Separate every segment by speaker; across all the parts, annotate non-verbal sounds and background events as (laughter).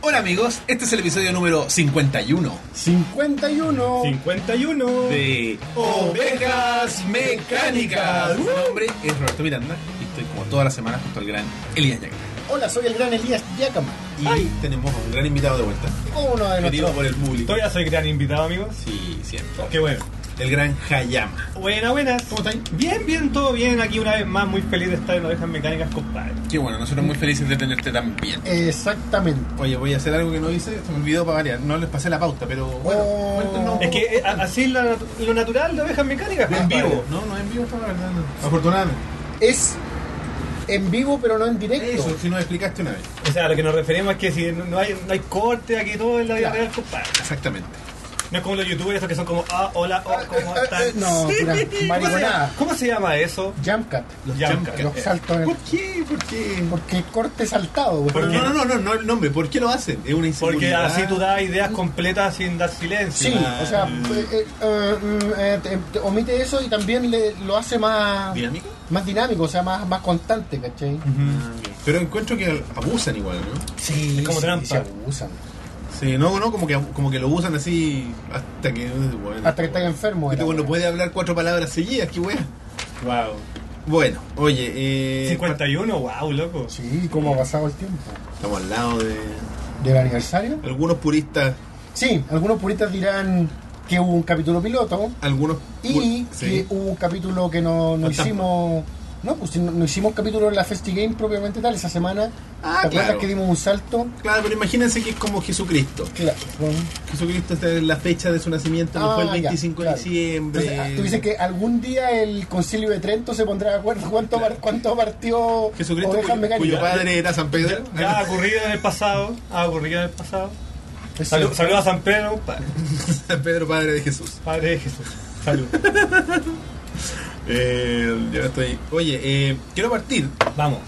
Speaker 1: Hola amigos, este es el episodio número 51
Speaker 2: 51.
Speaker 3: 51
Speaker 1: de Ovejas Mecánicas. Mi nombre es Roberto Miranda y estoy como todas las semanas junto al gran Elías Yagra.
Speaker 2: Hola, soy el gran Elías Yacama.
Speaker 1: Y tenemos a un gran invitado de vuelta,
Speaker 2: Uno de
Speaker 1: querido
Speaker 2: nuestros.
Speaker 1: por el público.
Speaker 3: Todavía soy gran invitado, amigos.
Speaker 1: Sí, siempre.
Speaker 3: Qué bueno.
Speaker 1: El gran Hayama.
Speaker 3: Buena, buenas.
Speaker 1: ¿Cómo estáis?
Speaker 3: Bien, bien, todo bien. Aquí una vez más, muy feliz de estar en Ovejas Mecánicas, compadre.
Speaker 1: Qué bueno, nosotros muy felices de tenerte también.
Speaker 2: Exactamente.
Speaker 1: Oye, voy a hacer algo que no hice, se me olvidó para variar. No les pasé la pauta, pero bueno,
Speaker 2: Oh.
Speaker 1: cuéntenos un
Speaker 3: Es que
Speaker 1: poco.
Speaker 3: eh, a- así es la nat- lo natural de Ovejas Mecánicas,
Speaker 1: No en
Speaker 3: compadre.
Speaker 1: vivo, no, no en vivo está la verdad. no. Afortunadamente.
Speaker 2: Es en vivo, pero no en directo.
Speaker 1: Eso, si nos explicaste una vez.
Speaker 3: O sea, a lo que nos referimos es que si no no hay, no hay corte aquí todo en la vida
Speaker 1: Claro.
Speaker 3: real, compadre.
Speaker 1: Exactamente.
Speaker 3: No es como los youtubers estos que son como, ah, hola, oh, ¿cómo
Speaker 2: Eh, eh,
Speaker 3: están?
Speaker 2: eh, no, pura
Speaker 3: ¿Cómo se, llama,
Speaker 2: mariconada.
Speaker 3: ¿Cómo se llama eso?
Speaker 2: Jump cut.
Speaker 1: Los
Speaker 3: Ya,
Speaker 1: jump
Speaker 3: ok.
Speaker 1: cut.
Speaker 2: Los saltos. en el-
Speaker 1: ¿Por qué? ¿Por qué?
Speaker 2: Porque corte saltado. güey.
Speaker 3: ¿Por
Speaker 1: Pero
Speaker 3: qué?
Speaker 1: no, no, no, no, no el nombre. ¿Por qué lo hacen? Es una
Speaker 3: Porque
Speaker 1: inseguridad.
Speaker 3: así tú das ideas completas sin dar silencio.
Speaker 2: Sí, o sea, eh, eh, eh, mm, eh, te- te omite eso y también le- lo hace más,
Speaker 1: ¿Dinámico?
Speaker 2: más dinámico, o sea, más, más constante, ¿cachai?
Speaker 1: Ah, Pero encuentro que abusan igual, ¿no?
Speaker 2: Sí,
Speaker 3: Es como
Speaker 2: sí,
Speaker 3: trampa.
Speaker 2: se abusan.
Speaker 1: Sí, no, no, como que, como que lo usan así hasta que... bueno,
Speaker 2: Hasta que estás enfermo.
Speaker 1: Este
Speaker 2: era,
Speaker 1: bueno
Speaker 2: güey.
Speaker 1: puede hablar cuatro palabras seguidas, qué wea.
Speaker 3: Wow.
Speaker 1: Bueno, oye, eh...
Speaker 3: 51, wow, loco.
Speaker 2: Sí, ¿cómo ha pasado el tiempo?
Speaker 1: Estamos al lado de
Speaker 2: ¿Del aniversario?
Speaker 1: algunos puristas,
Speaker 2: Sí, algunos puristas dirán que hubo un capítulo piloto
Speaker 1: algunos...
Speaker 2: y
Speaker 1: pur-
Speaker 2: que
Speaker 1: sí.
Speaker 2: hubo un capítulo que no, no
Speaker 1: Fantasma.
Speaker 2: hicimos. No, pues no, no hicimos capítulo en la Festi Game propiamente tal, esa semana.
Speaker 1: Ah,
Speaker 2: ¿Te acuerdas
Speaker 1: claro.
Speaker 2: que dimos un salto?
Speaker 1: Claro, pero imagínense que es como Jesucristo.
Speaker 2: Claro.
Speaker 1: Jesucristo está en la fecha de su nacimiento,
Speaker 2: Ah,
Speaker 1: que fue el
Speaker 2: ya,
Speaker 1: 25
Speaker 2: claro.
Speaker 1: de diciembre.
Speaker 2: Entonces, ah, tú dices que algún día el concilio de Trento se pondrá de acuerdo (laughs) cuánto, par- cuánto partió
Speaker 1: Jesucristo
Speaker 2: Ovejas
Speaker 1: cuyo,
Speaker 2: Mecánicas.
Speaker 1: cuyo padre era San Pedro.
Speaker 3: Ya ha ocurrido en el pasado, ha ocurrido en el pasado.
Speaker 2: Es
Speaker 3: Salud,
Speaker 2: cierto.
Speaker 3: salud a San Pedro, pa-
Speaker 1: San (laughs) Pedro, padre de Jesús.
Speaker 3: Padre de Jesús. Salud.
Speaker 1: Eh, yo estoy. Oye, eh, quiero partir
Speaker 3: Vamos.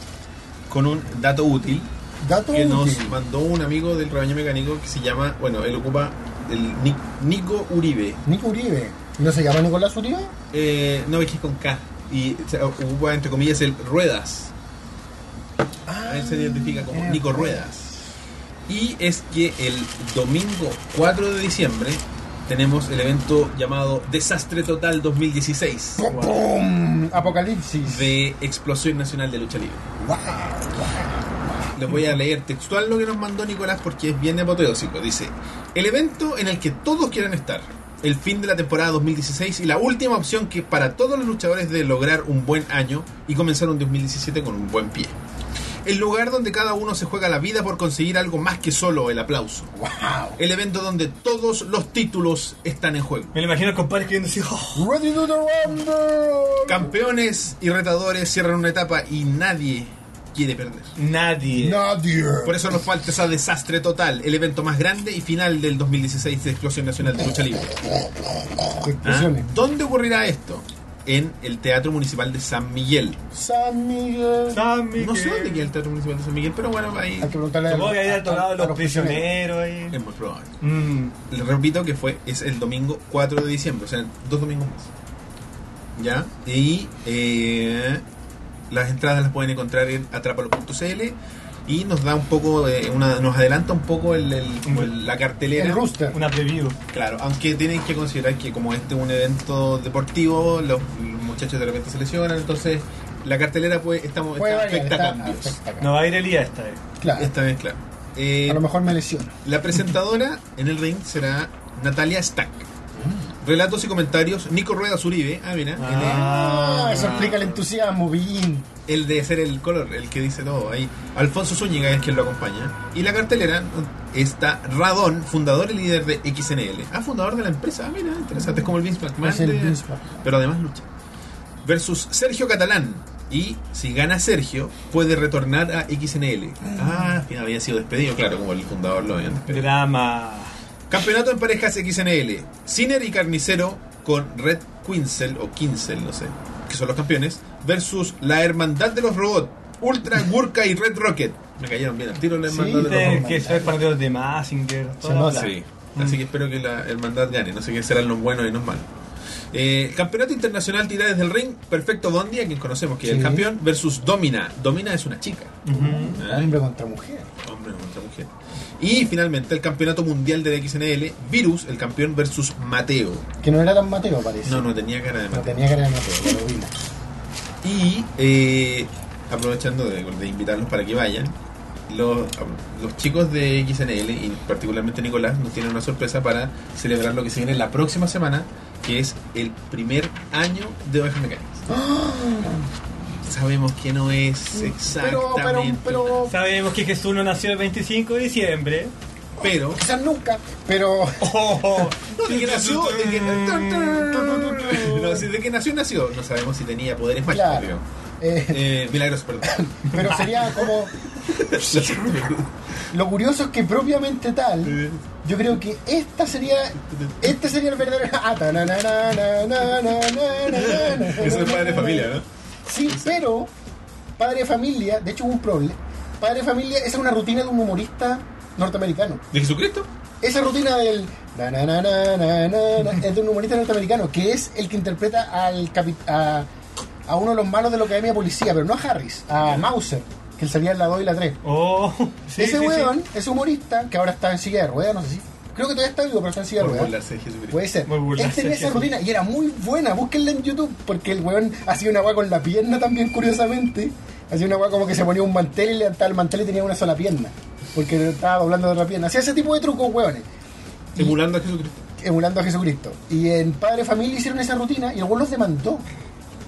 Speaker 1: con un dato útil
Speaker 2: Dato
Speaker 1: que nos
Speaker 2: útil.
Speaker 1: mandó un amigo del rebaño mecánico que se llama, bueno, él ocupa el Ni- Nico Uribe.
Speaker 2: Nico Uribe. ¿No se llama Nicolás Uribe?
Speaker 1: Eh, no, es que es con K. Y o sea, ocupa, entre comillas, el Ruedas.
Speaker 2: Ah,
Speaker 1: Él se identifica como
Speaker 2: eh,
Speaker 1: Nico Ruedas. Y es que el domingo 4 de diciembre tenemos el evento llamado Desastre Total 2016
Speaker 2: ¡Pum, pum! Apocalipsis.
Speaker 1: de Explosión Nacional de Lucha Libre.
Speaker 2: Guau.
Speaker 1: Les voy a leer textual lo que nos mandó Nicolás porque es bien apoteósico. Dice, el evento en el que todos quieran estar, el fin de la temporada 2016 y la última opción que para todos los luchadores de lograr un buen año y comenzar un 2017 con un buen pie. El lugar donde cada uno se juega la vida por conseguir algo más que solo el aplauso.
Speaker 2: ¡Wow!
Speaker 1: El evento donde todos los títulos están en juego.
Speaker 3: Me lo imagino el compadre escribiendo así. oh,
Speaker 2: Ready to the rumble.
Speaker 1: Campeones y retadores cierran una etapa y nadie quiere perder.
Speaker 3: nadie.
Speaker 2: Nadie.
Speaker 1: Por eso nos falta esa desastre total, el evento más grande y final del 2016 de Explosión Nacional de Lucha Libre. ¿Ah?
Speaker 2: Explosiones.
Speaker 1: ¿Dónde ocurrirá esto? En el Teatro Municipal de San Miguel.
Speaker 2: San Miguel.
Speaker 3: San Miguel.
Speaker 1: No sé dónde queda el Teatro Municipal de San Miguel, pero bueno, ahí
Speaker 2: Hay que preguntarle a
Speaker 3: Supongo que ahí
Speaker 2: a-
Speaker 3: al otro
Speaker 2: a-
Speaker 3: lado
Speaker 2: a Eh.
Speaker 3: los prisioneros ahí.
Speaker 1: es muy probable.
Speaker 3: Mm.
Speaker 1: Les repito que fue es el domingo 4 de diciembre, o sea, dos domingos más. ¿Ya? Y eh, las entradas las pueden encontrar en atrapalo.cl y nos da un poco de una, nos adelanta un poco el, el- como el- la cartelera.
Speaker 2: El rooster.
Speaker 3: Una preview.
Speaker 1: Claro, aunque tienen que considerar que como este es un evento deportivo, los muchachos de repente se lesionan, entonces la cartelera puede, estamos,
Speaker 2: Puede
Speaker 1: está,
Speaker 2: variar,
Speaker 1: afecta Este-
Speaker 2: está-
Speaker 1: cambios.
Speaker 2: afecta cambios.
Speaker 3: No va a ir Elías esta vez.
Speaker 2: Claro.
Speaker 1: Esta vez, claro. Eh,
Speaker 2: A lo mejor me lesiono.
Speaker 1: la presentadora en el ring será Natalia Stack.
Speaker 2: Mm.
Speaker 1: Relatos y comentarios, Nico Ruedas Uribe. Ah, mira,
Speaker 3: Ah.
Speaker 2: Ah, eso explica el entusiasmo, Billín.
Speaker 1: el de ser el color, el que dice todo ahí. Alfonso Zúñiga es quien lo acompaña. Y la cartelera está Radón, fundador y líder de XNL. Ah, fundador de la empresa. Ah, mira, interesante. Es como el Vince McMahon.
Speaker 2: Es el
Speaker 1: de-
Speaker 2: Vince McMahon.
Speaker 1: Pero además lucha. Versus Sergio Catalán. Y si gana Sergio, puede retornar a XNL. Ah, al final había sido despedido, claro, como el fundador lo habían despedido.
Speaker 3: Drama.
Speaker 1: Campeonato en parejas XNL. Ciner y Carnicero con Red Quincel o Quincel, no sé, que son los campeones, versus la Hermandad de los Robots,
Speaker 2: (laughs)
Speaker 1: Ultra Gurka y Red Rocket. Me cayeron bien al tiro la
Speaker 2: Sí,
Speaker 1: Hermandad de los
Speaker 3: Eh,
Speaker 1: Robots.
Speaker 3: Que se ve partido de Massinger.
Speaker 2: Se nota. Mm.
Speaker 1: Sí. Así que espero que la Hermandad gane. No sé quién serán los buenos y los malos. Eh, el campeonato internacional de titanes del ring, Perfecto Bondi, a quien conocemos que es el
Speaker 2: Sí.
Speaker 1: campeón, versus Domina. Domina es una chica.
Speaker 3: Ujú.
Speaker 1: ¿eh?
Speaker 2: Hombre contra mujer.
Speaker 1: Hombre contra mujer. Y finalmente el campeonato mundial de XNL, Virus, el campeón versus Mateo.
Speaker 2: Que no era tan Mateo, parece.
Speaker 1: No, no tenía cara de
Speaker 2: No
Speaker 1: Mateo.
Speaker 2: tenía que era Mateo, ya lo vimos.
Speaker 1: Y eh, aprovechando de, de invitarlos para que vayan, los, los chicos de XNL y particularmente Nicolás nos tienen una sorpresa para celebrar lo que se viene la próxima semana, que es el primer año de Ovejas Mecánicas.
Speaker 2: (gasps)
Speaker 1: Sabemos que no es
Speaker 2: Pero, pero,
Speaker 1: exactamente.
Speaker 2: pero.
Speaker 3: Sabemos que Jesús no nació el 25 de diciembre.
Speaker 1: pero
Speaker 2: Quizás nunca, pero.
Speaker 3: Oh,
Speaker 1: No, de que nació, de que,
Speaker 2: eh.
Speaker 1: no, sí, de que nació, nació. No sabemos si tenía poderes mágicos,
Speaker 2: Claro.
Speaker 1: digamos.
Speaker 2: eh,
Speaker 1: Eh, milagros,
Speaker 2: (laughs)
Speaker 1: perdón. (laughs)
Speaker 2: pero sería como. Lo curioso es que propiamente tal, yo creo que esta sería. Este sería el verdadero. (laughs) Ah, ta, na, na, na, na, na, na, na, na, na,
Speaker 1: Eso (laughs) es padre de familia, ¿no?
Speaker 2: Sí, pero. Padre de familia, de hecho hubo un problema. Padre de familia, esa es una rutina de un humorista norteamericano.
Speaker 1: ¿De Jesucristo?
Speaker 2: Esa rutina del. na, na, na, na, na, na, na, es de un humorista norteamericano, que es el que interpreta al capi- a, a uno de los malos de la academia de policía, pero no a Harris, a Mauser, que él salía en la 2 y la 3.
Speaker 3: Oh, sí, sí,
Speaker 2: ese
Speaker 3: sí.
Speaker 2: weón, ese humorista, que ahora está en silla de ruedas, no sé si. Creo que todavía está vivo, pero está en silla de
Speaker 1: Por
Speaker 2: ruedas.
Speaker 1: burlarse de Jesucristo.
Speaker 2: Puede ser.
Speaker 3: Muy burlarse,
Speaker 2: Él tenía esa
Speaker 3: sí.
Speaker 2: rutina y era muy buena. Búsquenla en YouTube, porque el weón hacía una weá con la pierna también, curiosamente. Hacía una weá como que se ponía un mantel y levantaba el mantel y tenía una sola pierna. Porque estaba doblando de otra pierna. Hacía ese tipo de trucos, weones
Speaker 1: Emulando a Jesucristo.
Speaker 2: emulando a Jesucristo. Y en Padre Familia hicieron esa rutina y el güey los demandó.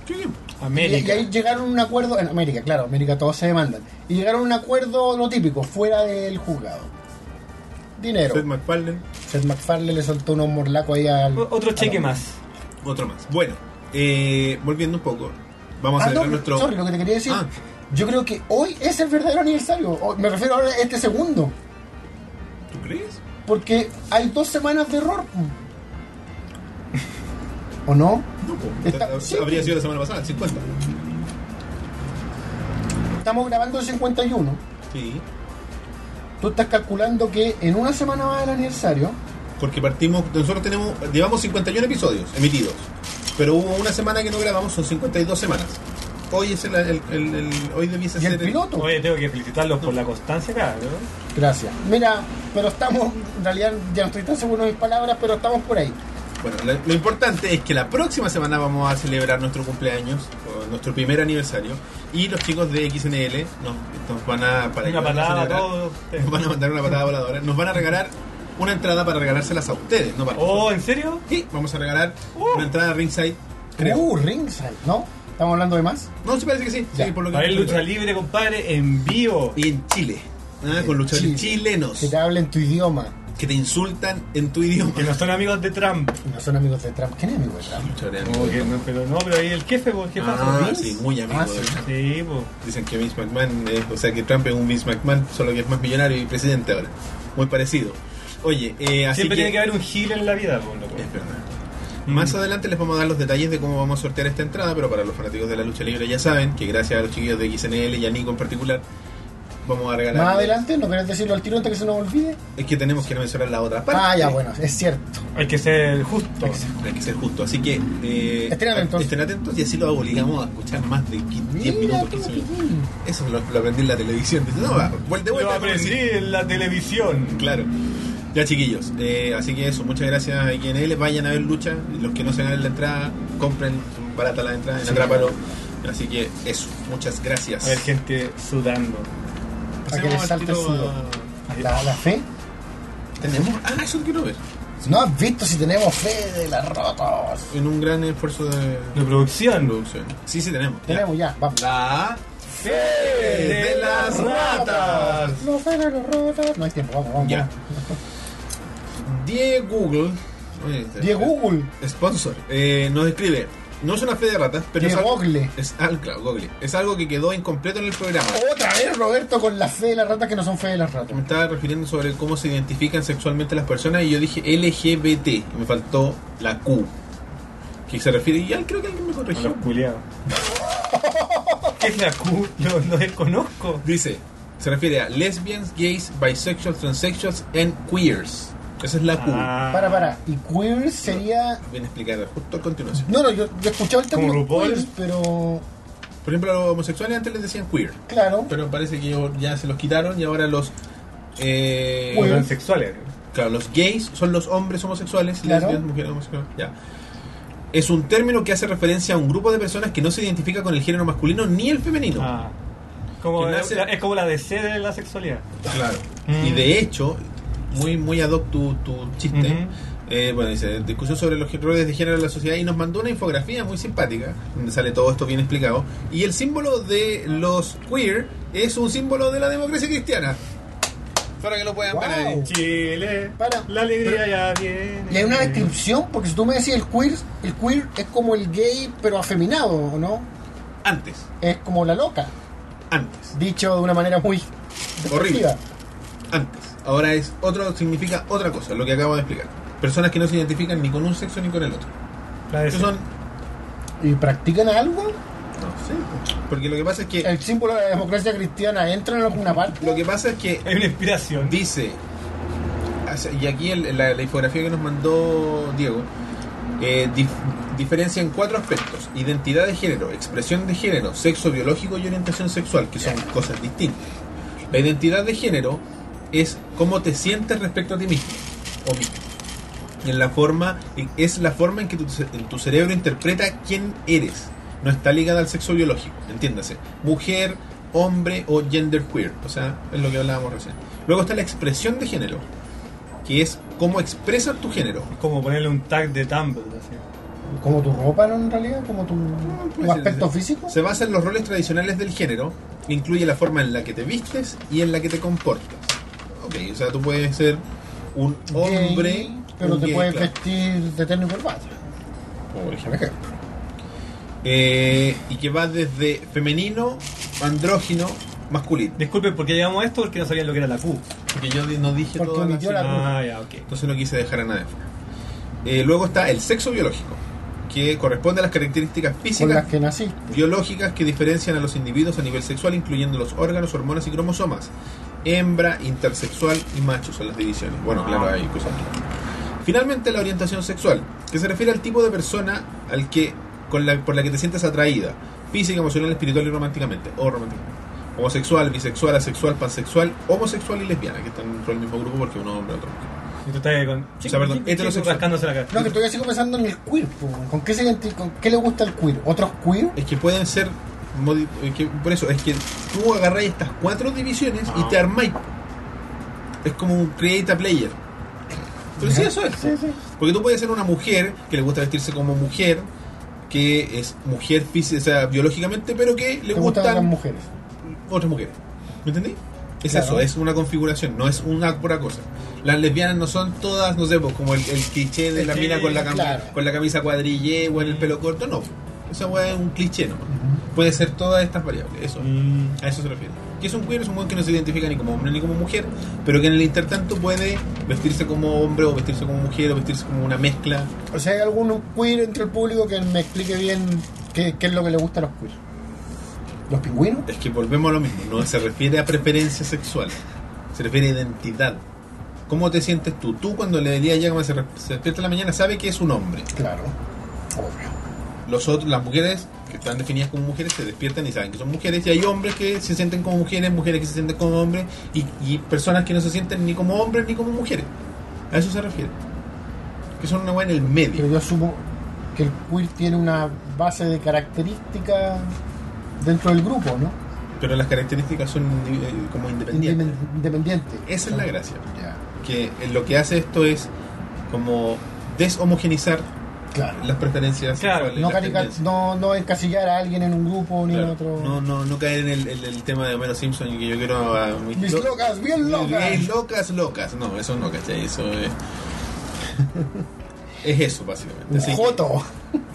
Speaker 1: Qué bien.
Speaker 2: Y, y
Speaker 3: América.
Speaker 2: ahí llegaron a un acuerdo, en América, claro, América todos se demandan. Y llegaron a un acuerdo, lo típico, fuera del juzgado. Dinero.
Speaker 1: Seth MacFarlane,
Speaker 2: Seth MacFarlane le soltó unos morlacos ahí al.
Speaker 3: O- Otro
Speaker 2: al-
Speaker 3: cheque más.
Speaker 1: otro más. Bueno, eh, volviendo un poco. Vamos a
Speaker 2: Ah,
Speaker 1: celebrar
Speaker 2: no,
Speaker 1: nuestro.
Speaker 2: sorry, lo que te quería decir.
Speaker 1: Ah.
Speaker 2: Yo creo que hoy es el verdadero aniversario. Hoy- Me refiero ahora a este segundo.
Speaker 1: ¿Tú crees?
Speaker 2: Porque hay dos semanas de error. ¿O no?
Speaker 1: No, po.
Speaker 2: Está- sí.
Speaker 1: habría sido la semana pasada, 50.
Speaker 2: Estamos grabando el 51.
Speaker 1: Sí.
Speaker 2: Tú estás calculando que en una semana más del aniversario,
Speaker 1: Porque partimos, nosotros tenemos, llevamos 51 episodios emitidos, pero hubo una semana que no grabamos, son 52 semanas. Hoy es el, el- el- el- hoy debiese
Speaker 2: y
Speaker 1: ser
Speaker 2: el piloto.
Speaker 3: Oye, tengo que felicitarlos por la constancia, cabrón.
Speaker 2: Gracias. Mira, pero estamos, en realidad ya no estoy tan seguro de mis palabras, pero estamos por ahí.
Speaker 1: Bueno, lo, lo importante es que la próxima semana vamos a celebrar nuestro cumpleaños, o nuestro primer aniversario, y los chicos de XNL nos, nos van a para ayudarnos
Speaker 3: Una
Speaker 1: a
Speaker 3: palabra a
Speaker 1: celebrar,
Speaker 3: todos ustedes.
Speaker 1: nos van a mandar una patada voladora, nos van a regalar una entrada para regalárselas a ustedes, no para
Speaker 3: Oh,
Speaker 1: nosotros.
Speaker 3: ¿en serio?
Speaker 1: Y vamos a regalar
Speaker 3: Oh.
Speaker 1: una entrada a ringside, creo.
Speaker 2: Uh, ringside, ¿no? ¿Estamos hablando de más?
Speaker 1: No, se parece que sí, sí,
Speaker 2: Ya.
Speaker 1: por lo que
Speaker 3: Va a haber
Speaker 1: entiendo.
Speaker 3: lucha libre, compadre, en vivo.
Speaker 1: y en Chile. Ah, con luchadores chilenos
Speaker 2: Que te hablen tu idioma.
Speaker 1: que te insultan en tu idioma.
Speaker 3: Que no son amigos de Trump.
Speaker 2: Y no son amigos de Trump. ¿Quién es amigo de Trump?
Speaker 1: Luchadores
Speaker 3: Como que
Speaker 1: amigos.
Speaker 3: no, pero no, pero ahí el jefe, pues, Oh, ¿qué
Speaker 1: Ah,
Speaker 3: pasa?
Speaker 1: sí, muy amigo.
Speaker 2: Ah, sí.
Speaker 1: de Trump.
Speaker 3: Sí, pues.
Speaker 1: Dicen que Vince McMahon, es- o sea que Trump es un Vince McMahon, solo que es más millonario y presidente ahora. Muy parecido. Oye, eh, así
Speaker 3: Siempre
Speaker 1: que...
Speaker 3: tiene que haber Mm. un heel en la vida, pues, loco.
Speaker 1: Es verdad. Más adelante les vamos a dar los detalles de cómo vamos a sortear esta entrada, pero para los fanáticos de la lucha libre ya saben que gracias a los chiquillos de XNL y a Nico en particular, vamos a regalar...
Speaker 2: Más adelante, ¿no querés decirlo al tiro antes que se nos olvide?
Speaker 1: Es que tenemos que mencionar la otra parte.
Speaker 2: Ah, ya, bueno, es cierto.
Speaker 3: Hay que ser justo.
Speaker 1: Hay que ser justo, así que eh,
Speaker 2: Estén atentos.
Speaker 1: estén atentos y así los obligamos a escuchar más de 15 10
Speaker 2: Mira,
Speaker 1: minutos,
Speaker 2: tú,
Speaker 1: 15 minutos.
Speaker 2: chiquillo.
Speaker 1: Eso lo, lo aprendí en la televisión. Dice, No, va, vuelta,
Speaker 3: Lo
Speaker 1: vuelta.
Speaker 3: aprendí
Speaker 1: sí.
Speaker 3: en la televisión.
Speaker 1: Claro. Ya chiquillos, eh, así que eso, muchas gracias a XNL, vayan a ver lucha, los que no se ganen la entrada, compren, son barata la entrada en
Speaker 2: Sí.
Speaker 1: Atrápalo. Así que eso, muchas gracias.
Speaker 3: A ver, gente sudando.
Speaker 2: Para que les
Speaker 1: Pasemos al
Speaker 2: salte el
Speaker 1: tiro
Speaker 2: sudor.
Speaker 1: a-
Speaker 2: La, la fe.
Speaker 1: Tenemos, ah, eso quiero ver.
Speaker 2: No has visto si tenemos fe de las rotos.
Speaker 1: En un gran esfuerzo de
Speaker 3: De producción.
Speaker 1: producción. Sí, sí tenemos. ya.
Speaker 2: Tenemos ya, vamos.
Speaker 1: La
Speaker 3: de las ratas.
Speaker 2: No fe de las rotas. No hay tiempo, vamos, vamos.
Speaker 1: Ya. Die Google. oye, este,
Speaker 2: Die Google.
Speaker 1: Sponsor. eh, nos escribe. No es una fe de ratas, pero
Speaker 2: Die
Speaker 1: es, al-
Speaker 2: Google.
Speaker 1: es al- claro, Google. Es algo que quedó incompleto en el programa.
Speaker 2: Otra vez Roberto con la fe de las ratas que no son fe de las ratas.
Speaker 1: Me estaba refiriendo sobre cómo se identifican sexualmente las personas y yo dije LGBT. y me faltó la Q. Que se refiere. Y ay, creo que alguien me
Speaker 3: A los
Speaker 1: corrigió.
Speaker 3: culiados. (laughs) ¿Qué es la Q? Lo, lo desconozco.
Speaker 1: Dice. Se refiere a lesbians, gays, bisexuals, transsexuals and queers. Esa es la Q.
Speaker 3: Ah.
Speaker 2: Para, para. Y queer sería.
Speaker 1: Bien explicada, justo a continuación.
Speaker 2: No, no, yo, yo escuchaba el término
Speaker 3: Como RuPaul.
Speaker 2: queer, pero.
Speaker 1: Por ejemplo, a los homosexuales antes les decían queer,
Speaker 2: Claro.
Speaker 1: pero parece que ya se los quitaron y ahora los. eh,
Speaker 3: O
Speaker 2: Queer.
Speaker 3: transexuales.
Speaker 1: Claro, los gays son los hombres homosexuales,
Speaker 2: Claro.
Speaker 1: lesbianas, mujeres homosexuales. Ya. Es un término que hace referencia a un grupo de personas que no se identifica con el género masculino ni el femenino.
Speaker 3: Ah. Como,
Speaker 1: Que nace-
Speaker 3: la- es como la DC de la sexualidad.
Speaker 1: Claro.
Speaker 3: Mm.
Speaker 1: Y de hecho, muy, muy ad hoc tu, tu chiste.
Speaker 3: Ujú.
Speaker 1: eh, bueno, dice, discusión sobre los roles de género en la sociedad y nos mandó una infografía muy simpática, donde sale todo esto bien explicado. Y el símbolo de los queer es un símbolo de la democracia cristiana. Para que lo puedan ver
Speaker 2: Wow.
Speaker 1: ahí.
Speaker 3: Chile,
Speaker 2: Para.
Speaker 3: la alegría
Speaker 1: Pero-
Speaker 3: ya viene.
Speaker 2: Y hay una descripción, porque si tú me decís el queer, el queer es como el gay, pero afeminado, ¿o ¿no?
Speaker 1: Antes,
Speaker 2: Es como la loca,
Speaker 1: antes,
Speaker 2: dicho de una manera muy
Speaker 1: Horrible.
Speaker 2: despectiva.
Speaker 1: antes. Ahora es otro, significa otra cosa, lo que acabo de explicar. Personas que no se identifican ni con un sexo ni con el otro.
Speaker 3: La
Speaker 1: Esos
Speaker 3: DC.
Speaker 1: son,
Speaker 2: ¿Y practican algo?
Speaker 1: no sé, porque lo que pasa es que,
Speaker 2: ¿El símbolo de la democracia cristiana entra en alguna parte?
Speaker 1: lo que pasa es que
Speaker 3: Hay una inspiración.
Speaker 1: dice, hace- y aquí el- la, la infografía que nos mandó Diego, eh, dif- diferencia en cuatro aspectos, identidad de género, expresión de género, sexo biológico y orientación sexual, que son cosas distintas. La identidad de género es cómo te sientes respecto a ti mismo o mismo. Y en la forma, es la forma en que tu, ce- en tu cerebro interpreta quién eres. No está ligada al sexo biológico, entiéndase. Mujer, hombre o genderqueer. O sea, es lo que hablábamos recién. Luego está la expresión de género, que es cómo expresas tu género.
Speaker 3: Como ponerle un tag de Tumblr. Así.
Speaker 2: ¿Como tu ropa no, en realidad? ¿Como tu,
Speaker 1: pues,
Speaker 2: tu aspecto físico?
Speaker 1: Se basa en los roles tradicionales del género, que incluye la forma en la que te vistes y en la que te comportas. Ok, o sea, tú puedes ser un
Speaker 2: Gay,
Speaker 1: hombre,
Speaker 2: pero
Speaker 1: un
Speaker 2: te
Speaker 1: gay,
Speaker 2: puedes
Speaker 1: claro,
Speaker 2: vestir de terno y corbata.
Speaker 1: por ejemplo. Eh, y que va desde femenino, andrógino, masculino.
Speaker 3: Disculpen, ¿por qué llamamos esto? Porque no sabían lo que era la Q.
Speaker 1: Porque yo di- no dije
Speaker 2: Porque
Speaker 1: todas las-
Speaker 2: omitió la-
Speaker 3: Ah, ya, ok.
Speaker 1: Entonces no quise dejar a nadie fuera. Eh, luego está el sexo biológico, que corresponde a las características
Speaker 2: Con
Speaker 1: físicas
Speaker 2: las que naciste.
Speaker 1: biológicas que diferencian a los individuos a nivel sexual, incluyendo los órganos, hormonas y cromosomas. Hembra, intersexual y macho son las divisiones. Bueno, claro, hay cosas. Finalmente, la orientación sexual, que se refiere al tipo de persona al que, con la, por la que te sientes atraída, física, emocional, espiritual y románticamente. O románticamente. Homosexual, bisexual, asexual, pansexual, homosexual y lesbiana, que están dentro del mismo grupo porque uno hombre, otro mujer.
Speaker 3: Y tú estás con.
Speaker 1: O sea, perdón,
Speaker 3: este
Speaker 1: heterosexual.
Speaker 3: rascándose la cara.
Speaker 2: No, que todavía sigo pensando en el queer. po, weón. ¿Con qué, se identi- ¿Con qué le gusta el queer? ¿Otros queer?
Speaker 1: Es que pueden ser. modi- es que por eso, es que tú agarráis estas cuatro divisiones y
Speaker 3: Ah.
Speaker 1: te armáis. Es como un create a player. Pero sí, eso es.
Speaker 2: Sí, sí.
Speaker 1: Porque tú puedes ser una mujer que le gusta vestirse como mujer, que es mujer física, o sea, biológicamente, pero que le
Speaker 2: ¿Te gustan las
Speaker 1: gustan
Speaker 2: mujeres?
Speaker 1: otras mujeres. ¿Me entendí? Es
Speaker 2: Claro.
Speaker 1: eso, es una configuración, no es una pura cosa. Las lesbianas no son todas, no sé, pues, como el, el cliché de la
Speaker 3: Sí,
Speaker 1: mina con la, cami-
Speaker 2: claro.
Speaker 1: con la camisa cuadrille o en el pelo corto, no. Esa weá es un cliché, ¿no? Puede ser todas estas variables, eso.
Speaker 3: Mm,
Speaker 1: A eso se refiere. Que es un queer, es un buen que no se identifica ni como hombre ni como mujer, pero que en el intertanto puede vestirse como hombre o vestirse como mujer o vestirse como una mezcla.
Speaker 2: O sea, hay algún queer entre el público que me explique bien qué, qué es lo que le gusta a los queer. ¿Los pingüinos?
Speaker 1: Es que volvemos a lo mismo, no se refiere a preferencia sexual, se refiere a identidad. ¿Cómo te sientes tú? Tú cuando le dirías ya como se, re- se despierta en la mañana sabe que es un hombre.
Speaker 2: Claro. Obvio.
Speaker 1: Los otros, las mujeres que están definidas como mujeres se despiertan y saben que son mujeres y hay hombres que se sienten como mujeres, mujeres que se sienten como hombres y, y personas que no se sienten ni como hombres ni como mujeres. A eso se refiere. Que son una weá en el
Speaker 2: Pero
Speaker 1: medio.
Speaker 2: yo asumo que el queer tiene una base de características dentro del grupo, ¿no?
Speaker 1: Pero las características son indivi- eh, como independientes.
Speaker 2: Independiente. Independiente.
Speaker 1: Esa es la gracia.
Speaker 2: Ya.
Speaker 1: Que lo que hace esto es como deshomogenizar
Speaker 2: Claro.
Speaker 1: las preferencias
Speaker 3: Claro,
Speaker 1: sexuales,
Speaker 2: No,
Speaker 1: las
Speaker 2: carica-
Speaker 1: tendencias.
Speaker 2: no, no encasillar a alguien en un grupo ni en
Speaker 1: Claro.
Speaker 2: otro.
Speaker 1: No, no, no caer en el, el- el tema de Homero Simpson y que yo quiero a mis,
Speaker 2: Mis
Speaker 1: lo-
Speaker 2: locas, bien locas.
Speaker 1: Bien locas, locas. No, eso no, ¿cachai? Eso
Speaker 2: (laughs)
Speaker 1: es. es eso, básicamente.
Speaker 2: Un
Speaker 1: Así que,
Speaker 2: joto.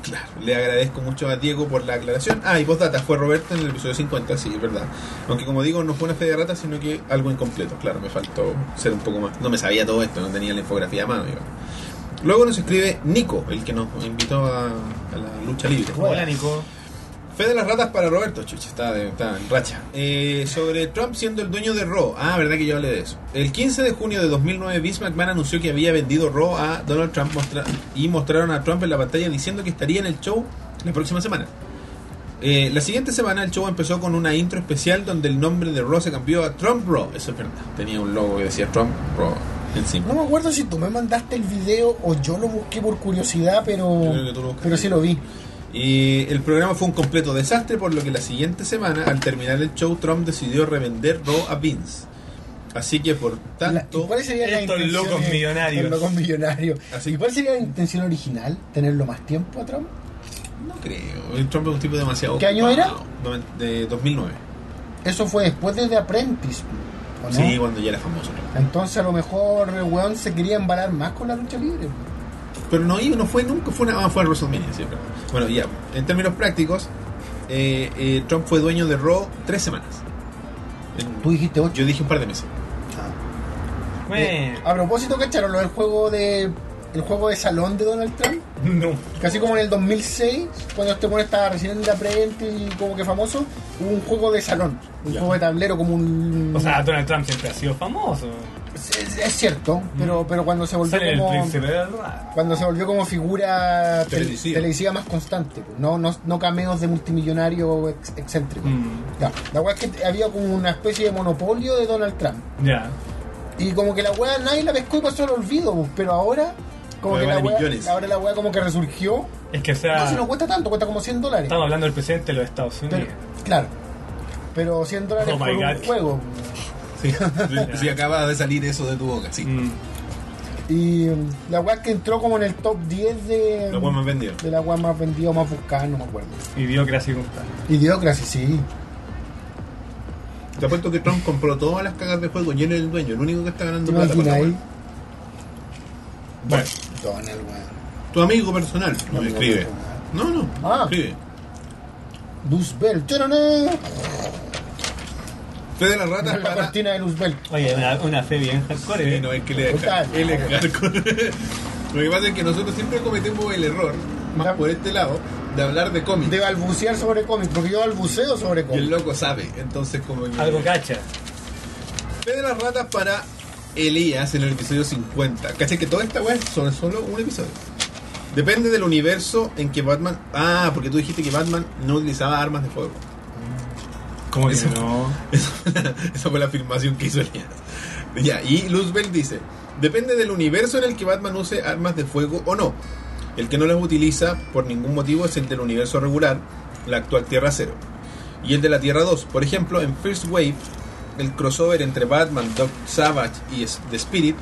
Speaker 1: claro, le agradezco mucho a Diego por la aclaración. Ah, y postdata, fue Roberto en el episodio 50, sí, es verdad. Aunque como digo, no fue una fe de rata, sino que algo incompleto. Claro, me faltó ser un poco más. No me sabía todo esto, no tenía la infografía a mano, digamos. Luego nos escribe Nico, el que nos invitó a, a la lucha libre.
Speaker 2: Bueno.
Speaker 3: Hola, Nico.
Speaker 1: Fe de las ratas para Roberto, chucha, está, de- está en racha. Eh, sobre Trump siendo el dueño de Raw. Ah, verdad que yo hablé de eso. El 15 de junio de 2009, Vince McMahon anunció que había vendido Raw a Donald Trump mostra- y mostraron a Trump en la pantalla diciendo que estaría en el show la próxima semana. Eh, la siguiente semana el show empezó con una intro especial donde el nombre de Raw se cambió a Trump Raw. Eso es verdad. Tenía un logo que decía Trump Raw encima.
Speaker 2: No me acuerdo si tú me mandaste el video o yo lo busqué por curiosidad, pero,
Speaker 1: Yo creo que tú lo buscaste.
Speaker 2: pero sí lo vi.
Speaker 1: Y el programa fue un completo desastre, por lo que la siguiente semana, al terminar el show, Trump decidió revender Raw a Vince. Así que por
Speaker 2: La-
Speaker 1: tanto,
Speaker 2: ¿Cuál sería la
Speaker 3: Estos
Speaker 2: intención
Speaker 3: locos
Speaker 2: de-
Speaker 3: millonarios.
Speaker 2: estos locos millonarios.
Speaker 1: Así-
Speaker 2: ¿Y cuál sería la intención original? ¿Tenerlo más tiempo a Trump?
Speaker 1: no creo. El Trump es un tipo demasiado.
Speaker 2: ¿Qué año era?
Speaker 1: ocupado. No, De 2009.
Speaker 2: Eso fue después de The Apprentice, ¿o no?
Speaker 1: Sí, cuando ya era famoso. Trump.
Speaker 2: Entonces a lo mejor el weón se quería embalar más con la lucha libre.
Speaker 1: Pero no iba, no fue nunca, fue una, ah, fue a WrestleMania, sí, perdón. Bueno, ya, en términos prácticos, eh, eh, Trump fue dueño de Raw tres semanas. En-
Speaker 2: Tú dijiste 8.
Speaker 1: yo dije un par de meses.
Speaker 2: (laughs)
Speaker 3: Bueno,
Speaker 2: A propósito, ¿cacharon lo del juego de... El juego de salón de Donald Trump?
Speaker 3: (laughs) no.
Speaker 2: Casi como en el 2006, cuando este weón estaba recién en The Apprentice y como que famoso, hubo un juego de salón. Un
Speaker 1: Ya.
Speaker 2: juego de tablero como un...
Speaker 3: O sea, Donald Trump siempre ha sido famoso.
Speaker 2: es, es cierto, pero, pero cuando se volvió
Speaker 3: mm. Sale el
Speaker 2: como...
Speaker 3: príncipe del rap.
Speaker 2: cuando se volvió como figura tel-
Speaker 1: Televisiva.
Speaker 2: televisiva, más constante, pues, no, no, no cameos de multimillonario ex- excéntrico.
Speaker 3: Mm,
Speaker 2: Ya, la weá es que había como una especie de monopolio de Donald Trump.
Speaker 3: ya.
Speaker 2: Y como que la weá nadie la pescó y pasó al olvido, pues, pero ahora como
Speaker 1: Ahora
Speaker 2: que la
Speaker 1: vale
Speaker 2: weá,
Speaker 1: millones.
Speaker 2: ahora la weá como que resurgió.
Speaker 3: Es que o sea,
Speaker 2: No, si no cuesta tanto, cuesta como 100 dólares.
Speaker 3: estamos hablando del presidente de los Estados
Speaker 2: Pero-
Speaker 3: Unidos.
Speaker 2: claro. Pero 100 dólares
Speaker 3: Oh
Speaker 2: por
Speaker 3: my
Speaker 2: un
Speaker 3: God.
Speaker 2: juego.
Speaker 1: Sí, acaba de salir eso de tu boca, sí.
Speaker 3: Mm,
Speaker 2: Y mm, la weá que entró como en el top 10 de,
Speaker 1: Lo cual me vendió.
Speaker 2: de la weá más vendida o más buscada, no me acuerdo.
Speaker 3: idiocracia junta.
Speaker 2: Idiocracy, sí.
Speaker 1: Te apuesto que Trump compró todas las cagas de juego y él es el dueño, el único que está ganando
Speaker 2: ¿Te
Speaker 1: plata. con la
Speaker 2: imaginas?
Speaker 1: wea.
Speaker 3: Bueno,
Speaker 2: Donald, weón.
Speaker 1: Tu amigo personal no
Speaker 2: No,
Speaker 1: me
Speaker 2: no,
Speaker 1: escribe. No, no,
Speaker 2: Ah.
Speaker 1: escribe.
Speaker 2: Luzbel. ¡Tarará!
Speaker 1: Fe de las ratas
Speaker 2: La
Speaker 1: para...
Speaker 2: cortina de Luzbel.
Speaker 3: oye, una, una fe bien hardcore.
Speaker 1: Sí,
Speaker 3: eh.
Speaker 1: no, es que le deja.
Speaker 2: Puta.
Speaker 1: Él es hardcore. (laughs) Lo que pasa es que nosotros siempre cometemos el error, más
Speaker 2: Ya.
Speaker 1: por este lado, de hablar de cómics.
Speaker 2: De balbucear sobre cómics, porque yo balbuceo sobre
Speaker 1: Y el
Speaker 2: cómics.
Speaker 1: loco sabe, entonces como que-
Speaker 3: Algo cacha.
Speaker 1: Fe de las ratas para Elías en el episodio 50. Caché que toda esta web es sobre solo un episodio. Depende del universo en que Batman. Ah, porque tú dijiste que Batman no utilizaba armas de fuego.
Speaker 3: ¿Cómo
Speaker 1: que
Speaker 3: no?
Speaker 1: (laughs) Esa fue la, esa fue la afirmación que hizo Elías. Ya, y Luzbel dice: Depende del universo en el que Batman use armas de fuego o no. El que no las utiliza por ningún motivo es el del universo regular, la actual Tierra Cero. Y el de la Tierra 2. Por ejemplo, en First Wave, el crossover entre Batman, Doc Savage y S- The Spirit,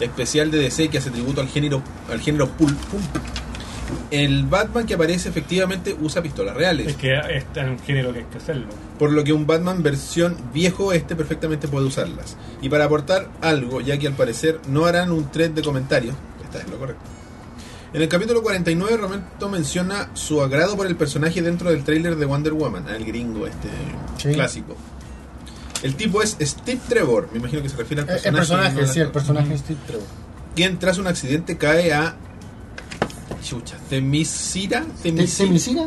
Speaker 1: especial de DC que hace tributo al género, al género pulp. El Batman que aparece efectivamente usa pistolas reales.
Speaker 3: Es que es un género que hay que hacerlo.
Speaker 1: Por lo que un Batman versión viejo este perfectamente puede usarlas. Y para aportar algo, ya que al parecer no harán un thread de comentarios, esta es lo correcto. En el capítulo 49, Roberto menciona su agrado por el personaje dentro del tráiler de Wonder Woman, al gringo este
Speaker 2: Sí.
Speaker 1: clásico. El tipo es Steve Trevor, me imagino que se refiere al
Speaker 2: Eh,
Speaker 1: personaje.
Speaker 2: El, el
Speaker 1: no
Speaker 2: personaje,
Speaker 1: al
Speaker 2: sí, el
Speaker 1: actor.
Speaker 2: personaje de Steve Trevor.
Speaker 1: Quien tras un accidente cae a... Chucha, Temisira,
Speaker 2: ¿Te-
Speaker 1: Temisira.
Speaker 2: ¿Temisira?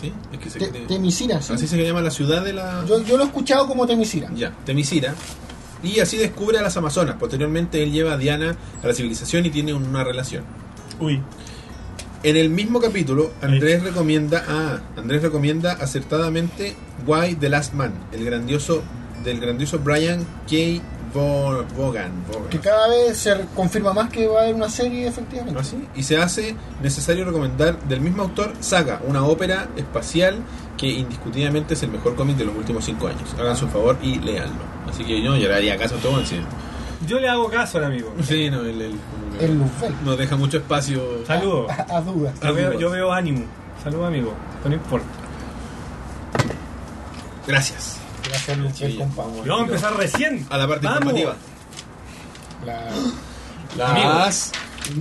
Speaker 1: Sí, es que se-
Speaker 2: Te- Temisira, sí.
Speaker 1: Así se llama la ciudad de la...
Speaker 2: Yo, yo lo he escuchado como Temisira.
Speaker 1: Ya, Temisira. Y así descubre a las Amazonas. Posteriormente él lleva a Diana a la civilización y tiene una relación.
Speaker 3: Uy.
Speaker 1: En el mismo capítulo, Andrés recomienda ah, Andrés recomienda acertadamente Why the Last Man, el grandioso del grandioso Brian K. Vo- Vaughan. Vaughan.
Speaker 2: Que cada vez se confirma más que va a haber una serie, efectivamente.
Speaker 1: ¿Ah, sí? Y se hace necesario recomendar del mismo autor Saga, una ópera espacial que indiscutidamente es el mejor cómic de los últimos cinco años. Hagan su favor y léanlo. Así que yo ya le haría caso a todo el
Speaker 3: Yo le hago caso al amigo.
Speaker 1: Sí, no, el, el- como que
Speaker 2: El Luzbel.
Speaker 1: nos deja mucho espacio.
Speaker 3: Saludos.
Speaker 2: A, a dudas.
Speaker 3: Yo veo, yo veo ánimo. Saludos, amigo. Pero no importa.
Speaker 1: Gracias.
Speaker 2: Gracias, Luzbel,
Speaker 1: Sí.
Speaker 2: compa, weón.
Speaker 3: Y vamos a empezar recién.
Speaker 1: A la parte
Speaker 3: Vamos.
Speaker 1: informativa.
Speaker 2: La-
Speaker 1: Las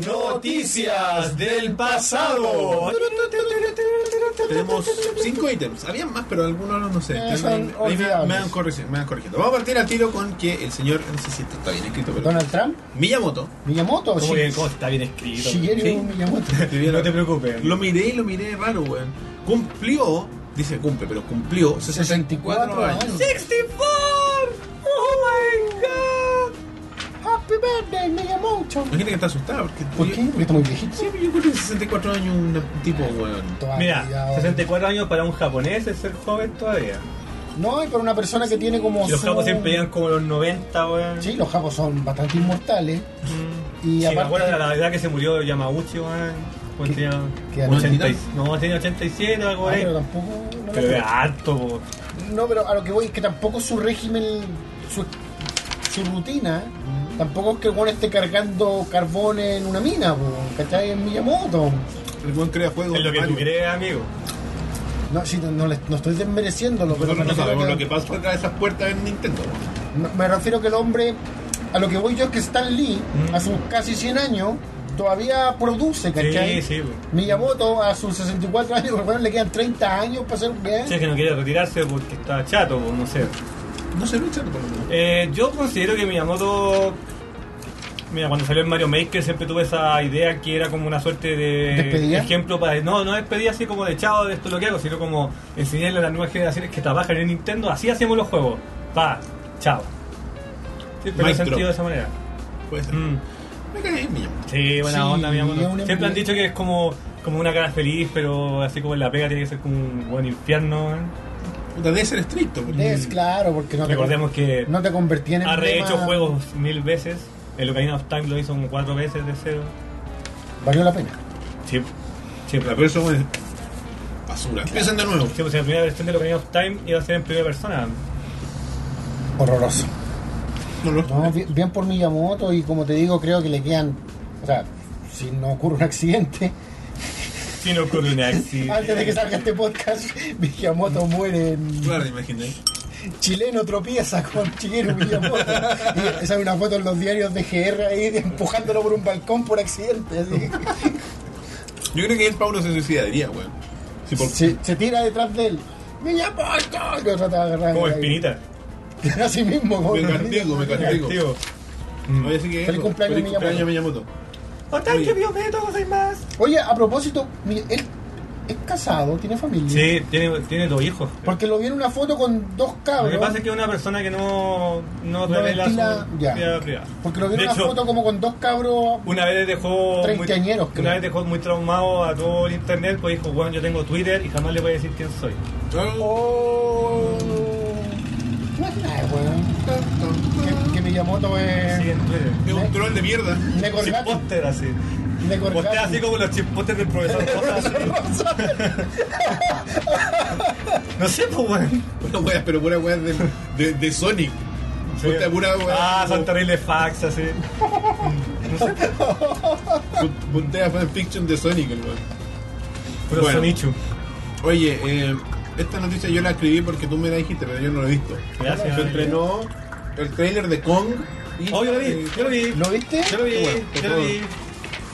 Speaker 3: Noticias del pasado.
Speaker 1: tenemos cinco ítems. Habían más, pero algunos no, no sé.
Speaker 2: Eh, son
Speaker 1: Ahí me- ahí me,
Speaker 2: olvidables.
Speaker 1: me van corrigiendo, me van corrigiendo. Vamos a partir al tiro con que el señor, no sé si esto está bien escrito, pero
Speaker 2: Donald Trump,
Speaker 1: Miyamoto.
Speaker 2: Miyamoto,
Speaker 3: ¿Cómo
Speaker 2: Shi-
Speaker 3: que cómo está bien escrito?
Speaker 2: Shigeru
Speaker 1: Sí.
Speaker 2: Miyamoto.
Speaker 1: escribió-
Speaker 3: No te preocupes.
Speaker 1: Lo miré y lo miré raro, weón. Cumplió dice cumple, pero cumplió 64,
Speaker 2: 64
Speaker 1: años.
Speaker 2: años.
Speaker 3: ¡64! ¡Oh my god!
Speaker 2: Happy birthday, Mega Mucho.
Speaker 1: Imagínate que está asustada porque.
Speaker 2: ¿Por
Speaker 1: yo-
Speaker 2: qué? Porque está muy viejito.
Speaker 1: Sí, pero yo creo que 64 años un tipo, weón.
Speaker 2: Todavía,
Speaker 3: Mira,
Speaker 2: ahora.
Speaker 3: 64 años para un japonés es ser joven todavía.
Speaker 2: No, y para una persona que tiene como.
Speaker 3: Y los
Speaker 2: su-
Speaker 3: japos siempre llegan como los 90, weón.
Speaker 2: Oh, Sí, los japos son bastante inmortales.
Speaker 3: Mm.
Speaker 2: Y
Speaker 3: Sí, me
Speaker 2: aparte-
Speaker 3: acuerdo de la edad que se murió Yamauchi, weón. Pues
Speaker 2: ¿Qué-
Speaker 3: tenía
Speaker 2: qué edad
Speaker 3: 80 y-
Speaker 1: tenía?
Speaker 3: No, tenía 87, algo
Speaker 2: Ah,
Speaker 3: por ahí.
Speaker 2: pero tampoco. no
Speaker 3: Pero
Speaker 2: me-
Speaker 3: era harto, po.
Speaker 2: No, pero a lo que voy es que tampoco su régimen, su, su rutina, tampoco es que el weón esté cargando carbón en una mina, po, ¿cachai? En Miyamoto.
Speaker 1: El weón crea juegos.
Speaker 3: Es lo que tú
Speaker 1: Mario.
Speaker 3: crees, amigo.
Speaker 2: No, sí, no, le- no estoy desmereciéndolo, pero me
Speaker 1: Nosotros no
Speaker 2: refiero,
Speaker 1: sabemos
Speaker 2: que,
Speaker 1: lo que pasa detrás de esas puertas en Nintendo. weón.
Speaker 2: no, me refiero que el hombre, a lo que voy yo es que Stan Lee,
Speaker 3: Mm.
Speaker 2: a sus casi 100 años, todavía produce, ¿cachai?
Speaker 3: Sí, sí, po.
Speaker 2: Miyamoto a sus 64 años, bueno, le quedan 30 años para ser bien.
Speaker 3: Si es que no quiere retirarse porque está chato, po, no sé.
Speaker 1: No se lucha, por lo menos.
Speaker 3: Eh, yo considero que Miyamoto. Mira, cuando salió el Mario Maker siempre tuve esa idea que era como una suerte de
Speaker 2: ¿Despedida?
Speaker 3: ejemplo para. No, no despedía así como de chao de esto es lo que hago, sino como enseñarle a las nuevas generaciones que trabajan en Nintendo, así hacemos los juegos. Pa, chao. Sí, pero en
Speaker 1: Maestro.
Speaker 3: sentido de esa manera.
Speaker 1: Puede ser.
Speaker 3: Mm.
Speaker 1: Me caí, me llamo.
Speaker 3: Sí, buena
Speaker 2: Sí,
Speaker 3: onda,
Speaker 2: es
Speaker 3: Miyamoto.
Speaker 2: una-
Speaker 3: Siempre han dicho que es como, como una cara feliz, pero así como en la pega tiene que ser como un buen infierno. ¿eh?
Speaker 1: Puta, debe ser estricto. weón.
Speaker 2: Es claro, porque no te,
Speaker 3: Recordemos que
Speaker 2: no te convertí en
Speaker 3: ha
Speaker 2: emblema-
Speaker 3: rehecho juegos mil veces. El Ocarina of Time lo hizo como cuatro veces de cero.
Speaker 2: Valió la pena.
Speaker 3: Sí, sí,
Speaker 1: La
Speaker 3: pero-
Speaker 1: persona es basura. Empiezan de nuevo.
Speaker 3: sí, pues la primera versión del Ocarina of Time iba a ser en primera persona.
Speaker 2: Horroroso.
Speaker 1: No lo
Speaker 2: No, bien, bien por Miyamoto y como te digo, creo que le quedan, o sea, si no ocurre un accidente,
Speaker 3: Si no ocurre un accidente.
Speaker 2: (laughs) antes de que salga este podcast, (laughs) Miyamoto muere en...
Speaker 1: Claro, imaginé.
Speaker 2: Chileno tropieza con chileno Miyamoto.
Speaker 3: (laughs)
Speaker 2: Y esa es una foto en los diarios de GR ahí de- empujándolo por un balcón por accidente. así.
Speaker 1: Yo creo que el Paulo se suicidaría, weón. Sí, por...
Speaker 2: Se, se tira detrás de él. Miyamoto. Y lo trata de agarrar.
Speaker 3: Como
Speaker 2: ahí.
Speaker 3: espinita.
Speaker 2: (laughs) Así mismo. como
Speaker 1: Me
Speaker 2: espinita.
Speaker 1: castigo, me castigo.
Speaker 3: Activo.
Speaker 1: Oye, así que
Speaker 2: Feliz cumpleaños,
Speaker 1: feliz cumpleaños Miyamoto.
Speaker 3: Oye. Biometo, soy más.
Speaker 2: Oye, a propósito, mi- él es casado, tiene familia.
Speaker 3: Sí, tiene, tiene dos hijos.
Speaker 2: Porque lo vi en una foto con dos
Speaker 3: Lo
Speaker 2: cabros.
Speaker 3: que pasa es que es una persona que no, no
Speaker 2: No
Speaker 3: revela
Speaker 2: ventila-
Speaker 3: su
Speaker 2: ya.
Speaker 3: vida privada.
Speaker 2: Porque lo vi en
Speaker 3: De
Speaker 2: una
Speaker 3: hecho,
Speaker 2: foto como con dos cabros.
Speaker 3: Una vez dejó muy,
Speaker 2: Treintañeros, creo.
Speaker 3: una vez dejó muy traumado a todo el internet, pues dijo, bueno, yo tengo Twitter y jamás le voy a decir quién soy.
Speaker 1: Oh.
Speaker 2: Imagina, weón. Que, que Miyamoto es.
Speaker 3: Sí, en Twitter.
Speaker 1: Es un troll de mierda.
Speaker 2: Negorgato.
Speaker 3: Chiposter así.
Speaker 2: Negorgato.
Speaker 3: Postea así como los chipotes del profesor Rosa, así. No sé, pues weón.
Speaker 1: Pura weá, pero pura weá de, de, de Sonic. Puta, pura weá.
Speaker 3: Ah,
Speaker 1: como-
Speaker 3: son terribles fax así.
Speaker 1: pu- Puntea fanfiction de Sonic, el weón.
Speaker 3: Puro
Speaker 1: Bueno.
Speaker 3: sonichu.
Speaker 1: Oye, eh, esta noticia yo la escribí porque tú me la dijiste, pero yo no la he visto.
Speaker 3: Gracias.
Speaker 1: Se entrenó el trailer de Kong. Y,
Speaker 3: Oh, yo lo vi, yo lo vi.
Speaker 2: (laughs) eh, ¿Lo viste?
Speaker 3: Yo lo vi,
Speaker 1: Bueno, por
Speaker 3: yo lo vi.
Speaker 1: favor.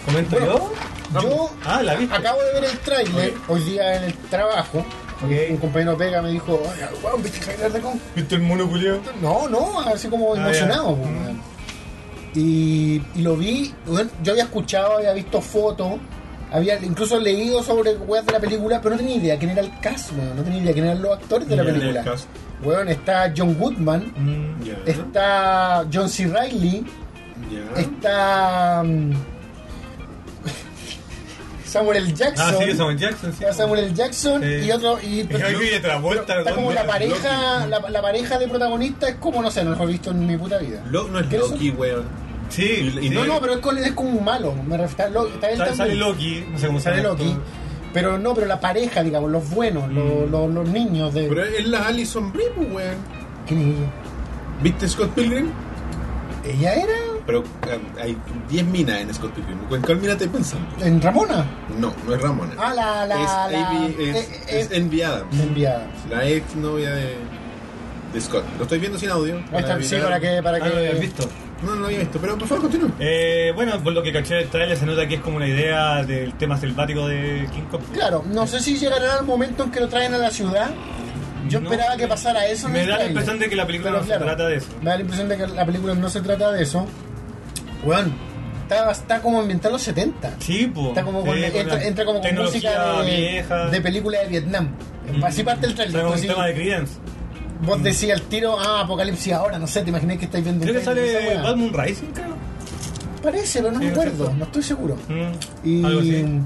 Speaker 3: ¿Comento yo?
Speaker 2: Yo
Speaker 3: Ah, la viste.
Speaker 2: acabo de ver el tráiler hoy día en el trabajo.
Speaker 3: Ok.
Speaker 2: Un compañero pega me dijo, "Oye, weón, ¿viste el tráiler de Kong?
Speaker 3: ¿Viste el mono culiao?
Speaker 2: No, no, así como
Speaker 3: Ah, ya.
Speaker 2: emocionado. po,
Speaker 3: Mm.
Speaker 2: weón. y, y lo vi, weón, yo había escuchado, había visto fotos, había incluso leído sobre weas de la película, pero no tenía idea quién era el cast, weón, no tenía idea quién eran los actores de la
Speaker 1: Ya, el
Speaker 2: película.
Speaker 1: cast.
Speaker 2: Weón, está John Goodman,
Speaker 3: Mm,
Speaker 1: Ya,
Speaker 2: está John C. Reilly,
Speaker 3: Mm.
Speaker 1: ya.
Speaker 2: está mm, (laughs) Samuel L.
Speaker 3: Ah,
Speaker 2: Jackson.
Speaker 3: sí, Samuel Jackson, sí.
Speaker 2: Está Samuel L. Jackson
Speaker 3: Sí.
Speaker 2: y otro y,
Speaker 3: Es que vive otra vuelta,
Speaker 2: pero está
Speaker 3: ¿no?
Speaker 2: como la
Speaker 3: Loki.
Speaker 2: pareja la, la pareja de protagonista es como no sé no lo he visto en mi puta vida
Speaker 1: Lo- no es
Speaker 2: ¿Qué
Speaker 1: Loki, weón.
Speaker 3: Sí,
Speaker 1: Y- y
Speaker 3: sí.
Speaker 2: no no pero es, con, es como un malo me ref- está, lo- está él
Speaker 3: Sale,
Speaker 2: también.
Speaker 3: sale Loki, no sé cómo
Speaker 2: Sale
Speaker 3: sale
Speaker 2: Loki pero no pero la pareja digamos los buenos los,
Speaker 3: Mm.
Speaker 2: los, los niños de
Speaker 1: Pero es la Alison Brie, pues, weón.
Speaker 2: ¿Quién es ella?
Speaker 1: ¿Viste Scott Pilgrim?
Speaker 2: ella era
Speaker 1: Pero eh, hay 10 minas en Scott Pilgrim. ¿En cuál mina te pensando?
Speaker 2: en Ramona
Speaker 1: No, no es Ramona.
Speaker 2: ah la la
Speaker 1: es,
Speaker 2: la
Speaker 1: AB es,
Speaker 2: eh, eh,
Speaker 1: es Envy Adams,
Speaker 2: enviada
Speaker 1: la ex novia de, de Scott. Lo estoy viendo sin audio.
Speaker 2: Ahí está, sí, para que Eh, para
Speaker 3: Ah, no lo habías
Speaker 2: que
Speaker 3: visto.
Speaker 1: No, no lo había visto, pero por favor continúe.
Speaker 3: Eh, bueno, por lo que caché del trailer se nota que es como una idea del tema selvático de King Kong.
Speaker 2: Claro, no sé si llegará el momento en que lo traen a la ciudad. Yo
Speaker 3: No,
Speaker 2: esperaba que pasara eso. en
Speaker 3: me
Speaker 2: el
Speaker 3: da la
Speaker 2: tráiler.
Speaker 3: impresión de que la película
Speaker 2: Pero
Speaker 3: no se trata de eso.
Speaker 2: Me da la impresión de que la película no se trata de eso. Weón, está, está como ambientado en los 70.
Speaker 3: Sí, po.
Speaker 2: Está como con-
Speaker 3: Sí, con
Speaker 2: entra,
Speaker 3: la
Speaker 2: entra como con
Speaker 3: tecnología
Speaker 2: música de,
Speaker 3: vieja.
Speaker 2: de película de Vietnam.
Speaker 3: Mm.
Speaker 2: Así parte el trailer.
Speaker 3: Está como un
Speaker 2: Así-
Speaker 3: tema de Creedence.
Speaker 2: Vos decías al tiro, ah, Apocalipsis ahora, no sé, te imaginé que estáis viendo un
Speaker 3: Creo que
Speaker 2: trailer de esa
Speaker 3: sale
Speaker 2: weá.
Speaker 3: Batman Rising, creo.
Speaker 2: Parece, pero no
Speaker 3: Sí,
Speaker 2: me acuerdo,
Speaker 3: exacto.
Speaker 2: no estoy seguro.
Speaker 3: Mm,
Speaker 2: Y,
Speaker 3: Algo así.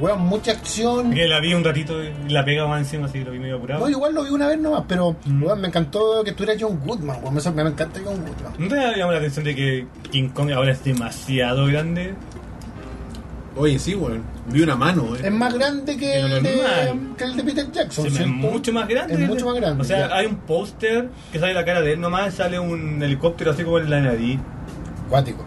Speaker 2: weón, mucha acción.
Speaker 3: Que la vi un ratito y la pegaba más encima, así que lo vi medio apurado.
Speaker 2: No, igual lo vi una vez nomás, pero
Speaker 3: Mm.
Speaker 2: weón, me encantó que tú eras John Goodman, weón, me sor- me encanta John Goodman.
Speaker 3: ¿No te llamó la atención de que King Kong ahora es demasiado grande?
Speaker 1: Oye, sí, weón. Vi una mano,
Speaker 2: Es
Speaker 1: eh.
Speaker 2: más grande que
Speaker 3: Pero
Speaker 2: el, de,
Speaker 3: normal.
Speaker 2: que el de Peter Jackson.
Speaker 3: Se me- es
Speaker 2: ¿cierto?
Speaker 3: mucho más grande.
Speaker 2: Es mucho más grande.
Speaker 3: O sea,
Speaker 2: ya.
Speaker 3: hay un póster que sale la cara de él nomás, sale un helicóptero así como en la nariz.
Speaker 2: Cuático.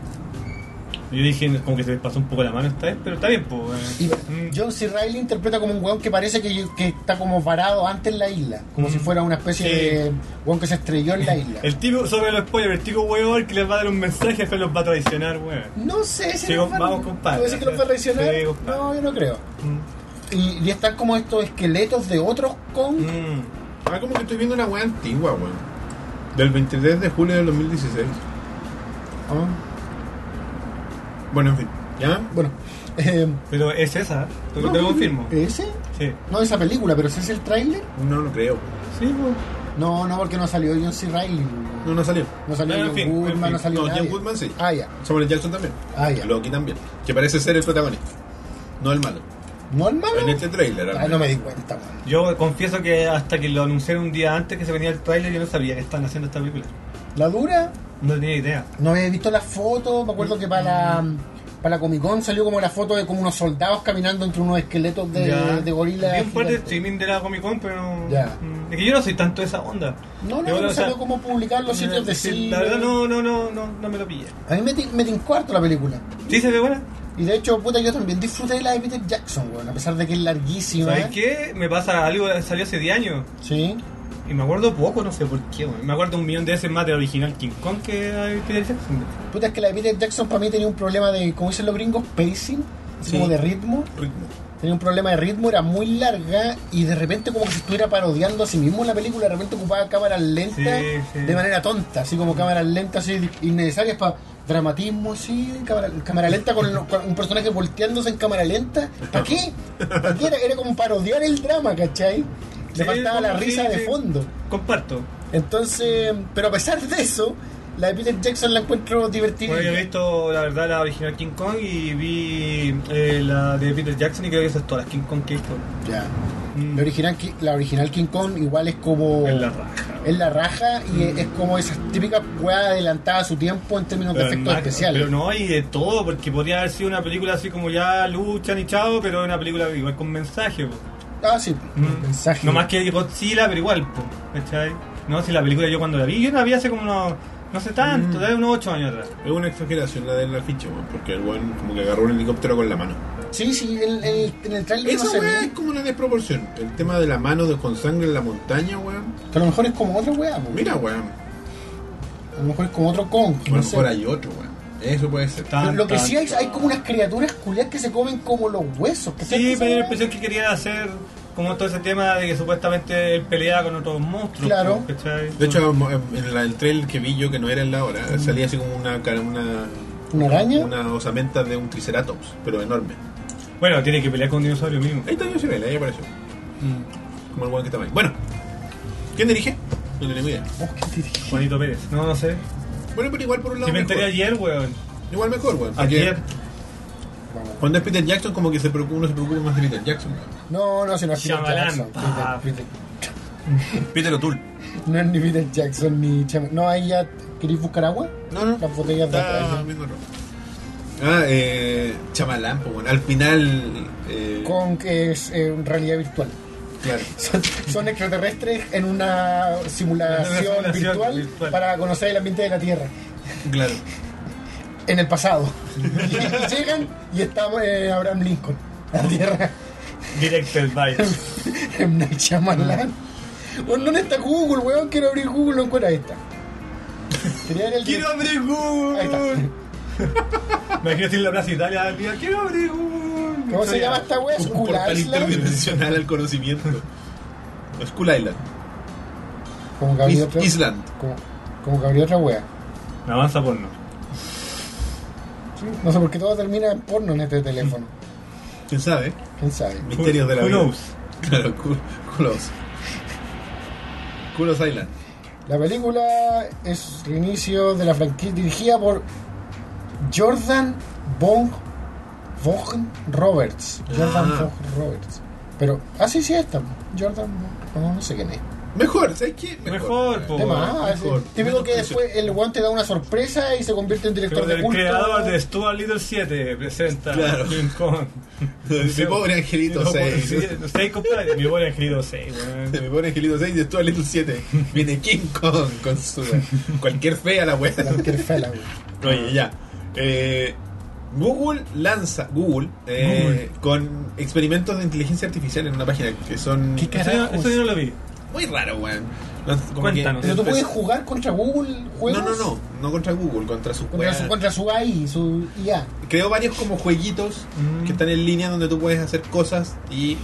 Speaker 3: Yo dije, como que se me pasó un poco la mano esta vez, pero está bien, pues.
Speaker 2: Y John C. Reilly interpreta como un weón que parece que, que está como varado antes en la isla, como
Speaker 3: Mm.
Speaker 2: si fuera una especie
Speaker 3: Sí.
Speaker 2: de weón que se
Speaker 3: (laughs)
Speaker 2: estrelló en la isla.
Speaker 3: El tipo, sobre los spoilers, el tipo huevón que les va a dar un mensaje, después los va a traicionar, weón.
Speaker 2: No sé si
Speaker 3: Sí,
Speaker 2: los va-
Speaker 3: vamos, compadre.
Speaker 2: ¿Tú decís que los va a traicionar?
Speaker 3: Sí, compadre.
Speaker 2: no, yo no creo.
Speaker 3: Mm.
Speaker 2: Y, y están como estos esqueletos de otros con.
Speaker 3: Mm.
Speaker 1: Ah, como que estoy viendo una weá antigua, weón. Del 23 de julio del 2016.
Speaker 3: Mm.
Speaker 2: Ah,
Speaker 1: Bueno, en fin. ¿Ya?
Speaker 2: bueno, (laughs) eh,
Speaker 3: Pero es esa, te te lo confirmo.
Speaker 2: ¿ese?
Speaker 3: Sí.
Speaker 2: No esa película, pero si es el tráiler.
Speaker 1: No, no creo.
Speaker 3: Sí, pues.
Speaker 2: No, no, porque no salió John C. Reilly.
Speaker 1: No, no salió.
Speaker 2: No salió
Speaker 3: Pero, Ah, en
Speaker 2: John
Speaker 3: fin,
Speaker 2: Goodman,
Speaker 3: en fin.
Speaker 2: no salió
Speaker 1: No,
Speaker 2: nadie.
Speaker 1: John Goodman sí.
Speaker 2: Ah, ya.
Speaker 1: Samuel Jackson también.
Speaker 2: Ah, ya.
Speaker 1: Loki también. Que parece ser el protagonista. No el malo.
Speaker 2: ¿No el malo?
Speaker 1: En este trailer.
Speaker 2: Ah, no me di cuenta, man.
Speaker 3: Yo confieso que hasta que lo anunciaron un día antes que se venía el tráiler, yo no sabía que estaban haciendo esta película.
Speaker 2: ¿La dura?
Speaker 3: No tenía idea.
Speaker 2: No había visto las fotos. Me acuerdo que para la, para la Comic Con salió como la foto de como unos soldados caminando entre unos esqueletos de,
Speaker 3: Ya.
Speaker 2: de gorila.
Speaker 3: Vi un par de
Speaker 2: gigante.
Speaker 3: streaming de la Comic Con, pero no.
Speaker 2: Ya.
Speaker 3: Mm, Es que yo no soy tanto de esa onda.
Speaker 2: No, no,
Speaker 3: Yo,
Speaker 2: no
Speaker 3: o sea,
Speaker 2: salió como publicar en los sitios de
Speaker 3: sí,
Speaker 2: cine.
Speaker 3: La verdad, no, no, no, no, no me lo pillé.
Speaker 2: A mí me, tin- me tincó harto la película.
Speaker 3: ¿Sí se ve buena?
Speaker 2: Y de hecho, puta, yo también disfruté de la de Peter Jackson, weón, a pesar de que es larguísima.
Speaker 3: ¿Sabes qué? Me pasa algo, salió hace 10 años.
Speaker 2: Sí.
Speaker 3: Y me acuerdo poco, no sé por qué. weón. Me acuerdo un millón de veces más del original King Kong que de Peter Jackson.
Speaker 2: Puta, es que la de Peter Jackson para mí tenía un problema de, como dicen los gringos, pacing,
Speaker 1: Sí.
Speaker 2: así como de ritmo.
Speaker 1: Ritmo.
Speaker 2: Tenía un problema de ritmo, era muy larga y de repente como que se estuviera parodiando a sí mismo en la película, de repente ocupaba cámaras lentas
Speaker 3: Sí, sí.
Speaker 2: de manera tonta, así como cámaras lentas así innecesarias para dramatismo, sí, cámara, cámara lenta con, lo- con un personaje volteándose en cámara lenta. ¿Para qué? ¿Para qué? Era, era como parodiar el drama, ¿cachai? Le
Speaker 3: Sí,
Speaker 2: faltaba la
Speaker 3: como que-
Speaker 2: risa de
Speaker 3: sí.
Speaker 2: fondo.
Speaker 3: Comparto.
Speaker 2: Entonces, pero a pesar de eso, la de Peter Jackson la encuentro divertida.
Speaker 3: Bueno, yo he visto, la verdad, la original King Kong y vi eh, la de Peter Jackson y creo que esas todas las King Kong que he visto.
Speaker 2: Ya.
Speaker 3: Mm.
Speaker 2: La original, Ki- la original King Kong igual es como...
Speaker 3: En la raja.
Speaker 2: es la raja y es, es como esas típicas weas adelantadas a su tiempo en términos de
Speaker 3: Pero
Speaker 2: efectos
Speaker 3: en Mac-
Speaker 2: especiales.
Speaker 3: Pero no, y de todo, porque podría haber sido una película así como ya luchan y chao, pero es una película igual con mensaje. po.
Speaker 2: Ah, sí,
Speaker 3: Mm.
Speaker 2: mensaje.
Speaker 3: No más que Godzilla, pero igual, po, ¿cachai? No, si la película yo cuando la vi, yo la vi hace como unos, no sé tanto,
Speaker 1: Mm.
Speaker 3: debe unos 8 años atrás.
Speaker 1: Es una exageración la del afiche, weón. Porque el weón como que agarró un helicóptero con la mano.
Speaker 2: Sí, sí, en, en- en el trailer no
Speaker 1: Esa
Speaker 2: se
Speaker 1: weá
Speaker 2: ve.
Speaker 1: es como una desproporción. El tema de la mano de con sangre en la montaña, weón.
Speaker 2: Que a lo mejor es como otra wea. po.
Speaker 1: Mira, weón.
Speaker 2: A lo mejor es como otro Kong.
Speaker 1: A
Speaker 2: no
Speaker 1: lo
Speaker 2: sé.
Speaker 1: mejor hay otro, weón. Eso puede ser.
Speaker 2: Pero
Speaker 3: Tan,
Speaker 2: lo que
Speaker 3: tan,
Speaker 2: sí hay, hay
Speaker 3: tan.
Speaker 2: como unas criaturas culiadas que se comen como los huesos. ¿cachai?
Speaker 3: Sí,
Speaker 2: Esa
Speaker 3: pero yo la
Speaker 2: wea-
Speaker 3: impresión que quería hacer como todo ese tema de que supuestamente él peleaba con otros monstruos.
Speaker 2: Claro.
Speaker 3: po, ¿cachai?
Speaker 1: De hecho, en la- el trailer que vi yo, que no era en la hora, salía así como una, cara- una,
Speaker 2: Mm. ¿Una araña?
Speaker 1: una osamenta de un triceratops, pero enorme.
Speaker 3: Bueno, tiene que pelear con un dinosaurio mismo.
Speaker 1: Ahí está Dios ahí apareció.
Speaker 3: Mm.
Speaker 1: Como el weón que estaba ahí. Bueno, ¿quién dirige? No tengo idea.
Speaker 2: Oh, qué dirige.
Speaker 3: Juanito Pérez. No, no sé.
Speaker 1: Bueno, pero igual por un
Speaker 3: Si
Speaker 1: lado.
Speaker 3: me enteré
Speaker 1: Mejor.
Speaker 3: ayer, weón.
Speaker 1: Igual mejor, weón. porque
Speaker 3: Ayer.
Speaker 2: Vamos.
Speaker 1: Cuando es Peter Jackson, como que se preocupa, uno se preocupa más de Peter Jackson. weón.
Speaker 2: No, no, si no es Peter
Speaker 3: Shyamalan,
Speaker 2: Jackson.
Speaker 3: pa.
Speaker 2: Peter-
Speaker 1: Peter O'Toole.
Speaker 2: Peter- no es ni Peter Jackson ni Chama- No, ahí ya. ¿Queréis buscar agua?
Speaker 1: No, no.
Speaker 2: Las botellas
Speaker 3: Ah,
Speaker 2: de
Speaker 1: Está
Speaker 2: atrás.
Speaker 1: mismo rollo. Ah, eh. Chamalán, pues, bueno. Al final. Eh,
Speaker 2: Kong es eh, realidad virtual.
Speaker 1: Claro.
Speaker 2: Son, son extraterrestres en una simulación,
Speaker 3: Una simulación
Speaker 2: virtual,
Speaker 3: virtual.
Speaker 2: para conocer el ambiente de la Tierra
Speaker 1: Claro.
Speaker 2: en
Speaker 3: (laughs)
Speaker 2: el pasado. Y Llegan y está eh, Abraham Lincoln, la Tierra, (laughs)
Speaker 3: Directed by.
Speaker 2: en Night Shyamalan. Weón, ¿Dónde está Google, weón? Quiero abrir Google, no encuentro ahí está. Quería ver el
Speaker 3: ¡Quiero abrir
Speaker 2: Ahí
Speaker 3: Google!
Speaker 2: está.
Speaker 3: Me imagino si en la plaza de Italia al día, ¡Quiero abrir Google!
Speaker 2: ¿Cómo se
Speaker 3: Soy-
Speaker 2: llama esta wea?
Speaker 1: Un portal
Speaker 2: ¿Skull Island?
Speaker 1: interdimensional al conocimiento. No, Skull Island.
Speaker 2: Como que habría
Speaker 1: Is-
Speaker 2: otra,
Speaker 1: Island.
Speaker 2: como, como que habría otra wea.
Speaker 3: Me avanza porno.
Speaker 2: No sé por qué todo termina en porno en este teléfono.
Speaker 1: ¿Quién sabe?
Speaker 2: ¿Quién sabe?
Speaker 1: Misterios de la
Speaker 3: Who
Speaker 1: vida.
Speaker 3: knows?
Speaker 1: (laughs) Claro, Cu- Culos. Culos Island.
Speaker 2: La película es el inicio de la franquicia dirigida por Jordan Bong Von Roberts. Jordan
Speaker 1: Ah.
Speaker 2: Von Roberts. Pero, ah, sí, sí, esta. Jordan, Von- no, no sé quién es.
Speaker 1: Mejor, ¿sabes qué?
Speaker 3: Mejor, po.
Speaker 2: Tema, ah,
Speaker 1: Oh, mejor.
Speaker 2: sí. Típico que después el guante da una sorpresa y se convierte en director
Speaker 3: Pero
Speaker 2: de
Speaker 3: del
Speaker 2: culto.
Speaker 3: creador de Stuart Little 7 presenta
Speaker 1: Claro.
Speaker 3: King Kong.
Speaker 1: (laughs) Mi
Speaker 3: (laughs)
Speaker 1: pobre angelito
Speaker 3: Mi
Speaker 1: 6.
Speaker 3: pobre- sí, compadre, Mi pobre angelito 6,
Speaker 1: De mi pobre angelito 6 de Stuart Little 7. Viene King Kong con
Speaker 3: (laughs)
Speaker 1: su. Cualquier fea la wea.
Speaker 2: La Kerfela, güey.
Speaker 1: Oye, ya. Eh, Google lanza. Google, eh, Con experimentos de inteligencia artificial en una página que son.
Speaker 2: ¿Qué
Speaker 3: Eso yo, eso yo no lo vi.
Speaker 1: Muy raro, weón. Lanz- como que-
Speaker 3: Cuéntanos.
Speaker 2: Pero tú puedes jugar contra Google
Speaker 1: No,
Speaker 2: juegos.
Speaker 1: no, no. No contra Google, contra su
Speaker 2: Contra
Speaker 1: wea.
Speaker 2: su, contra su AI, su IA.
Speaker 1: Creo varios como jueguitos
Speaker 3: Mm.
Speaker 1: que están en línea donde tú puedes hacer cosas y...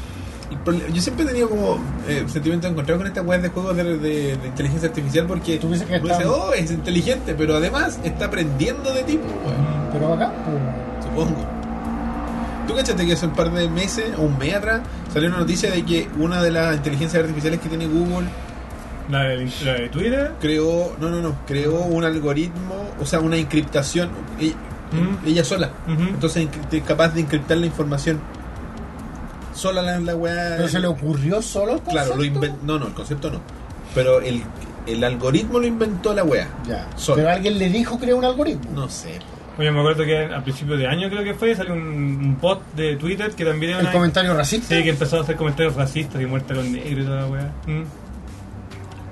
Speaker 1: y prole- Yo siempre he tenido como eh, sentimiento encontrado con esta web de juegos de, de- de inteligencia artificial porque
Speaker 2: Tú piensas que
Speaker 1: uno dice,
Speaker 2: está-
Speaker 1: oh, es inteligente, pero además está aprendiendo de ti, pues, weón,
Speaker 2: Pero acá, pues,
Speaker 1: supongo. ¿Tú cachaste que hace un par de meses, o un mes atrás, salió una noticia de que una de las inteligencias artificiales que tiene Google
Speaker 3: La de, la de Twitter.
Speaker 1: creó, no, no, no, creó un algoritmo, o sea, una encriptación, e-
Speaker 3: Mm.
Speaker 1: ella sola.
Speaker 3: Ujú.
Speaker 1: Entonces encript- es capaz de encriptar la información. Sola la, la weá.
Speaker 2: pero se le ocurrió solo. el
Speaker 1: Claro, lo
Speaker 2: concepto.
Speaker 1: inven- No, no, el concepto no. Pero el, el algoritmo lo inventó la weá.
Speaker 2: Ya.
Speaker 1: Solo.
Speaker 2: Pero alguien le dijo crea un algoritmo.
Speaker 1: No sé.
Speaker 3: Oye, me acuerdo que a principios de año creo que fue, salió un, un bot de Twitter que también era
Speaker 2: El
Speaker 3: una...
Speaker 2: comentario racista.
Speaker 3: Sí, que empezó a hacer comentarios racistas y muerte con negro y toda la weá. Mm.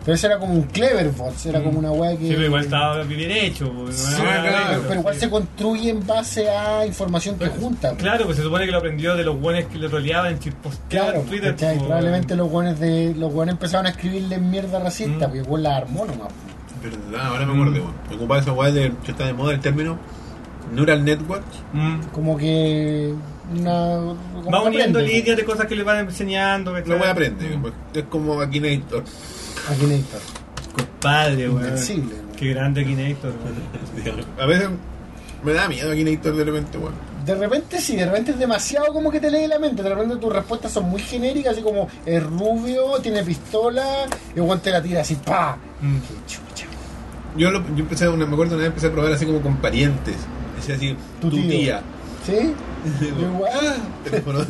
Speaker 2: Pero ese era como un clever bot, era como una weá que.
Speaker 3: Mm. Sí, pero igual estaba bien hecho. po,
Speaker 1: Sí,
Speaker 3: no era
Speaker 1: claro,
Speaker 3: negro,
Speaker 2: Pero igual
Speaker 3: sí.
Speaker 2: se construye en base a información que junta. po.
Speaker 3: Claro, pues se supone que lo aprendió de los buenos que le roleaban, que posteaban
Speaker 2: Claro,
Speaker 3: en Twitter. pues,
Speaker 2: ¿cachai?
Speaker 3: po.
Speaker 2: probablemente los guanes de los guanes empezaron a escribirle mierda racista, pues,
Speaker 3: Mm.
Speaker 2: porque igual la armó nomás. pues. po.
Speaker 1: Verdad, ahora me
Speaker 3: Mm.
Speaker 1: acuerdo, weón. Ocupaba esa weá de- que está de moda el término Neural Network.
Speaker 3: Mm.
Speaker 2: Como que una como
Speaker 3: Va
Speaker 2: que
Speaker 3: uniendo
Speaker 2: aprende, pues. po.
Speaker 3: líneas de cosas que le van enseñando.
Speaker 1: La
Speaker 3: ¿cachai?
Speaker 1: weá aprende.
Speaker 3: Mm.
Speaker 1: weón. Es como (laughs) Akinator.
Speaker 2: Aquí en Editor.
Speaker 1: pues.
Speaker 3: Compadre, weón.
Speaker 2: Invencible, weón.
Speaker 3: Qué grande Kinator, weón.
Speaker 1: A veces me da miedo Akinator de repente, weón.
Speaker 2: De repente sí, de repente es demasiado como que te lee la mente. De repente tus respuestas son muy genéricas, así como es rubio, tiene pistola, y el weón te la tira así, pa.
Speaker 3: Mm.
Speaker 2: Qué chucha.
Speaker 1: Yo, lo, yo empecé, una, me acuerdo una vez empecé a probar así como con parientes. Decía así,
Speaker 2: Tu
Speaker 1: tu,
Speaker 2: tío".
Speaker 1: tía. (laughs)
Speaker 2: ¿Sí?
Speaker 1: Digo, ah, teléfono. (laughs)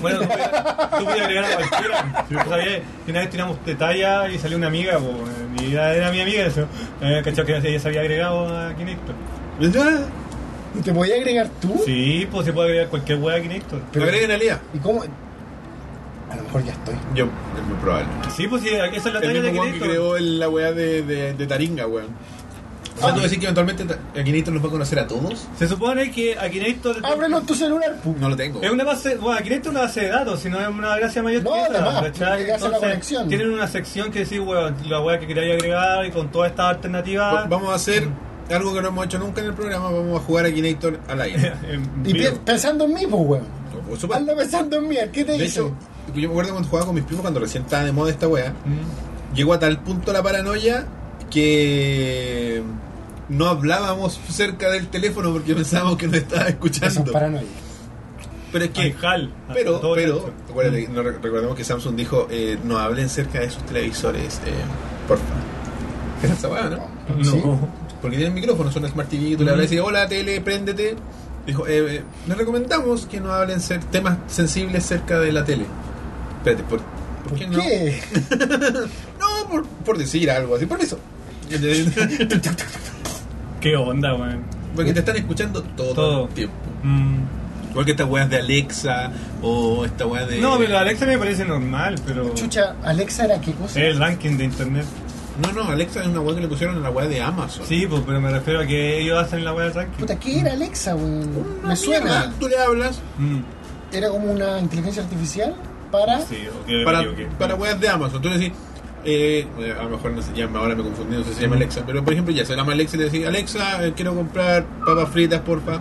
Speaker 3: Bueno, tú podías- tú podías agregar a cualquiera. Yo sabía que una vez tiramos de talla y salió una amiga, po, eh, mi era, era mi amiga eso. Eh, ¿Cachai? Que ella se había agregado a Kinector.
Speaker 1: ¿Verdad?
Speaker 2: ¿Y te podía agregar tú?
Speaker 3: Sí, pues se puede agregar cualquier wea a Kinector.
Speaker 2: Pero-
Speaker 1: Agreguen a Lía.
Speaker 2: ¿Y cómo? A lo mejor ya estoy.
Speaker 1: Yo, es muy probable.
Speaker 3: Sí, pues sí, esa es la
Speaker 1: El
Speaker 3: talla de
Speaker 1: mismo weón que
Speaker 3: Kinector.
Speaker 1: creó el- la weá de, de, de Taringa, weón. O sea, tú decís que eventualmente Ta- Akinator nos va a conocer a todos.
Speaker 3: Se supone que a Kinector.
Speaker 2: Ábrelo en tu celular, pu.
Speaker 1: No lo tengo.
Speaker 3: Es una base, bueno, aquí esto es una base de datos, si no es una gracia mayor
Speaker 2: No,
Speaker 3: que esa,
Speaker 2: además,
Speaker 3: ¿cachai?
Speaker 2: porque hace la conexión.
Speaker 3: Tienen una sección que decís, weón, la weá que queráis agregar y con todas estas
Speaker 1: Va-
Speaker 3: alternativas.
Speaker 1: Vamos a hacer algo que no hemos hecho nunca en el programa. Vamos a jugar a Akinator al
Speaker 3: (laughs)
Speaker 1: aire.
Speaker 3: eh, en
Speaker 2: Y
Speaker 3: vivo.
Speaker 2: pi- pensando en mí, pues, weón.
Speaker 1: Por supuesto.
Speaker 2: Anda pensando en mí, ¿qué
Speaker 1: De
Speaker 2: te dice?
Speaker 1: hecho, yo me acuerdo cuando jugaba con mis primos cuando recién estaba de moda esta weá.
Speaker 3: Mm.
Speaker 1: Llegó a tal punto la paranoia que no hablábamos cerca del teléfono porque pensábamos que nos estaba
Speaker 2: Eso
Speaker 1: escuchando.
Speaker 2: es paranoia.
Speaker 1: Pero es que.
Speaker 3: Ay, jal.
Speaker 1: Pero,
Speaker 3: Todo
Speaker 1: pero,
Speaker 3: chancho.
Speaker 1: acuérdate, no re- recordemos que Samsung dijo, eh, no hablen cerca de sus televisores, eh, porfa. Era esa weá, ¿no?
Speaker 3: Mm.
Speaker 2: ¿Sí?
Speaker 3: No.
Speaker 1: Porque tienen micrófonos, son Smart TV, tú le hablas y dices, hola tele, préndete. Dijo, eh, eh, les recomendamos que no hablen cer- temas sensibles cerca de la tele. Espérate, ¿por, por qué, no?
Speaker 2: ¿Qué?
Speaker 1: No, por, por decir algo así, por eso. (laughs)
Speaker 3: ¿Qué onda, weón?
Speaker 1: Porque te están escuchando todo,
Speaker 3: Todo.
Speaker 1: el tiempo.
Speaker 3: Mm.
Speaker 1: Igual que estas weas de Alexa o esta wea de...
Speaker 3: No, pero Alexa me parece normal, pero.
Speaker 2: Chucha, Alexa era qué cosa?
Speaker 1: Eh.
Speaker 3: Es el ranking de internet.
Speaker 1: No, no, Alexa es una wea que le pusieron a la wea de Amazon.
Speaker 3: Sí, pues, pero me refiero a que ellos hacen la weá del ranking.
Speaker 2: Puta, ¿qué era Alexa,
Speaker 1: Una
Speaker 2: weón? Me
Speaker 1: mierda.
Speaker 2: suena.
Speaker 1: Tú le hablas
Speaker 3: Mm.
Speaker 2: Era como una inteligencia artificial para.
Speaker 3: Sí, ok,
Speaker 1: para,
Speaker 3: ok, ok.
Speaker 1: para weas de Amazon. Tú le decís, eh, eh, a lo mejor no se llama, ahora me confundí, no sé si se llama Alexa, pero por ejemplo ya se llama Alexa y le decís, Alexa, eh, quiero comprar papas fritas, porfa.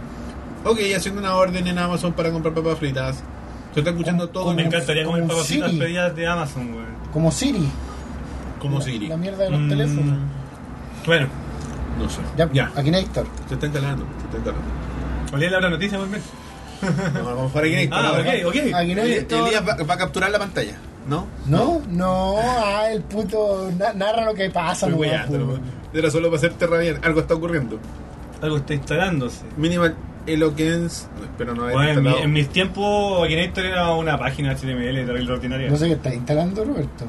Speaker 1: Ok, haciendo una orden en Amazon para comprar papas fritas. Se está escuchando
Speaker 2: Como-
Speaker 1: todo
Speaker 2: como-
Speaker 3: Me
Speaker 1: el-
Speaker 3: encantaría
Speaker 2: Como
Speaker 3: comer
Speaker 2: un
Speaker 3: papacitas
Speaker 2: Siri.
Speaker 3: pedidas de Amazon, weón.
Speaker 2: Como Siri.
Speaker 1: como
Speaker 2: La-
Speaker 1: Siri.
Speaker 2: La mierda de los
Speaker 3: Mm.
Speaker 2: teléfonos.
Speaker 3: Bueno,
Speaker 1: No sé.
Speaker 2: Ya,
Speaker 1: Ya,
Speaker 2: aquí Néstor.
Speaker 3: (laughs)
Speaker 1: se está instalando, se está instalando.
Speaker 3: Olé la otra noticia, más bien.
Speaker 1: No, a lo mejor Aguinaldo.
Speaker 3: Ah,
Speaker 1: no,
Speaker 3: ok, ok.
Speaker 2: Aquí no hay
Speaker 1: Eli-
Speaker 2: esto-
Speaker 1: Elías va, va a capturar la pantalla, ¿no?
Speaker 2: No, no, ah, el puto. na- narra lo que pasa,
Speaker 1: Estoy
Speaker 2: nomás,
Speaker 1: weyando,
Speaker 2: pues.
Speaker 1: nomás. Era solo para hacerte rabiar. Algo está ocurriendo.
Speaker 3: Algo está instalándose.
Speaker 1: Minimal Eloquence. no, Espero no haber
Speaker 3: Bueno, en, mi-
Speaker 1: instalado.
Speaker 3: en mis tiempos, Akinator era una página HTML terrible ordinaria.
Speaker 2: No sé qué está instalando Roberto.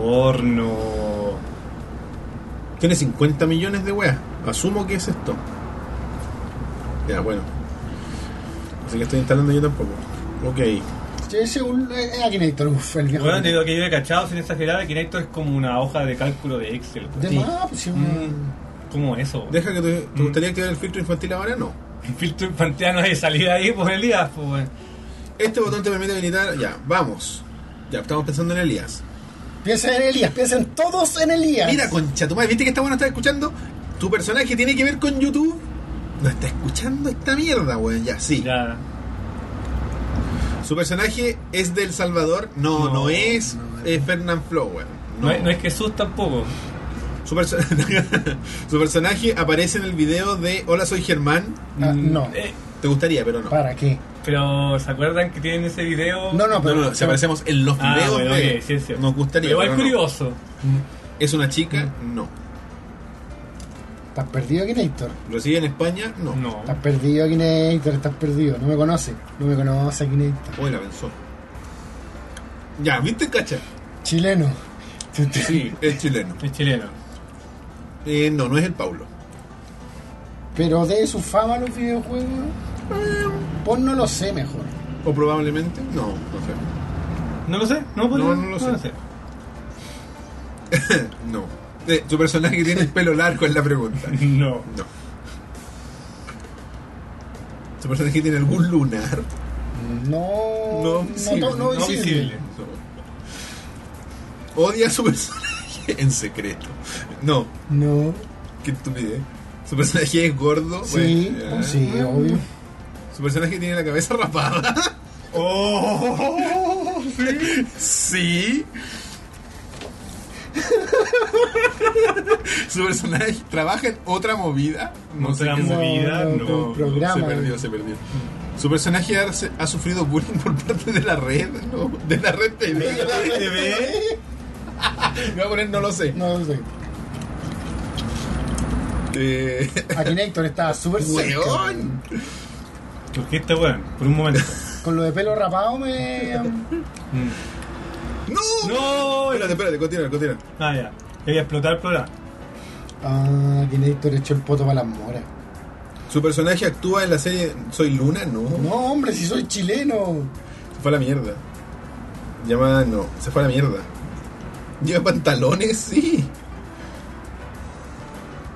Speaker 3: Porno.
Speaker 1: Tiene 50 millones de weas. Asumo que es esto. Ya, bueno. Así que estoy instalando yo tampoco. Ok.
Speaker 2: Che, ese es un- eh, eh, Akinator, uff, el viejo.
Speaker 3: Bueno, te digo que yo he cachado sin exagerar, Akinator es como una hoja de cálculo de Excel.
Speaker 2: De
Speaker 1: Sí.
Speaker 2: más, pues, sí, un-
Speaker 3: ¿Cómo eso? (laughs)
Speaker 1: Deja que te, te
Speaker 3: Mm.
Speaker 1: gustaría activar el filtro infantil ahora, no.
Speaker 3: Un filtro infantil no hay salida ahí por el día, pues. bueno.
Speaker 1: Este botón te permite habilitar. Ya, vamos. Ya, estamos pensando en Elías.
Speaker 2: Piensa en Elías, piensa en todos en Elías.
Speaker 1: Mira, concha, tu madre, ¿viste que esta buena está escuchando? Tu personaje tiene que ver con YouTube. No está escuchando esta mierda, weón. Ya, sí.
Speaker 3: Ya.
Speaker 1: Su personaje es del Salvador. No, no,
Speaker 3: No,
Speaker 1: es eh, Fernand Flo, weón.
Speaker 3: No, es- no es Jesús tampoco.
Speaker 1: Su, perso- (laughs) su personaje aparece en el video de Hola, soy Germán.
Speaker 2: Ah,
Speaker 3: Mm,
Speaker 2: no.
Speaker 3: eh,
Speaker 1: Te gustaría, pero no.
Speaker 2: ¿Para qué?
Speaker 3: pero, ¿se acuerdan que tienen ese video?
Speaker 2: No, no,
Speaker 1: No,
Speaker 2: pero.
Speaker 1: no, si aparecemos en los
Speaker 3: Ah,
Speaker 1: videos
Speaker 3: bueno,
Speaker 1: de.
Speaker 3: ok, sí, es cierto.
Speaker 1: Nos gustaría.
Speaker 3: Pero igual
Speaker 1: pero no.
Speaker 3: curioso.
Speaker 2: Mm.
Speaker 1: ¿Es una chica? No.
Speaker 2: ¿Estás perdido, Akinator?
Speaker 1: ¿Reside en España? No.
Speaker 3: No.
Speaker 2: Estás perdido, Akinator, estás perdido. No me conoce, no me conoce, Akinator.
Speaker 1: Uy, la pensó. Ya, ¿viste, cacha?
Speaker 2: Chileno.
Speaker 3: Sí,
Speaker 1: Es chileno.
Speaker 3: es chileno.
Speaker 1: Eh, no, no es el Paulo.
Speaker 2: Pero de su fama los videojuegos.
Speaker 1: Mm.
Speaker 2: Pues no lo sé mejor.
Speaker 1: O probablemente. No, no sé.
Speaker 3: No lo sé, (laughs) no,
Speaker 1: No, no lo sé. No. Eh, su personaje tiene el pelo largo es la pregunta.
Speaker 3: No.
Speaker 1: No. Su personaje tiene algún lunar.
Speaker 2: No.
Speaker 1: No visible,
Speaker 2: to- no
Speaker 3: no
Speaker 2: visible.
Speaker 3: visible.
Speaker 1: Odia a su personaje en secreto. No,
Speaker 2: No.
Speaker 1: qué estupidez. Su personaje es gordo.
Speaker 2: Sí,
Speaker 1: bueno,
Speaker 2: pues
Speaker 1: ya.
Speaker 2: sí, obvio.
Speaker 1: Su personaje tiene la cabeza rapada.
Speaker 3: ¡Oh! Sí.
Speaker 1: Sí. Su personaje trabaja en otra movida.
Speaker 3: Otra
Speaker 1: qué es.
Speaker 3: movida, no,
Speaker 1: No,
Speaker 2: un programa.
Speaker 1: se perdió, se perdió. Su personaje ha, se- ha sufrido bullying por parte de la red, ¿no? De la red TV. Me voy a poner, no lo sé.
Speaker 2: No lo sé.
Speaker 1: Eh,
Speaker 2: Akinator estaba súper cerca.
Speaker 1: ¡Weón!
Speaker 3: ¿Por qué está bueno? Por un (laughs) momento.
Speaker 2: Con lo de pelo rapado me.
Speaker 3: Mm.
Speaker 1: ¡No!
Speaker 3: ¡No!
Speaker 1: Espérate, espérate, continúa, continúa.
Speaker 3: Ah, ya. Quería explotar el programa.
Speaker 2: Ah, Akinator echó el poto para las moras.
Speaker 1: Su personaje actúa en la serie Soy Luna, no.
Speaker 2: No, hombre, si soy chileno.
Speaker 1: Se fue a la mierda. Llamada no, se fue a la mierda. Lleva pantalones, sí.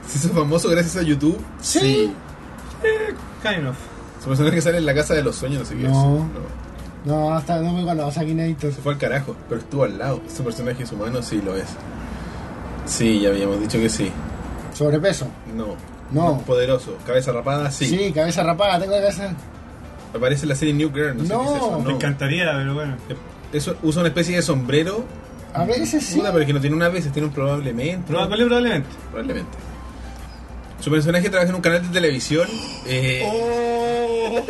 Speaker 1: Se hizo famoso gracias a YouTube.
Speaker 2: Sí.
Speaker 3: Kind of.
Speaker 1: Su personaje sale en la casa de los sueños, no sé qué
Speaker 2: No.
Speaker 1: es.
Speaker 2: No, hasta no me conoce Akinator.
Speaker 1: Se fue al carajo, pero estuvo al lado. Su personaje es humano, sí lo es. Sí, ya habíamos dicho que sí.
Speaker 2: Sobrepeso.
Speaker 1: No.
Speaker 2: No.
Speaker 1: Poderoso. Cabeza rapada, sí.
Speaker 2: Sí. cabeza rapada, tengo la cabeza.
Speaker 1: Aparece en la serie New Girl, no, sé
Speaker 2: No.
Speaker 1: qué es eso.
Speaker 3: Me encantaría, pero bueno.
Speaker 1: Eso- usa una especie de sombrero.
Speaker 2: A veces sí.
Speaker 1: Puta, pero es que no tiene una vez, tiene un probablemente.
Speaker 3: Probable, probablemente.
Speaker 1: Probablemente. Su personaje trabaja en un canal de televisión. eh,
Speaker 3: ¡Oh!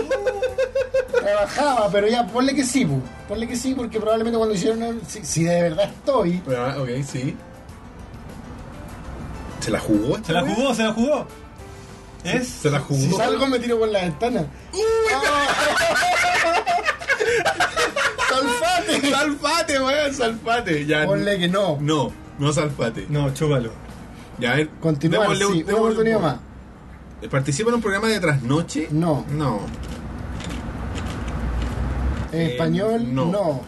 Speaker 2: Trabajaba, pero ya, ponle que sí, pu. ponle que sí, porque probablemente cuando hicieron. el- Si, si de verdad estoy.
Speaker 1: ah, ok, sí. ¿Se la jugó? esta
Speaker 3: Se la
Speaker 1: wea?
Speaker 3: jugó, se la jugó. Es.
Speaker 1: Se la jugó.
Speaker 2: Si salgo, me tiro por la ventana. Ah.
Speaker 1: (laughs)
Speaker 2: ¡Salfate!
Speaker 1: Salfate, weón, salfate. Ya.
Speaker 2: Ponle que no.
Speaker 1: No, no salfate.
Speaker 3: No, chúpalo.
Speaker 1: Ya, a ver.
Speaker 2: Continuar,
Speaker 1: démosle un-
Speaker 2: sí, una
Speaker 1: démosle un-
Speaker 2: oportunidad más.
Speaker 1: ¿Participa en un programa de trasnoche?
Speaker 2: No.
Speaker 1: No.
Speaker 2: En
Speaker 1: Eh,
Speaker 2: español,
Speaker 1: no.
Speaker 2: no.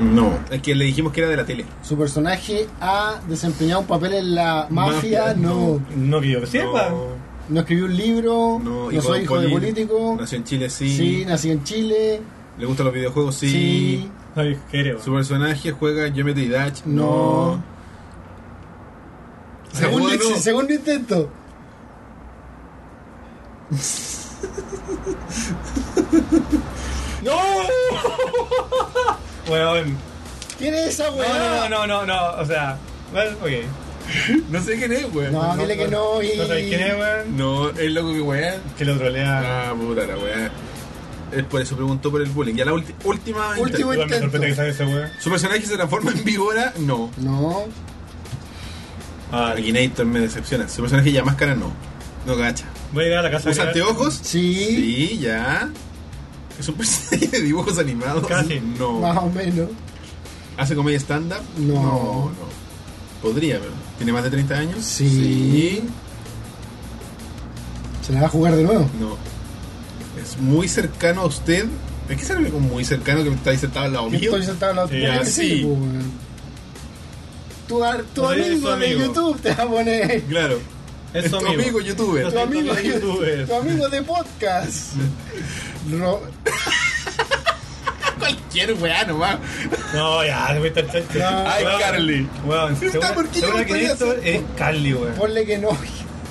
Speaker 1: No. Es que le dijimos que era de la tele.
Speaker 2: Su personaje ha desempeñado un papel en la mafia,
Speaker 1: Mafia,
Speaker 2: no.
Speaker 1: no.
Speaker 3: No que yo sepa.
Speaker 1: No,
Speaker 2: No escribió un libro,
Speaker 1: no,
Speaker 2: no,
Speaker 1: y
Speaker 2: soy
Speaker 1: con
Speaker 2: hijo
Speaker 1: Colin.
Speaker 2: de político.
Speaker 1: Nació en Chile, sí.
Speaker 2: Sí. nací en Chile.
Speaker 1: ¿Le gustan los videojuegos? Sí.
Speaker 2: Sí.
Speaker 3: Ay, creo.
Speaker 1: ¿Su personaje juega Geometry Dash?
Speaker 2: No. Segundo,
Speaker 1: Seguro no.
Speaker 2: segundo intento.
Speaker 3: ¡No! (laughs) Weón.
Speaker 2: ¿Quién es esa
Speaker 3: No,
Speaker 2: weá?
Speaker 3: no, no, no, no, no, o sea, bueno, ok.
Speaker 1: No sé quién es, weón.
Speaker 2: No, dile que no y.
Speaker 3: No sabes quién es, weón.
Speaker 1: No, es loco que weón.
Speaker 3: Que lo trolea.
Speaker 1: Ah, puta la weá. Es por eso preguntó por el bullying. Ya la ulti- última.
Speaker 2: Último
Speaker 3: Igual me
Speaker 2: intento.
Speaker 3: sorprende que sabe ese weón.
Speaker 1: ¿Su personaje se transforma en Vigora? No.
Speaker 2: No.
Speaker 3: Ah,
Speaker 1: Akinator me decepciona. ¿Su personaje ya máscara? No. No gacha.
Speaker 3: Voy a llegar a la casa.
Speaker 1: ¿Usa
Speaker 3: de
Speaker 1: anteojos?
Speaker 2: Sí,
Speaker 1: Sí, ya. ¿Es un (laughs) personaje de dibujos animados?
Speaker 4: Casi.
Speaker 2: Más
Speaker 1: No.
Speaker 2: o menos.
Speaker 1: ¿Hace comedia stand-up?
Speaker 2: No.
Speaker 1: no. no. Podría, pero. ¿Tiene más de 30 años?
Speaker 2: Sí.
Speaker 1: Sí.
Speaker 2: Se la va a jugar de nuevo.
Speaker 1: No. Es muy cercano a usted. ¿De qué sirve con muy cercano que está ahí sentado al lado mío?
Speaker 2: Estoy sentado al lado
Speaker 3: Sí,
Speaker 2: tuyo.
Speaker 1: ya, sí.
Speaker 2: pues, weón. Tu, ar- tu
Speaker 4: No eres
Speaker 2: amigo
Speaker 4: su
Speaker 2: de
Speaker 4: amigo.
Speaker 2: YouTube te va a poner.
Speaker 1: Claro. (laughs)
Speaker 4: Es su
Speaker 1: tu
Speaker 4: amigo.
Speaker 1: youtuber.
Speaker 2: Tu amigo de
Speaker 4: de
Speaker 2: YouTube.
Speaker 4: youtubers.
Speaker 2: Tu amigo de podcast. Ro-
Speaker 1: Cualquier weá nomás.
Speaker 3: No, ya, le voy a estar chancho.
Speaker 2: No.
Speaker 1: Ay,
Speaker 3: Weón,
Speaker 1: Carly.
Speaker 3: Weón,
Speaker 1: Está,
Speaker 3: segura-
Speaker 1: ¿por qué yo
Speaker 3: segura
Speaker 1: no
Speaker 3: que
Speaker 1: podía
Speaker 3: esto
Speaker 1: hacer?
Speaker 3: es Carly, weón.
Speaker 2: Ponle que no.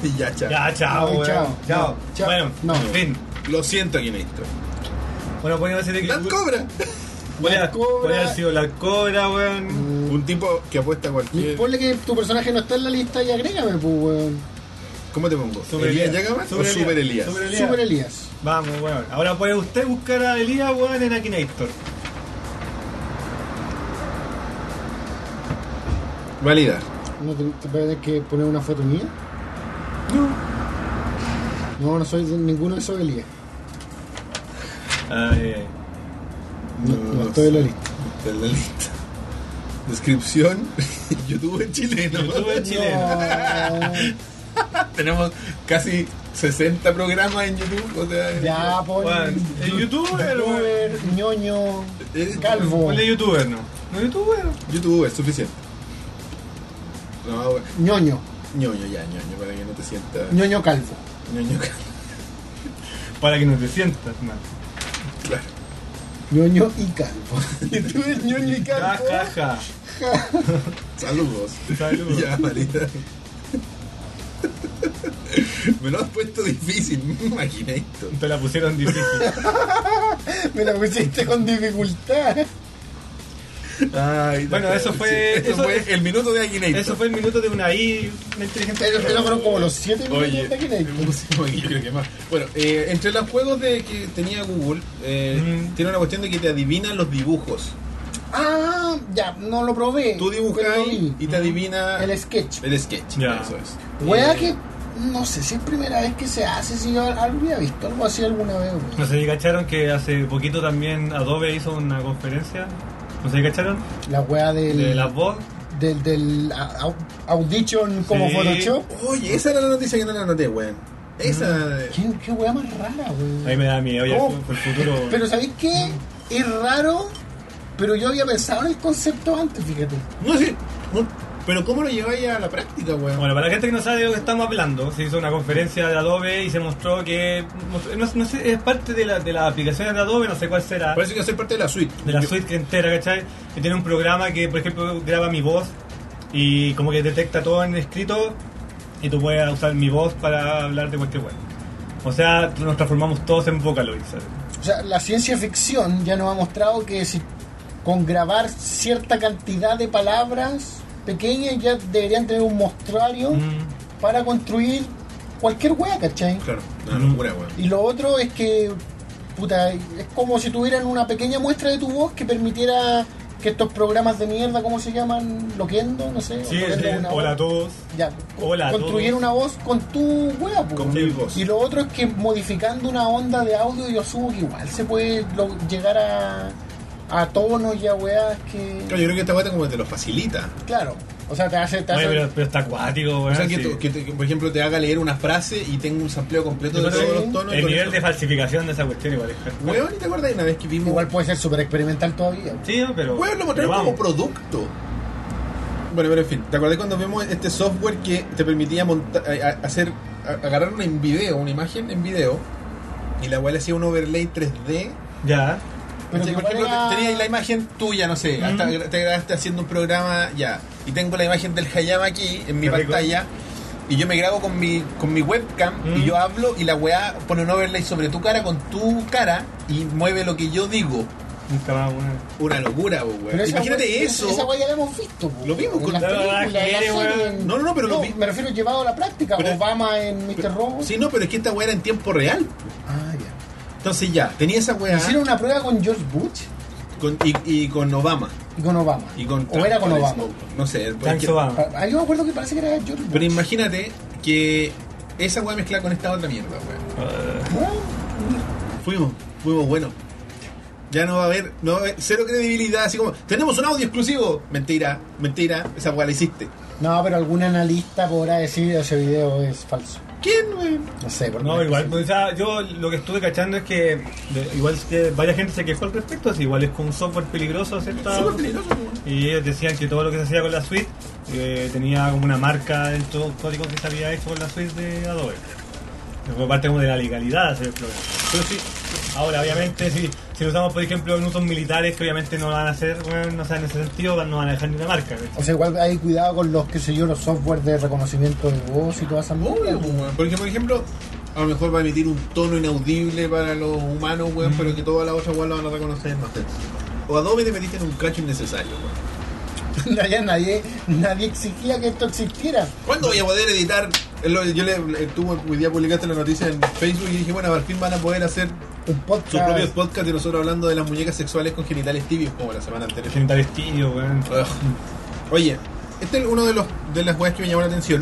Speaker 1: Y ya, chao.
Speaker 3: Ya, chao,
Speaker 2: No,
Speaker 3: weón.
Speaker 2: chao.
Speaker 3: Chao.
Speaker 2: No, chao.
Speaker 3: Bueno,
Speaker 2: No.
Speaker 3: en fin.
Speaker 1: Lo siento, Akinator.
Speaker 3: Bueno, podríamos decir que.
Speaker 1: ¡Las cobra!
Speaker 3: Podría
Speaker 2: La Cobra.
Speaker 3: podría haber sido la cobra, weón.
Speaker 2: Mm,
Speaker 1: Un tipo que apuesta a cualquier.
Speaker 2: Ponle que tu personaje no está en la lista y agrégame, pues, weón.
Speaker 1: ¿Cómo te pongo?
Speaker 3: Super
Speaker 1: ¿Elías
Speaker 3: Elías.
Speaker 1: Yagaman o
Speaker 3: Super Elías.
Speaker 1: Super Elías?
Speaker 3: Super Elías.
Speaker 2: Super Elías.
Speaker 3: Vamos, weón. Ahora puede usted buscar a Elías, weón, en Akinator.
Speaker 1: Validar.
Speaker 2: No te, te voy a tener que poner una foto mía. No. No, no soy de ninguno de esos Elías.
Speaker 3: Ay, ay.
Speaker 2: No, no estoy en la lista.
Speaker 1: Está (laughs) en la lista. Descripción: (laughs) YouTube en chileno.
Speaker 3: YouTube chileno.
Speaker 2: No.
Speaker 1: Tenemos casi 60 programas en YouTube. O sea,
Speaker 2: Ya, pon.
Speaker 3: Weón, el youtuber, weón.
Speaker 2: Youtuber, ñoño,
Speaker 1: es-
Speaker 2: calvo,
Speaker 3: Ponle youtuber, no. No, youtuber.
Speaker 1: YouTube es suficiente. No, we-
Speaker 2: ñoño,
Speaker 1: ñoño, ya, ñoño, para que no te sientas.
Speaker 2: ñoño calvo.
Speaker 1: ñoño,
Speaker 3: Para que no te sientas, man.
Speaker 1: claro.
Speaker 2: Ñoño y calvo. Youtuber, ñoño y
Speaker 3: Ja,
Speaker 2: calvo.
Speaker 3: ja, ja.
Speaker 1: Saludos.
Speaker 3: Saludos.
Speaker 1: Ya, validar. Me lo has puesto difícil, imaginé esto.
Speaker 3: Te la pusieron difícil.
Speaker 2: Me la pusiste con dificultad.
Speaker 1: Ay,
Speaker 3: Bueno,
Speaker 1: no,
Speaker 3: eso fue-
Speaker 1: eso,
Speaker 3: eso-
Speaker 1: fue el minuto de Akinator.
Speaker 3: Eso fue el minuto de una I, una inteligencia
Speaker 2: Pero pero fueron como los 7
Speaker 1: Oye,
Speaker 2: minutos de Akinator.
Speaker 1: músico, yo creo que más. Bueno, eh, entre los juegos de que tenía Google, eh,
Speaker 3: Mm.
Speaker 1: tiene una cuestión de que te adivinan los dibujos.
Speaker 2: Ah, ya, no lo probé.
Speaker 1: Tú dibujas
Speaker 2: pero lo vi.
Speaker 1: y te adivina
Speaker 2: el sketch.
Speaker 1: el sketch.
Speaker 3: Ya.
Speaker 1: Eso es.
Speaker 2: Wea
Speaker 1: Eh,
Speaker 2: que no sé si es primera vez que se hace, si yo había visto algo así alguna vez.
Speaker 3: (laughs)
Speaker 2: wea.
Speaker 3: No sé si cacharon que hace poquito también Adobe hizo una conferencia. No sé si cacharon.
Speaker 2: La wea del,
Speaker 3: De las voz.
Speaker 2: del, del a- au- Audition como
Speaker 3: Sí.
Speaker 2: Photoshop.
Speaker 1: Oye, esa era la noticia que no la anoté, weón. Esa.
Speaker 2: ¿Qué, qué wea más rara,
Speaker 3: A mí
Speaker 2: weón.
Speaker 3: me da miedo ya
Speaker 2: ¿Cómo?
Speaker 3: por el futuro.
Speaker 2: Oh. Pero ¿sabéis qué? Es raro, pero yo había pensado en el concepto antes, fíjate.
Speaker 1: No sé. no- pero ¿cómo lo lleváis a la práctica, weón?
Speaker 3: Bueno, para la gente que no sabe de lo que estamos hablando, se hizo una conferencia de Adobe y se mostró que. No, no sé, es parte de, la, de las aplicaciones de Adobe, no sé cuál será.
Speaker 1: Parece que soy parte de la suite.
Speaker 3: de la
Speaker 1: Yo-
Speaker 3: suite entera, ¿cachai? Que tiene un programa que, por ejemplo, graba mi voz y como que detecta todo en escrito y tú puedes usar mi voz para hablar de cualquier cosa. O sea, nos transformamos todos en Vocaloid, ¿sabes?
Speaker 2: O sea, la ciencia ficción ya nos ha mostrado que si con grabar cierta cantidad de palabras pequeñas ya deberían tener un mostrario
Speaker 3: Mm.
Speaker 2: para construir cualquier wea, ¿cachai?
Speaker 1: Claro, una
Speaker 3: Mm.
Speaker 1: locura, weón.
Speaker 2: Y lo otro es que, puta, es como si tuvieran una pequeña muestra de tu voz que permitiera que estos programas de mierda, ¿cómo se llaman? Loquendo, no sé.
Speaker 3: Sí,
Speaker 2: o
Speaker 3: sí,
Speaker 2: Loquendo una
Speaker 3: hola a
Speaker 2: voz.
Speaker 3: todos.
Speaker 2: Ya,
Speaker 3: Hola a
Speaker 2: construir
Speaker 3: todos.
Speaker 2: una voz con tu wea, pues.
Speaker 1: Con mi voz.
Speaker 2: Y lo otro es que modificando una onda de audio, yo asumo que igual se puede lo- llegar a, a tonos y a weas
Speaker 1: Claro,
Speaker 2: que.
Speaker 1: yo creo que esta guata como que te lo facilita.
Speaker 2: Claro, o sea, te hace. Te
Speaker 3: Oye,
Speaker 2: hace-
Speaker 3: pero, pero está acuático,
Speaker 1: O
Speaker 3: weón.
Speaker 1: sea, que,
Speaker 3: sí.
Speaker 1: tú- que te- que, por ejemplo te haga leer una frase y tenga un sampleo completo de
Speaker 3: Sí.
Speaker 1: todos los tonos. y
Speaker 3: El
Speaker 1: con
Speaker 3: nivel
Speaker 1: eso-
Speaker 3: de falsificación de esa cuestión igual es.
Speaker 1: Weón, ¿y te acuerdas de una vez que vimos?
Speaker 2: Igual puede ser súper experimental todavía. pues.
Speaker 3: Sí, pero.
Speaker 1: Weón, lo
Speaker 3: pero
Speaker 1: mostraron como
Speaker 3: vamos.
Speaker 1: producto. Bueno, pero en fin, ¿te acordás cuando vimos este software que te permitía monta- a- a- hacer, a- agarrar una en video, una imagen en video, y la weá le hacía un overlay 3D?
Speaker 3: Ya.
Speaker 2: Pero
Speaker 1: Sí,
Speaker 2: que
Speaker 1: por
Speaker 2: igual
Speaker 1: ejemplo,
Speaker 2: era-
Speaker 1: te- tenías la imagen tuya, no sé,
Speaker 3: Mm.
Speaker 1: hasta te grabaste haciendo un programa ya, y tengo la imagen del Hayama aquí en mi
Speaker 3: Qué rico.
Speaker 1: pantalla. Y yo me grabo con mi, con mi webcam
Speaker 3: Mm.
Speaker 1: y yo hablo y la weá pone un overlay sobre tu cara con tu cara y mueve lo que yo digo.
Speaker 5: Nunca más, weón.
Speaker 1: Una locura, po, weón.
Speaker 2: Pero esa
Speaker 1: Imagínate
Speaker 2: weá-
Speaker 1: eso.
Speaker 2: Esa weá ya la hemos visto. po.
Speaker 1: Lo vimos
Speaker 2: En
Speaker 1: con-
Speaker 2: las
Speaker 1: No,
Speaker 2: películas, en
Speaker 5: la
Speaker 2: las
Speaker 5: serie,
Speaker 2: series,
Speaker 5: weón.
Speaker 2: en-
Speaker 1: No, no, no, pero lo vi-
Speaker 2: Me refiero llevado a la práctica.
Speaker 1: Pero-
Speaker 2: Obama en Mr. Robo.
Speaker 1: Sí, no, pero es que esta weá era en tiempo real.
Speaker 2: Ah, ya.
Speaker 1: Entonces ya, tenía esa weá
Speaker 2: Hicieron una prueba con George Bush
Speaker 1: con- y, y con Obama.
Speaker 2: y con Obama.
Speaker 1: Y con
Speaker 2: o
Speaker 1: Trump,
Speaker 2: era con
Speaker 1: parece,
Speaker 2: Obama.
Speaker 1: o- No sé. porque-
Speaker 5: Thanks, Obama.
Speaker 2: Pa- ah, Yo me acuerdo que parece que era George Bush.
Speaker 1: Pero imagínate que esa weá mezclada con esta otra mierda, weón.
Speaker 2: Ah,
Speaker 1: Fuimos, fuimos buenos. Ya no va a haber, no va a haber cero credibilidad, así como, tenemos un audio exclusivo. Mentira, mentira, esa weá la hiciste.
Speaker 2: No, pero algún analista podrá decir ese video es falso.
Speaker 1: ¿Quién, weón?
Speaker 2: No sé, por
Speaker 5: No,
Speaker 2: qué.
Speaker 5: igual, pues, o sea, yo lo que estuve cachando es que de- igual que varias gente se quejó al respecto, así, igual es con software peligroso, ¿cierto?
Speaker 1: Súper peligroso, weón.
Speaker 5: Y ellos decían que todo lo que se hacía con la suite eh, tenía como una marca del todo código que se había hecho con la suite de Adobe. Por parte como de la legalidad hacer el programa. Pero sí, ahora obviamente si, si lo usamos por ejemplo en usos militares que obviamente no van a hacer, bueno, no sea en ese sentido, no van a dejar ni una marca. ¿cachai?
Speaker 2: O sea, igual hay cuidado con los, qué sé yo, los software de reconocimiento de voz y todas esas
Speaker 1: Obvio,
Speaker 2: mierdas.
Speaker 1: pues, weón. Porque, por ejemplo, a lo mejor va a emitir un tono inaudible para los humanos, weón, pero que todas las otras weón lo van a reconocer, no sé. O Adobe te metiste en un cacho innecesario, weón.
Speaker 2: Allá (laughs) nadie, nadie exigía que esto existiera.
Speaker 1: ¿Cuándo voy a poder editar? Es lo- Yo le, le- tú hoy día publicaste la noticia en Facebook y dije, bueno, al fin van a poder hacer
Speaker 2: Un podcast.
Speaker 1: sus propios podcasts de nosotros hablando de las muñecas sexuales con genitales tibios, como la semana anterior.
Speaker 5: Gente vestido, weón.
Speaker 1: Ugh. Oye, este es uno de los de las weas que me llamó la atención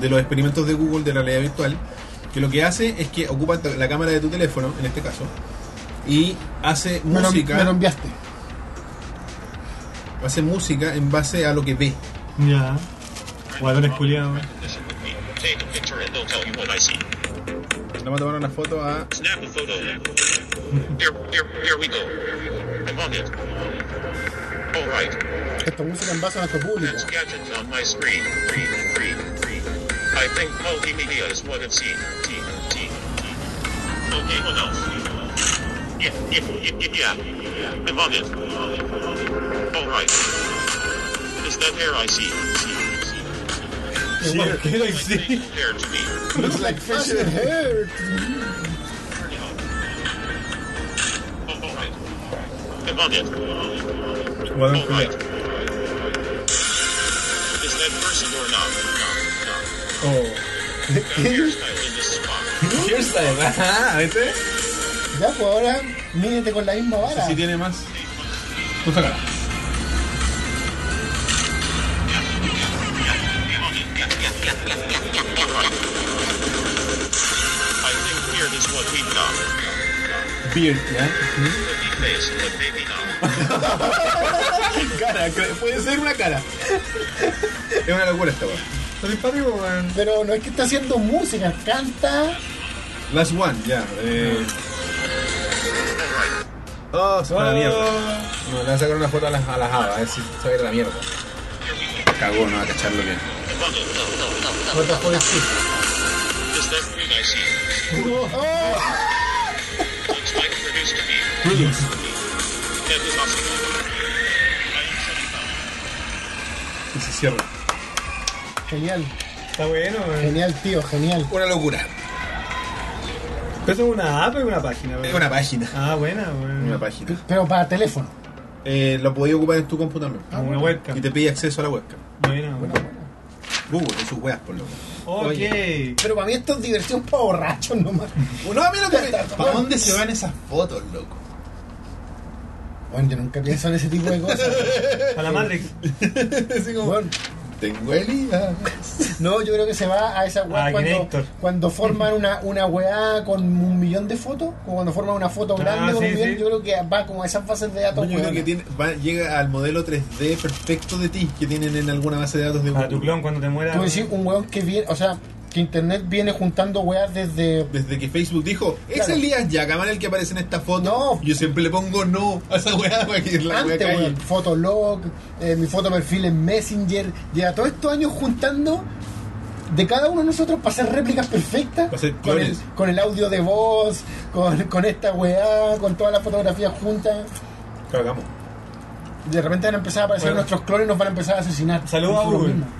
Speaker 1: de los experimentos de Google de la realidad virtual, que lo que hace es que ocupa t- la cámara de tu teléfono, en este caso, y hace
Speaker 2: Me lo,
Speaker 1: música,
Speaker 2: me lo enviaste.
Speaker 1: hace música en base a lo que ve.
Speaker 5: Ya. Jugadores
Speaker 3: uh,
Speaker 5: culiados, weón.
Speaker 6: Listen with me. Take a picture and they'll tell you what I see.
Speaker 1: Vamos a tomar una foto a
Speaker 6: Snap a photo. Here, here, here we go. I'm on it. All right.
Speaker 2: Esto es música en base a nuestro público.
Speaker 6: That's gadgets on my screen. Three, three, three. I think multimedia is what I've seen. T, T, T. Okay, what else? Yeah, yeah, yeah, yeah. I'm on it. All right. Is that hair I see? See, see.
Speaker 5: (laughs) Sí, ¿qué sí.
Speaker 6: Hair to me.
Speaker 2: Looks (laughs) like fish in hair.
Speaker 6: All right. I'm on it.
Speaker 5: Jugadores
Speaker 6: All right.
Speaker 5: culiados.
Speaker 6: Is that person or not? No,
Speaker 5: Oh.
Speaker 6: no. No hairstyle in this
Speaker 1: (laughs)
Speaker 6: spot.
Speaker 1: Ah,
Speaker 2: Ya, pues ahora mídete con la misma vara.
Speaker 1: si tiene más.
Speaker 6: All right. I think beard is what we've got.
Speaker 1: Beard,
Speaker 6: Flippy face, but maybe not.
Speaker 1: Cara, cre- puede ser una cara. es una locura esta wea.
Speaker 5: Está simpático, weón.
Speaker 2: Pero no es que está haciendo música, canta.
Speaker 1: Last one, ya. eh.
Speaker 6: All right.
Speaker 1: Oh, se fue a la
Speaker 5: Oh.
Speaker 1: mierda. No, le voy a sacar una foto a las a las habas, a ver si se ve la mierda. Cagó, no va a cacharlo bien.
Speaker 6: I'm on it. No, no, no, no.
Speaker 5: What the fuck is this?
Speaker 6: Is that green I see? Looks like produced to me. That is awesome. I am satisfied.
Speaker 1: Y se cierra.
Speaker 2: Genial,
Speaker 5: Está bueno, eh. weón.
Speaker 2: genial, tío, genial.
Speaker 1: Una locura.
Speaker 5: Pero eso es una app o una página, weón.
Speaker 1: Es una página.
Speaker 5: Ah, buena, weón.
Speaker 1: Una página.
Speaker 2: Pero para teléfono.
Speaker 1: Eh, lo podías ocupar en tu computador.
Speaker 5: Como Ah, una webcam.
Speaker 1: Y te pide acceso a la webcam.
Speaker 5: Buena, buena.
Speaker 1: Google, en sus weas, por loco.
Speaker 5: Ok.
Speaker 2: Pero para mí esto es diversión para borrachos nomás.
Speaker 1: No, mira, ¿para dónde se van esas fotos, loco?
Speaker 2: Bueno, yo nunca pienso en ese tipo
Speaker 1: (laughs)
Speaker 2: de cosas.
Speaker 5: A la Matrix.
Speaker 1: Así como,
Speaker 2: Bueno,
Speaker 1: Tengo el IVA.
Speaker 2: no, yo creo que se va a esa weá
Speaker 5: Ah,
Speaker 2: cuando,
Speaker 5: Kinector.
Speaker 2: cuando forman una, una weá con un millón de fotos, como cuando forman una foto
Speaker 5: Ah,
Speaker 2: grande con
Speaker 5: sí,
Speaker 2: un millón,
Speaker 5: sí.
Speaker 2: yo creo que va como a esas fases de
Speaker 1: Yo
Speaker 2: datos.
Speaker 1: creo
Speaker 2: weón.
Speaker 1: que tiene- va- llega al modelo 3D perfecto de ti que tienen en alguna base de datos de
Speaker 5: A tu
Speaker 1: Google.
Speaker 5: clon cuando te muera.
Speaker 2: Tú decís, un weón que viene, o sea, que internet viene juntando weas desde
Speaker 1: Desde que Facebook dijo, es
Speaker 2: Claro.
Speaker 1: Elías Yacaman el que aparece en esta foto.
Speaker 2: No.
Speaker 1: Yo siempre le pongo no a esa weá (laughs) para que la weá
Speaker 2: antes,
Speaker 1: caiga.
Speaker 2: weón. Fotolog, eh, mi foto perfil en Messenger. Lleva todos estos años juntando de cada uno de nosotros para hacer réplicas perfectas.
Speaker 1: Para hacer
Speaker 2: con, el,
Speaker 1: clones.
Speaker 2: con el audio de voz, con, con esta weá, con todas las fotografías juntas.
Speaker 1: Cagamos. (laughs)
Speaker 2: De repente van a empezar a aparecer
Speaker 5: Bueno.
Speaker 2: nuestros clones y nos van a empezar a asesinar.
Speaker 5: Saludos a
Speaker 2: Nosotros
Speaker 5: Google.
Speaker 2: mismos.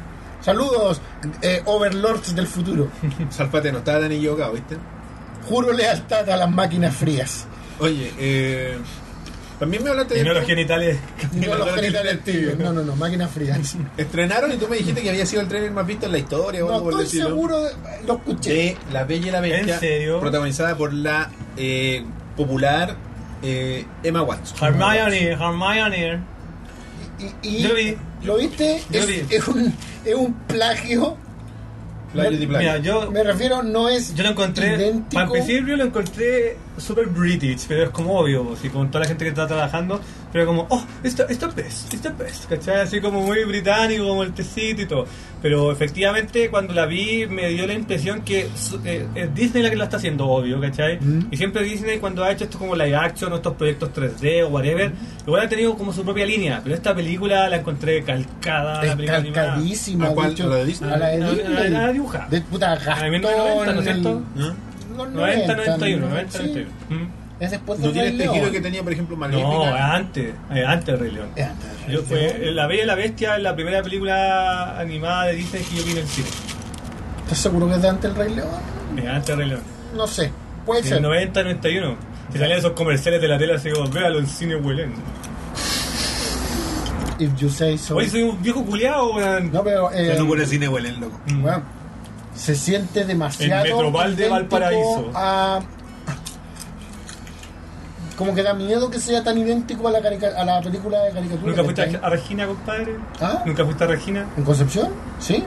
Speaker 2: Saludos, eh, overlords del futuro.
Speaker 1: Salfate no estaba tan equivocado, ¿viste?
Speaker 2: Juro lealtad a las máquinas frías.
Speaker 1: Oye, eh, También me hablaste
Speaker 3: Y
Speaker 1: de
Speaker 3: no los
Speaker 1: esto.
Speaker 3: genitales.
Speaker 2: No los genitales tibios. No, no, no, máquinas frías.
Speaker 1: Estrenaron y tú me dijiste que había sido el trailer más visto en la historia. o
Speaker 2: No
Speaker 1: algo por el
Speaker 2: estoy
Speaker 1: estilo.
Speaker 2: seguro, de- lo escuché.
Speaker 1: de La Bella y la Bestia,
Speaker 3: ¿En serio?
Speaker 1: protagonizada por la eh, popular eh, Emma Watson.
Speaker 3: Hermione, Hermione.
Speaker 2: Y, y-
Speaker 3: Yo vi.
Speaker 2: ¿Lo viste?
Speaker 3: Yo
Speaker 2: es,
Speaker 3: vi.
Speaker 2: es un, es un plagio.
Speaker 1: Plagio de plagio.
Speaker 3: Mira, yo,
Speaker 2: Me refiero, no es.
Speaker 3: yo lo encontré.
Speaker 2: idéntico.
Speaker 3: Al principio lo encontré super british, pero es como obvio, así con toda la gente que está trabajando. Pero como, oh, esto esto es best, esto es best, ¿cachai? Así como muy británico, como el tecito y todo. Pero efectivamente, cuando la vi, me dio la impresión que su- eh, es Disney la que lo está haciendo, obvio, ¿cachai?
Speaker 2: Mm.
Speaker 3: Y siempre Disney, cuando ha hecho esto como live action, o estos proyectos 3D o whatever, igual ha tenido como su propia línea. Pero esta película la encontré calcada, la
Speaker 2: Es
Speaker 3: película animada.
Speaker 2: calcadísima.
Speaker 1: ¿A
Speaker 2: de
Speaker 1: cuál?
Speaker 2: hecho,
Speaker 1: ¿A la de Disney?
Speaker 2: A la de
Speaker 3: A la- a la-
Speaker 2: Disney.
Speaker 3: a la dibuja.
Speaker 2: De puta
Speaker 3: Ah,
Speaker 2: Gastón.
Speaker 3: en 1990, ¿no es
Speaker 2: el-
Speaker 3: cierto?
Speaker 1: ¿Mm?
Speaker 2: Los
Speaker 3: 90, 91, 90,
Speaker 2: sí.
Speaker 3: 91. Mm.
Speaker 2: Es después de
Speaker 1: No tiene este giro que tenía, por ejemplo,
Speaker 3: No,
Speaker 1: Magnífica.
Speaker 3: antes, eh, antes del Rey León. Yo fue La Bella y la Bestia, la primera película animada de Disney que yo vi en el cine.
Speaker 2: ¿Estás seguro que es de antes el Rey León?
Speaker 3: Eh, Antes del Rey León.
Speaker 2: No sé. Puede
Speaker 3: En el
Speaker 2: ser.
Speaker 3: 90, 91. Que salían esos comerciales de la tele así como, véalo en cine huelen.
Speaker 2: If you say so.
Speaker 3: Hoy soy un viejo culiao, weón.
Speaker 2: No, pero. eh,
Speaker 7: Ya no por el cine huelen, loco.
Speaker 3: Mm.
Speaker 2: bueno, se siente demasiado.
Speaker 3: El Metroval de
Speaker 2: idéntico
Speaker 3: Valparaíso.
Speaker 2: a- Como que da miedo que sea tan idéntico a la, carica- a la película de caricatura.
Speaker 3: ¿Nunca fuiste
Speaker 2: ¿cachai?
Speaker 3: a Regina, compadre?
Speaker 2: ¿Ah?
Speaker 3: ¿Nunca fuiste a Regina?
Speaker 2: ¿En Concepción? ¿Sí?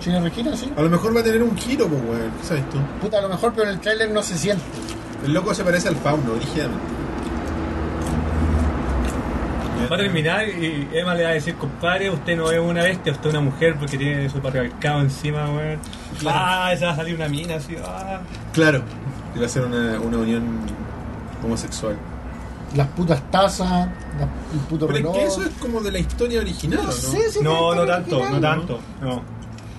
Speaker 2: ¿China Regina? ¿Sí?
Speaker 1: A lo mejor va a tener un giro, pues, weón. ¿Qué sabes tú?
Speaker 2: Puta, a lo mejor, pero en el tráiler no se siente.
Speaker 1: El loco se parece al fauno, originalmente.
Speaker 3: Va a terminar y Emma le va a decir, compadre, usted no es una bestia, usted es una mujer porque tiene su patriarcado encima, weón.
Speaker 1: Claro.
Speaker 3: Ah, se va a salir una mina así, ah.
Speaker 1: Claro. Iba a ser una, una unión homosexual.
Speaker 2: Las putas tazas, la- el puto
Speaker 1: Pero
Speaker 2: reloj.
Speaker 1: es que eso es como de la historia original, ¿o ¿no?
Speaker 2: No sé si
Speaker 3: No,
Speaker 2: es
Speaker 3: no
Speaker 2: tan
Speaker 3: tanto, Este no
Speaker 2: original.
Speaker 3: tanto, no.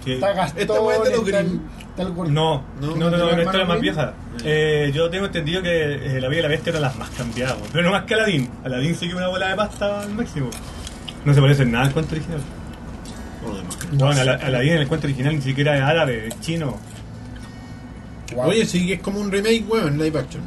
Speaker 3: Sí.
Speaker 2: Está Gastón,
Speaker 1: Esta weá es de los
Speaker 2: está el-
Speaker 1: gringos.
Speaker 2: está el gordito.
Speaker 3: No, no, no, no, no,
Speaker 2: ¿Hermano
Speaker 3: esta es la más
Speaker 2: Green?
Speaker 3: vieja. Eh, yo tengo entendido que eh, la vida de la bestia era las más cambiadas, weón. pero no más que Aladdin. Aladdin sí que una bola de pasta al máximo. No se parece en nada al cuento original.
Speaker 1: O demás.
Speaker 3: Bueno, Ala- Aladdin en el cuento original ni siquiera es árabe, es chino.
Speaker 2: Guau.
Speaker 1: Oye, sí que es como un remake, weón, live action.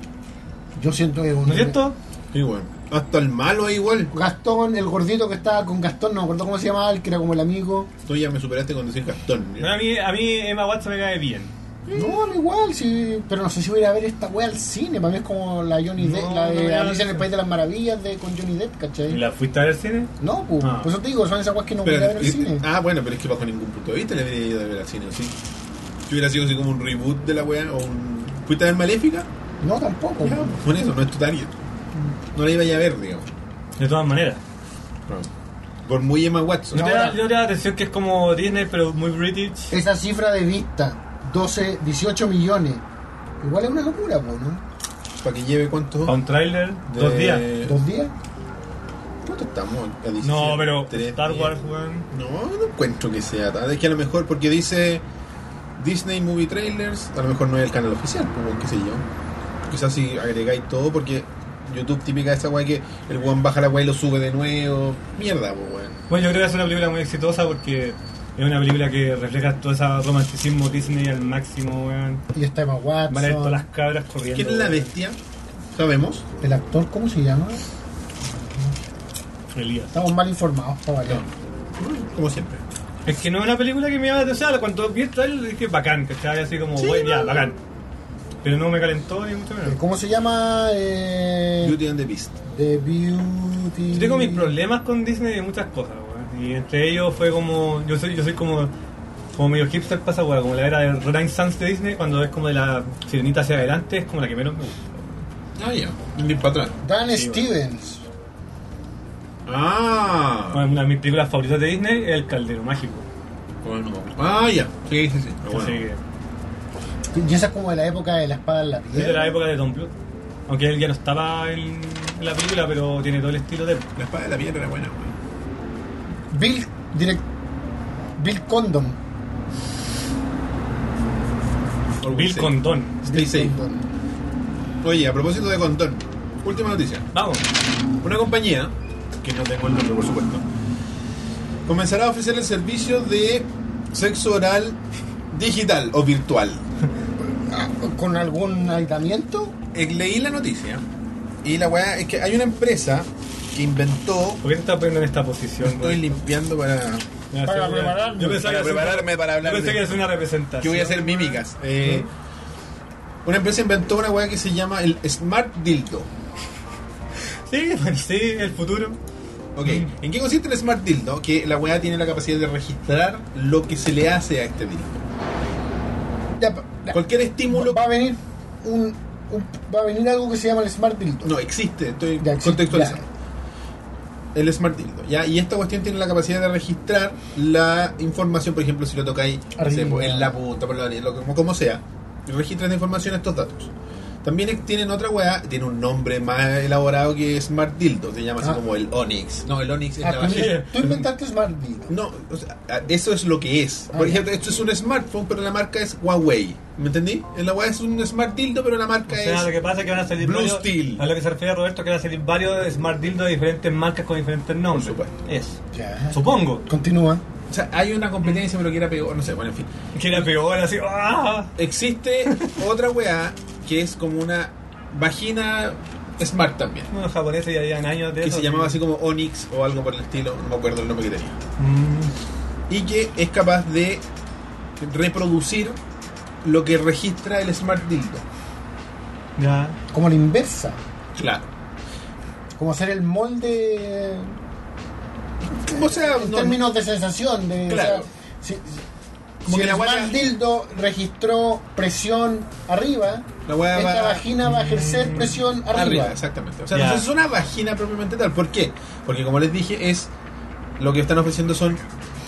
Speaker 2: Yo siento que...
Speaker 3: ¿No es cierto?
Speaker 1: Sí, weón. Hasta el malo es igual.
Speaker 2: Gastón, el gordito que estaba con Gastón, no me acuerdo cómo se llamaba, el que era como el amigo.
Speaker 1: Tú ya me superaste con decir Gastón.
Speaker 3: Bueno, a, mí, a mí Emma Watson me cae bien.
Speaker 2: No, no igual, sí. Pero no sé si voy a ir a ver esta wea al cine. Para mí es como la Johnny
Speaker 3: No,
Speaker 2: Depp, la
Speaker 3: no,
Speaker 2: de
Speaker 3: no,
Speaker 2: Alicia en el
Speaker 3: no.
Speaker 2: País de las Maravillas de, con Johnny Depp, ¿cachai?
Speaker 3: ¿Y la fuiste a ver al cine?
Speaker 2: No, pues,
Speaker 3: Ah. eh,
Speaker 2: por eso te digo, son esas weas que no voy a
Speaker 1: Pero-
Speaker 2: ver al cine.
Speaker 1: Ah, bueno, pero es que bajo ningún punto de vista le hubiera ido a ver al cine, ¿sí? Si hubiera sido así como un reboot de la weá o un... ¿Fuiste a ver Maléfica?
Speaker 2: No, tampoco.
Speaker 1: Ya, pues, con eso, no es tu target. No la iba a ir a ver, digamos.
Speaker 3: De todas maneras.
Speaker 1: Por muy Emma Watson.
Speaker 3: Yo te,
Speaker 2: Ahora-
Speaker 3: da, yo te da la atención que es como Disney, pero muy British.
Speaker 2: Esa cifra de vista, 12, 18 millones. Igual es una locura, pues, ¿no?
Speaker 1: Para que lleve cuántos...
Speaker 3: A un tráiler, dos
Speaker 1: De-
Speaker 3: días.
Speaker 2: ¿Dos días?
Speaker 1: ¿Cuánto estamos? A 17,
Speaker 3: No, pero
Speaker 1: tres
Speaker 3: Star
Speaker 1: días.
Speaker 3: Wars, weón.
Speaker 1: No, no encuentro que sea tan... Es que a lo mejor porque dice Disney Movie Trailers, a lo mejor no es el canal oficial, como qué sé yo. Quizás si agregáis todo, porque YouTube típica esa weá que el weón baja la weá y lo sube de nuevo. Mierda, pues weón.
Speaker 3: Bueno, yo creo que es una película muy exitosa porque es una película que refleja todo ese romanticismo Disney al máximo, weón.
Speaker 2: Y está Emma Watson.
Speaker 3: Van a ver todas las cabras corriendo.
Speaker 1: ¿Quién es la
Speaker 3: weón.
Speaker 1: bestia? Sabemos.
Speaker 2: El actor, ¿cómo se llama?
Speaker 3: Elías.
Speaker 2: Estamos mal Eh, informados, para variar.
Speaker 1: Como siempre.
Speaker 3: Es que no es una película que me llama la atención. O sea, cuando vi el trailer dije bacán, ¿cachai? Así como,
Speaker 1: Sí,
Speaker 3: bueno, ya,
Speaker 1: no.
Speaker 3: bacán. Pero no me calentó ni mucho menos.
Speaker 2: ¿Cómo se llama? Eh,
Speaker 1: Beauty and the Beast.
Speaker 2: The Beauty.
Speaker 3: Yo tengo mis problemas con Disney de muchas cosas, weón. Y entre ellos fue como. Yo soy, yo soy como. Como medio hipster pasa, weón. Como la era del Renaissance de Disney, cuando es como de la sirenita hacia adelante, es como la que menos me gusta.
Speaker 1: Ah, ya. Ni para atrás.
Speaker 2: Dan
Speaker 3: Sí,
Speaker 2: Stevens.
Speaker 1: Ah.
Speaker 3: Bueno, una de mis películas favoritas de Disney es El Caldero Mágico.
Speaker 1: Bueno. Ah, ya. Sí, sí, sí. Ah, bueno.
Speaker 3: Así que.
Speaker 2: Y esa es como de la época de la espada en la
Speaker 3: Es
Speaker 2: piedra.
Speaker 3: de la época de Tom Blood. Aunque él ya no estaba en en la película, pero tiene todo el estilo de.
Speaker 1: La espada de la piedra era buena, weón.
Speaker 2: Bill. Direct... Bill Condon.
Speaker 1: Always
Speaker 3: Bill
Speaker 1: safe.
Speaker 3: Condon.
Speaker 1: Stay safe.
Speaker 2: Condon.
Speaker 1: Oye, a propósito de Condón. Última noticia.
Speaker 3: Vamos.
Speaker 1: Una compañía, que no tengo el nombre por supuesto, comenzará a ofrecer el servicio de sexo oral digital o virtual.
Speaker 2: Ah, ¿Con algún aislamiento?
Speaker 1: Eh, Leí la noticia y la weá es que hay una empresa que inventó.
Speaker 5: ¿Por qué te estás poniendo en esta posición?
Speaker 1: Estoy limpiando para,
Speaker 5: Ya,
Speaker 2: Para
Speaker 5: sí,
Speaker 2: prepararme.
Speaker 5: Yo pensaba
Speaker 1: para
Speaker 5: que era
Speaker 1: prepararme para
Speaker 5: una- yo
Speaker 1: hablar
Speaker 5: pensé que
Speaker 1: de,
Speaker 5: era una representación.
Speaker 1: que voy a hacer mímicas. Eh, una empresa inventó una weá que se llama el Smart Dildo.
Speaker 5: Sí, bueno, sí, el futuro.
Speaker 1: Ok, ¿en qué consiste el Smart Dildo? Que la weá tiene la capacidad de registrar lo que se le hace a este dildo.
Speaker 2: Ya, pa- ya.
Speaker 1: Cualquier estímulo.
Speaker 2: Va a venir un, un- va a venir algo que se llama el Smart Dildo.
Speaker 1: No, existe, estoy
Speaker 2: Ya existe,
Speaker 1: contextualizando. El Smart Dildo, ¿ya? Y esta cuestión tiene la capacidad de registrar la información, por ejemplo, si lo tocáis no sé, pues,
Speaker 2: Arriba.
Speaker 1: en la punta, por la nariz, lo que- como, como sea. Registra esta información, estos datos. También es- tienen otra weá, tiene un nombre más elaborado que Smart Dildo, se llama así
Speaker 2: Ah.
Speaker 1: como el Onyx. No, el Onyx es
Speaker 2: Ah,
Speaker 1: la
Speaker 2: tú,
Speaker 1: vagina.
Speaker 2: tú inventaste Smart Dildo.
Speaker 1: No, o sea, ah, eso es lo que es.
Speaker 2: Ah,
Speaker 1: Por
Speaker 2: ya.
Speaker 1: ejemplo, esto es un smartphone, pero la marca es Huawei. ¿Me entendí? La weá es un smart dildo, pero la marca
Speaker 5: O sea, lo
Speaker 1: es.
Speaker 5: que pasa es que van a salir
Speaker 1: Blue
Speaker 5: varios,
Speaker 1: Steel.
Speaker 5: A lo que se refiere Roberto, que van a salir varios Smart Dildo de diferentes marcas con diferentes nombres.
Speaker 1: Por supuesto.
Speaker 5: Eso.
Speaker 2: Ya.
Speaker 5: Supongo.
Speaker 2: Continúa.
Speaker 1: O sea, hay una competencia, pero que era peor. No sé, bueno, en fin.
Speaker 5: Que era peor, así. ¡ah!
Speaker 1: Existe otra weá que es como una vagina smart también.
Speaker 5: Unos japoneses ya llevan años de
Speaker 1: Que
Speaker 5: eso.
Speaker 1: se llamaba así como Onyx o algo por el estilo. No me acuerdo el nombre que tenía.
Speaker 5: Mm.
Speaker 1: Y que es capaz de reproducir lo que registra el smart dildo.
Speaker 5: Ya.
Speaker 2: Como la inversa.
Speaker 1: Claro.
Speaker 2: Como hacer el molde eh,
Speaker 1: O sea,
Speaker 2: en
Speaker 1: no-
Speaker 2: términos de sensación. De,
Speaker 1: Claro.
Speaker 2: o sea, si,
Speaker 1: Como
Speaker 2: si
Speaker 1: que
Speaker 2: el
Speaker 1: la
Speaker 2: Smart
Speaker 1: guata-
Speaker 2: Dildo registró presión arriba,
Speaker 1: La guata
Speaker 2: esta
Speaker 1: va- Mm,
Speaker 2: vagina va a ejercer presión arriba.
Speaker 1: Arriba, exactamente. O sea,
Speaker 5: Ya.
Speaker 1: no es una vagina propiamente tal. ¿Por qué? Porque como les dije, es lo que están ofreciendo son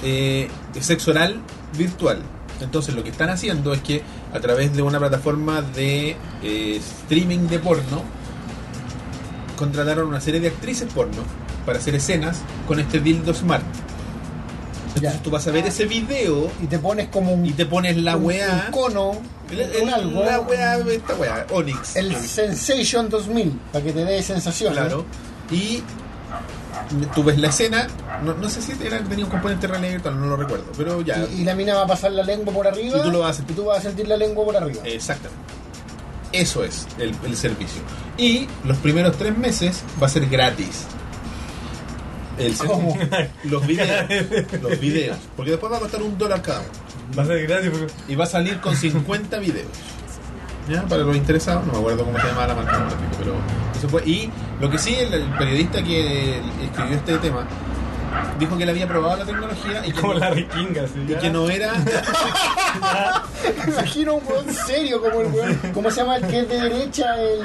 Speaker 1: eh, sexo oral virtual. Entonces lo que están haciendo es que a través de una plataforma de eh, streaming de porno, contrataron una serie de actrices porno para hacer escenas con este dildo smart. Entonces
Speaker 2: Ya.
Speaker 1: tú vas a ver ese video
Speaker 2: Y te pones como un,
Speaker 1: y te pones la
Speaker 2: un-
Speaker 1: weá.
Speaker 2: un cono,
Speaker 1: el-
Speaker 2: un
Speaker 1: el-
Speaker 2: algo,
Speaker 1: la weá, esta weá, Onyx.
Speaker 2: el Sensation 2000, para que te dé sensación.
Speaker 1: Claro. Y tú ves la escena, no, no sé si era, tenía un componente de realidad virtual, no lo recuerdo, pero ya.
Speaker 2: Y, y la mina va a pasar la lengua por arriba
Speaker 1: Y tú lo vas a sentir.
Speaker 2: y tú vas a sentir la lengua por arriba.
Speaker 1: Exactamente. Eso es el, el servicio. Y los primeros tres meses va a ser gratis. El
Speaker 2: ¿Cómo?
Speaker 1: Los videos.
Speaker 2: (laughs)
Speaker 1: Los videos. Porque después va a costar un dólar cada uno.
Speaker 5: Va a ser gratis porque.
Speaker 1: Y va a salir con 50 videos. ¿Ya? Para los interesados, no me acuerdo cómo se llama la marca, tampoco, pero eso fue. Y lo que sí, el, el periodista que escribió este tema dijo que él había probado la tecnología y que,
Speaker 5: Como
Speaker 1: no,
Speaker 5: la vikinga, sí.
Speaker 1: y que no era.
Speaker 2: Me imagino un weón serio como el weón. ¿Cómo se llama el que es de derecha? El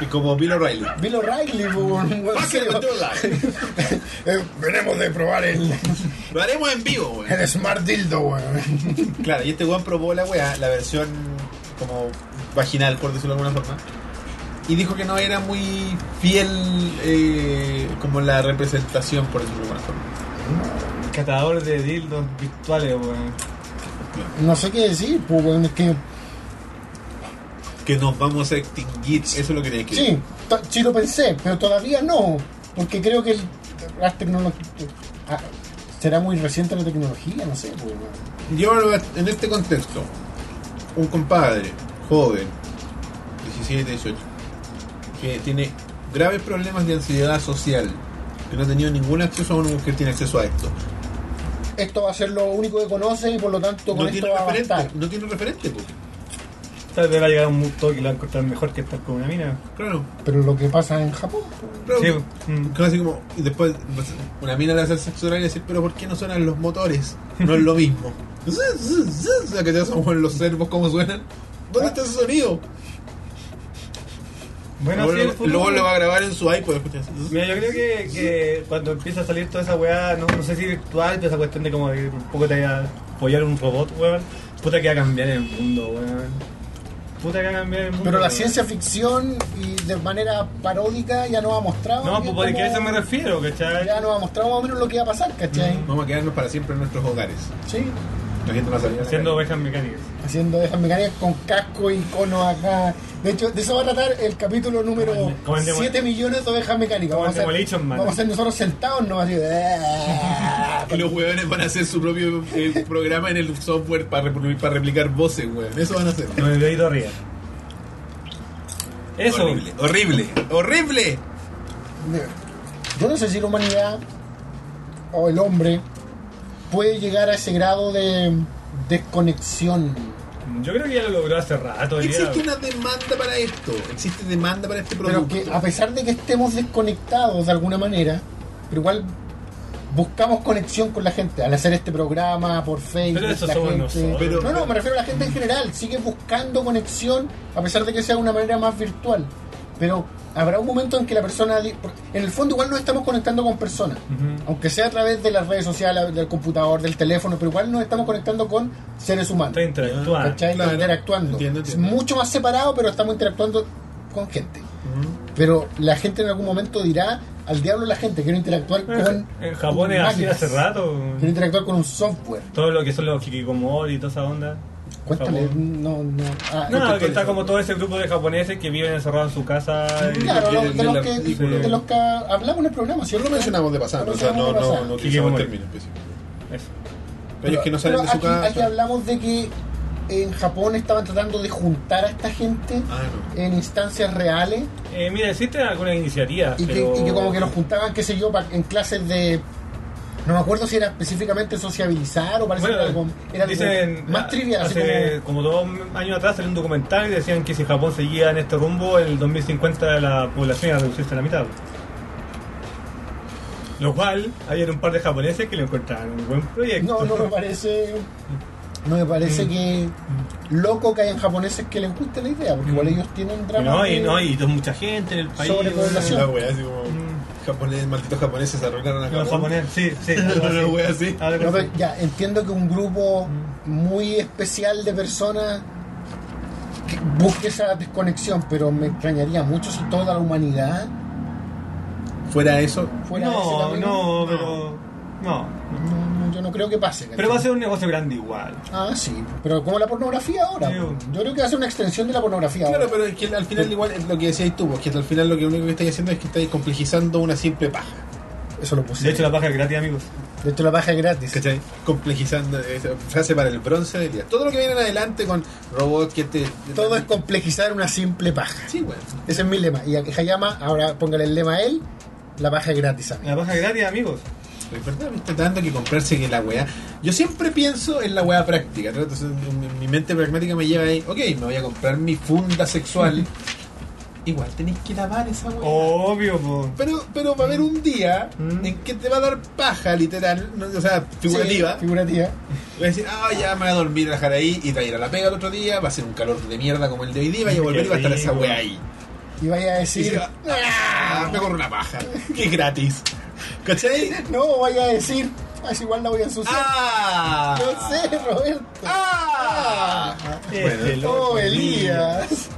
Speaker 1: y como Bill O'Reilly.
Speaker 2: Bill O'Reilly, po, (laughs) un weón
Speaker 1: Pásenme
Speaker 2: serio.
Speaker 1: todo live.
Speaker 2: Eh, Venimos de probar el,
Speaker 1: Lo haremos en vivo,
Speaker 2: (laughs)
Speaker 1: weón.
Speaker 2: el Smart Dildo, weón.
Speaker 1: Claro, y este weón probó la weá, la versión como vaginal, por decirlo de alguna forma. Y dijo que no era muy fiel eh, como la representación, por decirlo de alguna forma.
Speaker 5: Catador de dildos virtuales, weón.
Speaker 2: (laughs) No sé qué decir, po, weón. Es que.
Speaker 1: que nos vamos a extinguir. Eso es lo que tiene que
Speaker 2: Sí, to- sí lo pensé, pero todavía no. Porque creo que el- las tecnologías. será muy reciente la tecnología, no sé, pues, po, weón.
Speaker 1: Yo en este contexto, un compadre joven, 17, 18, que tiene graves problemas de ansiedad social, que no ha tenido ningún acceso a una mujer tiene acceso a esto.
Speaker 2: Esto va a ser lo único que conoce y por lo tanto con
Speaker 1: No
Speaker 2: esto
Speaker 1: tiene
Speaker 2: va a
Speaker 1: referente,
Speaker 2: bastar.
Speaker 1: no tiene referente, pues.
Speaker 5: Tal vez va a llegar un toque y lo va a encontrar mejor que estar con una mina.
Speaker 1: Claro,
Speaker 2: Pero lo que pasa en Japón, po,
Speaker 1: claro.
Speaker 5: Sí, mm.
Speaker 1: Claro, así como, y después pues, una mina le hace el sexo oral y decir, pero ¿por qué no suenan los motores? No es
Speaker 5: (laughs)
Speaker 1: lo mismo. (laughs) O sea, que te hacen los servos cómo suenan.
Speaker 2: Ah.
Speaker 1: ¿Dónde está ese sonido?
Speaker 5: Bueno, sí, el
Speaker 1: luego,
Speaker 5: futuro.
Speaker 1: luego lo va a grabar en su iPod.
Speaker 5: Mira, yo creo que, que cuando empieza a salir toda esa weá, no, no sé si virtual, pero esa cuestión de como de un poco te vaya a apoyar un robot, weón. Puta que va a cambiar el mundo, weón. Puta que va a cambiar
Speaker 3: Mm.
Speaker 5: el mundo.
Speaker 2: Pero la
Speaker 5: weón.
Speaker 2: ciencia ficción y de manera paródica ya nos ha mostrado.
Speaker 5: No,
Speaker 2: que
Speaker 5: pues porque a
Speaker 2: como-
Speaker 5: eso me refiero, ¿cachai?
Speaker 2: Ya nos ha mostrado más o menos lo que va a pasar, ¿cachai?
Speaker 1: Vamos a quedarnos para siempre en nuestros hogares.
Speaker 2: Sí.
Speaker 1: La gente va a salir a la
Speaker 5: Haciendo
Speaker 1: calle.
Speaker 5: ovejas mecánicas.
Speaker 2: Haciendo esas mecánicas con casco y cono acá. De hecho, de eso va a tratar el capítulo número
Speaker 5: Como en Demol-
Speaker 2: 7 millones de ovejas mecánicas.
Speaker 5: Como en
Speaker 2: Vamos a, ser,
Speaker 5: Demolition Man.
Speaker 2: vamos a ser nosotros sentados, no así. "Eh".
Speaker 1: Y los hueones van a hacer su propio eh, programa en el software para, repro- para replicar voces, hueón. Eso van a hacer.
Speaker 5: Con el dedito arriba. Eso.
Speaker 1: Horrible, horrible, horrible.
Speaker 2: Yo no sé si la humanidad o el hombre puede llegar a ese grado de desconexión.
Speaker 5: Yo creo que ya lo logró hace rato. ya.
Speaker 1: Existe una demanda para esto. Existe demanda para este
Speaker 2: Pero
Speaker 1: producto.
Speaker 2: que a pesar de que estemos desconectados de alguna manera, pero igual buscamos conexión con la gente al hacer este programa por Facebook.
Speaker 5: Pero eso
Speaker 2: la
Speaker 5: somos
Speaker 2: gente-
Speaker 5: nosotros.
Speaker 1: Pero-
Speaker 2: no, no, me refiero a la gente en general. Sigue buscando conexión a pesar de que sea de una manera más virtual. Pero habrá un momento en que la persona. di- porque En el fondo, igual nos estamos conectando con personas. Aunque sea a través de las redes sociales, del computador, del teléfono, pero igual nos estamos conectando con seres humanos.
Speaker 5: Está interactuando.
Speaker 2: Ah, ¿Cachai?
Speaker 1: Claro.
Speaker 2: interactuando.
Speaker 1: Entiendo, entiendo.
Speaker 2: Es mucho más separado, pero estamos interactuando con gente.
Speaker 1: Ujú.
Speaker 2: Pero la gente en algún momento dirá, al diablo la gente, quiero interactuar con...
Speaker 5: Eh, En Japón es así
Speaker 2: máquinas.
Speaker 5: hace rato.
Speaker 2: Quiero interactuar con un software.
Speaker 5: Todo lo que son los hikikomori y toda esa onda.
Speaker 2: Cuéntale,
Speaker 5: Japón.
Speaker 2: no, no. Ah,
Speaker 5: No,
Speaker 1: Contextualiza.
Speaker 5: que está como todo ese grupo de japoneses que viven encerrados en su casa. y-
Speaker 2: Claro,
Speaker 1: que
Speaker 2: lo-
Speaker 1: del-
Speaker 2: de, los
Speaker 1: del
Speaker 2: que,
Speaker 1: artículo.
Speaker 2: de los que hablamos en el programa, ¿cierto?
Speaker 1: Lo mencionamos de pasada,
Speaker 2: Lo
Speaker 1: o sea, no,
Speaker 2: mencionamos de
Speaker 1: no, no
Speaker 2: pasada.
Speaker 5: Y que
Speaker 1: utilizamos el
Speaker 5: muere.
Speaker 1: término pues. específico.
Speaker 5: Eso.
Speaker 1: Ellos que no salen de
Speaker 2: Pero
Speaker 1: su
Speaker 2: aquí,
Speaker 1: casa.
Speaker 2: aquí hablamos de que en Japón estaban tratando de juntar a esta gente
Speaker 1: Ah, no.
Speaker 2: en instancias reales
Speaker 5: Eh, mira, existen algunas iniciativas.
Speaker 2: y,
Speaker 5: pero-
Speaker 2: que, y que como que los juntaban, qué sé yo, pa- en clases de... No me acuerdo si era específicamente sociabilizar o parece
Speaker 5: Bueno,
Speaker 2: que era algo, era algo
Speaker 5: dicen,
Speaker 2: más trivial. así
Speaker 5: Hace como... dos años atrás salió un documental y decían que si Japón seguía en este rumbo, el 2050 la población iba a reducirse a la mitad. Lo cual, había un par de japoneses que lo encontraron un buen proyecto.
Speaker 2: No, no me parece. No me
Speaker 5: Mm.
Speaker 2: parece que. Loco que hayan japoneses que les guste la idea, porque igual ellos tienen
Speaker 5: Mm. Y
Speaker 2: drama.
Speaker 5: no, y
Speaker 2: de-
Speaker 5: no, y mucha gente en el país.
Speaker 2: Sobrepoblación.
Speaker 1: La wea, así como. Japonés, malditos japoneses arreglaron a
Speaker 5: Mm. Los
Speaker 1: (laughs) Japón.
Speaker 5: japoneses, sí, sí. algo así.
Speaker 1: Una wea así.
Speaker 5: Algo
Speaker 2: No,
Speaker 5: así.
Speaker 2: pero ya, entiendo que un grupo
Speaker 5: Mm.
Speaker 2: muy especial de personas que busque esa desconexión, pero me extrañaría mucho si toda la humanidad
Speaker 1: Fuera eso,
Speaker 2: fuera de ese
Speaker 5: No,
Speaker 2: camino.
Speaker 5: no, pero. No.
Speaker 2: No, no, yo no creo que pase. ¿cachai?
Speaker 5: Pero va a ser un negocio grande igual.
Speaker 2: Ah, sí, pero como la pornografía ahora.
Speaker 5: Sí,
Speaker 2: po. Yo creo que va a ser una extensión de la pornografía
Speaker 1: Claro,
Speaker 2: ahora.
Speaker 1: pero es que al final igual es lo que decías tú, porque al final lo que único que estáis haciendo es que estáis complejizando una simple paja.
Speaker 2: Eso lo puse.
Speaker 5: De hecho, la paja es gratis, amigos.
Speaker 2: De hecho, la baja es gratis.
Speaker 1: ¿Cachai? Complejizando esa frase para el bronce del día. Todo lo que viene en adelante con robots que te.
Speaker 2: Todo es complejizar una simple paja.
Speaker 1: Sí, güey.
Speaker 2: Ese es mi lema. Y a Hayama, ahora póngale el lema a él, la paja es gratis. amigo.
Speaker 5: La paja es gratis, amigos.
Speaker 1: Es verdad, viste tanto que comprarse que la weá. Yo siempre pienso en la weá práctica. ¿no? Entonces, mi, mi mente pragmática me lleva ahí, ok, me voy a comprar mi funda sexual. igual tenéis que lavar esa weá.
Speaker 3: Oh.
Speaker 5: Obvio, po.
Speaker 1: Pero, pero va a haber un día
Speaker 5: Mm.
Speaker 1: en que te va a dar paja, literal, no, o sea, figurativa.
Speaker 2: Sí, figurativa.
Speaker 1: Voy a decir, ah, ya me voy a dormir, a dejar ahí y traer a la pega el otro día. Va a ser un calor de mierda como el de hoy día. Vaya a volver y va a estar esa
Speaker 5: rico.
Speaker 1: weá ahí.
Speaker 2: Y vaya a
Speaker 1: Y
Speaker 2: decir,
Speaker 1: se va, ah, me corro una paja. Que es gratis. ¿Cachai?
Speaker 2: no, vaya a decir, "Ah, es igual la voy a ensuciar.
Speaker 1: ¡Ah!
Speaker 2: No sé, Roberto.
Speaker 1: ¡Ah!
Speaker 5: Este
Speaker 1: Bueno,
Speaker 5: loco,
Speaker 2: oh, Elías.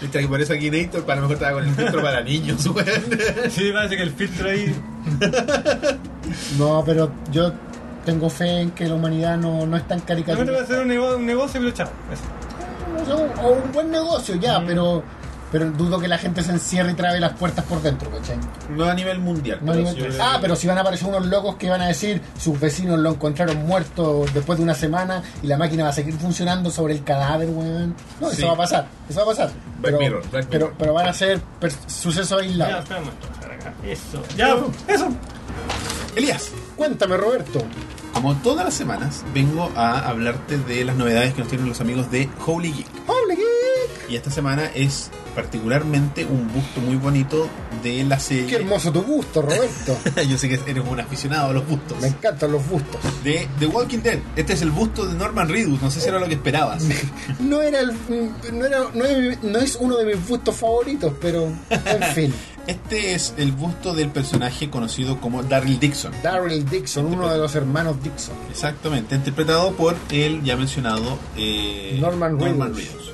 Speaker 1: mientras que por eso aquí Nator, para lo mejor estaba con el filtro para niños, (laughs) weón.
Speaker 5: Sí, parece que el filtro
Speaker 2: (laughs)
Speaker 5: ahí.
Speaker 2: No, pero yo tengo fe en que la humanidad no, no es tan
Speaker 5: Realmente va a
Speaker 2: caricatura.
Speaker 5: ser un nego- un negocio, pero chao. Eso.
Speaker 2: No sé, O un buen negocio ya,
Speaker 1: Mm.
Speaker 2: pero pero dudo que la gente se encierre y trabe las puertas por dentro, ¿cachai?
Speaker 1: No a nivel mundial.
Speaker 2: No
Speaker 1: pero
Speaker 2: digo-
Speaker 1: sí,
Speaker 2: ah, pero si van a aparecer unos locos que van a decir sus vecinos lo encontraron muerto después de una semana y la máquina va a seguir funcionando sobre el cadáver, weón. No, eso
Speaker 1: Sí.
Speaker 2: va a pasar, eso va a pasar. Pero,
Speaker 1: Mirror, Black
Speaker 2: pero,
Speaker 1: Mirror.
Speaker 2: pero van a ser per- sucesos
Speaker 5: Ya,
Speaker 2: aislados.
Speaker 5: espérame. acá. Eso. Ya, po. eso.
Speaker 1: Elías,
Speaker 2: Cuéntame, Roberto.
Speaker 1: como todas las semanas, vengo a hablarte de las novedades que nos tienen los amigos de Holy Geek.
Speaker 2: Holy Geek.
Speaker 1: Y esta semana es particularmente un busto muy bonito de la serie.
Speaker 2: Qué hermoso tu gusto, Roberto.
Speaker 1: (laughs) Yo sé que eres un aficionado a los bustos.
Speaker 2: Me encantan los bustos.
Speaker 1: De The Walking Dead. Este es el busto de Norman Reedus. No sé si era lo que esperabas.
Speaker 2: No era el, mm, no era, no es, no es uno de mis gustos favoritos, pero en
Speaker 1: (laughs)
Speaker 2: fin.
Speaker 1: Este es el busto del personaje conocido como Daryl Dixon.
Speaker 2: Daryl Dixon, uno de los hermanos Dixon.
Speaker 1: Exactamente, interpretado por el ya mencionado eh,
Speaker 2: Norman Reedus.
Speaker 1: Reedus.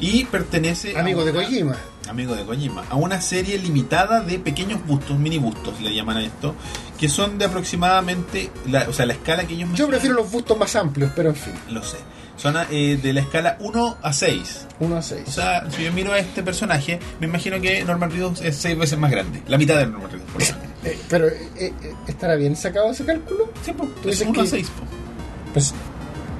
Speaker 1: Y pertenece a
Speaker 2: Amigo de
Speaker 1: una-
Speaker 2: Kojima.
Speaker 1: amigo de Kojima, a una serie limitada de pequeños bustos, mini bustos le llaman a esto, que son de aproximadamente, la, o sea, la escala que ellos
Speaker 2: Yo
Speaker 1: mencionan-
Speaker 2: prefiero los bustos más amplios, pero en fin.
Speaker 1: lo sé, son eh, de la escala 1 a 6.
Speaker 2: 1 a
Speaker 1: O
Speaker 2: 6.
Speaker 1: sea, si yo miro a este personaje, me imagino que Norman Reedus es 6 veces más grande, la mitad de Norman Reedus, por lo menos.
Speaker 2: Pero, eh, eh, ¿estará bien sacado ese cálculo?
Speaker 1: Sí, po,
Speaker 2: Tú
Speaker 1: es
Speaker 2: dices
Speaker 1: 1 a
Speaker 2: que-
Speaker 1: 6. po.
Speaker 2: Pues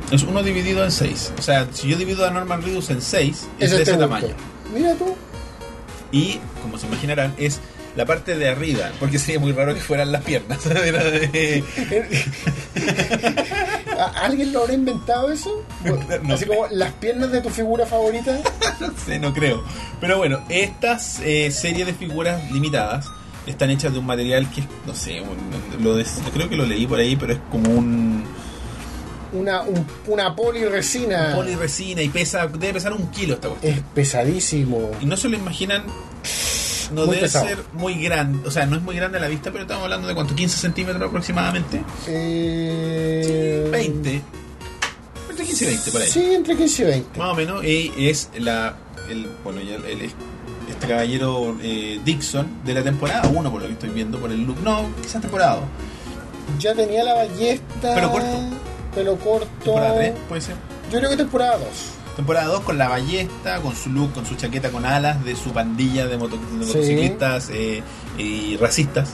Speaker 1: Es 1 dividido en 6. O sea, si yo divido a Norman Reedus en 6, es,
Speaker 2: es
Speaker 1: de
Speaker 2: este
Speaker 1: ese
Speaker 2: gusto.
Speaker 1: tamaño.
Speaker 2: Mira tú.
Speaker 1: Y, como se imaginarán, es la parte de arriba, porque sería muy raro que fueran las piernas. (laughs) Era de-
Speaker 2: ¿A- ¿Alguien lo habrá inventado eso?
Speaker 1: (laughs)
Speaker 2: Pues,
Speaker 1: No.
Speaker 2: Así como las piernas de tu figura favorita.
Speaker 1: no sé, (laughs) no creo. Pero bueno, estas eh, serie de figuras limitadas están hechas de un material que, no sé, un- lo des- creo que lo leí por ahí, pero es como un
Speaker 2: Una, un- una poliresina.
Speaker 1: poliresina y pesa, debe pesar un kilo esta cuestión.
Speaker 2: Es pesadísimo.
Speaker 1: Y no se lo imaginan, no
Speaker 2: Muy
Speaker 1: debe
Speaker 2: pesado.
Speaker 1: ser muy grande, o sea, no es muy grande a la vista, pero estamos hablando de cuánto, 15 centímetros aproximadamente,
Speaker 2: Eh,
Speaker 1: 20, entre 15 y 20 por ahí.
Speaker 2: Sí, entre 15 y 20.
Speaker 1: Más o menos, y es la. El, bueno, ya el- el- este caballero eh, Dixon de la temporada 1, por lo que estoy viendo, por el look. No, quizás temporada dos.
Speaker 2: Ya tenía la ballesta.
Speaker 1: Pelo corto.
Speaker 2: Pelo corto.
Speaker 1: Temporada 3, puede ser.
Speaker 2: Yo creo que temporada 2.
Speaker 1: Temporada 2 con la ballesta, con su look, con su chaqueta con alas de su pandilla de, moto- de motociclistas eh, y racistas.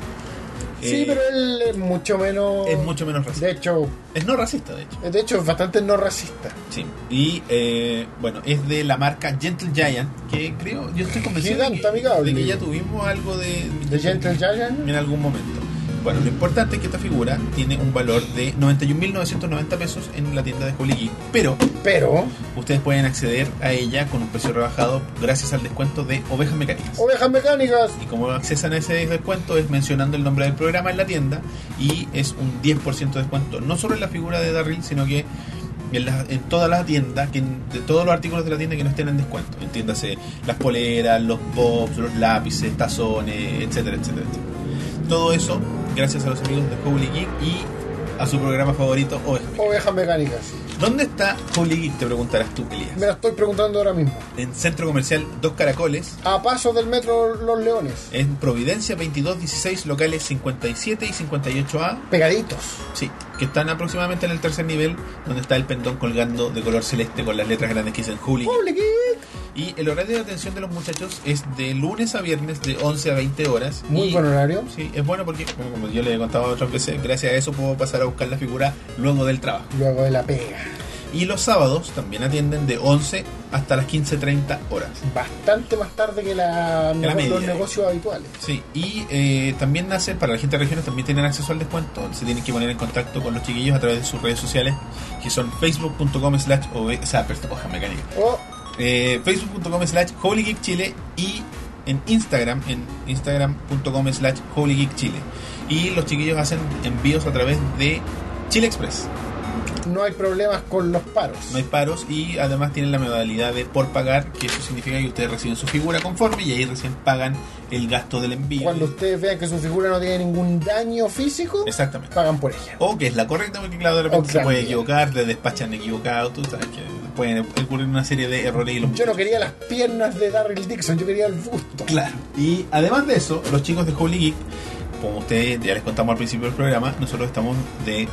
Speaker 2: sí,
Speaker 1: Eh,
Speaker 2: pero él es mucho menos.
Speaker 1: es mucho menos racista.
Speaker 2: De hecho, eh,
Speaker 1: Es no racista, de hecho.
Speaker 2: de hecho, es bastante no racista.
Speaker 1: Sí. Y eh, bueno, es de la marca Gentle Giant, que creo, yo estoy convencido de
Speaker 2: Gigante
Speaker 1: que,
Speaker 2: amigable.
Speaker 1: de que ya tuvimos algo de,
Speaker 2: The Gentle Giant.
Speaker 1: en algún momento. Bueno, lo importante es que esta figura tiene un valor de 91.990 pesos en la tienda de Holy Geek, pero
Speaker 2: Pero,
Speaker 1: ustedes pueden acceder a ella con un precio rebajado gracias al descuento de Ovejas Mecánicas.
Speaker 2: ovejas mecánicas.
Speaker 1: Y como accesan a ese descuento es mencionando el nombre del programa en la tienda y es un 10% de descuento, no solo en la figura de Darryl, sino que en, la- en toda la tienda, que en- de todos los artículos de la tienda que no estén en descuento. Entiéndase, las poleras, los pops, los lápices, tazones, etcétera, etcétera, etcétera. Todo eso gracias a los amigos de Holy Geek y a su programa favorito Oveja Mecánica.
Speaker 2: Ovejas mecánicas.
Speaker 1: ¿Dónde está Holy Geek? Te preguntarás tú, Elías.
Speaker 2: Me la estoy preguntando ahora mismo.
Speaker 1: En Centro Comercial Dos Caracoles,
Speaker 2: A paso del metro Los Leones.
Speaker 1: En Providencia 2216, locales 57 y 58A,
Speaker 2: Pegaditos.
Speaker 1: sí, que están aproximadamente en el tercer nivel, donde está el pendón colgando de color celeste con las letras grandes que dicen Juli.
Speaker 2: Public Geek.
Speaker 1: Y el horario de atención de los muchachos es de lunes a viernes de 11 a 20 horas.
Speaker 2: Muy
Speaker 1: Y-
Speaker 2: buen horario.
Speaker 1: Sí, es bueno porque, bueno, como yo le he contado otras veces, gracias a eso puedo pasar a buscar la figura luego del trabajo.
Speaker 2: Luego de la pega.
Speaker 1: Y los sábados también atienden de 11 hasta las 15.30 horas.
Speaker 2: Bastante más tarde que la,
Speaker 1: la media.
Speaker 2: los negocios habituales.
Speaker 1: Sí, y eh, también nace, para la gente de regiones también tienen acceso al descuento, se tienen que poner en contacto con los chiquillos a través de sus redes sociales, que son facebook.com slash, ove- o sea, perdón, hoja mecánica,
Speaker 2: O
Speaker 1: Eh, facebook.com slash holygeekchile y en Instagram, en instagram.com slash holygeekchile. Y los chiquillos hacen envíos a través de Chile Express,
Speaker 2: no hay problemas con los paros.
Speaker 1: no hay paros y además tienen la modalidad de por pagar, que eso significa que ustedes reciben su figura conforme y ahí recién pagan el gasto del envío.
Speaker 2: Cuando ustedes vean que su figura no tiene ningún daño físico,
Speaker 1: Exactamente.
Speaker 2: pagan por ella.
Speaker 1: O que es la correcta, porque claro, de repente
Speaker 2: O
Speaker 1: se puede
Speaker 2: cambia.
Speaker 1: equivocar, le despachan equivocado, tú sabes que pueden ocurrir una serie de errores y los
Speaker 2: Yo no quería las piernas de Darryl Dixon, yo quería el busto.
Speaker 1: Claro. Y además de eso, los chicos de Holy Geek, como ustedes ya les contamos al principio del programa, nosotros estamos de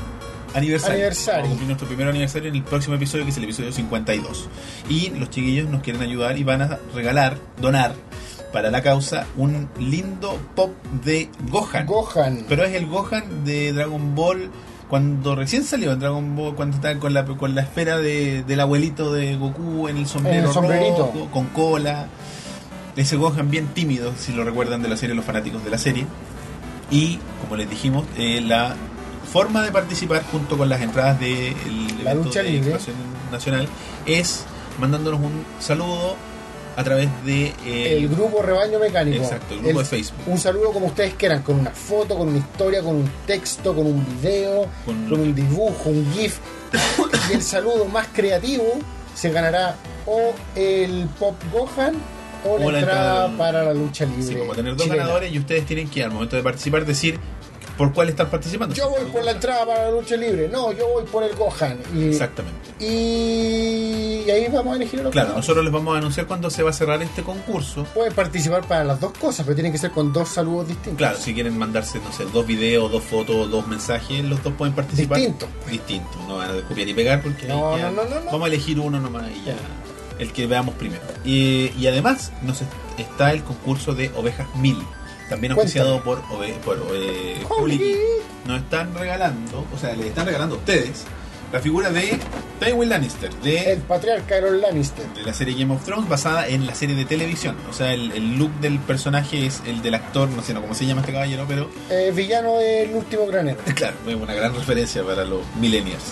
Speaker 1: aniversario.
Speaker 2: Aniversario.
Speaker 1: Vamos a cumplir nuestro primer aniversario en el próximo episodio, que es el episodio 52. Y los chiquillos nos quieren ayudar y van a regalar, donar para la causa un lindo pop de Gohan.
Speaker 2: Gohan.
Speaker 1: Pero es el Gohan de Dragon Ball cuando recién salió en Dragon Ball, cuando estaba con la, con la esfera de- del abuelito de Goku en el sombrero
Speaker 2: En el sombrerito.
Speaker 1: rojo, con cola. Ese Gohan bien tímido, si lo recuerdan de la serie, los fanáticos de la serie. Y, como les dijimos, eh, la forma de participar junto con las entradas del
Speaker 2: La lucha
Speaker 1: de
Speaker 2: libre.
Speaker 1: Expansión Nacional es mandándonos un saludo a través de... eh,
Speaker 2: el grupo Rebaño Mecánico.
Speaker 1: Exacto, el grupo de Facebook.
Speaker 2: Un saludo como ustedes quieran, con una foto, con una historia, con un texto, con un video,
Speaker 1: Con-
Speaker 2: con, un dibujo, un GIF. y el saludo más creativo se ganará o el Pop Gohan o la, entrada
Speaker 1: al-
Speaker 2: para la lucha libre.
Speaker 1: Sí, como tener dos
Speaker 2: chilena.
Speaker 1: ganadores y ustedes tienen que al momento de participar decir por cuál están participando.
Speaker 2: Yo voy por la entrada para la lucha libre. No, yo voy por el Gohan. Y,
Speaker 1: Exactamente.
Speaker 2: y, y ahí vamos a elegir a los
Speaker 1: Claro,
Speaker 2: ganadores.
Speaker 1: nosotros les vamos a anunciar cuándo se va a cerrar este concurso.
Speaker 2: Pueden participar para las dos cosas, pero tienen que ser con dos saludos distintos.
Speaker 1: Claro, si quieren mandarse, no sé, dos videos, dos fotos, dos mensajes, los dos pueden participar.
Speaker 2: Distinto.
Speaker 1: Distinto. No van a copiar y pegar porque
Speaker 2: No,
Speaker 1: ahí ya-
Speaker 2: no, no, no, no.
Speaker 1: vamos a elegir uno nomás y ya. El que veamos primero. Y, y además nos est- está el concurso de ovejas mil. También
Speaker 2: Cuéntame.
Speaker 1: auspiciado por, ove- por eh,
Speaker 2: Holy
Speaker 1: Public. nos están regalando, o sea, les están regalando a ustedes la figura de Tywin Lannister,
Speaker 2: El
Speaker 1: de,
Speaker 2: patriarca Carol Lannister.
Speaker 1: de la serie Game of Thrones, basada en la serie de televisión. O sea, el, el look del personaje es el del actor, no sé no, cómo se llama este caballero, pero
Speaker 2: Eh, villano del último
Speaker 1: (laughs)
Speaker 2: granero.
Speaker 1: Claro, fue una gran referencia para los millennials.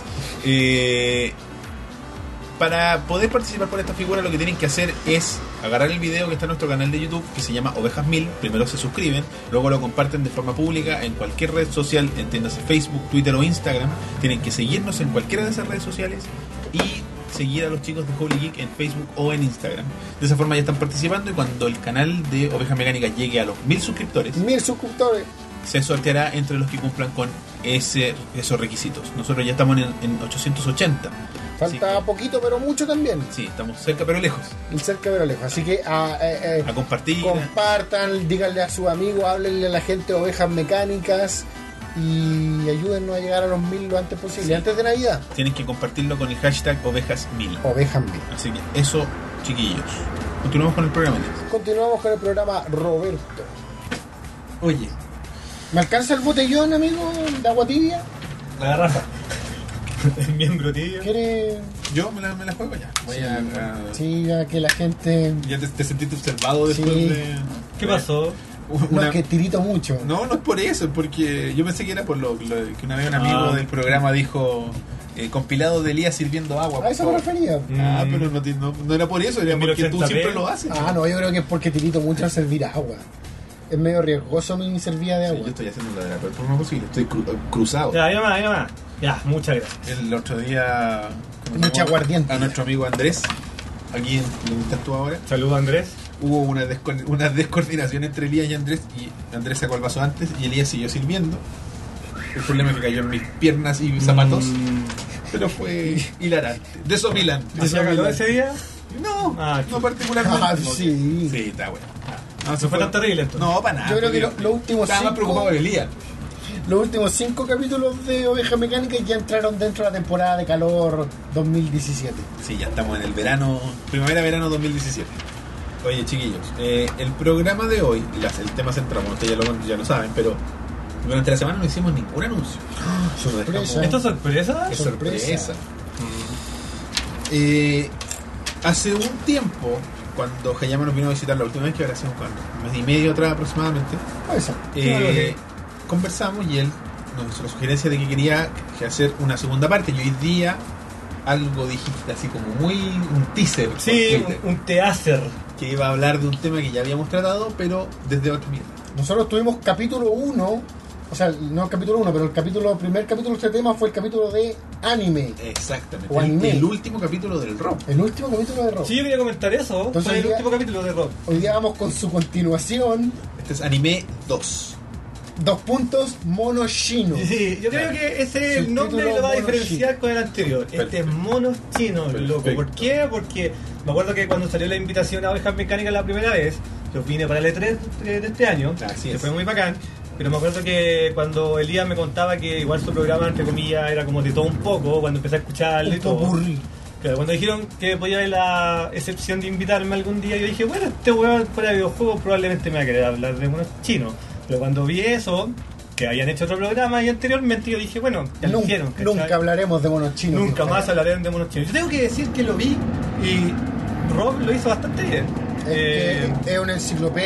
Speaker 1: Eh, para poder participar por esta figura lo que tienen que hacer es agarrar el video que está en nuestro canal de YouTube que se llama Ovejas Mil, primero se suscriben, luego lo comparten de forma pública en cualquier red social, entiéndase Facebook, Twitter o Instagram, tienen que seguirnos en cualquiera de esas redes sociales y seguir a los chicos de Holy Geek en Facebook o en Instagram. De esa forma ya están participando y cuando el canal de Ovejas Mecánicas llegue a los mil suscriptores,
Speaker 2: Mil suscriptores.
Speaker 1: se sorteará entre los que cumplan con ese, esos requisitos. Nosotros ya estamos en, en 880.
Speaker 2: Falta
Speaker 1: Sí.
Speaker 2: poquito, pero mucho también.
Speaker 1: Sí, estamos cerca pero lejos.
Speaker 2: El cerca pero lejos. Así que ah, eh, eh,
Speaker 1: A compartir.
Speaker 2: compartan, díganle a sus amigos, háblenle a la gente de ovejas mecánicas y ayúdennos a llegar a los mil lo antes posible.
Speaker 1: Sí.
Speaker 2: Antes de Navidad,
Speaker 1: Tienes que compartirlo con el hashtag ovejas1000.
Speaker 2: ovejas mil.
Speaker 1: Así que eso, chiquillos. Continuamos con el programa. Inés.
Speaker 2: Continuamos con el programa Roberto.
Speaker 1: Oye,
Speaker 2: ¿Me alcanza el botellón, amigo, de agua tibia?
Speaker 3: La
Speaker 5: (laughs)
Speaker 3: garrafa. El miembro tibio.
Speaker 2: ¿Quieres
Speaker 1: yo me la, me la juego ya. Voy
Speaker 2: Sí.
Speaker 1: a, a-
Speaker 2: sí, ya que la gente...
Speaker 1: Ya te, te sentiste observado después
Speaker 2: Sí.
Speaker 1: de.
Speaker 3: ¿Qué pasó?
Speaker 2: No,
Speaker 1: una-
Speaker 2: es que tirito mucho.
Speaker 1: No, no es por eso, porque yo pensé que era por lo, lo- que una vez un amigo
Speaker 3: Ah.
Speaker 1: del programa dijo eh, compilado de Elías sirviendo agua.
Speaker 2: A
Speaker 1: por
Speaker 2: eso me
Speaker 1: favor".
Speaker 2: refería.
Speaker 1: Ah,
Speaker 3: Mm.
Speaker 1: pero no, te- no, no era por eso, era
Speaker 3: En
Speaker 1: porque tú
Speaker 3: 1080p.
Speaker 1: siempre lo haces.
Speaker 2: Ah, no, yo creo que es porque tirito mucho a servir agua. Es medio riesgoso mi servida de
Speaker 1: Sí, yo
Speaker 2: agua.
Speaker 1: estoy haciendo la de la peor forma posible, estoy cru- cruzado.
Speaker 3: Ya, ya más, ya más. Ya, muchas gracias.
Speaker 1: El otro día
Speaker 2: Mucha aguardiente.
Speaker 1: a nuestro amigo Andrés, aquí en donde estás tú ahora,
Speaker 3: Saludos Andrés.
Speaker 1: hubo una, desco- una descoordinación entre Elías y Andrés, y Andrés sacó el vaso antes y Elías siguió sirviendo. El problema es que cayó en mis piernas y mis zapatos,
Speaker 3: Mm,
Speaker 1: pero fue
Speaker 3: (laughs)
Speaker 1: hilarante, desopilante.
Speaker 3: ¿Hacía calor ese día?
Speaker 1: No,
Speaker 3: Ah,
Speaker 1: no
Speaker 3: chuta.
Speaker 1: particularmente.
Speaker 2: Ah, sí.
Speaker 1: Sí, está bueno. Ah.
Speaker 3: No, se fue tan terrible esto.
Speaker 1: No, para nada.
Speaker 2: Yo creo que
Speaker 1: pero
Speaker 2: lo- los últimos
Speaker 1: Estaba más
Speaker 2: cinco-
Speaker 1: preocupado de Elías.
Speaker 2: Los últimos cinco capítulos de Oveja Mecánica ya entraron dentro de la temporada de calor 2017.
Speaker 1: Sí, ya estamos en el verano, primavera-verano 2017. Oye, chiquillos, eh, el programa de hoy, las- el tema central, bueno, ustedes ya lo, ya lo saben, pero durante la semana no hicimos ningún anuncio. Eso lo dejamos-
Speaker 2: Sorpresa.
Speaker 3: ¿Esto es sorpresa?
Speaker 1: ¡Qué
Speaker 2: sorpresa.
Speaker 1: Ah, sorpresa! Eh, hace un tiempo, cuando Hayama nos vino a visitar la última vez, que ahora sido cuando, un mes y medio atrás aproximadamente,
Speaker 2: Eso.
Speaker 1: eh, conversamos y él nos hizo la sugerencia de que quería que hacer una segunda parte. Y hoy día algo dijiste así como muy un teaser. por
Speaker 3: Sí,
Speaker 1: Twitter,
Speaker 3: un, un teaser.
Speaker 1: que iba a hablar de un tema que ya habíamos tratado, pero desde otra mira.
Speaker 2: Nosotros tuvimos capítulo 1, o sea, no el capítulo 1, pero el capítulo, primer capítulo de este tema fue el capítulo de anime.
Speaker 1: Exactamente.
Speaker 2: O
Speaker 1: El,
Speaker 2: anime.
Speaker 1: el último capítulo del rock.
Speaker 2: El último capítulo de Rock.
Speaker 3: Sí, yo quería comentar eso.
Speaker 2: Entonces,
Speaker 3: Fue el
Speaker 2: ya-
Speaker 3: último capítulo de Rock.
Speaker 2: Hoy día vamos con su continuación.
Speaker 1: Este es anime 2.
Speaker 2: Dos puntos, mono chino.
Speaker 3: Sí, yo creo
Speaker 1: Claro.
Speaker 3: que ese es
Speaker 2: Subtítulo
Speaker 3: el nombre que lo va a
Speaker 2: mono
Speaker 3: diferenciar con el anterior. Este es
Speaker 1: Perfecto.
Speaker 3: mono chino, loco. ¿Por
Speaker 1: Perfecto.
Speaker 3: qué? Porque me acuerdo que cuando salió la invitación a Ovejas Mecánicas la primera vez, yo vine para el E3 de de este año,
Speaker 1: Así
Speaker 3: que
Speaker 1: es.
Speaker 3: fue muy bacán. Pero me acuerdo que cuando Elías me contaba que igual su programa, entre comillas, era como de todo un poco, cuando empecé a escucharle
Speaker 2: Un
Speaker 3: todo.
Speaker 2: popurrí.
Speaker 3: Claro, cuando dijeron que podía haber la excepción de invitarme algún día, yo dije, bueno, este weón fuera de videojuegos probablemente me va a querer hablar de unos chinos. Pero cuando vi eso, que habían hecho otro programa y anteriormente, yo dije, bueno, ya lo
Speaker 2: Nunca,
Speaker 3: hicieron. ¿cachai?
Speaker 2: nunca hablaremos de monos chinos.
Speaker 3: Nunca
Speaker 2: Ojalá.
Speaker 3: más hablaré de monos chinos. Yo tengo que decir que lo vi y Rob lo hizo bastante bien.
Speaker 2: Es, que
Speaker 3: Eh,
Speaker 2: es una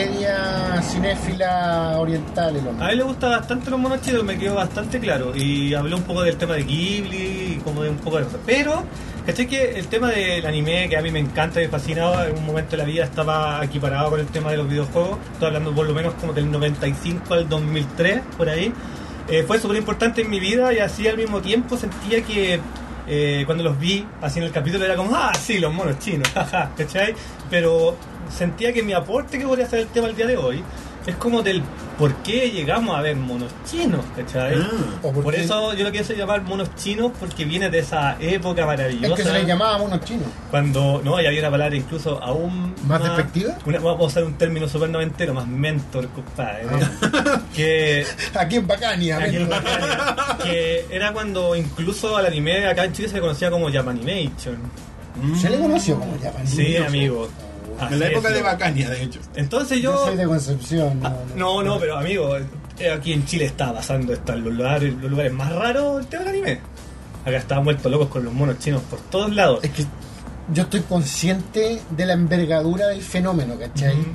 Speaker 2: enciclopedia cinéfila oriental el hombre.
Speaker 3: a él le gusta bastante los monos chinos, me quedó bastante claro. Y habló un poco del tema de Ghibli, y como de un poco de cosas. Pero, ¿cachai? Que el tema del anime, que a mí me encanta y me fascinaba, en un momento de la vida estaba aquí parado con el tema de los videojuegos. Estoy hablando por lo menos como del 95 al 2003, por ahí. Eh, fue súper importante en mi vida y así al mismo tiempo sentía que eh, cuando los vi así en el capítulo era como, ah, sí, los monos chinos, (laughs) jaja, ¿cachai? Pero sentía que mi aporte que podría hacer el tema el día de hoy es como del por qué llegamos a ver monos chinos, ¿cachai?
Speaker 1: Ah.
Speaker 2: O
Speaker 3: Por
Speaker 2: porque-
Speaker 3: eso yo lo quise llamar monos chinos porque viene de esa época maravillosa.
Speaker 2: Es que se les llamaba monos chinos.
Speaker 3: Cuando, no, y había una palabra incluso aún
Speaker 2: ¿Más despectiva?
Speaker 3: una- vamos a usar un término súper noventero, más mentor, compadre.
Speaker 2: Ah. (laughs)
Speaker 3: Que
Speaker 2: Aquí en Bacania.
Speaker 3: Aquí en
Speaker 2: amigo.
Speaker 3: Bacana, que era cuando incluso al anime acá en Chile se le conocía como Japanimation.
Speaker 2: Se le conoció como Japan.
Speaker 3: Sí, amigo.
Speaker 1: En la
Speaker 3: Así
Speaker 1: época
Speaker 3: es,
Speaker 1: de
Speaker 3: yo.
Speaker 1: Bacania, de hecho.
Speaker 3: Entonces
Speaker 2: Yo
Speaker 3: yo...
Speaker 2: soy de Concepción.
Speaker 3: Ah, No, no, pero amigo, eh, aquí en Chile está pasando esto en los lugares, los lugares más raros el tema del anime. Acá estaban vueltos locos con los monos chinos por todos lados.
Speaker 2: Es que yo estoy consciente de la envergadura del fenómeno, ¿cachai?
Speaker 3: Ujú.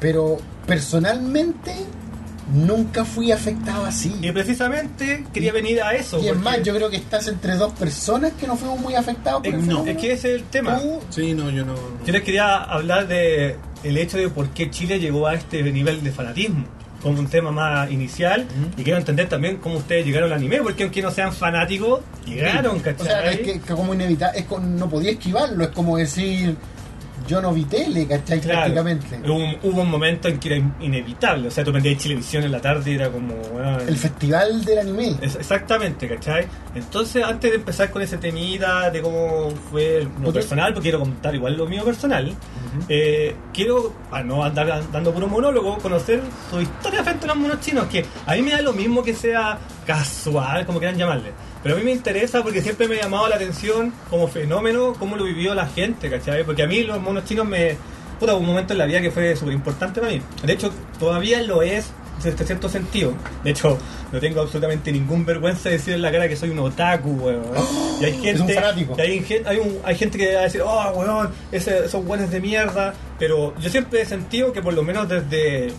Speaker 2: Pero personalmente nunca fui afectado así.
Speaker 3: Y precisamente quería venir a eso.
Speaker 2: Y es
Speaker 3: porque-
Speaker 2: más, yo creo que estás entre dos personas que no fuimos muy afectados por
Speaker 3: es,
Speaker 2: el
Speaker 3: Eh, no,
Speaker 2: fenómeno.
Speaker 3: es que ese es el tema.
Speaker 2: Tú,
Speaker 1: Sí, no, yo no.
Speaker 3: Yo les quería hablar de el hecho de por qué Chile llegó a este nivel de fanatismo, como un tema más inicial, y quiero entender también cómo ustedes llegaron al anime, porque aunque no sean fanáticos, llegaron,
Speaker 2: O
Speaker 3: ¿cachai?
Speaker 2: sea, es que, que como inevitable, es con- no podía esquivarlo, es como decir, yo no vi tele, ¿cachai?
Speaker 3: Claro.
Speaker 2: Prácticamente.
Speaker 3: Hubo, un- hubo un momento en que era in- inevitable, o sea, tú prendías televisión en la tarde y era como... bueno,
Speaker 2: El festival del anime.
Speaker 3: es- exactamente, ¿cachai? Entonces, antes de empezar con ese temita de cómo fue lo
Speaker 2: Otro-
Speaker 3: personal, porque quiero contar igual lo mío personal, eh, quiero, para no andar an- dando puro monólogo, conocer su historia frente a los monos chinos, que a mí me da lo mismo que sea casual, como quieran llamarle. Pero a mí me interesa porque siempre me ha llamado la atención como fenómeno, cómo lo vivió la gente, ¿cachai? Porque a mí los monos chinos me... Puta, hubo un momento en la vida que fue súper importante para mí. De hecho, todavía lo es en este cierto sentido. De hecho, no tengo absolutamente ningún vergüenza de decir en la cara que soy un otaku, weón. Y hay gente,
Speaker 2: ¡Oh! Es un fanático.
Speaker 3: y hay, gen- hay, un- hay gente que va a decir, oh, weón, ese- esos weones de mierda. Pero yo siempre he sentido que por lo menos desde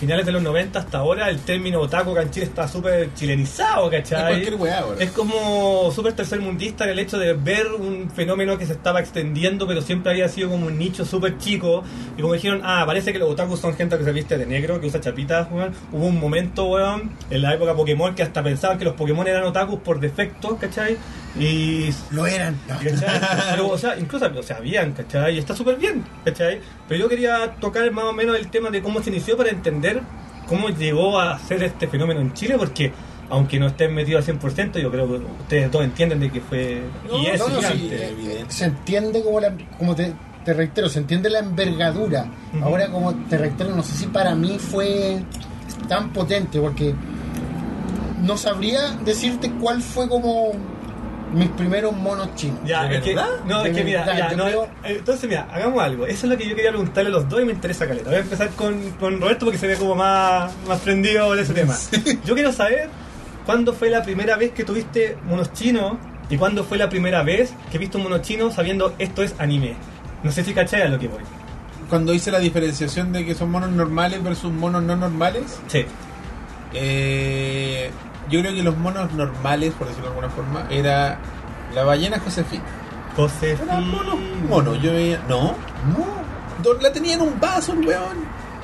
Speaker 3: finales de los 90 hasta ahora el término otaku acá en Chile está súper chilenizado,
Speaker 1: Es
Speaker 3: ¿cachai?
Speaker 1: cualquier weá ahora.
Speaker 3: Es como súper tercermundista el hecho de ver un fenómeno que se estaba extendiendo, pero siempre había sido como un nicho súper chico. Y como dijeron, ah, parece que los otakus son gente que se viste de negro, que usa chapitas, weón. Hubo un momento, weón, en la época Pokémon que hasta pensaban que los Pokémon eran otakus por defecto, ¿cachai? Y
Speaker 2: Lo eran. No.
Speaker 3: ¿Cachai? Pero, o sea, incluso o sea, habían, ¿cachai? Y está súper bien, ¿cachai? Pero yo quería tocar más o menos el tema de cómo se inició para entender cómo llegó a ser este fenómeno en Chile, porque aunque no estén metidos al 100%, yo creo que ustedes todos entienden de que fue... y
Speaker 1: No,
Speaker 3: es
Speaker 1: no, no, sí,
Speaker 3: gigante.
Speaker 1: eh, evidente.
Speaker 2: se entiende como la como te, te reitero se entiende la envergadura
Speaker 3: Ujú.
Speaker 2: ahora como te reitero no sé si para mí fue tan potente porque no sabría decirte cuál fue como mis primeros monos chinos
Speaker 3: Ya,
Speaker 1: ¿De
Speaker 3: es que,
Speaker 1: verdad?
Speaker 3: no,
Speaker 2: De
Speaker 3: es que mira,
Speaker 2: verdad,
Speaker 3: ya,
Speaker 2: yo
Speaker 3: no, eh,
Speaker 2: creo-
Speaker 3: entonces mira, hagamos algo. Eso es lo que yo quería preguntarle a los dos y me interesa caleta. Voy a empezar con, con Roberto porque se ve como más, más prendido en ese tema. Yo quiero saber cuándo fue la primera vez que tuviste monos chinos y cuándo fue la primera vez que viste un mono chino sabiendo esto es anime. No sé si cachai a lo que voy.
Speaker 1: Cuando hice la diferenciación de que son monos normales versus monos no normales,
Speaker 3: Sí.
Speaker 1: eh, yo creo que los monos normales, por decirlo de alguna forma, era la ballena Josefina.
Speaker 3: José.
Speaker 1: Eran monos monos, yo veía. No,
Speaker 2: no
Speaker 1: Do- la tenía en un vaso, el weón.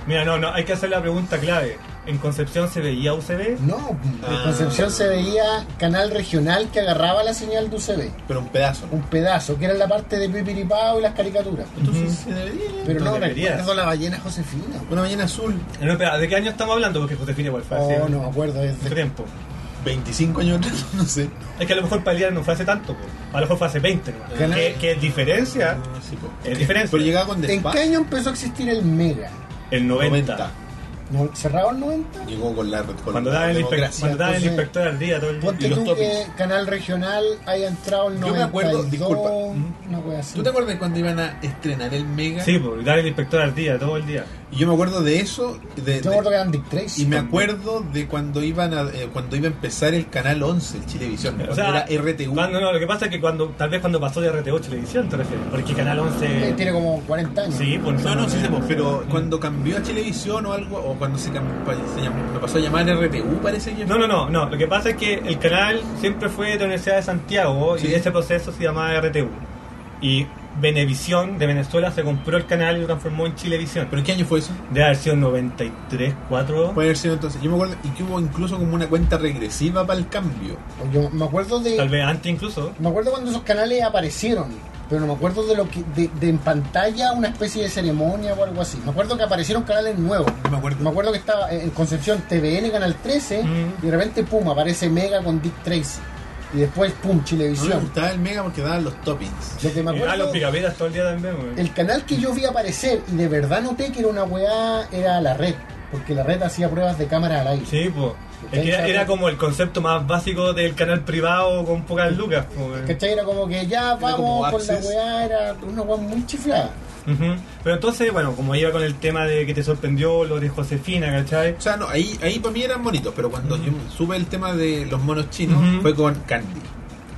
Speaker 3: Mira, no, no, hay que hacer la pregunta clave. ¿En Concepción se veía UCB?
Speaker 2: no
Speaker 1: Ah.
Speaker 2: en Concepción se veía canal regional que agarraba la señal de UCB
Speaker 1: Pero un pedazo.
Speaker 2: un pedazo que era la parte de Pipiripao y las caricaturas
Speaker 1: Entonces se debería.
Speaker 2: pero
Speaker 3: No
Speaker 2: no
Speaker 3: deberías.
Speaker 2: recuerdo la ballena Josefina
Speaker 1: Una ballena azul,
Speaker 3: No, espera, ¿de qué año estamos hablando? Porque Josefina igual fue hace
Speaker 2: oh no me acuerdo es
Speaker 3: mucho
Speaker 2: de-
Speaker 3: tiempo.
Speaker 1: 25 años atrás, (laughs) no sé.
Speaker 3: Es que a lo mejor para el día no fue hace tanto, po. a lo mejor fue hace 20 nomás.
Speaker 2: Claro.
Speaker 3: Que, que es diferencia,
Speaker 1: Ah, sí, po.
Speaker 3: es diferencia.
Speaker 1: Pero llegaba con
Speaker 2: ¿En
Speaker 1: despacio.
Speaker 2: qué año empezó a existir el Mega?
Speaker 3: el 90.
Speaker 1: 90.
Speaker 2: ¿No? ¿Cerrado el 90?
Speaker 1: Llegó con la con
Speaker 3: Cuando
Speaker 1: la
Speaker 3: daba el, inspec-
Speaker 1: democracia.
Speaker 3: cuando daba el
Speaker 2: entonces-
Speaker 3: inspector al día todo el
Speaker 2: Ponte
Speaker 1: Y los
Speaker 2: tú
Speaker 1: toppings.
Speaker 2: que Canal Regional haya entrado el 92.
Speaker 1: Yo me acuerdo, disculpa.
Speaker 2: Una wea así.
Speaker 1: ¿Tú te acuerdas cuando iban a estrenar el Mega?
Speaker 3: Sí, po, dar el inspector al día todo el día.
Speaker 1: Y yo me acuerdo de eso. De,
Speaker 2: Yo me
Speaker 1: de-
Speaker 2: acuerdo que eran Dick
Speaker 1: y
Speaker 2: Tracy.
Speaker 1: me acuerdo de cuando iban a, eh, cuando iba a empezar el canal 11, el Chilevisión.
Speaker 3: O
Speaker 1: cuando
Speaker 3: sea,
Speaker 1: era RTU.
Speaker 3: cuando- no, lo que pasa es que cuando tal vez cuando pasó de RT8 televisión te refieres, porque Canal
Speaker 2: Eh,
Speaker 3: 11
Speaker 2: Tiene como 40 años.
Speaker 3: Sí, pues Mm.
Speaker 1: No, no, sí, sé,
Speaker 3: po.
Speaker 1: pero cuando cambió a Chilevisión o algo, o cuando se, cam- se llamó- lo pasó a llamar RTU, parece que.
Speaker 3: No, no, no, no, lo que pasa es que el canal siempre fue de la Universidad de Santiago
Speaker 1: Sí.
Speaker 3: y ese proceso se llamaba RTU. Y Venevisión de Venezuela se compró el canal y lo transformó en Chilevisión.
Speaker 1: ¿Pero en qué año fue eso?
Speaker 3: De haber sido 93, 4.
Speaker 1: Puede haber sido entonces. Yo me acuerdo y que hubo incluso como una cuenta regresiva para el cambio.
Speaker 2: Yo me acuerdo de.
Speaker 3: Tal vez antes incluso.
Speaker 2: Me acuerdo cuando esos canales aparecieron. Pero no me acuerdo de lo que. De, de en pantalla una especie de ceremonia o algo así. Me acuerdo que aparecieron canales nuevos.
Speaker 1: No me acuerdo.
Speaker 2: Me acuerdo que estaba eh, en Concepción TVN, Canal 13.
Speaker 3: Mm.
Speaker 2: Y de repente, pum, aparece Mega con Dick Tracy. Y después, pum,
Speaker 1: No me
Speaker 2: Chilevisión.
Speaker 1: gustaba el Mega porque daban los toppings.
Speaker 2: Lo que me
Speaker 3: Eh,
Speaker 2: acuerdo.
Speaker 3: ah, los picapiedras todo el día también, güey.
Speaker 2: El canal que yo vi aparecer y de verdad noté que era una weá era la red, porque la red hacía pruebas de cámara al aire.
Speaker 3: Sí, pues. Es que era, era como el concepto más básico del canal privado con pocas lucas, po, güey.
Speaker 2: ¿Cachai? Era como que ya
Speaker 1: como
Speaker 2: vamos con la
Speaker 1: Access.
Speaker 2: weá, era una weá muy chiflada.
Speaker 3: Ujú. Pero entonces, bueno, como iba con el tema de que te sorprendió lo de Josefina, ¿cachai?
Speaker 1: O sea, no, ahí, ahí para mí eran bonitos, pero cuando yo sube el tema de los monos chinos
Speaker 3: Ujú.
Speaker 1: fue con Candy.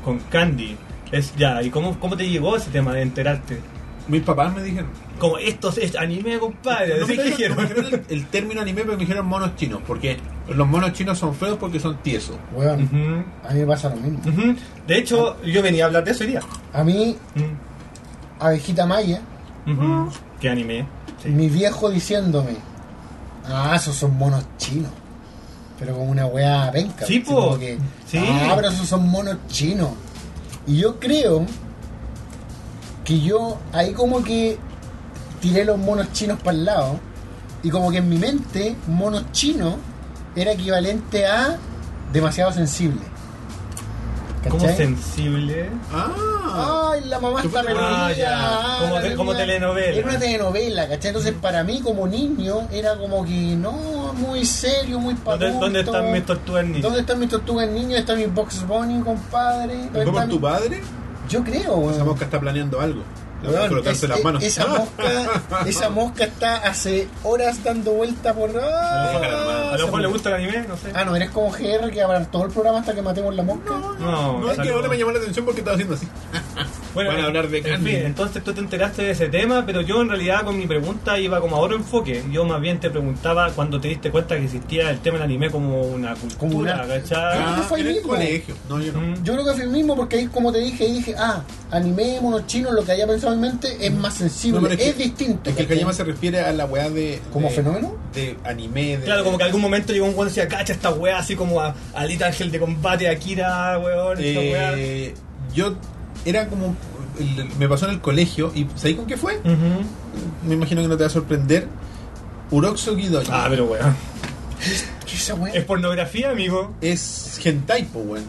Speaker 3: con Candy. Es ya, ¿y cómo, cómo te llegó ese tema de enterarte?
Speaker 1: Mis papás me dijeron.
Speaker 3: Como esto es anime, compadre.
Speaker 1: No me
Speaker 3: Así que
Speaker 1: dijeron, no me
Speaker 3: dijeron.
Speaker 1: dijeron el término anime, pero me dijeron monos chinos. Porque los monos chinos son feos porque son tiesos.
Speaker 2: Weón,
Speaker 3: Ujú,
Speaker 2: a mí me pasa lo mismo.
Speaker 3: ujú. De hecho, yo venía a hablar de eso hoy día.
Speaker 2: A mí,
Speaker 3: Ujú,
Speaker 2: abejita maya,
Speaker 3: ujú. ¿Qué anime?
Speaker 2: mi viejo diciéndome, ah, esos son monos chinos. Pero con una weá penca.
Speaker 3: Sí,
Speaker 2: así
Speaker 3: po.
Speaker 2: como que,
Speaker 3: Sí.
Speaker 2: Ah, pero esos son monos chinos. Y yo creo que yo ahí como que tiré los monos chinos para el lado. Y como que en mi mente, monos chinos era equivalente a demasiado sensible.
Speaker 3: ¿Cómo
Speaker 2: ¿Cachai?
Speaker 3: sensible?
Speaker 1: Ah,
Speaker 2: Ay, la mamá está perdida.
Speaker 3: Ah, ya. Como
Speaker 2: la
Speaker 3: te- como
Speaker 2: perdida.
Speaker 3: telenovela.
Speaker 2: Era una telenovela, ¿cachai? Entonces, para mí, como niño, era como que no, muy serio, muy
Speaker 3: ¿Dónde,
Speaker 2: paduto.
Speaker 3: ¿Dónde están mis tortugas ninja?
Speaker 2: ¿Dónde están mis tortugas niñas? ¿Está mi Box Bunny, compadre? ¿Dónde
Speaker 1: ¿Cómo
Speaker 2: está
Speaker 1: es tu
Speaker 2: mi-
Speaker 1: padre?
Speaker 2: Yo creo,
Speaker 1: Esa
Speaker 2: weón.
Speaker 1: mosca está planeando algo. Le voy a
Speaker 2: Weón,
Speaker 1: colocarse
Speaker 2: es-
Speaker 1: las manos. Ah,
Speaker 2: Esa
Speaker 1: (laughs)
Speaker 2: mosca, esa mosca está hace horas dando vueltas por.
Speaker 1: lo mejor, hermano.
Speaker 3: A lo mejor le
Speaker 2: se-
Speaker 3: gusta el anime, no sé.
Speaker 2: Ah, no, eres como GR que va a hablar todo el programa hasta que matemos la mosca.
Speaker 3: No,
Speaker 1: No, es que
Speaker 3: salió.
Speaker 1: ahora me llamó la atención porque estaba haciendo así. Van a hablar de
Speaker 3: en
Speaker 1: Candy.
Speaker 3: fin, entonces tú te enteraste de ese tema, pero yo en realidad con mi pregunta iba como a otro enfoque. Yo más bien te preguntaba cuando te diste cuenta que existía el tema del anime como una
Speaker 2: Como un
Speaker 3: cultura,
Speaker 2: arte.
Speaker 3: ¿cachai?
Speaker 2: Ah, fue
Speaker 1: en
Speaker 2: ahí
Speaker 1: el
Speaker 2: mismo.
Speaker 1: colegio. No, yo no.
Speaker 3: Mm.
Speaker 2: Yo creo que fue el mismo porque ahí, como te dije, ahí dije, ah, anime, monos chinos, lo que haya pensado en mi mente es más sensible,
Speaker 1: Mm. No, pero
Speaker 2: es,
Speaker 1: que-
Speaker 2: distinto.
Speaker 1: Es que el
Speaker 2: ¿cachai?
Speaker 1: Kayama se refiere a la weá de.
Speaker 2: ¿Como
Speaker 1: de-
Speaker 2: fenómeno?
Speaker 1: De anime. De,
Speaker 3: Claro, como que algún momento llegó un weón y decía, cacha esta weá, así como a Alita Ángel de combate, Akira, weón, esta weá.
Speaker 1: Eh, yo era como. el- Me pasó en el colegio y ¿sabéis con qué fue?
Speaker 3: Ujú.
Speaker 1: Me imagino que no te va a sorprender. Uroxo Gidoy
Speaker 3: Ah, pero weón.
Speaker 2: ¿Qué es esa weá?
Speaker 3: Es pornografía, amigo.
Speaker 1: es hentai, po, weón.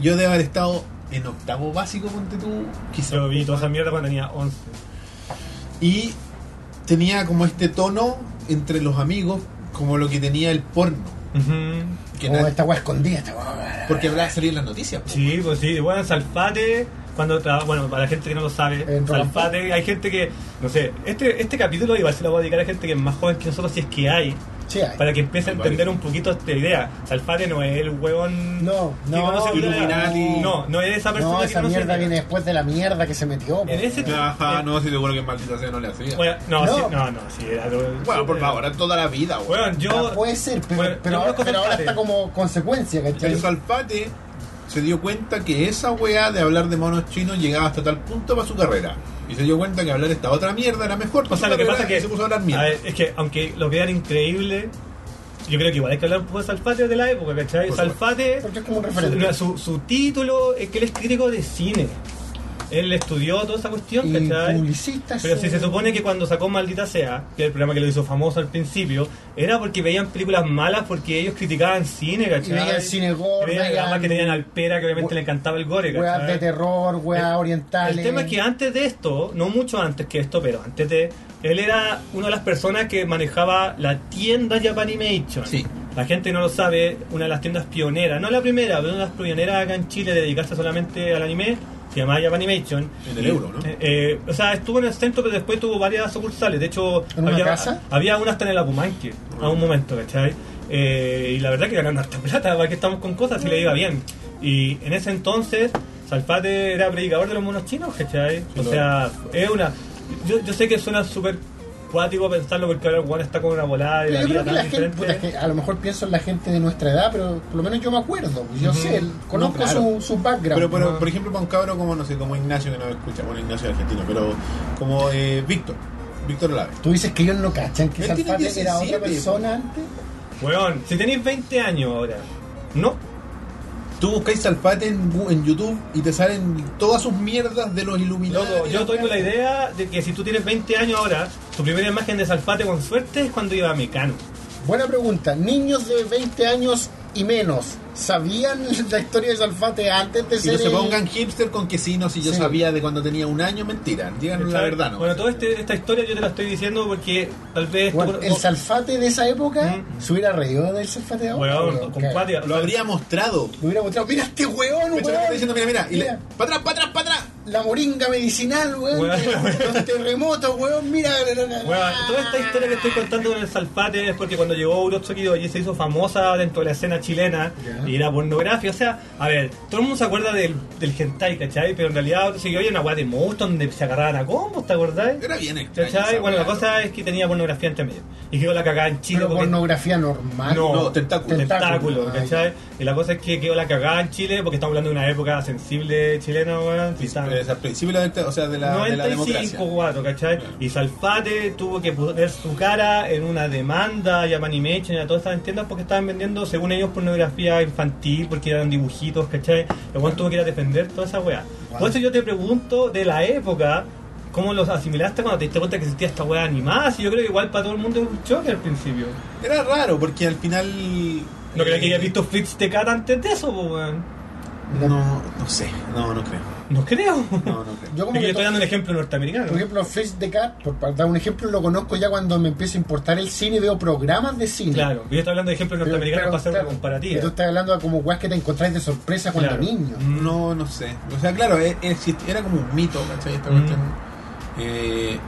Speaker 1: Yo debo haber estado en octavo básico, ponte tú, quizá.
Speaker 3: Yo vi toda esa mierda cuando tenía 11.
Speaker 1: Y tenía como este tono entre los amigos, como lo que tenía el porno.
Speaker 3: Ujú.
Speaker 1: Que
Speaker 2: Oh,
Speaker 1: na-
Speaker 2: esta weá escondida, esta weá.
Speaker 1: porque habrá salido en las noticias. po.
Speaker 3: Sí, pues sí, bueno, Salfate, cuando trabaja, bueno, para la gente que no lo sabe,
Speaker 2: En
Speaker 3: Salfate, hay gente que, no sé, este, este capítulo igual se lo voy a dedicar a gente que es más joven que nosotros, si es que hay,
Speaker 2: Sí, hay.
Speaker 3: para que empiece a
Speaker 1: Hay
Speaker 3: entender
Speaker 1: varios.
Speaker 3: un poquito esta idea. Salfate no es el huevón...
Speaker 2: No,
Speaker 3: que
Speaker 2: no,
Speaker 3: conoce cultura.
Speaker 1: Illuminati.
Speaker 3: no, no es esa persona
Speaker 2: No,
Speaker 3: que
Speaker 2: esa
Speaker 3: conoce-
Speaker 2: mierda viene después de la mierda que se metió. po.
Speaker 3: En ese tiempo-
Speaker 1: Ajá, no, sí, seguro que maldita sea no le hacía. Bueno,
Speaker 3: Bueno, no,
Speaker 2: No.
Speaker 3: sí, no, no, sí, era lo-
Speaker 1: por favor, en toda la vida, weón.
Speaker 3: Bueno, yo...
Speaker 2: Ah, puede ser, pero,
Speaker 3: Bueno,
Speaker 2: pero
Speaker 3: yo
Speaker 2: ahora,
Speaker 3: conozco
Speaker 2: pero ahora
Speaker 3: Salfate.
Speaker 2: está como consecuencia, ¿cachai?
Speaker 1: El Salfate se dio cuenta que esa weá de hablar de monos chinos llegaba hasta tal punto para su carrera. Y se dio cuenta que hablar esta otra mierda era mejor.
Speaker 3: O
Speaker 1: para
Speaker 3: sea,
Speaker 1: su
Speaker 3: lo que
Speaker 1: carrera,
Speaker 3: pasa es que.
Speaker 1: y se puso a hablar
Speaker 3: a
Speaker 1: mierda.
Speaker 3: ver, es que aunque lo vean increíble, yo creo que igual hay que hablar un poco de Salfate de la época, ¿cachai?
Speaker 1: Por supuesto.
Speaker 3: Salfate.
Speaker 2: Porque es como un referente.
Speaker 3: mira, Su, su título es que él es crítico de cine. Él estudió toda esa cuestión,
Speaker 2: y
Speaker 3: ¿cachai?
Speaker 2: publicista
Speaker 3: Pero
Speaker 2: su-
Speaker 3: si se supone que cuando sacó Maldita Sea, que es el programa que lo hizo famoso al principio, era porque veían películas malas porque ellos criticaban cine, ¿cachai?
Speaker 2: Y veían cine gore,
Speaker 3: Veían,
Speaker 2: veían-
Speaker 3: además que tenían al Pera, que obviamente
Speaker 2: We-
Speaker 3: le encantaba el gore,
Speaker 2: Weas de
Speaker 3: ¿cachai?
Speaker 2: terror, weas
Speaker 3: El-
Speaker 2: orientales.
Speaker 3: El tema es que antes de esto, no mucho antes que esto, pero antes de. Él era una de las personas que manejaba la tienda Japanimation.
Speaker 1: Sí.
Speaker 3: La gente no lo sabe, una de las tiendas pioneras, no la primera, pero una de las pioneras acá en Chile de dedicarse solamente al anime, se llamaba Japanimation.
Speaker 1: En el
Speaker 3: Y,
Speaker 1: euro, ¿no?
Speaker 3: eh, eh, o sea, estuvo en el centro, pero después tuvo varias sucursales. De hecho,
Speaker 2: ¿En una
Speaker 3: había,
Speaker 2: casa?
Speaker 3: había una hasta en el Apumanque, a un momento, ¿cachai? Eh, y la verdad que ganaron harta (laughs) plata, ¿para qué estamos con cosas si le iba bien? Y en ese entonces, Salfate era predicador de los monos chinos, ¿cachai? O
Speaker 1: lo
Speaker 3: sea, es una. Yo, yo sé que suena súper cuático pensarlo porque ahora el weón está con una volada y
Speaker 2: Pero
Speaker 3: la vida
Speaker 2: yo creo que
Speaker 3: tan
Speaker 2: la gente,
Speaker 3: diferente.
Speaker 2: puta, es que a lo mejor pienso en la gente de nuestra edad, pero por lo menos yo me acuerdo. Yo sé, el- conozco
Speaker 1: No, claro.
Speaker 2: su, su background.
Speaker 1: Pero, pero, por ejemplo, para un cabro como, no sé, como Ignacio, que no me escucha, bueno, Ignacio es argentino, pero como eh, Víctor, Víctor Olave.
Speaker 2: Tú dices que ellos no cachan que
Speaker 1: Él tiene
Speaker 2: Salfate era otra
Speaker 1: 17,
Speaker 2: persona antes.
Speaker 3: Weón, si tenéis 20 años ahora, ¿no?
Speaker 1: Tú buscáis Salfate en, Gu- en YouTube y te salen todas sus mierdas de los iluminados.
Speaker 3: Loco, yo estoy con la idea de que si tú tienes 20 años ahora, tu primera imagen de Salfate con suerte es cuando iba a Mecano.
Speaker 2: Buena pregunta. Niños de 20 años y menos, ¿sabían (laughs) la historia de Salfate antes de
Speaker 1: Y
Speaker 2: ser
Speaker 1: no se
Speaker 2: el-
Speaker 1: pongan hipster con que sí, no, si yo
Speaker 2: Sí.
Speaker 1: sabía de cuando tenía un año, mentira. Díganos la
Speaker 3: ¿Cachai?
Speaker 1: verdad, ¿no?
Speaker 3: Bueno, toda este- esta historia yo te la estoy diciendo porque tal vez. tú-
Speaker 2: Bueno, el
Speaker 3: vos-
Speaker 2: Salfate de esa época
Speaker 3: Mm.
Speaker 2: se hubiera reído del Salfate de ahora.
Speaker 3: Weón,
Speaker 2: weón,
Speaker 3: compadre, o
Speaker 1: Lo
Speaker 3: sea,
Speaker 1: habría mostrado.
Speaker 2: Le hubiera mostrado, mira este weón,
Speaker 1: Me está
Speaker 2: weón.
Speaker 1: diciendo, mira, mira, y le,
Speaker 2: Mira.
Speaker 1: para atrás, para atrás, para atrás.
Speaker 2: la moringa medicinal, weón.
Speaker 3: Weón.
Speaker 2: que- Los terremotos, weón. Mira, la- la- la-
Speaker 3: Bueno, toda esta historia que estoy contando con el Salfate es porque cuando llegó Urotsuki Kidoye se hizo famosa dentro de la escena chilena
Speaker 2: Ya.
Speaker 3: y era pornografía. O sea, a ver, todo el mundo se acuerda del, del hentai, ¿cachai? Pero en realidad se oye una weá de monstruos donde se agarraban a combos, ¿te acordás?
Speaker 1: Era bien extraño.
Speaker 3: ¿Cachai?
Speaker 1: esa
Speaker 3: Bueno, la
Speaker 1: weá, ¿no?
Speaker 3: cosa es que tenía pornografía entre medio. Y quedó la cagada en Chile
Speaker 2: Pero
Speaker 3: porque-
Speaker 2: pornografía normal.
Speaker 3: No,
Speaker 1: Ah, No, tentáculo. Ah,
Speaker 3: tentáculo,
Speaker 2: Tentáculo,
Speaker 3: ¿cachai? Y la cosa es que quedó la cagada en Chile porque estamos hablando de una época sensible chilena, weón. y estaba-
Speaker 1: Es al principio de la, o sea, de la, de la democracia. Ah.
Speaker 3: 95-4, ¿cachai? Y Salfate tuvo que poner su cara en una demanda y a Manimation y a todas estas tiendas porque estaban vendiendo, según ellos, pornografía infantil, porque eran dibujitos, ¿cachai? El weón tuvo que ir a defender toda esa weá.
Speaker 1: Ah.
Speaker 2: Wow.
Speaker 3: Por eso yo te pregunto de la época, ¿cómo los asimilaste cuando te diste cuenta que existía esta weá animada? Si yo creo que igual para todo el mundo es un choque al principio.
Speaker 1: Era raro porque al final.
Speaker 3: No creo
Speaker 1: eh,
Speaker 3: que hayas visto Fritz de cara antes de eso, po, weón.
Speaker 1: No, no sé. No, no creo.
Speaker 3: No creo.
Speaker 1: No, no
Speaker 3: (laughs)
Speaker 1: creo.
Speaker 2: Yo como
Speaker 3: Porque yo
Speaker 2: que
Speaker 3: estoy dando un ejemplo norteamericano.
Speaker 2: Por ejemplo, Fish the Cat, por para dar un ejemplo, lo conozco ya cuando me empiezo a importar el cine y veo programas de cine.
Speaker 3: Claro, yo estoy hablando de ejemplos
Speaker 2: Pero-
Speaker 3: norteamericanos
Speaker 2: pero
Speaker 3: para hacer
Speaker 2: claro,
Speaker 3: una
Speaker 2: y
Speaker 3: comparativa.
Speaker 2: Tú estás hablando de como weas que te encontráis de sorpresa cuando
Speaker 3: Claro.
Speaker 2: niño.
Speaker 3: Ah,
Speaker 1: No, no sé. O sea, claro, e- exist- era como un mito, ¿cachai? Esta
Speaker 3: Mm.
Speaker 1: cuestión. Eh,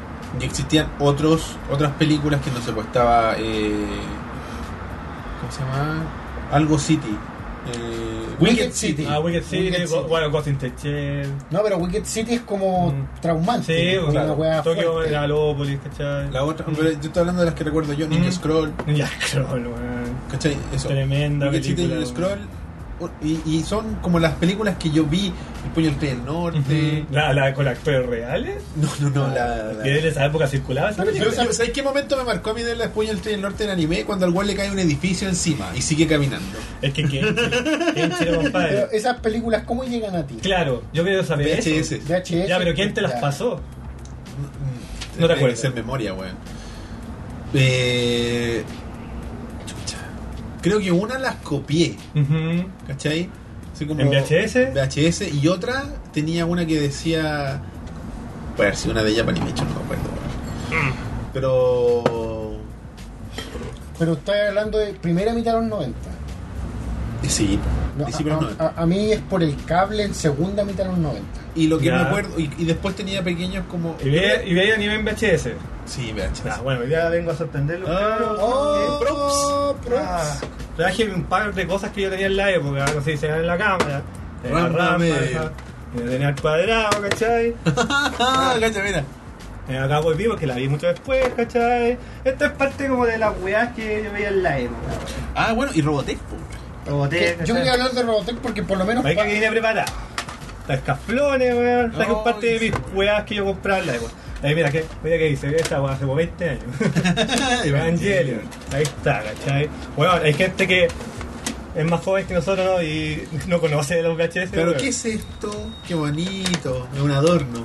Speaker 1: y existían otros, otras películas que no sé, pues estaba. eh, ¿Cómo se llama? Algo City. Eh,
Speaker 2: Wicked
Speaker 1: Wicked
Speaker 2: City.
Speaker 1: City.
Speaker 3: Ah, Wicked City,
Speaker 2: Wicked
Speaker 3: Go-
Speaker 2: City.
Speaker 3: bueno, Ghost in the Shell,
Speaker 2: No, pero Wicked City es como
Speaker 3: Mm.
Speaker 2: traumante.
Speaker 3: Sí,
Speaker 2: como
Speaker 1: claro.
Speaker 2: una wea
Speaker 3: Tokyo
Speaker 2: fuerte.
Speaker 3: Megalopolis, ¿cachai?
Speaker 1: La otra, pero yo estoy hablando de las que recuerdo yo,
Speaker 3: Mm.
Speaker 1: Ninja Scroll,
Speaker 3: Ya, (laughs) Scroll, weón.
Speaker 1: ¿cachai? Eso.
Speaker 3: Tremenda
Speaker 1: Wicked City,
Speaker 3: película.
Speaker 1: Ninja Scroll. Y, y son como las películas que yo vi, El Puño del Rey del Norte.
Speaker 3: Ujú. Mm. ¿La, la con actores reales?
Speaker 1: No, no, no, la. la-
Speaker 3: Que en esa época circulaba esa
Speaker 1: Yo-
Speaker 3: película?
Speaker 1: yo- ¿Sabes qué momento me marcó a mí de la Espuña del Tren del Norte en anime? Cuando al weón le cae un edificio encima y sigue caminando.
Speaker 3: Es que Kenchi, Kenchi,
Speaker 2: Pero eh,
Speaker 3: compadre.
Speaker 2: esas películas, ¿cómo llegan a ti?
Speaker 3: Claro, yo quiero saber eso.
Speaker 1: VHS.
Speaker 2: VHS.
Speaker 3: Ya, pero ¿quién te las
Speaker 2: Ya.
Speaker 3: pasó?
Speaker 1: Tiene que
Speaker 3: acuerdas.
Speaker 1: Eh, ser memoria, weón. Eh, chucha. Creo que una las copié,
Speaker 3: Ujú.
Speaker 1: ¿cachai? Así como-
Speaker 3: ¿En VHS?
Speaker 1: VHS. Y otra tenía una que decía. Puede haber sido una de ellas para Animation, no me acuerdo. weón.
Speaker 3: Mm.
Speaker 1: Pero.
Speaker 2: Pero estoy hablando de primera mitad de los 90.
Speaker 1: eh, Sí,
Speaker 2: No,
Speaker 3: ah,
Speaker 1: principio
Speaker 2: a,
Speaker 1: de los 90.
Speaker 2: a- a mí es por el cable en segunda mitad de los 90.
Speaker 1: Y lo que
Speaker 3: Ya.
Speaker 1: me acuerdo, y, y después tenía pequeños como.
Speaker 3: Y veía y veía anime en VHS.
Speaker 1: Sí, VHS.
Speaker 3: Ah, bueno, ya vengo a sorprenderlo.
Speaker 1: Ah,
Speaker 2: Oh,
Speaker 1: props.
Speaker 2: props.
Speaker 3: Ah, traje un par de cosas que yo tenía en la época, no sé si se ven en la cámara. Tenía
Speaker 1: Ram,
Speaker 3: rampa,
Speaker 1: ram, eh.
Speaker 3: ajá. Yo tenía el cuadrado, ¿cachai?
Speaker 1: Ah, (laughs) cacha, mira.
Speaker 3: Eh, Acá volví porque la vi mucho después, ¿cachai? Esto es parte como de las weas que yo veía en la época.
Speaker 1: Ah, bueno, y Robotech, po. (laughs)
Speaker 3: Roboté,
Speaker 2: Yo quería hablar de Robotech porque por lo menos...
Speaker 3: Hay que viene preparada. Traje caflones, weón. Traje un
Speaker 1: Ay,
Speaker 3: parte de mis
Speaker 1: sí.
Speaker 3: weas que yo compraba en la época. Ahí mira que, mira que dice, esta wea hace como 20 años. Evangelion. Ahí está, ¿cachai? Bueno, hay gente que es más joven que nosotros ¿no? y no conoce de los VHS.
Speaker 1: Pero
Speaker 3: weón.
Speaker 1: ¿qué es esto? Qué bonito. Es un adorno.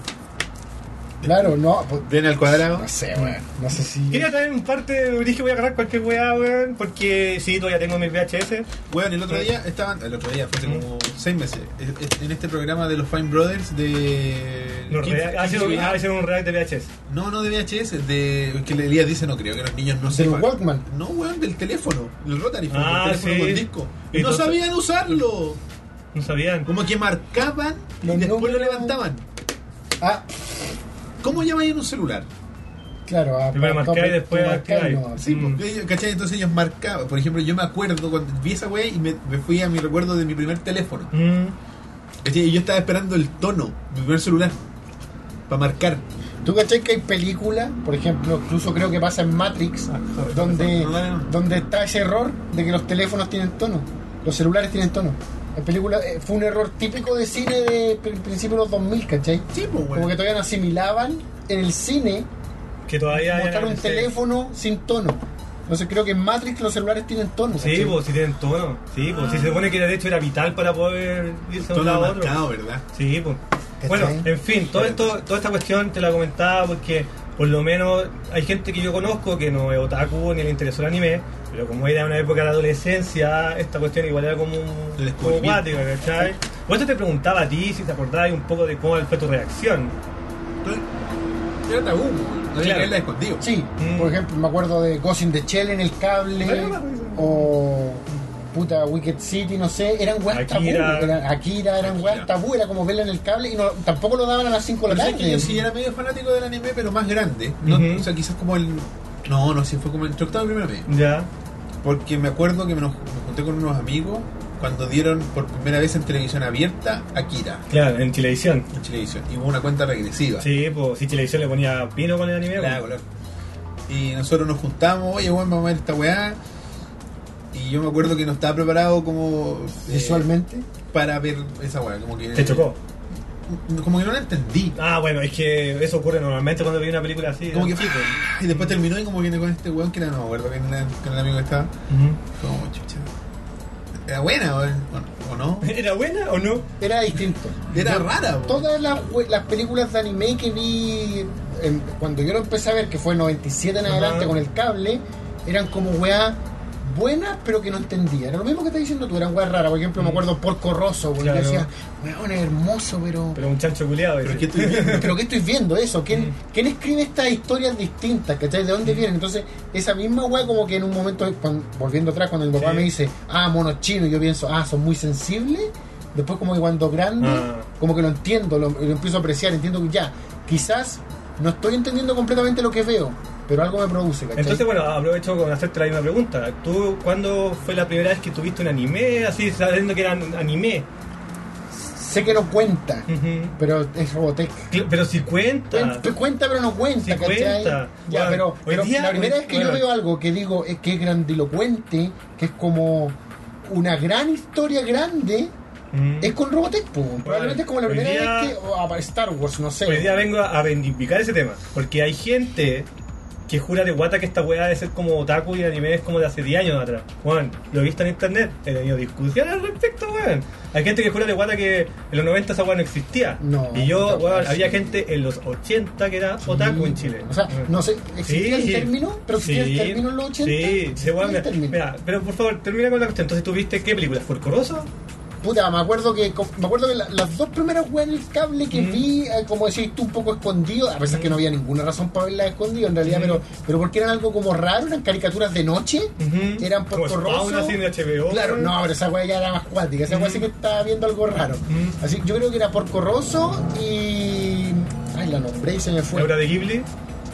Speaker 2: Claro, no. pues,
Speaker 1: Ven al cuadrado.
Speaker 2: No sé, weón. No sé si...
Speaker 3: Quería traer un parte de dije voy a agarrar cualquier weá, weón, porque sí, todavía tengo mis VHS.
Speaker 1: Bueno, el otro día estaban. El otro día, fue hace
Speaker 3: ¿Mm?
Speaker 1: como seis meses. es- es- En este programa de los Fine Brothers de.
Speaker 3: Los
Speaker 1: Kids-
Speaker 3: reac-
Speaker 1: Kids
Speaker 3: hacen un-
Speaker 1: VHS.
Speaker 3: hacen ah, un react de VHS.
Speaker 1: No, no de VHS. De. Que Elías dice, no creo que los niños no
Speaker 2: Del
Speaker 1: sepan.
Speaker 2: Walkman.
Speaker 1: No, weón, del teléfono. El Rotary. phone,
Speaker 3: Ah,
Speaker 1: el teléfono
Speaker 3: sí.
Speaker 1: con disco.
Speaker 3: Y
Speaker 1: no
Speaker 3: entonces-
Speaker 1: sabían usarlo.
Speaker 3: No sabían.
Speaker 1: Como que marcaban y
Speaker 2: Los
Speaker 1: después lo
Speaker 2: números.
Speaker 1: levantaban.
Speaker 2: Ah,
Speaker 1: ¿Cómo llamáis en un celular?
Speaker 2: claro. Ah,
Speaker 3: Primero
Speaker 2: pa-
Speaker 3: marcáis,
Speaker 2: pa-
Speaker 3: después
Speaker 2: pa- marcáis,
Speaker 3: activáis.
Speaker 2: no,
Speaker 1: Sí,
Speaker 3: Mm.
Speaker 1: porque ellos- ¿cachai? Entonces ellos marcaban. Por ejemplo, yo me acuerdo cuando vi esa wea y me, me fui a mi recuerdo de mi primer teléfono.
Speaker 3: Mm.
Speaker 1: ¿Cachai? Y yo estaba esperando el tono de mi primer celular para marcar.
Speaker 2: ¿Tú cachai que hay películas, por ejemplo, incluso creo que pasa en Matrix,
Speaker 3: Ah, joder,
Speaker 2: donde,
Speaker 1: no, no, no.
Speaker 2: donde está ese error de que los teléfonos tienen tono, los celulares tienen tono? En película eh, fue un error típico de cine de pr- principios de los 2000, ¿cachai?
Speaker 1: Sí, pues,
Speaker 2: Como que
Speaker 1: weón.
Speaker 2: todavía no asimilaban en el cine
Speaker 3: Que todavía.
Speaker 2: mostrar
Speaker 3: eran-
Speaker 2: un teléfono sin tono. Entonces creo que en Matrix los celulares tienen tono.
Speaker 3: Sí,
Speaker 2: ¿cachai?
Speaker 3: pues si tienen tono. Sí, pues si se supone que de hecho era vital para poder irse de un
Speaker 1: Ah. Tono
Speaker 3: lado a otro.
Speaker 1: marcado, ¿verdad?
Speaker 3: Sí, pues.
Speaker 2: ¿Cachai?
Speaker 3: Bueno, en fin, todo esto, toda esta cuestión te la comentaba porque por lo menos hay gente que yo conozco que no es otaku ni le interesó el anime, pero como era una época de adolescencia, esta cuestión igual era como
Speaker 1: De
Speaker 3: como
Speaker 1: descubrimiento.
Speaker 3: cuática, ¿cachai? Por eso te preguntaba a ti si te acordabas un poco de cómo fue tu reacción.
Speaker 1: Entonces, Era tabú, weón. no había
Speaker 3: Claro.
Speaker 1: que haberla escondido.
Speaker 2: Sí,
Speaker 3: Mm.
Speaker 2: por ejemplo, me acuerdo de Ghost in the Shell en el cable
Speaker 3: Bueno, bueno, bueno.
Speaker 2: o puta, Wicked City, no sé, eran weas tabú.
Speaker 3: Akira.
Speaker 2: Eran, Akira, eran weas
Speaker 1: Akira.
Speaker 2: tabú, era como verla en el cable y no, tampoco lo daban a las 5 de
Speaker 1: Pero
Speaker 2: la
Speaker 1: sabes que
Speaker 2: tarde.
Speaker 1: yo sí era medio fanático del anime, pero más grande. No,
Speaker 3: Ujú.
Speaker 1: O sea, quizás como el. No, no, sí, fue como el entre octavo y primero medio.
Speaker 3: Ya.
Speaker 1: Porque me acuerdo que me, nos- me junté con unos amigos cuando dieron por primera vez en televisión abierta Akira
Speaker 3: Claro, en Chilevisión.
Speaker 1: en Chilevisión. Y hubo una cuenta regresiva.
Speaker 3: Sí, pues si Chilevisión le ponía pino con el anime. pues,
Speaker 1: Claro, claro. Y nosotros nos juntamos, oye, bueno, vamos a ver esta weá. Y yo me acuerdo que no estaba preparado como. eh,
Speaker 2: Visualmente.
Speaker 1: para ver esa weá. Como que.
Speaker 3: pues. Te chocó.
Speaker 1: Como que no la entendí.
Speaker 3: Ah, bueno, es que eso ocurre normalmente cuando vi una película así.
Speaker 1: Como
Speaker 3: ¿no?
Speaker 1: que flipo. Y después terminó y como viene con este weón que era, no me acuerdo quién era, con el amigo que estaba.
Speaker 3: Ujú. (laughs)
Speaker 1: Como chucha. Era buena, weón, o, o (laughs) no.
Speaker 3: ¿Era buena o no?
Speaker 2: Era distinto.
Speaker 1: Era
Speaker 2: Yo-
Speaker 1: rara, weón.
Speaker 2: Todas las, we- las películas de anime que vi em, cuando yo lo empecé a ver, que fue en 97 en
Speaker 3: Ajá.
Speaker 2: adelante con el cable, eran como weas buenas pero que no entendía. Era lo mismo que estás diciendo tú, eran weas raras. Por ejemplo, me acuerdo Porco Rosso, porque
Speaker 3: Claro.
Speaker 2: decía, weón, es hermoso, pero...
Speaker 3: Pero un chancho culiado.
Speaker 1: Pero es
Speaker 3: ese.
Speaker 1: que estoy viendo.
Speaker 2: (laughs) ¿Pero qué estoy viendo eso?
Speaker 3: Mm.
Speaker 2: ¿Quién, ¿Quién escribe estas historias distintas? ¿Cachai? ¿De dónde vienen? Entonces, esa misma weá como que en un momento, cuan- volviendo atrás, cuando mi papá
Speaker 3: Sí.
Speaker 2: me dice, ah, mono chino, yo pienso, ah, son muy sensibles. Después como que cuando grande,
Speaker 3: Ah.
Speaker 2: como que lo entiendo, lo, lo empiezo a apreciar, entiendo que ya, quizás no estoy entendiendo completamente lo que veo, pero algo me produce, ¿cachai?
Speaker 3: Entonces, bueno, aprovecho con hacerte la misma pregunta. ¿Tú cuándo fue la primera vez que tuviste un anime así, sabiendo que era un anime?
Speaker 2: sé que no cuenta,
Speaker 3: Ujú.
Speaker 2: pero es Robotech.
Speaker 3: Cl- Pero si cuenta.
Speaker 2: Cuen- Cuenta pero no cuenta,
Speaker 3: Sí,
Speaker 2: ¿cachai?
Speaker 3: cuenta.
Speaker 2: Ya,
Speaker 3: Bueno,
Speaker 2: pero,
Speaker 3: hoy
Speaker 2: pero
Speaker 3: día-
Speaker 2: la primera
Speaker 3: hoy-
Speaker 2: vez que yo
Speaker 3: bueno.
Speaker 2: veo algo que digo es que es grandilocuente, que es como una gran historia grande,
Speaker 3: Ujú.
Speaker 2: es con Robotech, po. probablemente es como la
Speaker 3: Mm. hoy
Speaker 2: primera
Speaker 3: día-
Speaker 2: vez que. o a Star Wars, no sé.
Speaker 3: Hoy día vengo a a reivindicar ese tema. Porque hay gente que jura de guata que esta weá de ser como otaku y anime es como de hace 10 años atrás. Juan, lo he visto en internet. He tenido discusiones al respecto, weón. Hay gente que jura de guata que en los 90 esa weá no existía.
Speaker 2: No,
Speaker 3: y yo,
Speaker 2: puta
Speaker 3: weón,
Speaker 2: weá,
Speaker 3: había
Speaker 2: sí.
Speaker 3: gente en los 80 que era otaku en Chile.
Speaker 2: Mm. O sea, no sé, ¿existía
Speaker 3: Sí.
Speaker 2: el término? ¿Pero existía
Speaker 3: Sí.
Speaker 2: el término en los 80?
Speaker 3: Sí, se
Speaker 2: ¿Existía el
Speaker 3: mira,
Speaker 2: término?
Speaker 3: mira, pero por favor, termina con la cuestión. Entonces, ¿tú viste qué película? ¿Forcoroso?
Speaker 2: Puta, me acuerdo que co- me acuerdo que la- las dos primeras weas en el cable que
Speaker 3: Mm.
Speaker 2: vi, eh, como decís tú, un poco escondido, a pesar que no había ninguna razón para verlas escondidas en realidad,
Speaker 3: Mm.
Speaker 2: pero, pero porque eran algo como raro, eran caricaturas de noche,
Speaker 3: Ujú.
Speaker 2: eran
Speaker 3: Mm-hmm. Como
Speaker 2: por
Speaker 3: Spawn, así en HBO.
Speaker 2: Claro, no, pero esa wea ya era más cuática. Esa wea
Speaker 3: Mm.
Speaker 2: sí que estaba viendo algo raro.
Speaker 3: Mm.
Speaker 2: Así yo creo que era Porco Rosso y. Ay, la nombré y se me
Speaker 3: ¿La
Speaker 2: fue.
Speaker 3: obra de Ghibli?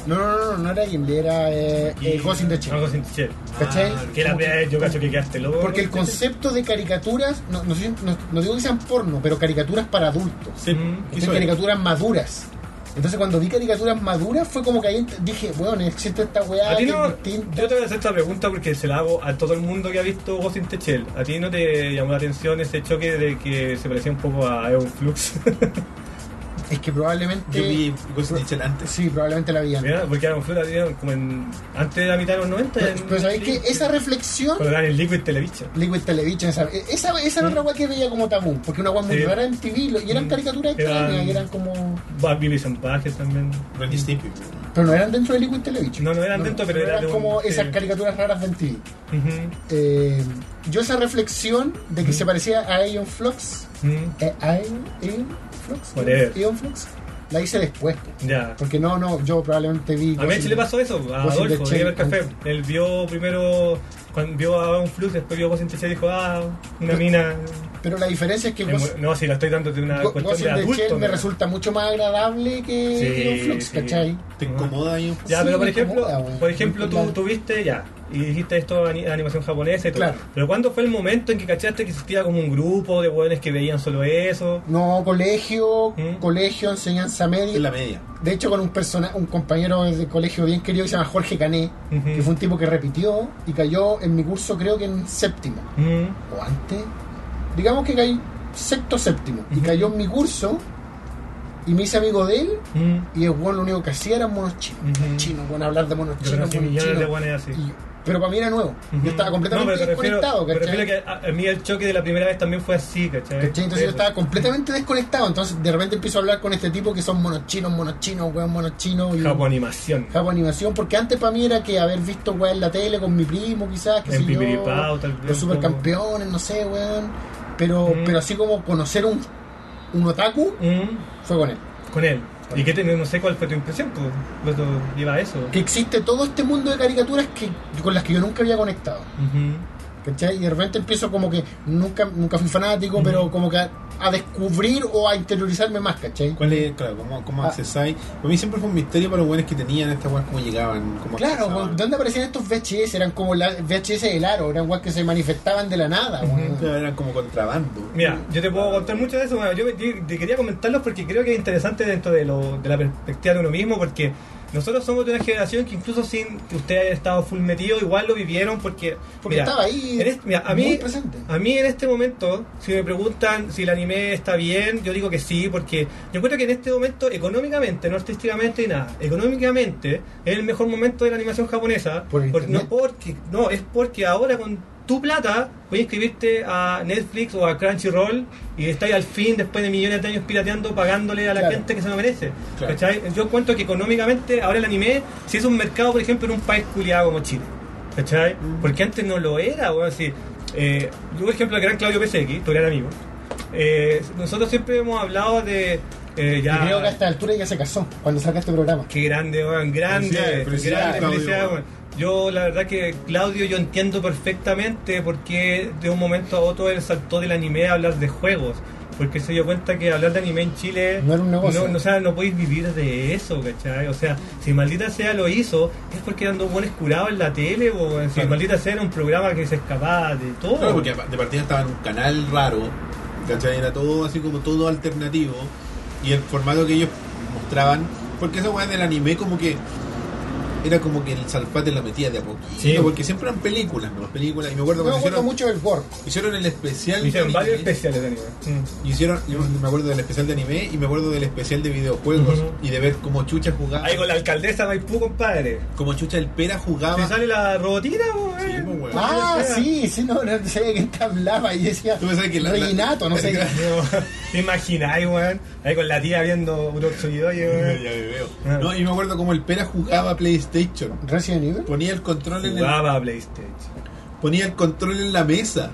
Speaker 2: No, no, no, no, no era Gimli, era eh, eh, Ghost in the Shell.
Speaker 3: Ah, Ghost in the Shell.
Speaker 2: ¿Cachai?
Speaker 3: Ah, que la primera vez yo cacho que quedaste loco.
Speaker 2: Porque el concepto de caricaturas, no, no, sé- no- no digo que sean porno, pero caricaturas para adultos.
Speaker 1: Sí,
Speaker 3: Mm.
Speaker 1: ¿qué
Speaker 2: Entonces,
Speaker 1: soy?
Speaker 2: caricaturas maduras. Entonces cuando vi caricaturas maduras fue como que ahí ent- dije, bueno, existe esta
Speaker 3: A
Speaker 2: weá
Speaker 3: ti
Speaker 2: que
Speaker 3: no,
Speaker 2: es distinta.
Speaker 3: yo te voy a hacer esta pregunta porque se la hago a todo el mundo que ha visto Ghost in the Shell. ¿A ti no te llamó la atención ese choque de que se parecía un poco a Eon Flux? (laughs)
Speaker 2: Es que probablemente...
Speaker 1: Yo vi Ghost in the Shell antes.
Speaker 2: Sí, probablemente la habían.
Speaker 3: Mira, porque Eon Flux la dieron como en, antes de la mitad de los 90.
Speaker 2: Pero,
Speaker 3: en-
Speaker 2: pero sabéis
Speaker 3: sí.
Speaker 2: que esa reflexión
Speaker 3: Cuando eran el Liquid Television.
Speaker 2: Liquid Television, esa, esa, esa era otra weá que veía como tabú, porque una weá muy
Speaker 3: Sí.
Speaker 2: rara en TV, lo- y eran
Speaker 3: Mm.
Speaker 2: caricaturas
Speaker 3: Eran-
Speaker 2: extrañas, y eran como...
Speaker 3: Bambi Vision Pages también.
Speaker 1: Ren y Stimpy.
Speaker 2: Pero no eran dentro de Liquid Television.
Speaker 3: No, no eran dentro, pero era
Speaker 2: eran
Speaker 3: de un-
Speaker 2: como
Speaker 3: sí.
Speaker 2: esas caricaturas raras de TV.
Speaker 3: Ujú.
Speaker 2: Eh, yo esa reflexión de que se parecía a Aeon Flux,
Speaker 3: Mm.
Speaker 2: eh, Aeon, Aeon Flux,
Speaker 3: Whatever.
Speaker 2: Aeon Flux, la hice después.
Speaker 3: Ya.
Speaker 2: Porque no, no, yo probablemente vi...
Speaker 3: A mí en Chile pasó eso, a
Speaker 2: Ghost in the
Speaker 3: Adolfo, de
Speaker 2: Shell.
Speaker 3: Iber Café. Él vio primero, cuando vio a un flux, después vio a Ghost in the Shell y dijo, ah, una mina.
Speaker 2: Pero la diferencia es que
Speaker 3: Es
Speaker 2: vos...
Speaker 3: mu- No, si la estoy dando de una
Speaker 2: Go-
Speaker 3: cuestión
Speaker 2: Ghost
Speaker 3: de
Speaker 2: in the
Speaker 3: adulto.
Speaker 2: Shell me
Speaker 3: ¿no?
Speaker 2: resulta mucho más agradable que
Speaker 3: Sí,
Speaker 2: Aeon Flux,
Speaker 3: sí.
Speaker 2: ¿cachai? Ah.
Speaker 1: ¿Te incomoda ahí?
Speaker 3: Ya,
Speaker 2: Sí,
Speaker 3: pero por
Speaker 2: me
Speaker 3: ejemplo,
Speaker 2: incomoda, güey.
Speaker 3: por ejemplo tú,
Speaker 2: Claro.
Speaker 3: tú viste ya, y dijiste esto ani- animación japonesa y todo.
Speaker 2: Claro.
Speaker 3: Pero ¿cuándo fue el momento en que cachaste que existía como un grupo de jóvenes que veían solo eso?
Speaker 2: No, colegio,
Speaker 3: ¿Mm?
Speaker 2: colegio, enseñanza media.
Speaker 1: En la media.
Speaker 2: De hecho, con un persona, un compañero de colegio bien querido que se llama Jorge Cané,
Speaker 3: Ujú.
Speaker 2: que fue un tipo que repitió y cayó en mi curso creo que en séptimo
Speaker 3: Mm,
Speaker 2: o antes. Digamos que caí sexto séptimo y
Speaker 3: Ujú.
Speaker 2: cayó en mi curso y me hice amigo de él
Speaker 3: mm.
Speaker 2: y el bueno lo único que hacía era monos chinos,
Speaker 3: Ujú.
Speaker 2: chinos, bueno hablar de monos
Speaker 3: Yo
Speaker 2: chinos,
Speaker 3: conocí
Speaker 2: monos
Speaker 3: millones de
Speaker 2: chinos.
Speaker 3: guanes así.
Speaker 2: Y- pero para mí era nuevo,
Speaker 3: Ujú.
Speaker 2: yo estaba completamente
Speaker 3: No, pero te refiero-
Speaker 2: desconectado,
Speaker 3: me
Speaker 2: ¿cachai?
Speaker 3: refiero que a, a mí el choque de la primera vez también fue así, ¿cachai?
Speaker 2: ¿Cachai? Entonces yo
Speaker 3: Eso.
Speaker 2: estaba completamente desconectado. Entonces de repente empiezo a hablar con este tipo que son monos chinos, monos chinos, weón, monos chinos. Y
Speaker 3: Japonimación.
Speaker 2: Japo animación, porque antes para mí era que haber visto weón en la tele con mi primo, quizás, que
Speaker 3: En
Speaker 2: sé yo,
Speaker 3: Pipiripao, tal vez,
Speaker 2: Los supercampeones, no sé, weón. Pero,
Speaker 3: Mm.
Speaker 2: pero así como conocer un, un otaku
Speaker 3: Mm,
Speaker 2: fue con él.
Speaker 3: con él. ¿Y qué te, no sé cuál fue tu impresión? Pues, pues, lo lleva a eso.
Speaker 2: Que existe todo este mundo de caricaturas que, con las que yo nunca había conectado.
Speaker 3: Ujú.
Speaker 2: ¿Cachai? Y de repente empiezo como que nunca, nunca fui fanático, pero como que a, a descubrir o a interiorizarme más, ¿cachai?
Speaker 1: ¿Cuál es, claro, cómo, cómo
Speaker 2: Ah.
Speaker 1: accesáis? Para mí siempre fue un misterio para los buenos que tenían estas weas, cómo llegaban. Cómo
Speaker 2: Claro,
Speaker 1: accesaban.
Speaker 2: weón, ¿dónde aparecían estos VHS? Eran como la VHS del aro, eran weas que se manifestaban de la nada, weón.
Speaker 1: Claro, eran como contrabando.
Speaker 3: Mira, yo te puedo contar mucho de eso. Bueno, yo te- te quería comentarlos porque creo que es interesante dentro de, lo- de la perspectiva de uno mismo. Porque nosotros somos de una generación que, incluso sin que usted haya estado full metido, igual lo vivieron. Porque,
Speaker 2: Porque
Speaker 3: mira,
Speaker 2: estaba ahí
Speaker 3: en este- mira, a
Speaker 2: muy
Speaker 3: mí,
Speaker 2: presente.
Speaker 3: a mí en este momento, si me preguntan si el anime está bien, yo digo que sí, porque yo creo que en este momento, económicamente, no artísticamente ni nada, económicamente es el mejor momento de la animación japonesa.
Speaker 2: Por internet.
Speaker 3: no, porque, no, es porque ahora con tu plata voy a inscribirte a Netflix o a Crunchyroll y estáis al fin, después de millones de años pirateando, pagándole a la
Speaker 2: Claro.
Speaker 3: gente que se lo merece.
Speaker 1: Claro.
Speaker 3: ¿cachai? Yo cuento que económicamente ahora el anime, si es un mercado, por ejemplo, en un país culiado como Chile. ¿Cachai?
Speaker 2: Mm.
Speaker 3: Porque antes no lo era, weón. así, eh, yo, por ejemplo, el gran Claudio PSX, tu gran amigo, eh, nosotros siempre hemos hablado de. eh,
Speaker 2: Y
Speaker 3: ya,
Speaker 2: creo que a esta altura ya se casó cuando saca este programa.
Speaker 3: Qué grande, weón, grande.
Speaker 1: Felicidades, felicidades,
Speaker 3: grande,
Speaker 1: Claudio,
Speaker 3: felicidades,
Speaker 1: weón.
Speaker 3: weón. Yo, la verdad que Claudio, yo entiendo perfectamente por qué de un momento a otro él saltó del anime a hablar de juegos. Porque se dio cuenta que hablar de anime en Chile.
Speaker 2: No era un negocio.
Speaker 3: No, no, o sea, no podéis vivir de eso, ¿cachai? O sea, si maldita sea lo hizo, es porque eran dos buenos curados en la tele, o si
Speaker 1: Claro.
Speaker 3: maldita sea era un programa que se escapaba de todo.
Speaker 1: Claro, porque de partida estaba en un canal raro, ¿cachai? Era todo así como todo alternativo. Y el formato que ellos mostraban, porque esa weá del anime como que era como que el salpate la metía de a poquito,
Speaker 3: Sí.
Speaker 1: porque siempre eran películas, ¿no? Películas, y me acuerdo
Speaker 2: Yo me
Speaker 1: cuando
Speaker 2: acuerdo
Speaker 1: hicieron,
Speaker 2: mucho del gore.
Speaker 1: hicieron el especial
Speaker 3: Hicieron
Speaker 1: de
Speaker 3: varios
Speaker 1: anime.
Speaker 3: especiales de anime. Mm.
Speaker 1: Hicieron, yo me acuerdo del especial de anime y me acuerdo del especial de videojuegos
Speaker 3: Ujú.
Speaker 1: y de ver cómo Chucha jugaba,
Speaker 3: Ahí con la alcaldesa Maipú, compadre.
Speaker 1: cómo Chucha el Pera
Speaker 3: Si
Speaker 1: jugaba.
Speaker 3: sale la robotina, weón.
Speaker 1: Ah. Sí, pues, weón.
Speaker 2: Ah,
Speaker 3: sea.
Speaker 2: sí, sí, no, no sabía de quién te hablaba y decía
Speaker 1: Tú pensabas que la- la-
Speaker 2: Reginato, no sé qué.
Speaker 3: No, (laughs) ¿Te imagináis, weón? Ahí con la tía viendo Uroxoidoi,
Speaker 1: (laughs)
Speaker 3: weón.
Speaker 1: Ya me veo. No, y me acuerdo cómo el Pera jugaba PlayStation.
Speaker 2: Resident Evil.
Speaker 1: Ponía el control en el,
Speaker 3: Jugaba a PlayStation.
Speaker 1: ponía el control en la mesa.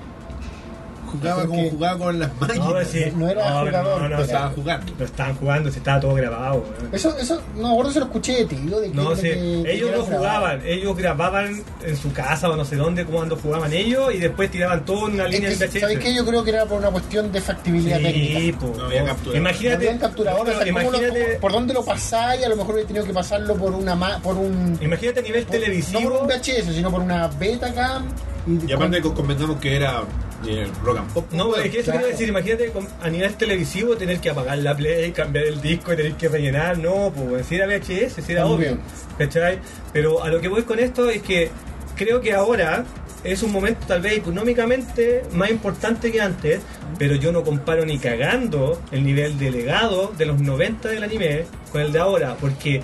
Speaker 1: Jugaba
Speaker 2: ¿Por
Speaker 1: como
Speaker 2: qué?
Speaker 1: jugaba con las máquinas.
Speaker 3: No, pues sí.
Speaker 2: No era
Speaker 3: No,
Speaker 2: jugador,
Speaker 3: no, no,
Speaker 2: pero-
Speaker 1: Estaba jugando.
Speaker 3: Lo estaban jugando, se estaba todo grabado, weón.
Speaker 2: Eso, eso, no me acuerdo si lo escuché de ti, ¿no? De que-
Speaker 3: No
Speaker 2: de
Speaker 3: sé,
Speaker 2: que- de
Speaker 3: ellos
Speaker 2: que
Speaker 3: no
Speaker 2: era
Speaker 3: jugaban, ellos grababan en su casa o no sé dónde, cuando jugaban ellos, y después tiraban todo en una
Speaker 2: Es
Speaker 3: línea
Speaker 2: que,
Speaker 3: en VHS.
Speaker 2: ¿Sabes qué? Yo creo que era por una cuestión de factibilidad
Speaker 3: Sí,
Speaker 2: técnica.
Speaker 3: po,
Speaker 1: No había
Speaker 3: po.
Speaker 1: capturador.
Speaker 2: No
Speaker 3: Imagínate,
Speaker 2: habían capturador, o
Speaker 3: no,
Speaker 2: sea, ¿cómo lo-
Speaker 3: imagínate,
Speaker 2: por dónde lo pasáis, a lo mejor hubiera tenido que pasarlo por una ma- por un
Speaker 3: imagínate a nivel
Speaker 2: por-
Speaker 3: televisivo.
Speaker 2: no por un VHS, sino por una Betacam
Speaker 1: Y aparte con- convengamos que era eh, rock and pop.
Speaker 3: No, pues, es que eso
Speaker 2: Claro.
Speaker 3: quiero decir, imagínate con- a nivel televisivo tener que apagar la play, cambiar el disco y tener que rellenar, no, pues si era VHS, si era
Speaker 2: También.
Speaker 3: obvio, ¿cachai? Pero a lo que voy con esto es que creo que ahora es un momento tal vez económicamente más importante que antes, pero yo no comparo ni cagando el nivel de legado de los 90 del anime con el de ahora, porque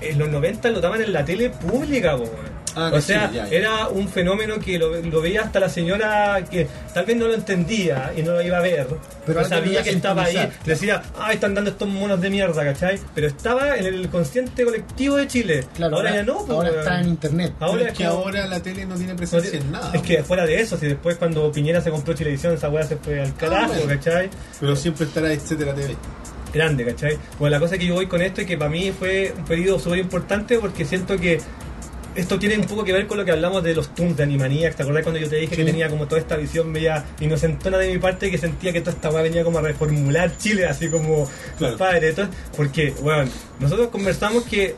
Speaker 3: en los 90 lo daban en la tele pública, po, weón.
Speaker 1: Ah,
Speaker 3: o
Speaker 1: sí,
Speaker 3: sea,
Speaker 1: ya, ya.
Speaker 3: era era un fenómeno que lo, lo veía hasta la señora que tal vez no lo entendía y no lo iba a ver,
Speaker 2: Pero
Speaker 3: pero
Speaker 2: ahora
Speaker 3: sabía
Speaker 2: te
Speaker 3: que
Speaker 2: lo iba a
Speaker 3: estaba ahí.
Speaker 2: sintonizar.
Speaker 3: Decía, ah, están dando estos monos de mierda, ¿cachai? Pero estaba en el consciente colectivo de Chile.
Speaker 2: Claro,
Speaker 3: ahora, ya no, po,
Speaker 2: ahora
Speaker 3: weón.
Speaker 2: está en internet.
Speaker 1: Pero
Speaker 3: Ahora
Speaker 1: es que
Speaker 3: como-
Speaker 1: ahora la tele no tiene
Speaker 3: no
Speaker 1: presencia
Speaker 3: tiene-
Speaker 1: en nada.
Speaker 3: Es que fuera de eso, si después cuando Piñera se compró Chilevisión, esa weá se fue al carajo,
Speaker 1: bueno.
Speaker 3: ¿cachai?
Speaker 1: Pero siempre estará etcétera TV.
Speaker 3: grande, ¿cachai? Bueno, la cosa que yo voy con esto es que para mí fue un pedido súper importante porque siento que esto tiene un poco que ver con lo que hablamos de los Toons de Animaniacs. ¿Te acordás cuando yo te dije que tenía como toda esta visión media inocentona de mi parte que sentía que toda esta weá venía como a reformular Chile, así como,
Speaker 1: Claro.
Speaker 3: padre, esto? Porque, bueno, nosotros conversamos que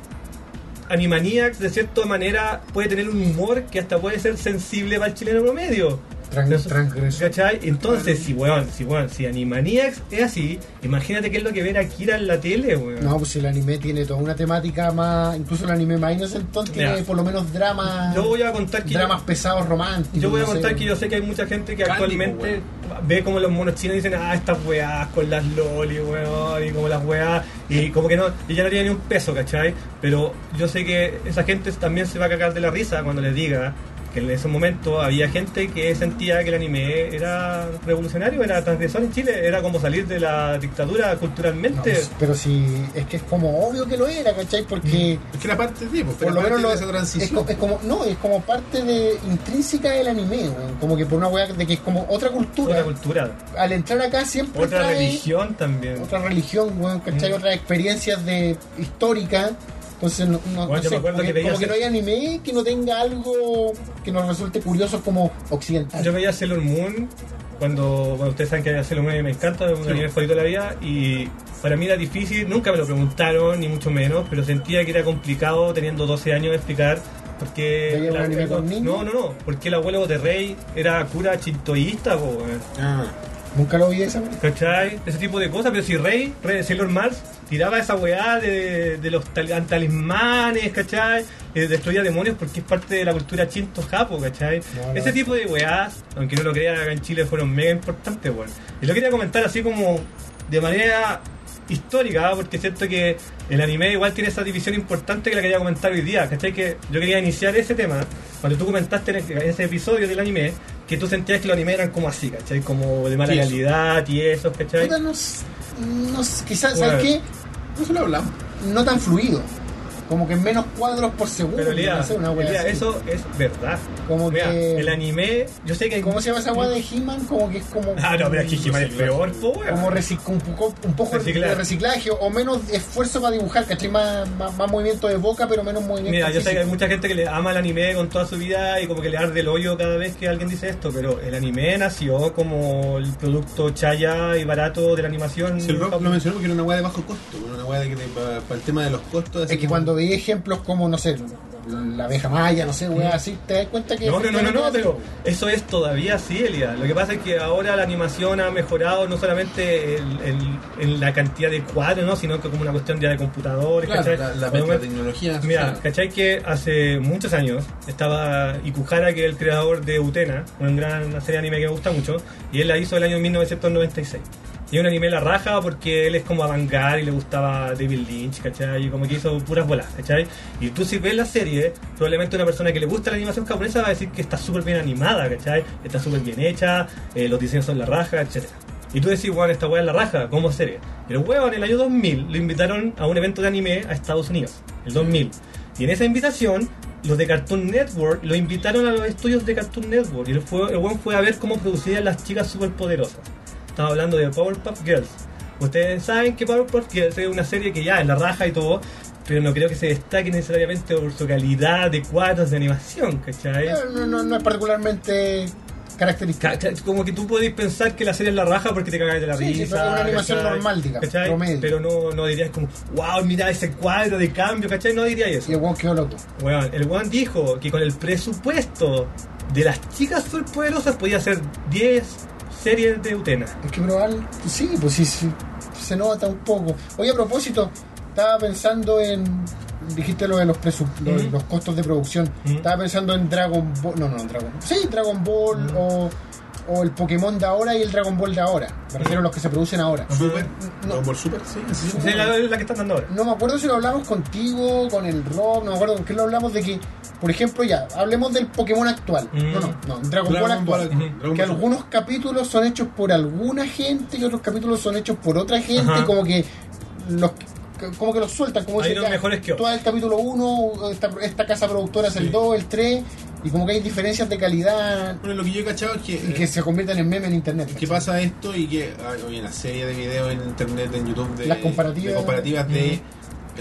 Speaker 3: Animaniacs de cierta manera puede tener un humor que hasta puede ser sensible para el chileno promedio.
Speaker 2: Tran-
Speaker 3: Entonces,
Speaker 2: transgresor.
Speaker 3: ¿Cachai? Entonces, si weón, si weón, si Animaniacs es así, imagínate qué es lo que ver a Kira en la tele, weón.
Speaker 2: No, pues el anime tiene toda una temática más, incluso el anime más inocentón tiene
Speaker 3: Mira.
Speaker 2: por lo menos dramas,
Speaker 3: Yo voy a contar que
Speaker 2: dramas pesados románticos.
Speaker 3: Yo voy a
Speaker 2: no sé.
Speaker 3: contar que yo sé que hay mucha gente que
Speaker 1: Candy,
Speaker 2: pues,
Speaker 3: actualmente ve como los monos chinos dicen, ah, estas weas con las loli, weón, y como las weas, y como que no, y ya no tiene ni un peso, ¿cachai? Pero yo sé que esa gente también se va a cagar de la risa cuando les diga que en ese momento había gente que sentía que el anime era revolucionario, era transgresor en Chile, era como salir de la dictadura
Speaker 2: No,
Speaker 3: culturalmente.
Speaker 2: pues, pero si es que es como obvio que lo era, ¿cachai? Porque
Speaker 3: Mm.
Speaker 1: Es que era parte de, pues,
Speaker 2: por
Speaker 1: era
Speaker 2: lo
Speaker 1: parte
Speaker 2: menos lo-
Speaker 1: de esa
Speaker 2: es,
Speaker 1: transición.
Speaker 2: co- es como no, es como parte de intrínseca del anime, weón. como que por una weá de que es como otra cultura.
Speaker 3: Otra cultura,
Speaker 2: Al entrar acá siempre
Speaker 3: otra
Speaker 2: trae
Speaker 3: religión también.
Speaker 2: otra religión, weón, ¿cachai?
Speaker 3: Mm.
Speaker 2: Otras experiencias de históricas Entonces, no,
Speaker 3: Bueno,
Speaker 2: no, no
Speaker 3: yo me
Speaker 2: sé,
Speaker 3: acuerdo
Speaker 2: como,
Speaker 3: que
Speaker 2: que,
Speaker 3: veía
Speaker 2: como que
Speaker 3: ese-
Speaker 2: no hay anime que no tenga algo que nos resulte curioso como occidental.
Speaker 3: Yo veía Sailor Moon cuando, bueno, ustedes saben que a Sailor Moon me encanta, es un anime favorito de la vida y para mí era difícil, nunca me lo preguntaron, ni mucho menos, pero sentía que era complicado teniendo 12 años explicar por qué...
Speaker 2: ¿Veía un
Speaker 3: la-
Speaker 2: anime con niños?
Speaker 3: no, no, no, porque el abuelo de Rey era cura chintoísta, po, weón.
Speaker 1: Ah.
Speaker 2: Nunca lo vi esa weá.
Speaker 3: ¿Cachai? Ese tipo de cosas, pero si Rey, Rey Sailor Mars, tiraba esa weá de, de los tal- talismanes, ¿cachai? Eh, destruía demonios porque es parte de la cultura chinto japo, ¿cachai?
Speaker 2: No, no.
Speaker 3: Ese tipo de weás, aunque no lo crean acá en Chile, fueron mega importantes, weón. Y lo quería comentar así como de manera histórica, ¿ah? porque siento que el anime igual tiene esa división importante que la quería comentar hoy día, ¿cachai? Que yo quería iniciar ese tema, cuando tú comentaste en ese- en ese episodio del anime, que tú sentías que los animes eran como así, ¿cachai? Como de mala
Speaker 1: Sí, eso.
Speaker 3: calidad y eso, ¿cachai?
Speaker 2: Puta, no s- no s- quizás,
Speaker 3: Bueno.
Speaker 2: ¿sabes qué?
Speaker 1: Eso lo hablamos.
Speaker 2: No tan fluido. Como que menos cuadros por segundo.
Speaker 3: Pero Lía,
Speaker 2: no sé, una weá
Speaker 3: Lía,
Speaker 2: así.
Speaker 3: eso es verdad.
Speaker 2: Como
Speaker 3: Mira,
Speaker 2: que-
Speaker 3: el anime, yo sé que hay...
Speaker 2: ¿Cómo se llama esa weá de He-Man? Como que es como.
Speaker 3: (laughs) Ah, no, pero es que He-Man es peor, po, weón.
Speaker 2: Como reci- con un poco, un poco
Speaker 3: Reciclar.
Speaker 2: de reciclaje o menos esfuerzo para dibujar, ¿cachai? Más, más, más movimiento de boca, pero menos movimiento.
Speaker 3: Mira, yo sé que hay
Speaker 2: físico.
Speaker 3: mucha gente que le ama el anime con toda su vida y como que le arde el hoyo cada vez que alguien dice esto, pero el anime nació como el producto chaya y barato de la animación.
Speaker 1: Si el Rob
Speaker 3: japonesa.
Speaker 1: lo mencionó porque era una weá de bajo costo, era una weá de que para el tema de los costos. así
Speaker 2: Es que
Speaker 1: como-
Speaker 2: cuando veía ejemplos como, no sé, la abeja maya, no sé, weá, así, te das cuenta que.
Speaker 3: No, no, no, no, no,
Speaker 2: efectivamente
Speaker 3: pero eso es todavía así, Elia. Lo que pasa es que ahora la animación ha mejorado no solamente en, en- en la cantidad de cuadros, ¿no? sino que como una cuestión ya de computadores,
Speaker 1: Claro,
Speaker 3: ¿cachai?
Speaker 1: la, la
Speaker 3: Cuando
Speaker 1: mezcla de
Speaker 3: me-
Speaker 1: tecnología.
Speaker 3: Mira,
Speaker 1: o sea,
Speaker 3: ¿cachai que hace muchos años estaba Ikuhara, que es el creador de Utena, una gran una serie de anime que me gusta mucho, y él la hizo el año 1996. Y es un anime la raja porque él es como avangar y le gustaba David Lynch, ¿cachai? Y como que hizo puras bolas, ¿cachai? Y tú si ves la serie, probablemente una persona que le gusta la animación japonesa va a decir que está súper bien animada, ¿cachai? Está súper bien hecha, eh, los diseños son la raja, etcétera. Y tú decís, weón, esta weá es la raja, ¿cómo sería? Pero weón, en el año 2000 lo invitaron a un evento de anime a Estados Unidos, el 2000. Y en esa invitación, los de Cartoon Network lo invitaron a los estudios de Cartoon Network. Y el, fue, el weón fue a ver cómo producían las chicas superpoderosas. Estaba hablando de Powerpuff Girls. Ustedes saben que Powerpuff Girls es una serie que ya es la raja y todo, pero no creo que se destaque necesariamente por su calidad de cuadros de animación, ¿cachai?
Speaker 2: Eh, No, no, no es particularmente característica.
Speaker 3: Ca- ca- Como que tú podés pensar que la serie es la raja porque te cagas de la
Speaker 2: Sí, sí,
Speaker 3: risa.
Speaker 2: pero es una animación normal, digamos,
Speaker 3: ¿cachai?
Speaker 2: promedio.
Speaker 3: Pero no, no dirías como, wow, mira ese cuadro de cambio, ¿cachai? No dirías
Speaker 2: Y el
Speaker 3: eso.
Speaker 2: weón quedó loco.
Speaker 3: Weón, el One dijo que con el presupuesto de las chicas superpoderosas podía hacer 10 series de Utena.
Speaker 2: Es que probar. Sí, pues sí, sí, se nota un poco. Oye, a propósito, estaba pensando en. Dijiste lo de los, presu- lo de
Speaker 3: Mm.
Speaker 2: los costos de producción.
Speaker 3: Mm.
Speaker 2: Estaba pensando en Dragon Ball. No, no, en Dragon Ball. Sí, Dragon Ball o, o el Pokémon de ahora y el Dragon Ball de ahora. Me refiero a los que se producen ahora.
Speaker 1: Super.
Speaker 2: No.
Speaker 1: No, por Super, sí. así se
Speaker 3: Esa
Speaker 1: llama.
Speaker 3: es la, la que están dando ahora.
Speaker 2: No me acuerdo si lo hablamos contigo, con el Rob, no me acuerdo con quién lo hablamos de que, por ejemplo, ya, hablemos del Pokémon actual.
Speaker 3: Mm.
Speaker 2: No, no, no, Dragon, Ball
Speaker 1: Dragon
Speaker 2: actual.
Speaker 1: Ball,
Speaker 3: Ujú.
Speaker 1: Dragon
Speaker 2: que
Speaker 1: Ball.
Speaker 2: algunos capítulos son hechos por alguna gente y otros capítulos son hechos por otra gente,
Speaker 3: Ajá.
Speaker 2: como que los que- como que los sueltan, como
Speaker 3: Hay
Speaker 2: dicen,
Speaker 3: los
Speaker 2: ya,
Speaker 3: mejores que otros.
Speaker 2: todo el capítulo 1, esta, esta casa productora es
Speaker 1: Sí.
Speaker 2: el 2, el 3, y como que hay diferencias de calidad
Speaker 1: Bueno, lo que yo he cachado es que. eh,
Speaker 2: y (laughs) que se convierten en meme en internet.
Speaker 1: que pasa esto y que hay hoy en la serie de videos en internet, en YouTube, de
Speaker 2: Las comparativas.
Speaker 1: de, comparativas de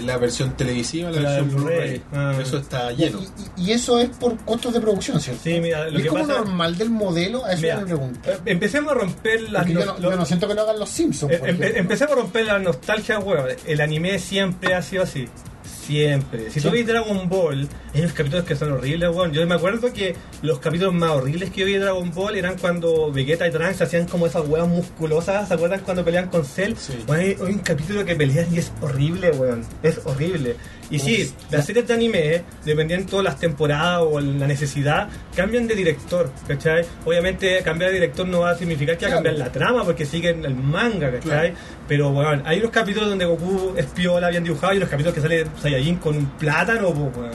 Speaker 1: la versión televisiva, la,
Speaker 3: La
Speaker 1: versión
Speaker 3: del
Speaker 1: Blu-ray.
Speaker 3: Blu-ray. Ah.
Speaker 1: Eso está
Speaker 2: Y,
Speaker 1: lleno.
Speaker 2: y- y eso es por costos de producción, ¿cierto?
Speaker 3: Sí, mira,
Speaker 2: ¿Y
Speaker 3: lo
Speaker 2: es
Speaker 3: que
Speaker 2: como
Speaker 3: pasa.
Speaker 2: normal del modelo, a eso
Speaker 3: Mira,
Speaker 2: me pregunto.
Speaker 3: eh, empecemos a romper las.
Speaker 2: Porque yo,
Speaker 3: los-
Speaker 2: no, yo no siento que lo hagan los Simpsons.
Speaker 3: Eh,
Speaker 2: por
Speaker 3: empe-
Speaker 2: ejemplo.
Speaker 3: empecemos a romper la nostalgia, weón. El anime siempre ha sido así. Siempre. Si tú
Speaker 2: Sí.
Speaker 3: ves Dragon Ball, hay unos capítulos que son horribles, weón. Yo me acuerdo que los capítulos más horribles que yo vi de Dragon Ball eran cuando Vegeta y Trunks hacían como esas weas musculosas. ¿Se acuerdan cuando pelean con Cell?
Speaker 1: Sí.
Speaker 3: Weón, hay, hay un capítulo que pelean y es horrible, weón. Es horrible. Y sí, las series de anime, dependiendo de las temporadas o la necesidad, cambian de director, ¿cachai? Obviamente cambiar de director no va a significar que va a cambiar
Speaker 2: Claro.
Speaker 3: la la trama porque siguen el manga, ¿cachai? Pero bueno, hay unos capítulos donde Goku es piola, bien dibujado, y unos capítulos que sale Saiyajin con un plátano, po, weón.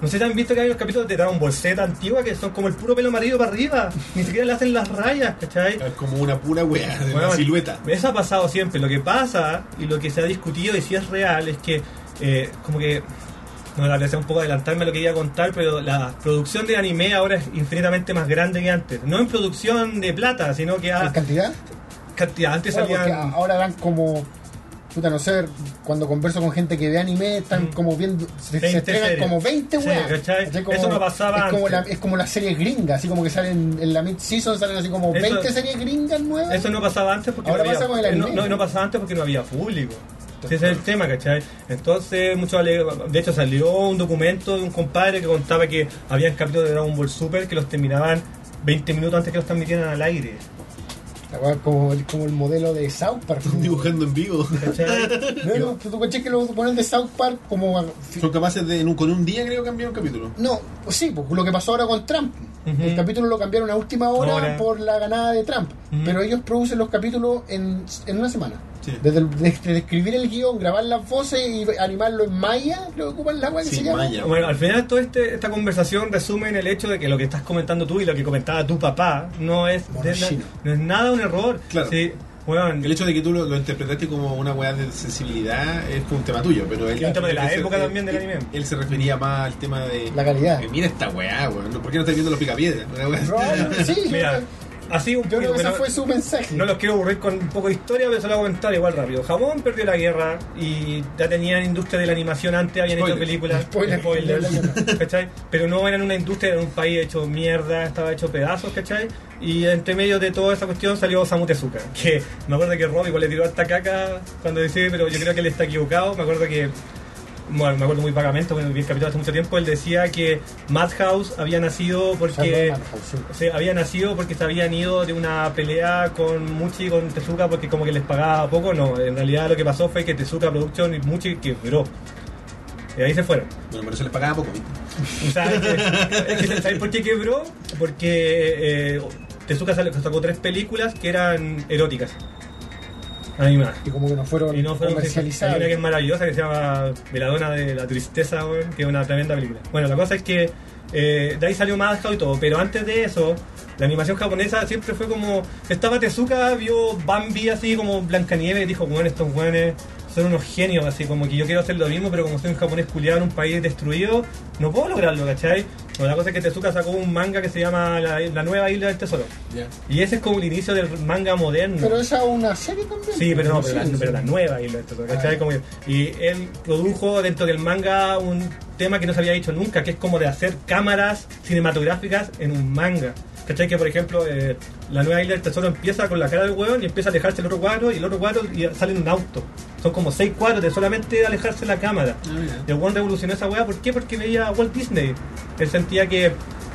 Speaker 3: No sé si han visto que hay unos capítulos de Dragon Ball Z antigua que son como el puro pelo amarillo para arriba, ni siquiera le hacen las rayas, ¿cachai?
Speaker 1: Es como una pura wea, de
Speaker 3: Bueno,
Speaker 1: la silueta.
Speaker 3: Eso ha pasado siempre. Lo que pasa y lo que se ha discutido y si es real es que, eh, como que. No, la verdad, un poco adelantarme a lo que iba a contar, pero la producción de anime ahora es infinitamente más grande que antes. No en producción de plata, sino que ha,
Speaker 2: ¿En cantidad?
Speaker 3: cantidad. Antes
Speaker 2: Bueno, porque
Speaker 3: salían.
Speaker 2: ahora dan como Puta, no sé, cuando converso con gente que ve anime, están
Speaker 3: Mm.
Speaker 2: como viendo. Se, se
Speaker 3: 20
Speaker 2: entregan
Speaker 3: series.
Speaker 2: como 20
Speaker 3: Sí,
Speaker 2: weas.
Speaker 3: ¿cachai?
Speaker 2: Así como-
Speaker 3: Eso no pasaba
Speaker 2: es como, la,
Speaker 3: antes.
Speaker 2: es como las series gringas, así como que salen en la mid-season, salen así como
Speaker 3: Eso-
Speaker 2: 20 series gringas nuevas.
Speaker 3: Eso no pasaba antes porque
Speaker 2: ah, Ahora
Speaker 3: no había,
Speaker 2: pasa con el anime.
Speaker 3: no, no- no pasaba antes porque no había público. Ese es el tema, ¿cachai? Entonces, muchos ale- de hecho salió un documento de un compadre que contaba que habían capítulos de Dragon Ball Super que los terminaban 20 minutos antes que los transmitieran al aire.
Speaker 2: La wea como, el- como el modelo de South
Speaker 3: (laughs)
Speaker 2: Park.
Speaker 1: Dibujando en
Speaker 2: (laughs)
Speaker 1: vivo.
Speaker 3: ¿Cachai?
Speaker 2: No, no, tú caché que lo ponen de South Park como.
Speaker 1: Son capaces de, en un- con un día creo cambiar un capítulo.
Speaker 2: No, pues sí, pues lo que pasó ahora con Trump.
Speaker 3: Ujú.
Speaker 2: El capítulo lo cambiaron a última hora
Speaker 3: Ahora.
Speaker 2: por la ganada de Trump.
Speaker 3: Ujú.
Speaker 2: Pero ellos producen los capítulos en, en una semana.
Speaker 1: Sí.
Speaker 2: Desde, el- desde escribir el guión, grabar las voces y animarlo en Maya, creo que ocupan la agua que
Speaker 1: Sí,
Speaker 2: se llama.
Speaker 1: Maya.
Speaker 3: Bueno, al final toda este, esta conversación resume en el hecho de que lo que estás comentando tú y lo que comentaba tu papá no es, de-
Speaker 2: Monoshino.
Speaker 3: no es nada un error.
Speaker 1: Claro.
Speaker 3: Sí, weón,
Speaker 1: El hecho de que tú lo, lo interpretaste como una weá de sensibilidad es un tema tuyo, pero él,
Speaker 3: Es un tema de la
Speaker 1: él se-
Speaker 3: época
Speaker 1: él-
Speaker 3: también del
Speaker 1: él-
Speaker 3: anime. Mm.
Speaker 1: Él se refería más al tema de.
Speaker 2: La calidad.
Speaker 1: Eh, mira esta weá, weón. ¿Por qué no estás viendo los picapiedras? Una weá-
Speaker 3: (laughs)
Speaker 2: Probablemente, sí, yo
Speaker 3: Mira,
Speaker 2: creo-
Speaker 3: así un eh,
Speaker 2: yo creo que ese
Speaker 3: pero-
Speaker 2: fue su mensaje.
Speaker 3: No los quiero aburrir con un poco de historia, pero se lo voy a comentar igual rápido. Japón perdió la guerra y ya tenían industria de la animación antes, habían
Speaker 1: Spoiler.
Speaker 3: hecho películas.
Speaker 2: (laughs) Spoiler.
Speaker 3: spoilers, ¿cachai? Pero no eran una industria, era un país hecho mierda, estaba hecho pedazos, ¿cachai? Y entre medio de toda esa cuestión salió Samu Tezuka, que me acuerdo que Rob igual le tiró hasta caca cuando decía, pero yo creo que él está equivocado. Me acuerdo que bueno, me acuerdo muy vagamente, porque vi el capítulo hace mucho tiempo, él decía que Madhouse había nacido porque...
Speaker 2: Salvador Marjau, sí.
Speaker 3: se había nacido porque se habían ido de una pelea con Muchi y con Tezuka porque como que les pagaba poco, no, en realidad lo que pasó fue que Tezuka Production y Muchi quebró. Y ahí se fueron.
Speaker 1: Bueno, pero se les pagaba poco, ¿viste?
Speaker 3: O sea, es que- es que, ¿sabes por qué quebró? Porque eh, Tezuka sal- sacó tres películas que eran eróticas. Animadas.
Speaker 2: Y como que no fueron,
Speaker 3: Y no fueron
Speaker 2: comercializados.
Speaker 3: Hay una que es maravillosa que se llama Veladona de la Tristeza, weón, que es una tremenda película. Bueno, la cosa es que eh, de ahí salió Madhouse y todo, pero antes de eso, la animación japonesa siempre fue como. Estaba Tezuka, vio Bambi así como Blancanieve y dijo, bueno, estos weones son unos genios, así como que yo quiero hacer lo mismo, pero como soy un japonés culiado en un país destruido, no puedo lograrlo, ¿cachai? Bueno, la cosa es que Tezuka sacó un manga que se llama La, La Nueva Isla del Tesoro.
Speaker 1: Ya.
Speaker 3: Y ese es como el inicio del manga moderno.
Speaker 2: Pero esa es una serie también.
Speaker 3: Sí, pero no, pero,
Speaker 2: Sí,
Speaker 3: la,
Speaker 2: sí.
Speaker 3: pero la nueva y lo esto, ¿cachai?
Speaker 2: Ah.
Speaker 3: Como- y él produjo dentro del manga un tema que no se había hecho nunca, que es como de hacer cámaras cinematográficas en un manga. ¿Cachai? Que por ejemplo, eh, la nueva isla del tesoro empieza con la cara del hueón y empieza a alejarse el otro cuadro y el otro cuadro y sale en un auto. Son como seis cuadros de solamente alejarse la cámara.
Speaker 1: Ah, mira.
Speaker 3: Y el hueón revolucionó esa hueá, ¿por qué? Porque veía a Walt Disney. Él sentía que.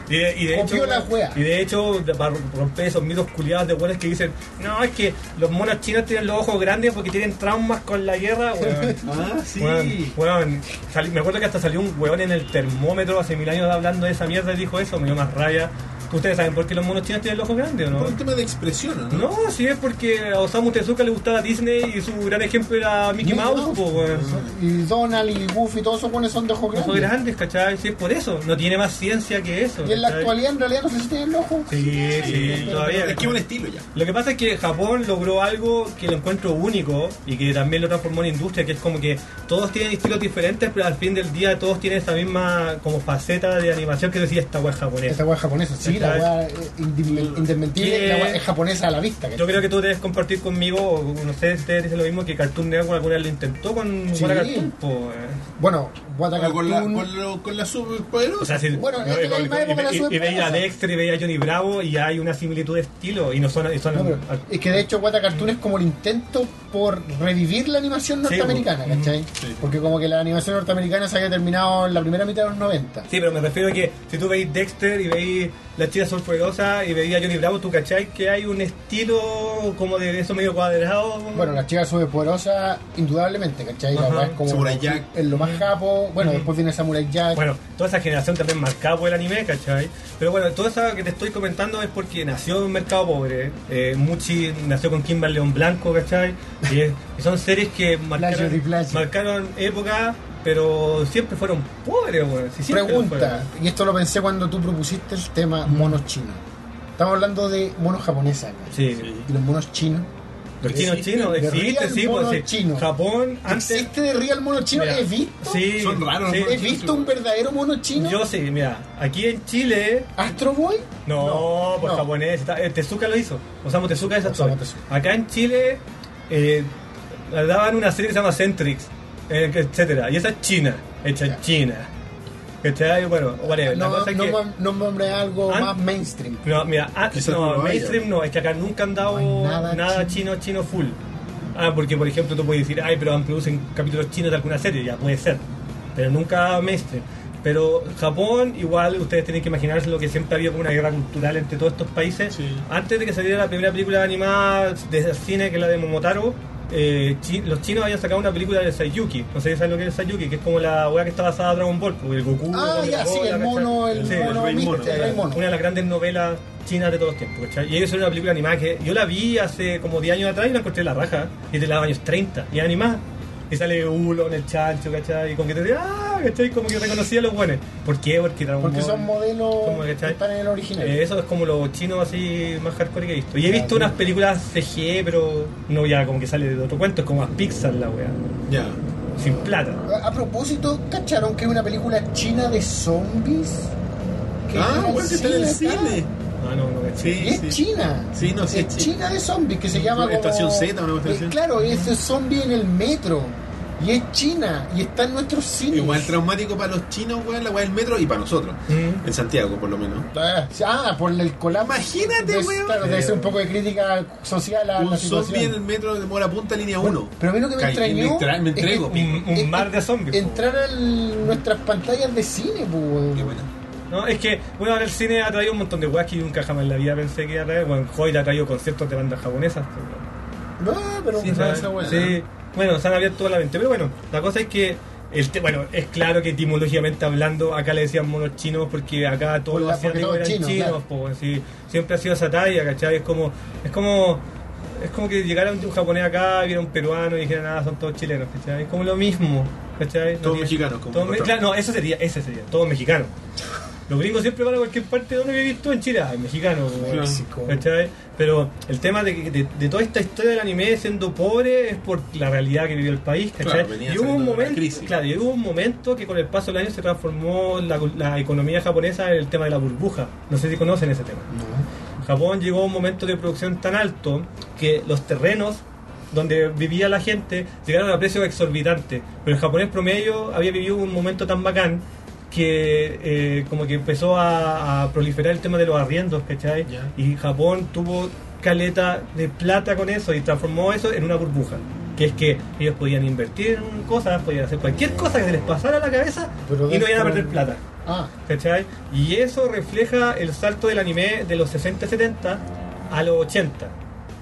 Speaker 3: Y de, y de
Speaker 2: Copió
Speaker 3: hecho,
Speaker 2: la hueá.
Speaker 3: y de hecho, para romper esos mitos culiados de hueones que dicen, no, es que los monos chinos tienen los ojos grandes porque tienen traumas con la guerra, weón.
Speaker 1: Ah, sí.
Speaker 3: Weón, weón. Salí- me acuerdo que hasta salió un weón en el termómetro hace mil años hablando de esa mierda y dijo eso, me dio más rabia. ¿Que ¿Ustedes saben por qué los monos chinos tienen los ojos grandes o no?
Speaker 1: Por un tema de expresión, ¿o ¿no?
Speaker 3: No, si es porque a Osamu Tezuka le gustaba Disney y su gran ejemplo era Mickey
Speaker 2: Mickey
Speaker 3: Mouse,
Speaker 2: Mouse. Ah.
Speaker 3: po, weón.
Speaker 2: Y Donald y Goofy, todos esos buenos son de ojos
Speaker 3: Los ojos grandes,
Speaker 2: grandes.
Speaker 3: ¿cachai? Si es por eso, no tiene más ciencia que eso.
Speaker 2: Y en la
Speaker 3: ¿cachai?
Speaker 2: actualidad, en realidad, no sé si tienen ojo.
Speaker 3: Sí, sí, todavía.
Speaker 1: Es que es un estilo ya.
Speaker 3: Lo que pasa es que Japón logró algo que lo encuentro único y que también lo transformó en industria, que es como que todos tienen estilos diferentes, pero al fin del día todos tienen esa misma como faceta de animación que decía esta web
Speaker 2: Esta
Speaker 3: japonesa.
Speaker 2: weá es japonesa, sí, la
Speaker 3: ¿Cachai?
Speaker 2: weá es indime- indesmentible,
Speaker 3: ¿Qué?
Speaker 2: la weá es japonesa a la vista. ¿cachai?
Speaker 3: Yo creo que tú debes compartir conmigo, o no sé, ustedes dicen lo mismo que Cartoon Network alguna vez lo intentó con
Speaker 2: Sí.
Speaker 3: Guara Cartoon. po, eh.
Speaker 2: Bueno, Wataka
Speaker 1: Bueno, con la,
Speaker 2: Cartoon-
Speaker 1: con lo- con la superpoderosa.
Speaker 3: O sea, sí,
Speaker 2: Bueno, este
Speaker 3: no,
Speaker 2: es de la
Speaker 3: y-
Speaker 2: misma
Speaker 3: y-
Speaker 2: época la
Speaker 3: y-
Speaker 2: Super
Speaker 3: y veía a
Speaker 2: Poderosa.
Speaker 3: Dexter y veía a Johnny Bravo y hay una similitud de estilo y no son... y son-
Speaker 2: No, pero es que de hecho Wata Cartoon es como el intento por revivir la animación
Speaker 3: Sí, pues.
Speaker 2: norteamericana,
Speaker 3: bueno.
Speaker 2: ¿cachai?
Speaker 1: Sí.
Speaker 2: Porque como que la animación norteamericana se había terminado en la primera mitad de los 90.
Speaker 3: Sí, pero me refiero a que si tú veis Dexter y veis La Chica Sorpregosa y veis a Johnny Bravo, tú cacháis que hay un estilo como de eso medio cuadrado.
Speaker 2: Bueno, las chicas superpoderosas, indudablemente, ¿cachai? La
Speaker 3: Ajá.
Speaker 2: weá es como
Speaker 1: Samurai Jack.
Speaker 2: es lo más capo. Bueno,
Speaker 3: Ujú.
Speaker 2: después viene Samurai Jack.
Speaker 3: Bueno, toda esa generación también marcada por el anime, ¿cachai? Pero bueno, todo eso que te estoy comentando es porque nació en un mercado pobre. Eh, Muchi nació con Kimber León Blanco, ¿cachai? Y, es- y son series que marcaron,
Speaker 2: Flash, flash.
Speaker 3: marcaron época, pero siempre fueron pobres, weón. Sí, siempre lo
Speaker 2: Pregunta, y esto lo pensé cuando tú propusiste el tema monos chinos. Estamos hablando de monos japoneses, ¿cachai?
Speaker 3: fueron. Sí.
Speaker 2: Y los monos chinos.
Speaker 3: Los chinos
Speaker 1: Existen,
Speaker 3: chinos,
Speaker 2: de
Speaker 3: existen,
Speaker 2: real
Speaker 3: sí, pues,
Speaker 2: mono
Speaker 3: sí.
Speaker 2: chino.
Speaker 3: Japón antes.
Speaker 2: ¿Existe de real mono chino?
Speaker 3: Mira,
Speaker 2: ¿He visto?
Speaker 3: Sí,
Speaker 1: Son raros,
Speaker 3: sí.
Speaker 1: ¿no?
Speaker 2: ¿He visto un verdadero mono chino?
Speaker 3: Yo sí, mira, aquí en Chile.
Speaker 2: ¿Astro Boy?
Speaker 3: No, pues
Speaker 2: no.
Speaker 3: japonés. está- eh, Tezuka lo hizo. Osamu Tezuka es
Speaker 2: Osamu
Speaker 3: actor.
Speaker 2: Tezuka.
Speaker 3: Acá en Chile, eh, daban una serie que se llama Centrix, eh, que- etcétera, y esa es China, hecha en
Speaker 2: Ya.
Speaker 3: China. ¿Cachai? Bueno, whatever. la
Speaker 2: No,
Speaker 3: cosa es
Speaker 2: no,
Speaker 3: que-
Speaker 2: mam- no nombré algo
Speaker 3: An-
Speaker 2: más mainstream.
Speaker 3: No, mira, ah,
Speaker 1: Quizás no
Speaker 3: no,
Speaker 1: lo haya.
Speaker 3: mainstream no, es que acá nunca han dado
Speaker 2: No hay nada
Speaker 3: nada, chino. chino, full. Ah, porque por ejemplo tú puedes decir, ay, pero han producen capítulos chinos de alguna serie, ya puede ser, pero nunca mainstream. Pero Japón, igual ustedes tienen que imaginarse lo que siempre había como una guerra cultural entre todos estos países.
Speaker 1: Sí.
Speaker 3: Antes de que saliera la primera película animada desde el cine, que es la de Momotaro, eh, chi- los chinos habían sacado una película de Sayuki. No sé si saben lo que es Sayuki, que es como la weá que está basada en Dragon Ball, porque el Goku.
Speaker 2: Ah,
Speaker 3: la
Speaker 2: ya, sí,
Speaker 3: Coca-Cola,
Speaker 2: el mono,
Speaker 3: ¿cachai?
Speaker 2: el
Speaker 3: Sí,
Speaker 2: mono,
Speaker 8: Rey
Speaker 2: mister,
Speaker 8: Mono.
Speaker 2: el Rey mono.
Speaker 3: una de las grandes novelas chinas de todos los tiempos, ¿cachai? Y ellos hicieron una película animada que yo la vi hace como 10 años atrás y la encontré en la raja, y es de los años 30, y es animada. Y sale Ulo en el chancho, ¿cachai? Y como que te dice, ah, ¿cachai? Como que reconocía a los buenos. ¿Por qué? Porque Dragon
Speaker 2: Porque
Speaker 3: Ball-
Speaker 2: son modelos
Speaker 3: ¿Cómo que
Speaker 2: que
Speaker 3: está?
Speaker 2: están en el original.
Speaker 3: Eh, eso es como los chinos así más hardcore que he visto. Y he visto
Speaker 2: Ah,
Speaker 3: unas
Speaker 2: sí.
Speaker 3: películas CGE, pero no ya como que sale de otro cuento, es como más Pixar la wea,
Speaker 1: Ya.
Speaker 3: sin plata.
Speaker 2: A a propósito, ¿cacharon que hay una película china de zombies?
Speaker 1: Ah,
Speaker 2: llega al
Speaker 1: bueno, que está en el
Speaker 2: cine acá.
Speaker 1: cine.
Speaker 3: Ah, no, no, caché.
Speaker 1: Sí,
Speaker 2: Y es
Speaker 1: sí.
Speaker 2: china.
Speaker 1: Sí, no, sí,
Speaker 2: es
Speaker 1: es
Speaker 2: china. de zombies que se llama como-
Speaker 1: Estación Z, una cuestión así.
Speaker 2: Eh, Claro, es el zombie en el metro. Y es china. Y está en nuestros cines.
Speaker 1: Igual traumático para los chinos, weón, la weá del metro y para nosotros.
Speaker 3: Mm.
Speaker 1: En Santiago, por lo menos.
Speaker 2: Ah, por el colapso.
Speaker 1: Imagínate,
Speaker 2: Des-
Speaker 1: weón.
Speaker 2: Claro, debe ser un poco de crítica social a la
Speaker 1: Un zombie en el
Speaker 2: situación.
Speaker 1: metro de Mora Punta, línea 1.
Speaker 2: Pero a mí lo que me
Speaker 1: Caí,
Speaker 2: extrañó.
Speaker 1: Me, tra- me
Speaker 2: es que
Speaker 1: entrego, pico.
Speaker 3: Un, un mar de zombies. po.
Speaker 2: Entrar a nuestras pantallas de cine, pues. weón.
Speaker 1: Qué buena.
Speaker 3: No, es que, bueno, ahora el cine ha traído un montón de weas que yo nunca jamás en la vida pensé que iba a traer. Bueno, Hoy ha traído conciertos de bandas japonesas. pues, weón.
Speaker 2: No, pero
Speaker 3: Sí,
Speaker 2: me
Speaker 3: ¿sabes?
Speaker 2: parece buena.
Speaker 3: Sí. Bueno, se han abierto toda la mente. Pero bueno, la cosa es que, el te- bueno, es claro que etimológicamente hablando, acá le decían monos chinos porque acá todos
Speaker 2: Hola,
Speaker 3: los
Speaker 2: porque
Speaker 3: asiáticos
Speaker 2: todos
Speaker 3: eran
Speaker 2: chinos,
Speaker 3: chinos.
Speaker 2: claro.
Speaker 3: po, weón. Sí, siempre ha sido esa talla, ¿cachai? Es como, es como, es como que llegara un, un japonés acá, viera un peruano y dijera, nada, son todos chilenos, ¿cachai? Es como lo mismo, ¿cachai? No
Speaker 1: Todos
Speaker 3: tiene-
Speaker 1: mexicanos, como
Speaker 3: todos me-
Speaker 1: encontramos.
Speaker 3: claro, no, eso sería, ese sería, todos mexicanos. Los gringos siempre van a cualquier parte donde he visto en Chile, ah, mexicano, weón.
Speaker 2: México.
Speaker 3: ¿Cachai? Pero el tema de, que- de, de toda esta historia del anime siendo pobre es por la realidad que vivió el país, ¿cachai?
Speaker 1: Claro, venía
Speaker 3: y hubo un
Speaker 1: saliendo de la
Speaker 3: momento,
Speaker 1: crisis.
Speaker 3: claro, y hubo un momento que con el paso del año se transformó la, la economía japonesa en el tema de la burbuja. No sé si conocen ese tema. Japón llegó a un momento de producción tan alto que los terrenos donde vivía la gente llegaron a precios exorbitantes. Pero el japonés promedio había vivido un momento tan bacán que eh, como que empezó a, a proliferar el tema de los arriendos, ¿cachai?
Speaker 1: Ya.
Speaker 3: Y Japón tuvo caleta de plata con eso y transformó eso en una burbuja. Que es que ellos podían invertir en cosas, podían hacer cualquier cosa que se les pasara a la cabeza
Speaker 2: Pero
Speaker 3: y no iban a
Speaker 2: dentro-
Speaker 3: perder plata.
Speaker 2: Ah,
Speaker 3: ¿cachai? Y eso refleja el salto del anime de los 60-70 a los 80.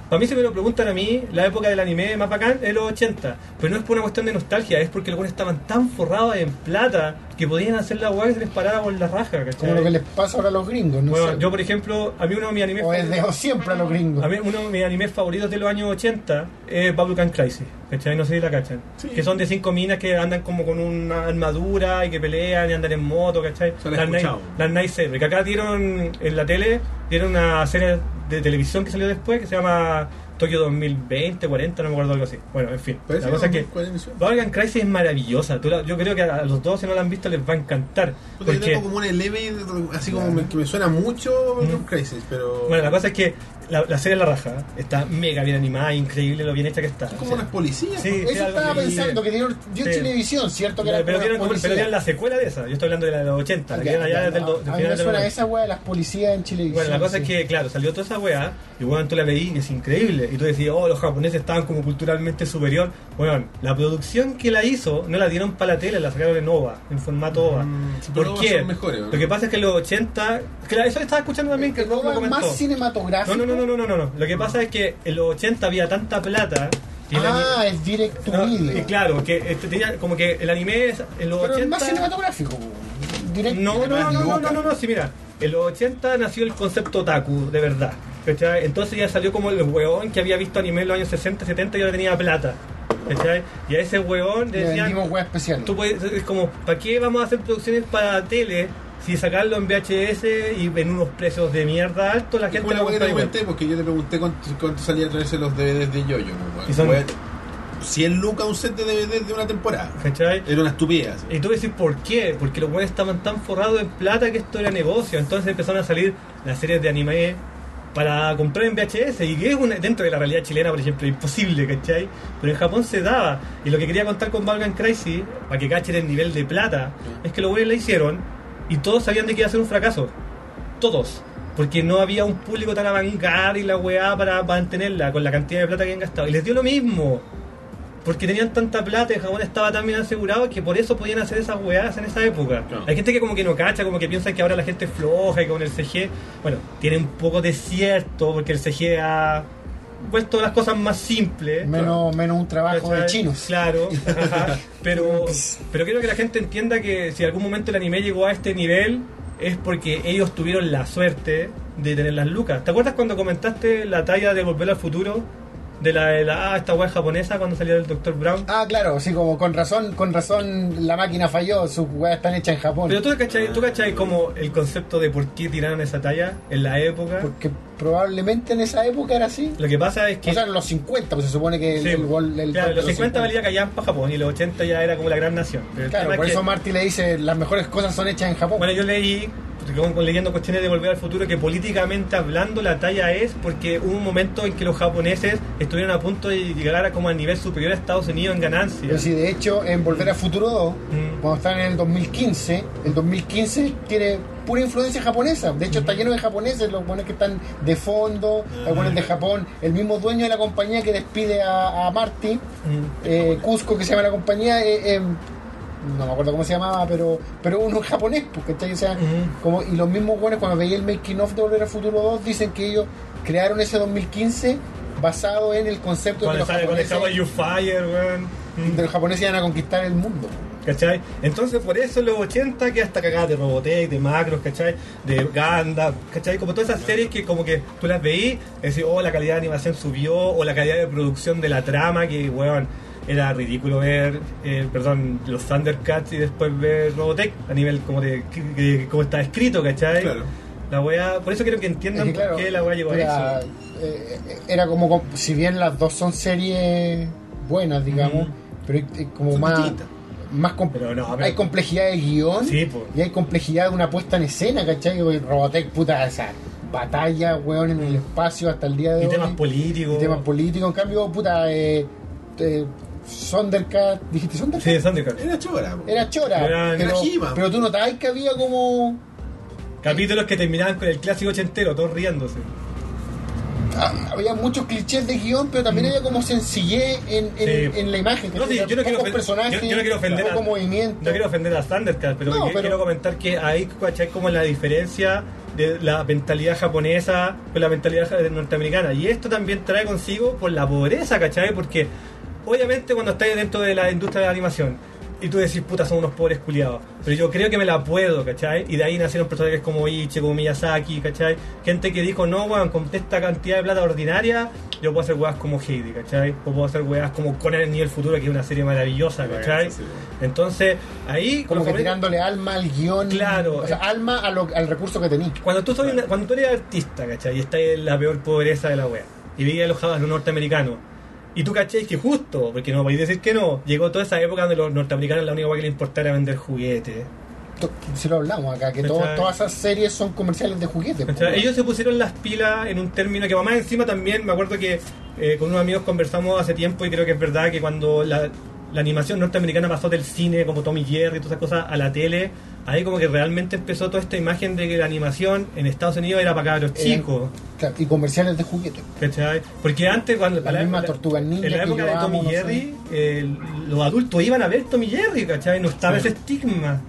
Speaker 3: Para mí, si me lo preguntan a mí, la época del anime más bacán es los 80. Pero no es por una cuestión de nostalgia, es porque los buenos estaban tan forrados en plata que podían hacer la weá que se les paraba por la raja, ¿cachai?
Speaker 2: como lo que les pasa ahora a los gringos, ¿no?
Speaker 3: Bueno,
Speaker 2: sé.
Speaker 3: yo, por ejemplo, a mí uno de mis animes
Speaker 2: O es dejo siempre a los gringos.
Speaker 3: a mí uno de mis animes favoritos de los años 80 es Bubblegum Crisis, ¿cachai? No sé si la cachan.
Speaker 1: Sí.
Speaker 3: Que son de cinco minas que andan como con una armadura y que pelean y andan en moto, ¿cachai?
Speaker 1: Se la he
Speaker 3: Las Night-
Speaker 1: escuchado.
Speaker 3: las Night Saber. Que acá dieron en la tele, dieron una serie de televisión que salió después que se llama Tokio 2020, 40, no me acuerdo algo así. Bueno, en fin.
Speaker 1: Parece
Speaker 3: la cosa es
Speaker 1: que-
Speaker 3: que
Speaker 1: ¿cuál emisión?
Speaker 3: Bubblegum Crisis es maravillosa. Tú la- yo creo que a los dos, si no la han visto, les va a encantar.
Speaker 1: Puta, yo
Speaker 3: porque-
Speaker 1: tengo como un eleve, así como me- que me suena mucho
Speaker 3: Mm.
Speaker 1: Rock Crisis, pero.
Speaker 3: Bueno, la cosa es que la, la serie La Raja está mega bien animada, increíble lo bien hecha que está.
Speaker 1: Es como
Speaker 3: O sea,
Speaker 1: unas policías. pues.
Speaker 3: Sí,
Speaker 1: ¿no?
Speaker 3: sí,
Speaker 2: Eso
Speaker 3: algo
Speaker 2: estaba
Speaker 3: así.
Speaker 2: pensando, que dieron, dio
Speaker 3: Sí.
Speaker 2: televisión, ¿cierto? Que
Speaker 3: pero,
Speaker 2: era como
Speaker 3: tienen,
Speaker 2: las
Speaker 3: como- pero
Speaker 2: policías.
Speaker 3: tienen la secuela de esa. Yo estoy hablando de la de los 80. la
Speaker 2: Ok,
Speaker 3: que era ya
Speaker 2: ya,
Speaker 3: desde el do-
Speaker 2: a-
Speaker 3: del
Speaker 2: a
Speaker 3: final
Speaker 2: mí me
Speaker 3: de los
Speaker 2: suena
Speaker 3: 90.
Speaker 2: esa weá de las policías en Chile.
Speaker 3: Bueno, la cosa es que, claro, salió toda esa weá y bueno, tú la veías y es increíble. Y tú decías, oh, los japoneses estaban como culturalmente superior. Bueno, la producción que la hizo no la dieron para la tele, la sacaron en OVA, en formato OVA.
Speaker 1: Mm, sí, pero
Speaker 3: ¿Por
Speaker 1: OVA
Speaker 3: qué?
Speaker 1: son mejores, ¿no?
Speaker 3: Lo que pasa es que en los 80. Claro, eso estaba escuchando también que
Speaker 2: que
Speaker 3: el Rob
Speaker 2: no
Speaker 3: lo
Speaker 2: va
Speaker 3: comentó.
Speaker 2: Eh, más cinematográfico.
Speaker 3: No, no, no, no, no, no, no. Lo que pasa es que en los 80 había tanta plata. y el
Speaker 2: Ah,
Speaker 3: anime-
Speaker 2: es direct to
Speaker 3: No,
Speaker 2: video.
Speaker 3: y claro, que este, tenía como que el anime es- en los
Speaker 2: pero es más
Speaker 3: 80.
Speaker 2: cinematográfico. Direct
Speaker 3: No, no, no, no, no,
Speaker 2: Boca.
Speaker 3: no, no, no, sí, mira. En los 80 nació el concepto otaku, de verdad. ¿cachai? Entonces ya salió como el weón que había visto anime en los años 60, 70 y ahora tenía plata. ¿cachai? Y a ese weón
Speaker 2: Le
Speaker 3: le decían,
Speaker 2: vendimos weá especial.
Speaker 3: tú puedes, es como, ¿para qué vamos a hacer producciones para tele si sacarlo en VHS y en unos precios de mierda altos la
Speaker 1: Es
Speaker 3: gente
Speaker 1: como la
Speaker 3: lo
Speaker 1: weá que
Speaker 3: compra
Speaker 1: te
Speaker 3: igual?
Speaker 1: comenté, porque yo te pregunté cuánto, cuánto salía a traerse los DVDs de Yoyo. pues,
Speaker 3: Y son-
Speaker 1: Bueno, 100 lucas un set de DVDs de una temporada.
Speaker 3: ¿Cachai?
Speaker 1: Era una estupidez. así.
Speaker 3: Y tú decís, ¿por qué? Porque los buenos estaban tan forrados en plata que esto era negocio. Entonces empezaron a salir las series de anime, para comprar en VHS y que es una- dentro de la realidad chilena, por ejemplo, imposible, ¿cachai? Pero en Japón se daba. Y lo que quería contar con Valgan Crisis, para que cachen el nivel de plata, es que los güeyes la hicieron y todos sabían de que iba a ser un fracaso. Todos. Porque no había un público tan avangar y la weá para mantenerla con la cantidad de plata que han gastado. Y les dio lo mismo. Porque tenían tanta plata y Japón estaba tan bien asegurado que por eso podían hacer esas weadas en esa época.
Speaker 1: Claro.
Speaker 3: Hay gente que como que no cacha, como que piensa que ahora la gente es floja y que con el CG, bueno, tiene un poco de cierto porque el CG ha vuelto las cosas más simples.
Speaker 2: Menos, menos un trabajo de
Speaker 3: ¿cachai?
Speaker 2: chinos. (laughs)
Speaker 3: Claro, ajá. pero, pero quiero que la gente entienda que si algún momento el anime llegó a este nivel es porque ellos tuvieron la suerte de tener las lucas. ¿Te acuerdas cuando comentaste la talla de Volver al Futuro? De la, de la ah, esta weá japonesa cuando salía el Dr. Brown.
Speaker 2: Ah, claro, sí, como con razón, con razón la máquina falló, sus weas están hechas en Japón.
Speaker 3: Pero tú cachai, tú cachai como el concepto de por qué tiraron esa talla en la época.
Speaker 2: Porque probablemente en esa época era así.
Speaker 3: Lo que pasa es que.
Speaker 2: O sea, en los 50, pues se supone que el,
Speaker 3: sí,
Speaker 2: el gol- el-
Speaker 3: claro,
Speaker 2: el-
Speaker 3: los 50 valía callampa Japón y los 80 ya era como la gran nación. Pero el tema
Speaker 2: Claro,
Speaker 3: es
Speaker 2: por
Speaker 3: que-
Speaker 2: eso Marty le dice, las mejores cosas son hechas en Japón.
Speaker 3: Bueno, yo leí, con- con- leyendo cuestiones de Volver al Futuro, que políticamente hablando la talla es porque hubo un momento en que los japoneses estuvieron a punto de llegar a como al nivel superior a Estados Unidos en
Speaker 2: Pero
Speaker 3: ganancias.
Speaker 2: sí, de hecho, en Volver a Futuro 2,
Speaker 3: Mm.
Speaker 2: cuando están en el 2015, el 2015 tiene pura influencia japonesa. De hecho, está
Speaker 3: Mm.
Speaker 2: lleno de japoneses, los buenos que están de fondo, los buenos de Japón. El mismo dueño de la compañía que despide a, a Marty,
Speaker 3: Mm.
Speaker 2: eh, Cusco, que se llama la compañía, eh, eh, no me acuerdo cómo se llamaba, pero pero uno japonés, porque O sea,
Speaker 3: Ujú.
Speaker 2: como, y los mismos buenos, cuando veía el making of de Volver al Futuro 2, dicen que ellos crearon ese 2015 basado en el concepto de que
Speaker 3: Cuando
Speaker 2: los
Speaker 3: sale con el
Speaker 2: japoneses,
Speaker 3: You Fire, weón. Mm.
Speaker 2: de los japoneses iban a conquistar el mundo.
Speaker 3: ¿Cachai? Entonces por eso los 80 que hasta cagada de Robotech, de Macros, ¿cachai? De Ganda, ¿cachai? Como todas esas series que como que tú las veí, es decir, oh, la calidad de animación subió, o la calidad de producción de la trama, que weón, era ridículo ver, eh, perdón, los Thundercats y después ver Robotech a nivel como de, de- de cómo está escrito, ¿cachai?
Speaker 1: Claro.
Speaker 3: La wea, por eso quiero que
Speaker 2: Es
Speaker 3: entiendan
Speaker 2: que, claro,
Speaker 3: por qué la wea llegó a
Speaker 2: era,
Speaker 3: eso.
Speaker 2: eh, era como, com- si bien las dos son series buenas, digamos,
Speaker 3: Ujú.
Speaker 2: pero eh, como
Speaker 1: Son
Speaker 2: más...
Speaker 1: distintas.
Speaker 2: Más com-
Speaker 3: Pero no, pero-
Speaker 2: hay complejidad de guión
Speaker 3: Sí, pues. po.
Speaker 2: y hay complejidad de una puesta en escena, ¿cachai? Porque Robotech, puta, esa batalla, weón, en el espacio hasta el día de
Speaker 3: Y
Speaker 2: hoy.
Speaker 3: temas políticos.
Speaker 2: Y temas políticos. En cambio, puta, eh, eh, Sondercat, ¿dijiste Sondercat?
Speaker 3: Sí, de Thundercats.
Speaker 1: Era chora. pues. po.
Speaker 2: Era chora,
Speaker 3: Era- era
Speaker 2: pero,
Speaker 1: He-Man.
Speaker 2: pero tú notabas que había como
Speaker 3: Capítulos que terminaban con el clásico ochentero, todos riéndose.
Speaker 2: Ah, había muchos clichés de guión, pero también había como sencillez en, en,
Speaker 3: Mm. Sí.
Speaker 2: en la imagen.
Speaker 3: No, sí,
Speaker 2: ¿cachai?
Speaker 3: yo no quiero
Speaker 2: Pocos
Speaker 3: ofen-
Speaker 2: personajes,
Speaker 3: yo- yo no quiero ofender a-
Speaker 2: poco movimiento.
Speaker 3: No quiero ofender a Thundercats, pero,
Speaker 2: No,
Speaker 3: que-
Speaker 2: pero-
Speaker 3: quiero comentar que ahí ¿cachai? como la diferencia de la mentalidad japonesa con la mentalidad ja- norteamericana. Y esto también trae consigo por la pobreza, ¿cachai? Porque obviamente cuando estás dentro de la industria de la animación y tú decís, puta, son unos pobres culiados. Pero yo creo que me la puedo, ¿cachai? Y de ahí nacieron personajes como Ichi, como Miyazaki, ¿cachai? Gente que dijo, no, weón, con esta cantidad de plata ordinaria, yo puedo hacer weas como Heidi, ¿cachai? O puedo hacer weas como Conan el Nivel Futuro, que es una serie maravillosa, ¿cachai?
Speaker 1: Sí, sí.
Speaker 3: Entonces, ahí
Speaker 2: Como que
Speaker 3: cuando-
Speaker 2: tirándole alma al guión.
Speaker 3: Claro. eh.
Speaker 2: O sea, alma a lo- al recurso que tenía.
Speaker 3: Cuando tú, soy una- cuando tú eres artista, ¿cachai? Y estás en la peor pobreza de la wea. Y veías a los jabas, los norteamericanos. Y tú cachai que justo, porque no podéis decir que no, llegó toda esa época donde los norteamericanos la única wea que les importaba era vender juguetes.
Speaker 2: To- Si lo hablamos acá, que
Speaker 3: ¿Cachai?
Speaker 2: todo- todas esas series son comerciales de juguetes. po,
Speaker 3: ¿Cachai?
Speaker 2: weón.
Speaker 3: Ellos se pusieron las pilas en un término que más encima también, me acuerdo que eh, con unos amigos conversamos hace tiempo y creo que es verdad que cuando la, la animación norteamericana pasó del cine como Tommy Jerry y todas esas cosas a la tele, ahí como que realmente empezó toda esta imagen de que la animación en Estados Unidos era para cabros
Speaker 2: Eh,
Speaker 3: chicos.
Speaker 2: claro, y comerciales de juguetes.
Speaker 3: ¿Cachai? Porque antes, cuando.
Speaker 2: Las mismas tortugas ninja
Speaker 3: En la
Speaker 2: que
Speaker 3: época de
Speaker 2: yo
Speaker 3: Tommy
Speaker 2: amo, no
Speaker 3: Jerry, eh, los adultos iban a ver Tommy Jerry, ¿cachai? No estaba
Speaker 1: Sí.
Speaker 3: ese estigma.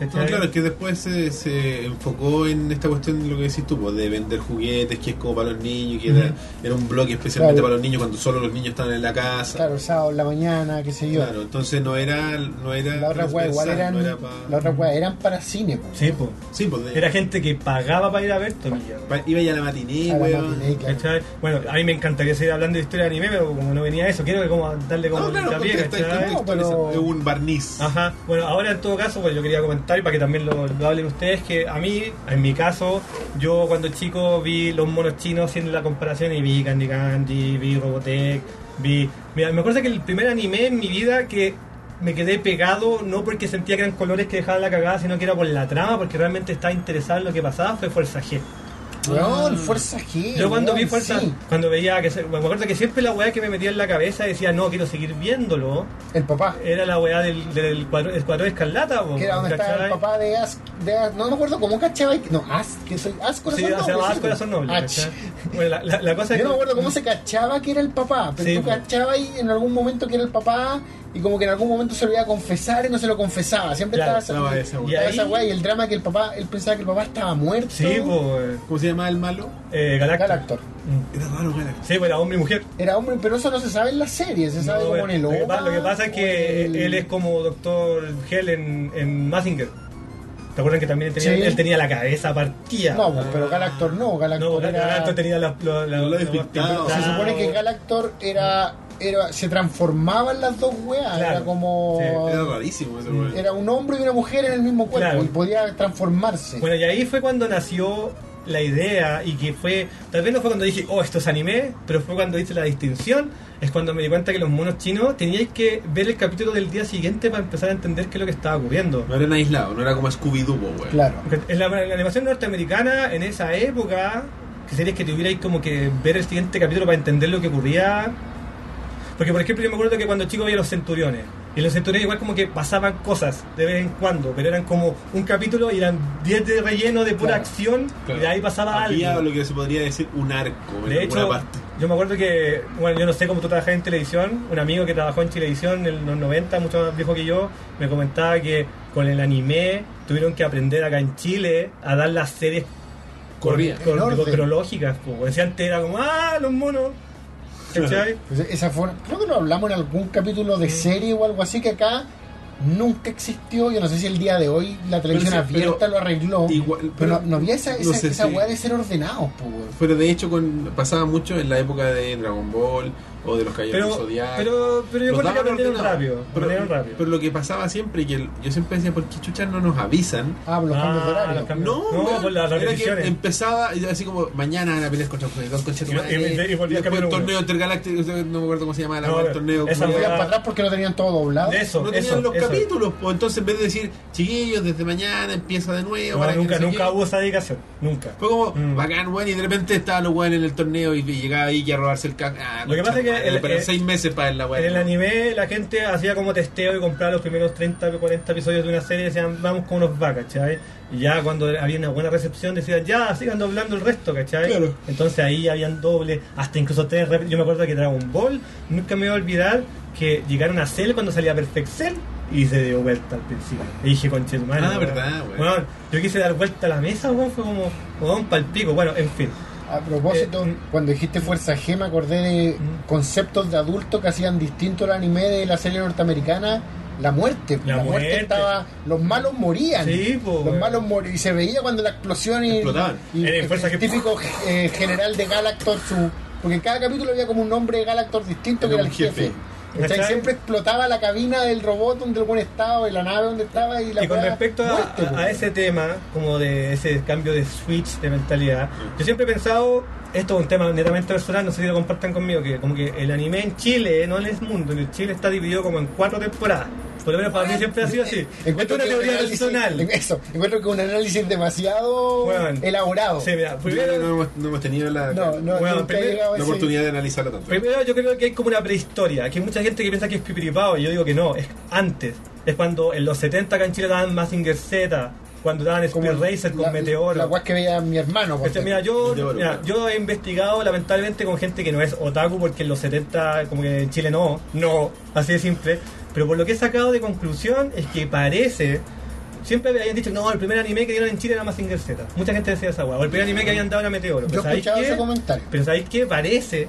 Speaker 1: No, claro, es que después se, se enfocó en esta cuestión de lo que decís tú, pues, de vender juguetes, que es como para los niños, que era,
Speaker 3: Ujú.
Speaker 1: era un bloque especialmente
Speaker 2: Claro.
Speaker 1: para los niños cuando solo los niños estaban en la casa.
Speaker 2: Claro, sábado en la mañana, qué sé yo.
Speaker 1: Claro, entonces no era. No era
Speaker 2: La otra weá igual
Speaker 1: transversal,
Speaker 2: eran,
Speaker 1: no era pa-
Speaker 2: la otra weá eran para cine. po.
Speaker 3: Sí, pues.
Speaker 1: Sí, pues. de-
Speaker 3: Era gente que pagaba para ir a ver Tommy Jerry.
Speaker 1: pa- Iba ya a la matiné,
Speaker 2: A la
Speaker 1: weón.
Speaker 2: matiné, claro.
Speaker 3: ¿Cachai? Bueno, a mí me encantaría seguir hablando de historia de anime, pero como no venía eso, quiero que como darle como
Speaker 1: No, claro,
Speaker 3: hincapié,
Speaker 1: contexto-
Speaker 3: ¿cachai?
Speaker 1: contextualizando,
Speaker 2: pero-
Speaker 1: Es un barniz.
Speaker 3: Ajá, bueno, ahora en todo caso, pues yo quería comentar y para que también lo, lo hablen ustedes, que a mí, en mi caso, yo cuando chico vi los monos chinos haciendo la comparación y vi Candy Candy, vi Robotech, vi... Mira, me acuerdo que el primer anime en mi vida que me quedé pegado, no porque sentía que eran colores que dejaban la cagada, sino que era por la trama, porque realmente estaba interesado en lo que pasaba, fue Fuerza G.
Speaker 2: Weón, fuerza G.
Speaker 3: Yo cuando
Speaker 2: weón,
Speaker 3: vi fuerza,
Speaker 2: sí.
Speaker 3: cuando veía que se- me acuerdo que siempre la weá que me metía en la cabeza decía no quiero seguir viéndolo,
Speaker 2: El papá.
Speaker 3: era la weá del, del cuadro, escuadrón escarlata, po,
Speaker 2: Que era donde estaba el
Speaker 3: ¿cachai?
Speaker 2: papá de As. De As- no me acuerdo cómo cachaba. y- No, As, que soy As Corazón
Speaker 3: Sí,
Speaker 2: Noble.
Speaker 3: se llama
Speaker 2: sí,
Speaker 3: As Corazón Noble.
Speaker 2: Ah,
Speaker 3: ¿cachai?
Speaker 2: ch-
Speaker 3: Bueno, la, la- la cosa es
Speaker 2: Yo no me
Speaker 3: que-
Speaker 2: acuerdo cómo se cachaba que era el papá, pero
Speaker 3: Sí,
Speaker 2: tú
Speaker 3: pues.
Speaker 2: cachabas y en algún momento que era el papá y como que en algún momento se lo iba a confesar y no se lo confesaba. Siempre
Speaker 3: Claro,
Speaker 2: estaba,
Speaker 1: estaba
Speaker 2: esa,
Speaker 1: esa
Speaker 2: estaba
Speaker 3: wea.
Speaker 2: esa
Speaker 3: Y ahí-
Speaker 2: wea y el drama que el papá, él pensaba que el papá estaba muerto.
Speaker 3: Sí, pues.
Speaker 1: ¿Cómo se llama el malo?
Speaker 3: Eh, Galactor.
Speaker 2: Galactor.
Speaker 3: Mm.
Speaker 1: Era raro, era.
Speaker 3: Sí, pues era hombre y mujer.
Speaker 2: Era hombre, pero eso no se sabe en las series, se sabe
Speaker 3: No,
Speaker 2: como en el
Speaker 3: lo, que
Speaker 2: OVA,
Speaker 3: pasa, lo que pasa es que
Speaker 2: o en el-
Speaker 3: él es como Doctor Hell en, en Mazinger. ¿Te acuerdan que también tenía,
Speaker 2: Sí.
Speaker 3: él tenía la cabeza partida?
Speaker 2: No, pues, pero Galactor no,
Speaker 3: No,
Speaker 2: Galactor era...
Speaker 3: Galactor tenía la, la, la-
Speaker 1: Lo
Speaker 3: la-
Speaker 1: despintado.
Speaker 2: Se supone que Galactor era... era se transformaban las dos weas,
Speaker 3: Claro.
Speaker 2: era como...
Speaker 3: Sí,
Speaker 1: Era rarísimo ese weón.
Speaker 2: Era un hombre y una mujer en el mismo cuerpo
Speaker 3: Claro.
Speaker 2: y podía transformarse.
Speaker 3: Bueno, y ahí fue cuando nació la idea y que fue, tal vez no fue cuando dije, oh, esto es anime, pero fue cuando hice la distinción, es cuando me di cuenta que los monos chinos teníais que ver el capítulo del día siguiente para empezar a entender qué es lo que estaba ocurriendo.
Speaker 1: No eran aislados, no era como Scooby-Doo, po, weón.
Speaker 2: claro.
Speaker 3: En la, en la animación norteamericana, en esa época, que series que tuvierais como que ver el siguiente capítulo para entender lo que ocurría. Porque, por ejemplo, yo me acuerdo que cuando chico veía los centuriones. Y los centuriones igual como que pasaban cosas de vez en cuando, pero eran como un capítulo y eran 10 de relleno de pura
Speaker 2: Claro,
Speaker 3: acción
Speaker 1: Claro.
Speaker 3: y de ahí pasaba
Speaker 1: Había
Speaker 3: algo.
Speaker 1: lo que se podría decir un arco en
Speaker 3: De
Speaker 1: alguna
Speaker 3: hecho,
Speaker 1: parte.
Speaker 3: yo me acuerdo que, bueno, yo no sé cómo tú trabajas en televisión, un amigo que trabajó en televisión en los 90, mucho más viejo que yo, me comentaba que con el anime tuvieron que aprender acá en Chile a dar las series
Speaker 1: Corría.
Speaker 3: cor-
Speaker 2: En orden.
Speaker 3: cronológicas. po. Si antes era como, ah, los monos. ¿Cachai?
Speaker 2: Pues esa fue, creo que lo hablamos en algún capítulo de serie o algo así que acá nunca existió. Yo no sé si el día de hoy la televisión
Speaker 1: Pero sí,
Speaker 2: abierta
Speaker 1: pero-
Speaker 2: lo arregló,
Speaker 1: igual-
Speaker 2: pero,
Speaker 1: pero
Speaker 2: no, no había esa, esa,
Speaker 1: no sé
Speaker 2: esa
Speaker 1: si-
Speaker 2: weá de ser ordenados, pues, weón.
Speaker 1: Pero de hecho con, pasaba mucho en la época de Dragon Ball o de los Caballeros
Speaker 3: Pero,
Speaker 1: del Zodiaco.
Speaker 3: pero, pero yo
Speaker 1: Los
Speaker 3: creo que
Speaker 1: daban
Speaker 3: aprendieron
Speaker 1: ordenados.
Speaker 3: rápido.
Speaker 1: Pero,
Speaker 3: aprendieron rápido.
Speaker 1: pero lo que pasaba siempre, que el- yo siempre decía, ¿por qué chuchas no nos avisan?
Speaker 2: Ah, por los
Speaker 3: Ah,
Speaker 2: cambios de horario.
Speaker 3: los cambios.
Speaker 1: No,
Speaker 3: No,
Speaker 1: weón,
Speaker 3: por las
Speaker 1: era que
Speaker 3: repeticiones.
Speaker 1: empezaba y así como mañana van a pelear contra Juegos, contra tu
Speaker 3: Y-
Speaker 1: madre.
Speaker 3: y- y volvía al
Speaker 1: después
Speaker 3: capítulo
Speaker 1: el torneo
Speaker 3: uno.
Speaker 1: intergaláctico, o sea, no me acuerdo cómo se llamaba la
Speaker 3: No,
Speaker 1: weá, el
Speaker 3: pero
Speaker 1: torneo.
Speaker 3: esa
Speaker 1: culiao.
Speaker 2: Iban
Speaker 3: weá-
Speaker 2: para atrás porque no tenían todo doblado.
Speaker 3: Eso,
Speaker 1: no tenían
Speaker 3: eso,
Speaker 1: los
Speaker 3: eso.
Speaker 1: capítulos, pues entonces en vez de decir, chiquillos, desde mañana empieza de nuevo.
Speaker 3: No,
Speaker 1: para que
Speaker 3: nunca,
Speaker 1: no sé
Speaker 3: nunca
Speaker 1: qué".
Speaker 3: hubo esa dedicación. Nunca.
Speaker 1: Fue como
Speaker 3: Mm.
Speaker 1: bacán, weón, y de repente estaban los weones en el torneo y, y llegaba ahí que a robarse el can. Ah,
Speaker 3: Lo que
Speaker 1: concha
Speaker 3: pasa es que
Speaker 1: madre,
Speaker 3: el-
Speaker 1: pero
Speaker 3: eh,
Speaker 1: seis meses para la weón.
Speaker 3: En el anime la gente hacía como testeo y compraba los primeros 30 o 40 episodios de una serie y decían, vamos con unos va, ¿cachai? Y ya cuando había una buena recepción decían, ya, sigan doblando el resto, ¿cachai?
Speaker 1: Claro.
Speaker 3: Entonces ahí habían doble, hasta incluso tres rep- Yo me acuerdo que Dragon Ball, nunca me voy a olvidar que llegaron a Cell cuando salía Perfect Cell y se dio vuelta al principio. Y dije, conche tu madre,
Speaker 1: Ah,
Speaker 3: weón".
Speaker 1: verdad, weón.
Speaker 3: Weón, yo quise dar vuelta a la mesa, weón, fue como, weón, palpico. Bueno, en fin.
Speaker 2: A propósito,
Speaker 3: Eh, mm.
Speaker 2: cuando dijiste Fuerza G, me acordé de
Speaker 3: Mm.
Speaker 2: conceptos de adultos que hacían distinto el anime de la serie norteamericana. La muerte,
Speaker 3: La muerte.
Speaker 2: estaba. Los malos morían.
Speaker 3: Sí, po,
Speaker 2: los
Speaker 3: weón.
Speaker 2: malos morían. Y se veía cuando la explosión y.
Speaker 1: Explotaban.
Speaker 2: y
Speaker 3: Era
Speaker 2: el
Speaker 3: Fuerza G.
Speaker 2: típico eh, general de Galactor, su- porque en cada capítulo había como un nombre de Galactor distinto que
Speaker 1: Era
Speaker 2: era el
Speaker 1: un
Speaker 2: jefe.
Speaker 1: jefe.
Speaker 2: ¿Cachai?
Speaker 3: ¿Cachai?
Speaker 2: Siempre explotaba la cabina del robot donde el buen estaba y la nave donde estaba y la
Speaker 3: y con
Speaker 2: weá,
Speaker 3: respecto a,
Speaker 2: muerte,
Speaker 3: a-
Speaker 2: po.
Speaker 3: a ese tema, como de ese cambio de switch de mentalidad, yo siempre he pensado, esto es un tema netamente personal, no sé si lo compartan conmigo, que como que el anime en Chile, eh, no en el mundo, en el Chile está dividido como en cuatro temporadas. Por lo menos para mí siempre ha sido así. Esta es
Speaker 2: Ah, (laughs) Encuentro
Speaker 3: una
Speaker 2: que un
Speaker 3: teoría
Speaker 2: análisis-
Speaker 3: personal.
Speaker 2: Eso, encuentro que un análisis demasiado
Speaker 3: Bueno,
Speaker 2: elaborado.
Speaker 3: Sí, mira,
Speaker 1: Primero
Speaker 3: primero,
Speaker 1: no hemos, no hemos tenido la,
Speaker 2: no, no,
Speaker 3: Bueno,
Speaker 2: nunca he
Speaker 3: primero-
Speaker 2: llegado a
Speaker 1: la
Speaker 2: ese-
Speaker 1: oportunidad de analizarla tanto.
Speaker 3: primero yo creo que hay como una prehistoria, que hay mucha gente que piensa que es pipiripao, y yo digo que no, es antes. Es cuando en los 70 acá en Chile daban Mazinger Z, cuando daban
Speaker 2: como
Speaker 3: Speed Racer con
Speaker 2: la-
Speaker 3: Meteoro.
Speaker 2: La guas que veía mi hermano. por
Speaker 3: Este,
Speaker 2: ejemplo.
Speaker 3: mira, yo,
Speaker 1: Meteoro,
Speaker 3: mira,
Speaker 1: claro.
Speaker 3: yo he investigado lamentablemente con gente que no es otaku porque en los 70 como que en Chile no, no, así de simple. Pero por lo que he sacado de conclusión es que parece... Siempre habían dicho, no, el primer anime que dieron en Chile era Mazinger Z. Mucha gente decía esa hueá. O el primer anime que habían dado era Meteoro.
Speaker 2: yo
Speaker 3: Pero
Speaker 2: he
Speaker 3: ¿sabéis
Speaker 2: escuchado
Speaker 3: qué?
Speaker 2: ese comentario.
Speaker 3: Pero ¿sabéis qué? Parece,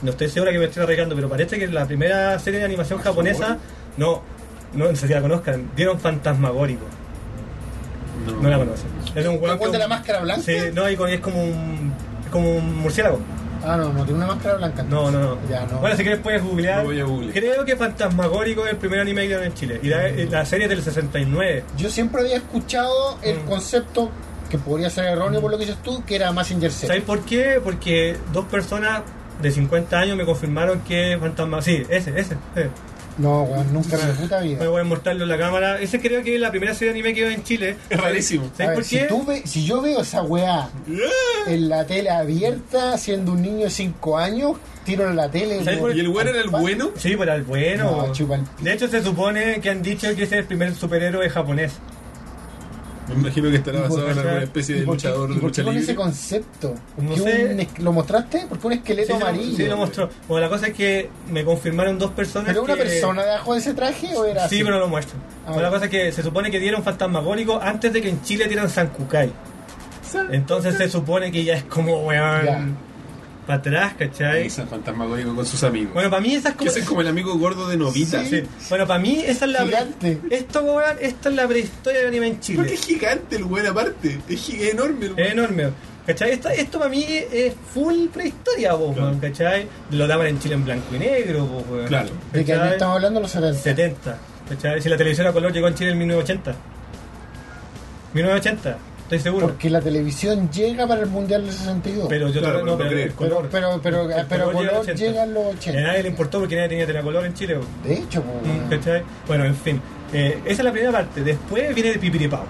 Speaker 3: no estoy segura que me estoy arreglando, pero parece que la primera serie de animación japonesa, no, no, no sé si la conozcan, dieron Fantasmagórico. No la conocen. Es de un
Speaker 2: ¿Te
Speaker 3: hueón
Speaker 2: acuerdas
Speaker 3: que-
Speaker 2: de la máscara blanca?
Speaker 3: Sí, no, y con- es como un, es como un murciélago.
Speaker 2: Ah, no, no, tiene una máscara blanca.
Speaker 3: No,
Speaker 2: entonces.
Speaker 3: no, no.
Speaker 2: Ya, no.
Speaker 3: Bueno, si quieres puedes googlear.
Speaker 1: Lo voy a googlear.
Speaker 3: Creo que Fantasmagórico es el primer anime que dieron en Chile. Y la,
Speaker 2: Mm.
Speaker 3: y la serie es del 69.
Speaker 2: Yo siempre había escuchado el
Speaker 3: Mm.
Speaker 2: concepto, que podría ser erróneo por lo que dices tú, que era Massinger Z.
Speaker 3: ¿Sabes por qué? Porque dos personas de 50 años me confirmaron que Fantasma... Sí, ese, ese. ese.
Speaker 2: No, weón, nunca en mi puta
Speaker 3: Me
Speaker 2: vida.
Speaker 3: voy a mostrarlo en la cámara. Ese creo que es la primera serie de anime que veo en Chile.
Speaker 1: Es rarísimo.
Speaker 2: A
Speaker 3: ¿Sabes
Speaker 2: ver,
Speaker 3: por
Speaker 2: si,
Speaker 3: qué?
Speaker 2: tú ve- si yo veo esa weá en la tele abierta, siendo un niño de 5 años, tiro en la tele.
Speaker 3: ¿Sabes
Speaker 2: weón.
Speaker 3: por
Speaker 1: ¿Y el bueno era el bueno?
Speaker 3: Sí, para el bueno.
Speaker 2: No, chupa el pico.
Speaker 3: de hecho, se supone que han dicho que ese es el primer superhéroe japonés.
Speaker 1: Me imagino que estará
Speaker 2: ¿Y por
Speaker 1: basado en
Speaker 3: qué?
Speaker 1: alguna especie
Speaker 2: ¿Y
Speaker 1: de
Speaker 2: por qué-
Speaker 1: luchador
Speaker 2: y
Speaker 1: de
Speaker 2: por
Speaker 1: lucha
Speaker 2: qué con ese
Speaker 1: libre.
Speaker 2: concepto?
Speaker 3: No
Speaker 2: ¿Por qué
Speaker 3: sé.
Speaker 2: un es- ¿Lo mostraste? ¿Por qué un esqueleto
Speaker 3: Sí, lo-
Speaker 2: amarillo?
Speaker 3: sí, lo mostró. Bueno, la cosa es que me confirmaron dos personas.
Speaker 2: ¿Pero una
Speaker 3: que-
Speaker 2: persona debajo de ese traje o era
Speaker 3: Sí,
Speaker 2: así?
Speaker 3: pero no lo muestran.
Speaker 2: Ah,
Speaker 3: Bueno, la
Speaker 2: ya.
Speaker 3: cosa es que se supone que dieron fantasmagórico antes de que en Chile dieran Sankukai. Entonces se supone que ya es como,
Speaker 2: Ya.
Speaker 3: weón, para atrás, ¿cachai?
Speaker 1: Ahí San Fantasmagórico con sus amigos.
Speaker 3: Bueno, para mí esa es
Speaker 1: que
Speaker 3: como...
Speaker 1: ese es como el amigo gordo de Novita.
Speaker 3: Sí. Bueno, para mí esa es la...
Speaker 2: Gigante.
Speaker 3: Esto, weón, esta es la prehistoria del anime en Chile.
Speaker 1: Porque es gigante el güey aparte. Es gi- enorme el güey.
Speaker 3: Es enorme. ¿Cachai? Esto, esto para mí es full prehistoria, po, weón, ¿cachai? Lo daban en Chile en blanco y negro, po, weón.
Speaker 1: Claro.
Speaker 2: ¿De qué año
Speaker 3: ¿Cachai?
Speaker 2: estamos hablando? Los 70.
Speaker 3: 70. ¿Cachai? Si la televisión a color llegó en Chile en 1980. 1980, estoy seguro.
Speaker 2: Porque la televisión llega para el Mundial del 62.
Speaker 3: Pero yo
Speaker 1: Claro, pero
Speaker 3: no,
Speaker 1: no
Speaker 3: pero
Speaker 1: creo.
Speaker 3: el color.
Speaker 2: pero, pero, pero,
Speaker 3: El
Speaker 2: pero
Speaker 3: color llega al
Speaker 2: color
Speaker 3: 80.
Speaker 2: llega en los
Speaker 3: a
Speaker 2: 80.
Speaker 3: nadie le importó porque nadie tenía telecolor en Chile. po.
Speaker 2: De hecho, pues,
Speaker 3: Mm, ¿Cachai? Bueno, en fin. Eh, esa es la primera parte. Después viene de Pipiripao.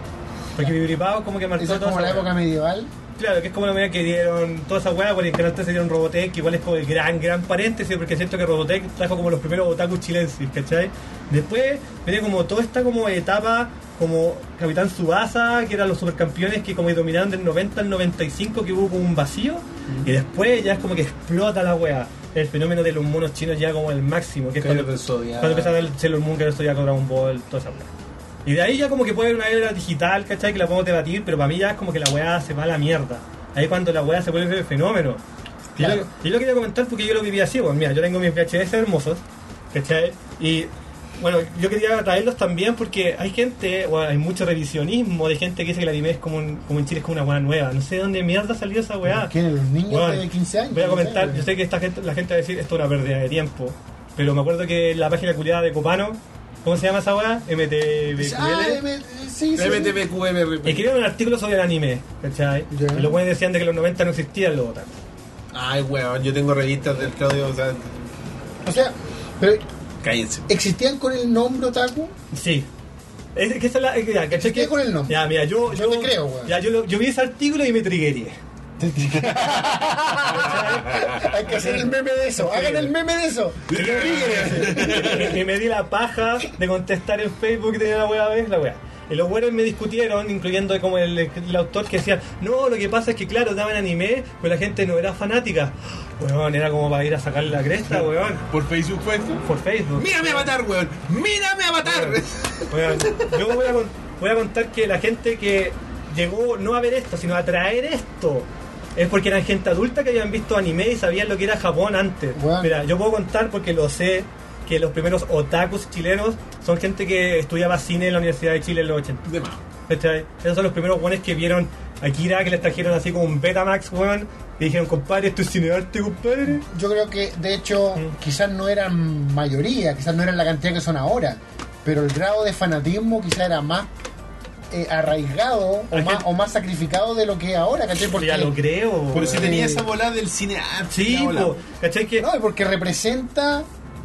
Speaker 3: Porque Pipiripao como que marcó
Speaker 2: esa es
Speaker 3: toda
Speaker 2: como la
Speaker 3: esa
Speaker 2: época
Speaker 3: weá.
Speaker 2: medieval.
Speaker 3: Claro, que es como la manera que dieron toda esa weá, porque en Canal 13 dieron Robotech, que igual es como el gran, gran paréntesis, porque siento que Robotech trajo como los primeros otakus chilenses, ¿cachai? Después viene como toda esta como etapa, como Capitán Subasa, que eran los supercampeones que como dominaron del 90 al 95, que hubo como un vacío, y después ya es como que explota la weá. El fenómeno de los monos chinos ya como el máximo,
Speaker 1: Eh,
Speaker 3: que es cuando, cuando empieza a dar Sailor Moon, que esto ya con Dragon Ball, toda esa weá. Y de ahí ya como que puede haber una era digital, ¿cachai? Que la podemos debatir, pero para mí ya es como que la weá se va a la mierda. Ahí cuando la weá se vuelve fenómeno. Y yo
Speaker 2: Claro.
Speaker 3: lo- Y yo lo quería comentar porque yo lo viví así, pues mira, yo tengo mis VHS hermosos, ¿cachai? Y bueno, yo quería traerlos también porque hay gente, o hay mucho revisionismo de gente que dice que el anime es como, un- como en Chile es como una weá nueva. No sé de dónde mierda salió esa weá.
Speaker 2: Que los niños
Speaker 3: Bueno,
Speaker 2: de 15 años.
Speaker 3: Voy a
Speaker 2: 15
Speaker 3: comentar,
Speaker 2: años.
Speaker 3: yo sé que esta gente, la gente va a decir esto es una pérdida de tiempo, pero me acuerdo que en la página culiada de Copano, ¿cómo se llama esa weá? MTV.
Speaker 2: Ah, M- sí, sí, sí.
Speaker 1: MTBQMRP.
Speaker 3: Escribieron un artículo sobre el anime, ¿cachai?
Speaker 2: Ya.
Speaker 3: Y los buenos decían de que los 90 no existían los otakus.
Speaker 1: Ay, weón, yo tengo revistas del Claudio. O sea,
Speaker 2: O sea, pero
Speaker 1: cállense.
Speaker 2: existían con el nombre otaku.
Speaker 3: Sí. Es que esa es la. es que ya, ¿cachai?
Speaker 2: ¿Te quedas con el no?
Speaker 3: Ya, mira, yo.
Speaker 2: Yo te creo, weón.
Speaker 3: Ya, yo, lo- yo vi ese artículo y me triguería.
Speaker 2: Hay que hacer el meme de eso. Hagan el meme de eso.
Speaker 1: (laughs)
Speaker 3: y me di la paja de contestar en Facebook que tenía la wea vez, la wea. Y los weones me discutieron, incluyendo como el, el autor que decía, no, lo que pasa es que claro, daban anime, pero la gente no era fanática. Weón, era como para ir a sacar la cresta, weón,
Speaker 1: ¿Por Facebook fue esto?
Speaker 3: por Facebook.
Speaker 1: ¡Mírame Avatar, weón! ¡Mírame Avatar!
Speaker 3: Weón, yo voy a, con- voy a contar que la gente que llegó no a ver esto, sino a traer esto, es porque eran gente adulta que habían visto anime y sabían lo que era Japón antes.
Speaker 2: Weón.
Speaker 3: Mira, yo puedo contar porque lo sé que los primeros otakus chilenos son gente que estudiaba cine en la Universidad de Chile en los 80.
Speaker 1: De más.
Speaker 3: ¿Cachai? Esos son los primeros weones que vieron Akira, que les trajeron así como un Betamax, weón, y dijeron, compadre, esto es cinearte, compadre.
Speaker 2: Yo creo que, de hecho,
Speaker 3: Mm.
Speaker 2: quizás no eran mayoría, quizás no eran la cantidad que son ahora, pero el grado de fanatismo quizás era más eh, arraigado o
Speaker 3: Hay
Speaker 2: más,
Speaker 3: gente-
Speaker 2: o más sacrificado de lo que es ahora, ¿cachai? Porque,
Speaker 3: ya lo creo.
Speaker 1: Pero si tenía
Speaker 2: Sí.
Speaker 1: esa bola del cine art.
Speaker 3: Sí,
Speaker 1: la bola.
Speaker 3: po, ¿cachai? Que
Speaker 2: No, y porque representa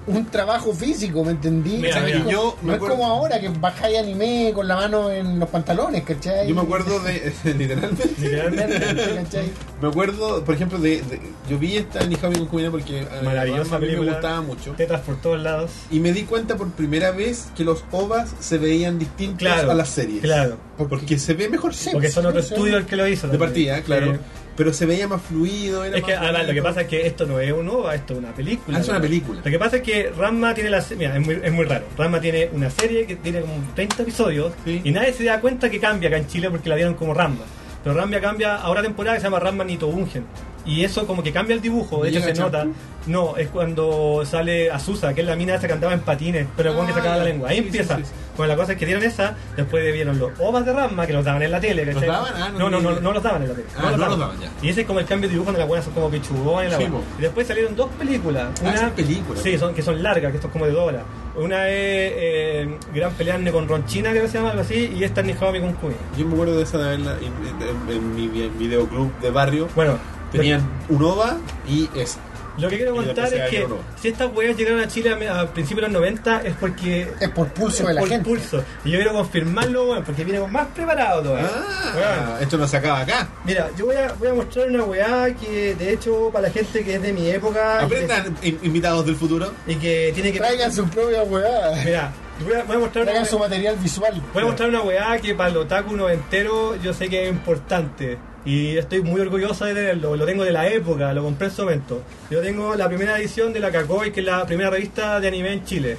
Speaker 2: un trabajo físico, ¿me entendí?
Speaker 3: Mira,
Speaker 2: O sea,
Speaker 3: mira,
Speaker 2: no es
Speaker 1: yo
Speaker 2: como-
Speaker 1: me
Speaker 2: no es
Speaker 1: acuerdo-
Speaker 2: como ahora que bajáis anime con la mano en los pantalones, ¿cachai?
Speaker 1: Yo me acuerdo de. (laughs) literalmente.
Speaker 3: literalmente.
Speaker 2: (laughs) ¿Cachai?
Speaker 1: Me acuerdo, por ejemplo, de. de- yo vi esta en Hija de mi concubina porque. eh,
Speaker 3: Maravillosa
Speaker 1: a mí
Speaker 3: película.
Speaker 1: me gustaba mucho.
Speaker 3: Tetas por todos lados.
Speaker 1: Y me di cuenta por primera vez que los OVAs se veían distintos
Speaker 3: Claro.
Speaker 1: a las series.
Speaker 3: Claro.
Speaker 1: Porque se ve mejor
Speaker 2: Sí,
Speaker 3: Porque son otro
Speaker 2: sí.
Speaker 3: estudio el que lo hizo.
Speaker 1: de
Speaker 3: también.
Speaker 1: partida, claro.
Speaker 3: Sí.
Speaker 1: Pero se veía más fluido. Era
Speaker 3: Es que
Speaker 1: más
Speaker 3: además lo que
Speaker 1: bonito.
Speaker 3: pasa es que esto no es un OVA, esto es una película.
Speaker 1: Ah, es una
Speaker 3: ¿verdad?
Speaker 1: película.
Speaker 3: Lo que pasa es que Ranma tiene la se- mira, es muy, es muy raro. Ranma tiene una serie que tiene como 30 episodios
Speaker 1: Sí.
Speaker 3: y nadie se da cuenta que cambia acá en Chile porque la dieron como Ranma. Pero Ranma cambia a una temporada que se llama Ranma Nito Ungen. Y eso como que cambia el dibujo, de hecho
Speaker 1: ¿Llega
Speaker 3: se nota.
Speaker 1: Champú?
Speaker 3: No, es cuando sale Azusa, que es la mina esa que andaba en patines, pero con que
Speaker 1: Ah,
Speaker 3: sacaba la
Speaker 1: ya.
Speaker 3: lengua. Ahí
Speaker 1: Sí, sí,
Speaker 3: empieza.
Speaker 1: sí, sí.
Speaker 3: Bueno, la cosa es que dieron esa, después vieron los ovas de Ranma, que los daban en la tele. ¿cachai?
Speaker 1: daban? Ah,
Speaker 3: no,
Speaker 1: no
Speaker 3: no,
Speaker 1: tenía
Speaker 3: no,
Speaker 1: idea.
Speaker 3: no los daban en la tele.
Speaker 1: Ah, no los daban, ya.
Speaker 3: Y ese es como el cambio de dibujo donde las buenas son como pichugones. la
Speaker 1: Sí,
Speaker 3: weá.
Speaker 1: po.
Speaker 3: y después salieron dos películas.
Speaker 1: Ah,
Speaker 3: Una,
Speaker 1: son películas.
Speaker 3: Sí, son, que son largas, que esto es como de dos horas. Una es eh, Gran Pelearne con Ronchina, creo que se llama algo así, y esta es Nijaomi con Kuni.
Speaker 1: Yo me acuerdo de esa de verla en, en- en mi vi- videoclub de barrio.
Speaker 3: Bueno,
Speaker 1: Tenían un OVA y esa.
Speaker 3: yo- Lo que quiero
Speaker 1: Y después
Speaker 3: contar
Speaker 1: se
Speaker 3: es que
Speaker 1: dañó uno.
Speaker 3: si estas weas llegaron a Chile a, a principios de los 90 es porque
Speaker 2: Es por pulso de la
Speaker 3: por
Speaker 2: gente.
Speaker 3: pulso. Y yo quiero confirmarlo, weón, porque viene con más preparado todavía. Weón.
Speaker 1: Ah, esto nos acaba acá.
Speaker 3: Mira, yo voy a, voy a mostrar una weá que de hecho para la gente que es de mi época y que-
Speaker 1: Aprendan, in- invitados del futuro.
Speaker 3: y que tiene que...
Speaker 2: Traigan su propia weá.
Speaker 3: Mira, voy a, voy a mostrar una
Speaker 2: Traigan su material visual.
Speaker 3: Voy a mostrar una weá que para el otaku noventero yo sé que es importante. Y estoy muy orgullosa de tenerlo. Lo tengo de la época, lo compré en su momento. Yo tengo la primera edición de la Kakoi, que es la primera revista de anime en Chile.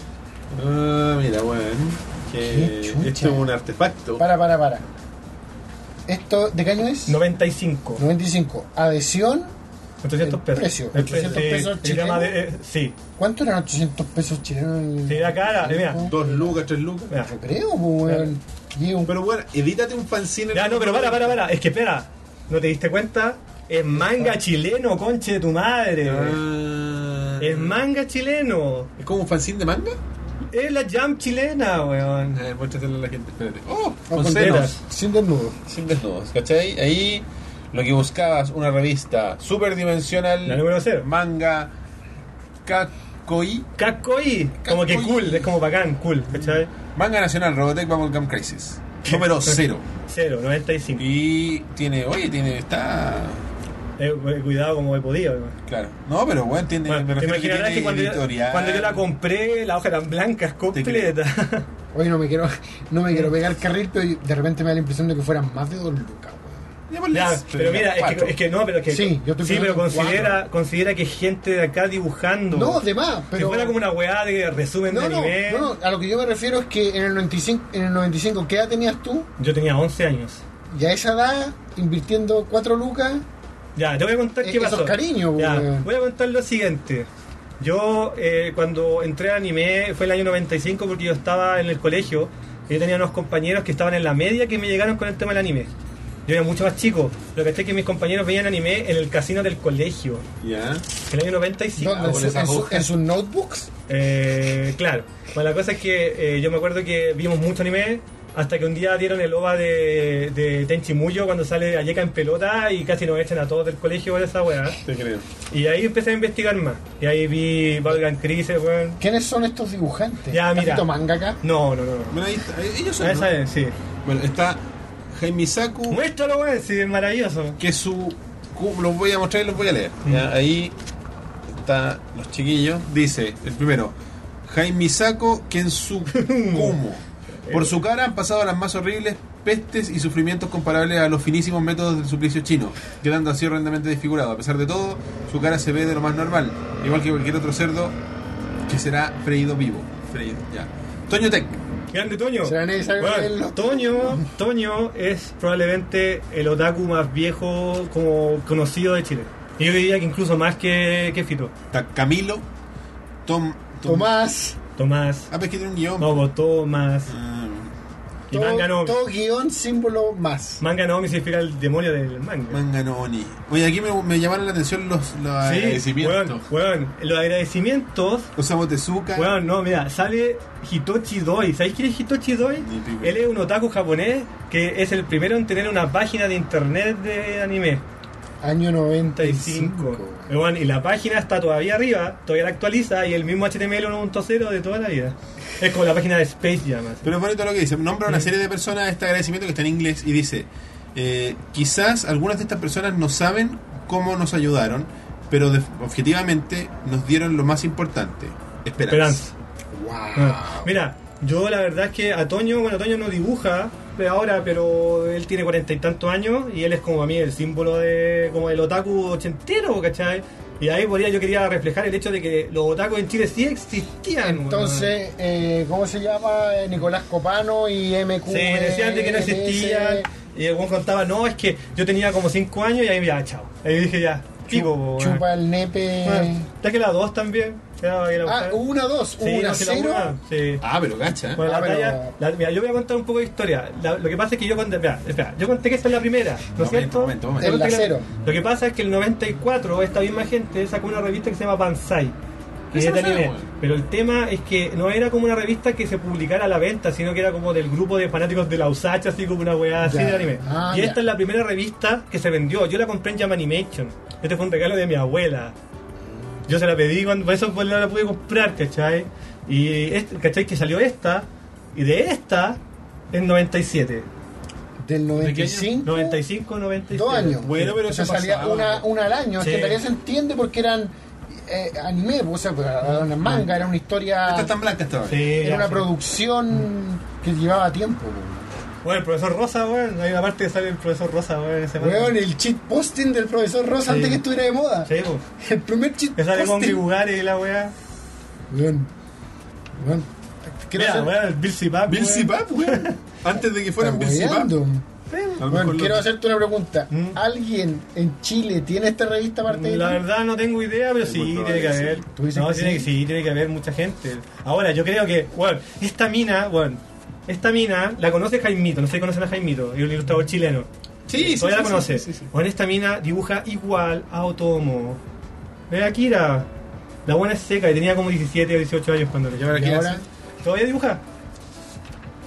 Speaker 1: Ah, mira, weón. Que
Speaker 2: Qué chucha.
Speaker 1: esto es un artefacto.
Speaker 2: Para, para, para. ¿Esto de qué año es?
Speaker 3: 95.
Speaker 2: 95. Adhesión.
Speaker 3: 800
Speaker 2: El
Speaker 3: pesos.
Speaker 2: precio,
Speaker 3: El
Speaker 2: 800
Speaker 3: precio,
Speaker 2: pesos
Speaker 3: sí, se llama
Speaker 2: chileno.
Speaker 3: de- eh, sí,
Speaker 2: ¿Cuánto eran 800 pesos chilenos?
Speaker 3: Sí, era cara, mira.
Speaker 1: Dos lucas, tres lucas.
Speaker 3: mira.
Speaker 2: Yo creo, pues, weón. Y un-
Speaker 1: Pero bueno, edítate un fanzine.
Speaker 3: Ya, no, pero para, para, para. Es que espera, ¿no te diste cuenta? Es
Speaker 2: Ah.
Speaker 3: manga chileno, conche de tu madre.
Speaker 1: Ah.
Speaker 3: Es manga chileno.
Speaker 1: ¿Es como un fanzine de manga?
Speaker 3: Es la jam chilena, weón.
Speaker 1: A ver, muéstraselo a la gente, espérate. ¡Oh!
Speaker 2: no,
Speaker 1: Con
Speaker 2: con
Speaker 1: ceros.
Speaker 2: tetas, Sin desnudo.
Speaker 1: Sin desnudos, ¿cachai? Ahí lo que buscabas, una revista superdimensional,
Speaker 3: La número cero.
Speaker 1: manga, kakoi,
Speaker 3: Kakoi, como que
Speaker 1: Kakoi.
Speaker 3: cool, es como bacán, cool,
Speaker 2: Mm.
Speaker 3: ¿cachai?
Speaker 1: manga nacional, Robotech Bubblegum Crisis, número cero.
Speaker 3: Cero, 95.
Speaker 1: Y tiene, oye, tiene, está...
Speaker 3: He, he Eh, cuidado como he podido. ¿no?
Speaker 1: Claro. No, pero bueno, tiene,
Speaker 3: Bueno,
Speaker 1: me
Speaker 3: te
Speaker 1: refiero a que
Speaker 3: imaginarás
Speaker 1: tiene
Speaker 3: que cuando yo,
Speaker 1: editorial.
Speaker 3: cuando yo la compré, la hoja eran blancas completa.
Speaker 2: Oye, no me quiero, no me quiero pegar carril, pero yo- de repente me da la impresión de que fueran más de dos lucas, weón.
Speaker 1: Llámale
Speaker 3: (laughs) Ya,
Speaker 1: eso,
Speaker 3: pero mira, es
Speaker 1: pues, cuatro.
Speaker 3: que, es que no, pero es que.
Speaker 2: Sí, yo estoy
Speaker 3: pero
Speaker 2: pensando en
Speaker 3: considera, considera que gente de acá dibujando.
Speaker 2: No, de más,
Speaker 3: Que
Speaker 2: pero.
Speaker 3: fuera como una weá de resumen
Speaker 2: no,
Speaker 3: de
Speaker 2: no,
Speaker 3: anime.
Speaker 2: no, no, a lo que yo me refiero es que en el 95, en el 95 ¿qué edad tenías tú?
Speaker 3: Yo tenía 11 años.
Speaker 2: Y a esa edad, invirtiendo 4 lucas,
Speaker 3: Ya, te voy a contar
Speaker 2: Eh,
Speaker 3: qué
Speaker 2: eso es
Speaker 3: pasó.
Speaker 2: cariño, pues,
Speaker 3: Ya,
Speaker 2: weón.
Speaker 3: voy a contar lo siguiente. Yo, eh, cuando entré al anime, fue el año 95 porque yo estaba en el colegio. y Yo tenía unos compañeros que estaban en la media que me llegaron con el tema del anime. Yo era mucho más chico. Lo que sé es que mis compañeros veían anime en el casino del colegio.
Speaker 1: Ya.
Speaker 3: En el año 95.
Speaker 2: ¿dónde? ¿En,
Speaker 1: con
Speaker 2: su-
Speaker 1: esas
Speaker 2: en su-
Speaker 1: hojas.
Speaker 2: en sus notebooks?
Speaker 3: Eh, claro. Bueno, la cosa es que eh, yo me acuerdo que vimos mucho anime hasta que un día dieron el OVA de, de Tenchi Muyo cuando sale Ayeka en pelota y casi nos echan a todos del colegio por esa weá.
Speaker 1: Te creo.
Speaker 3: Y ahí empecé a investigar más. Y ahí vi Valgan Crisis, weón.
Speaker 2: ¿Quiénes son estos dibujantes?
Speaker 3: Ya, mira.
Speaker 2: ¿Tito mangaka?
Speaker 3: No, no, no. no.
Speaker 1: Bueno, ahí está. eh, Ellos son,
Speaker 3: Ah, Esa
Speaker 1: ¿no?
Speaker 3: es, sí.
Speaker 1: Bueno, está Jaime
Speaker 2: Uh.
Speaker 1: Saku.
Speaker 3: Muéstralo, weón, sí, es maravilloso.
Speaker 1: que su cu- los voy a mostrar y los voy a leer. Ya, ahí está los chiquillos. Dice el primero, Jaime Saco Kensu Kumo. Por su cara han pasado las más horribles pestes y sufrimientos comparables a los finísimos métodos del suplicio chino, quedando así horrendamente desfigurado. A pesar de todo, su cara se ve de lo más normal, igual que cualquier otro cerdo que será freído vivo. Freído, ya. Toño Tech.
Speaker 3: Grande Toño.
Speaker 2: ¿Será necesario
Speaker 3: Weón,
Speaker 2: leerlo?
Speaker 3: Toño, Toño es probablemente el otaku más viejo como conocido de Chile. Y yo diría que incluso más que, que Fito.
Speaker 1: Está Camilo. Tom, Tom-
Speaker 2: Tomás,
Speaker 3: Tomás.
Speaker 1: Ah, pero es que tiene un guión.
Speaker 3: No, vos, Tomás.
Speaker 1: Ah.
Speaker 3: Y
Speaker 2: todo,
Speaker 3: manga no.
Speaker 2: todo guión, símbolo más.
Speaker 3: Manga no significa el demonio del manga.
Speaker 1: Manganoni. Oye, aquí me, me llamaron la atención los, los
Speaker 3: sí, weón,
Speaker 1: agradecimientos.
Speaker 3: weón. Los agradecimientos
Speaker 1: Osamu Tezuka.
Speaker 3: Bueno, no, mira, sale Hitochi Doi. ¿Sabéis quién es Hitochi Doi?
Speaker 1: Ni pico.
Speaker 3: Él es un otaku japonés que es el primero en tener una página de internet de anime.
Speaker 2: Año 95.
Speaker 3: 35. Y, bueno, y la página está todavía arriba, todavía la actualiza y el mismo HTML 1.0 de toda la vida. Es como la página de Space Jam. así.
Speaker 1: Pero es bonito lo que dice. Nombra una serie de personas este agradecimiento que está en inglés y dice: eh, Quizás algunas de estas personas no saben cómo nos ayudaron, pero de- objetivamente nos dieron lo más importante: esperanza.
Speaker 3: Esperanza. Ah.
Speaker 2: Wow.
Speaker 3: Mira, yo la verdad es que a Toño, bueno, Toño no dibuja de ahora, pero él tiene cuarenta y tantos años y él es como a mí el símbolo de como del otaku ochentero, ¿cachai? Y ahí podría, yo quería reflejar el hecho de que los otakus en Chile sí existían. weón.
Speaker 2: Entonces, eh, ¿cómo se llama? Eh, Nicolás Copano y MQ.
Speaker 3: Sí, decían de que no existían. Y el buen contaba, no, es que yo tenía como cinco años y ahí ya, chao. Ahí dije ya, pico, po, weón.
Speaker 2: Chupa el nepe.
Speaker 3: Bueno, ya que la dos también. Ya, que la
Speaker 2: Ah,
Speaker 3: buscar.
Speaker 2: una, dos,
Speaker 3: Ah. Sí,
Speaker 2: una,
Speaker 3: no, que la
Speaker 2: cero.
Speaker 3: una, sí.
Speaker 1: Ah, pero gacha. ¿eh?
Speaker 3: Bueno, la
Speaker 2: Ah, pero-
Speaker 3: talla- la- mira, yo voy a contar un poco de historia. La- lo que pasa es que yo conté, espera, espera, yo conté que esta es la primera, ¿no es
Speaker 1: Momento,
Speaker 3: cierto?
Speaker 1: momento, momento.
Speaker 3: Yo
Speaker 2: En la
Speaker 3: conté que
Speaker 2: cero.
Speaker 3: Lo que pasa es que el 94 esta misma gente sacó una revista que se llama Banzai. que
Speaker 1: Esa
Speaker 3: es de
Speaker 1: la
Speaker 3: anime.
Speaker 1: sabemos.
Speaker 3: Pero el tema es que no era como una revista que se publicara a la venta, sino que era como del grupo de fanáticos de la Usacha, así como una weá así
Speaker 2: Ya.
Speaker 3: de anime.
Speaker 2: Ah,
Speaker 3: y
Speaker 2: ya.
Speaker 3: esta es la primera revista que se vendió. Yo la compré en Jam Animation. Este fue un regalo de mi abuela. Yo se la pedí cuando por eso pues, la pude comprar, ¿cachai? Y este- ¿cachai? Que salió esta, y de esta es 97.
Speaker 2: Del
Speaker 1: ¿De qué año?
Speaker 2: 95.
Speaker 3: 95, 97.
Speaker 2: Dos años.
Speaker 1: Bueno, pero
Speaker 2: o sea,
Speaker 1: eso
Speaker 2: salía
Speaker 1: pasaba.
Speaker 2: una, una al año. Es
Speaker 3: Sí.
Speaker 2: que en realidad se entiende porque eran eh, anime, o sea, pues, era una
Speaker 3: Ah.
Speaker 2: manga, era una historia.
Speaker 1: Estas están blancas todavía.
Speaker 3: Sí,
Speaker 2: Era
Speaker 3: ya,
Speaker 2: una
Speaker 3: sí.
Speaker 2: producción que llevaba tiempo. weón.
Speaker 3: Bueno, el profesor Rosa, bueno, hay una parte que sale el profesor Rosa, bueno, ese
Speaker 2: Weón, el cheat posting del profesor Rosa
Speaker 3: Sí.
Speaker 2: antes que estuviera de moda.
Speaker 3: Sí, pues.
Speaker 2: El primer cheat
Speaker 3: Que sale con
Speaker 2: posting.
Speaker 3: Bugari y la weá.
Speaker 2: Weón. Weón. Quiero
Speaker 3: Mira,
Speaker 2: hacer-
Speaker 3: weón, el Bill Cipap.
Speaker 1: Bill
Speaker 3: weón.
Speaker 1: Zipap, weón. Antes de que fueran Bill
Speaker 2: Está
Speaker 1: Zipap.
Speaker 2: weando.
Speaker 1: A lo
Speaker 2: Weón,
Speaker 1: mejor
Speaker 2: quiero
Speaker 1: lo-
Speaker 2: hacerte una pregunta.
Speaker 3: ¿Mm?
Speaker 2: ¿Alguien en Chile tiene esta revista aparte de
Speaker 3: La
Speaker 2: ti?
Speaker 3: verdad no tengo idea, pero
Speaker 1: Es muy
Speaker 3: sí, tiene
Speaker 1: probable
Speaker 3: que
Speaker 1: que sí.
Speaker 3: haber.
Speaker 2: ¿Tú dices
Speaker 3: No,
Speaker 2: que
Speaker 3: tiene
Speaker 2: sí?
Speaker 3: que, sí, tiene que haber mucha gente. Ahora, yo creo que, bueno, esta mina, bueno, esta mina la conoce Jaimito, no sé si conocen a Jaimito, es un ilustrador chileno.
Speaker 1: Sí, sí,
Speaker 3: Todavía
Speaker 1: sí,
Speaker 3: la
Speaker 1: sí,
Speaker 3: conoce.
Speaker 1: sí, sí, sí.
Speaker 3: Bueno, esta mina dibuja igual a Otomo. Ve Akira. La buena es seca y tenía como 17 o 18 años cuando le
Speaker 1: Y ahora
Speaker 2: Y
Speaker 1: qué
Speaker 2: ahora,
Speaker 1: hace?
Speaker 3: ¿Todavía dibuja?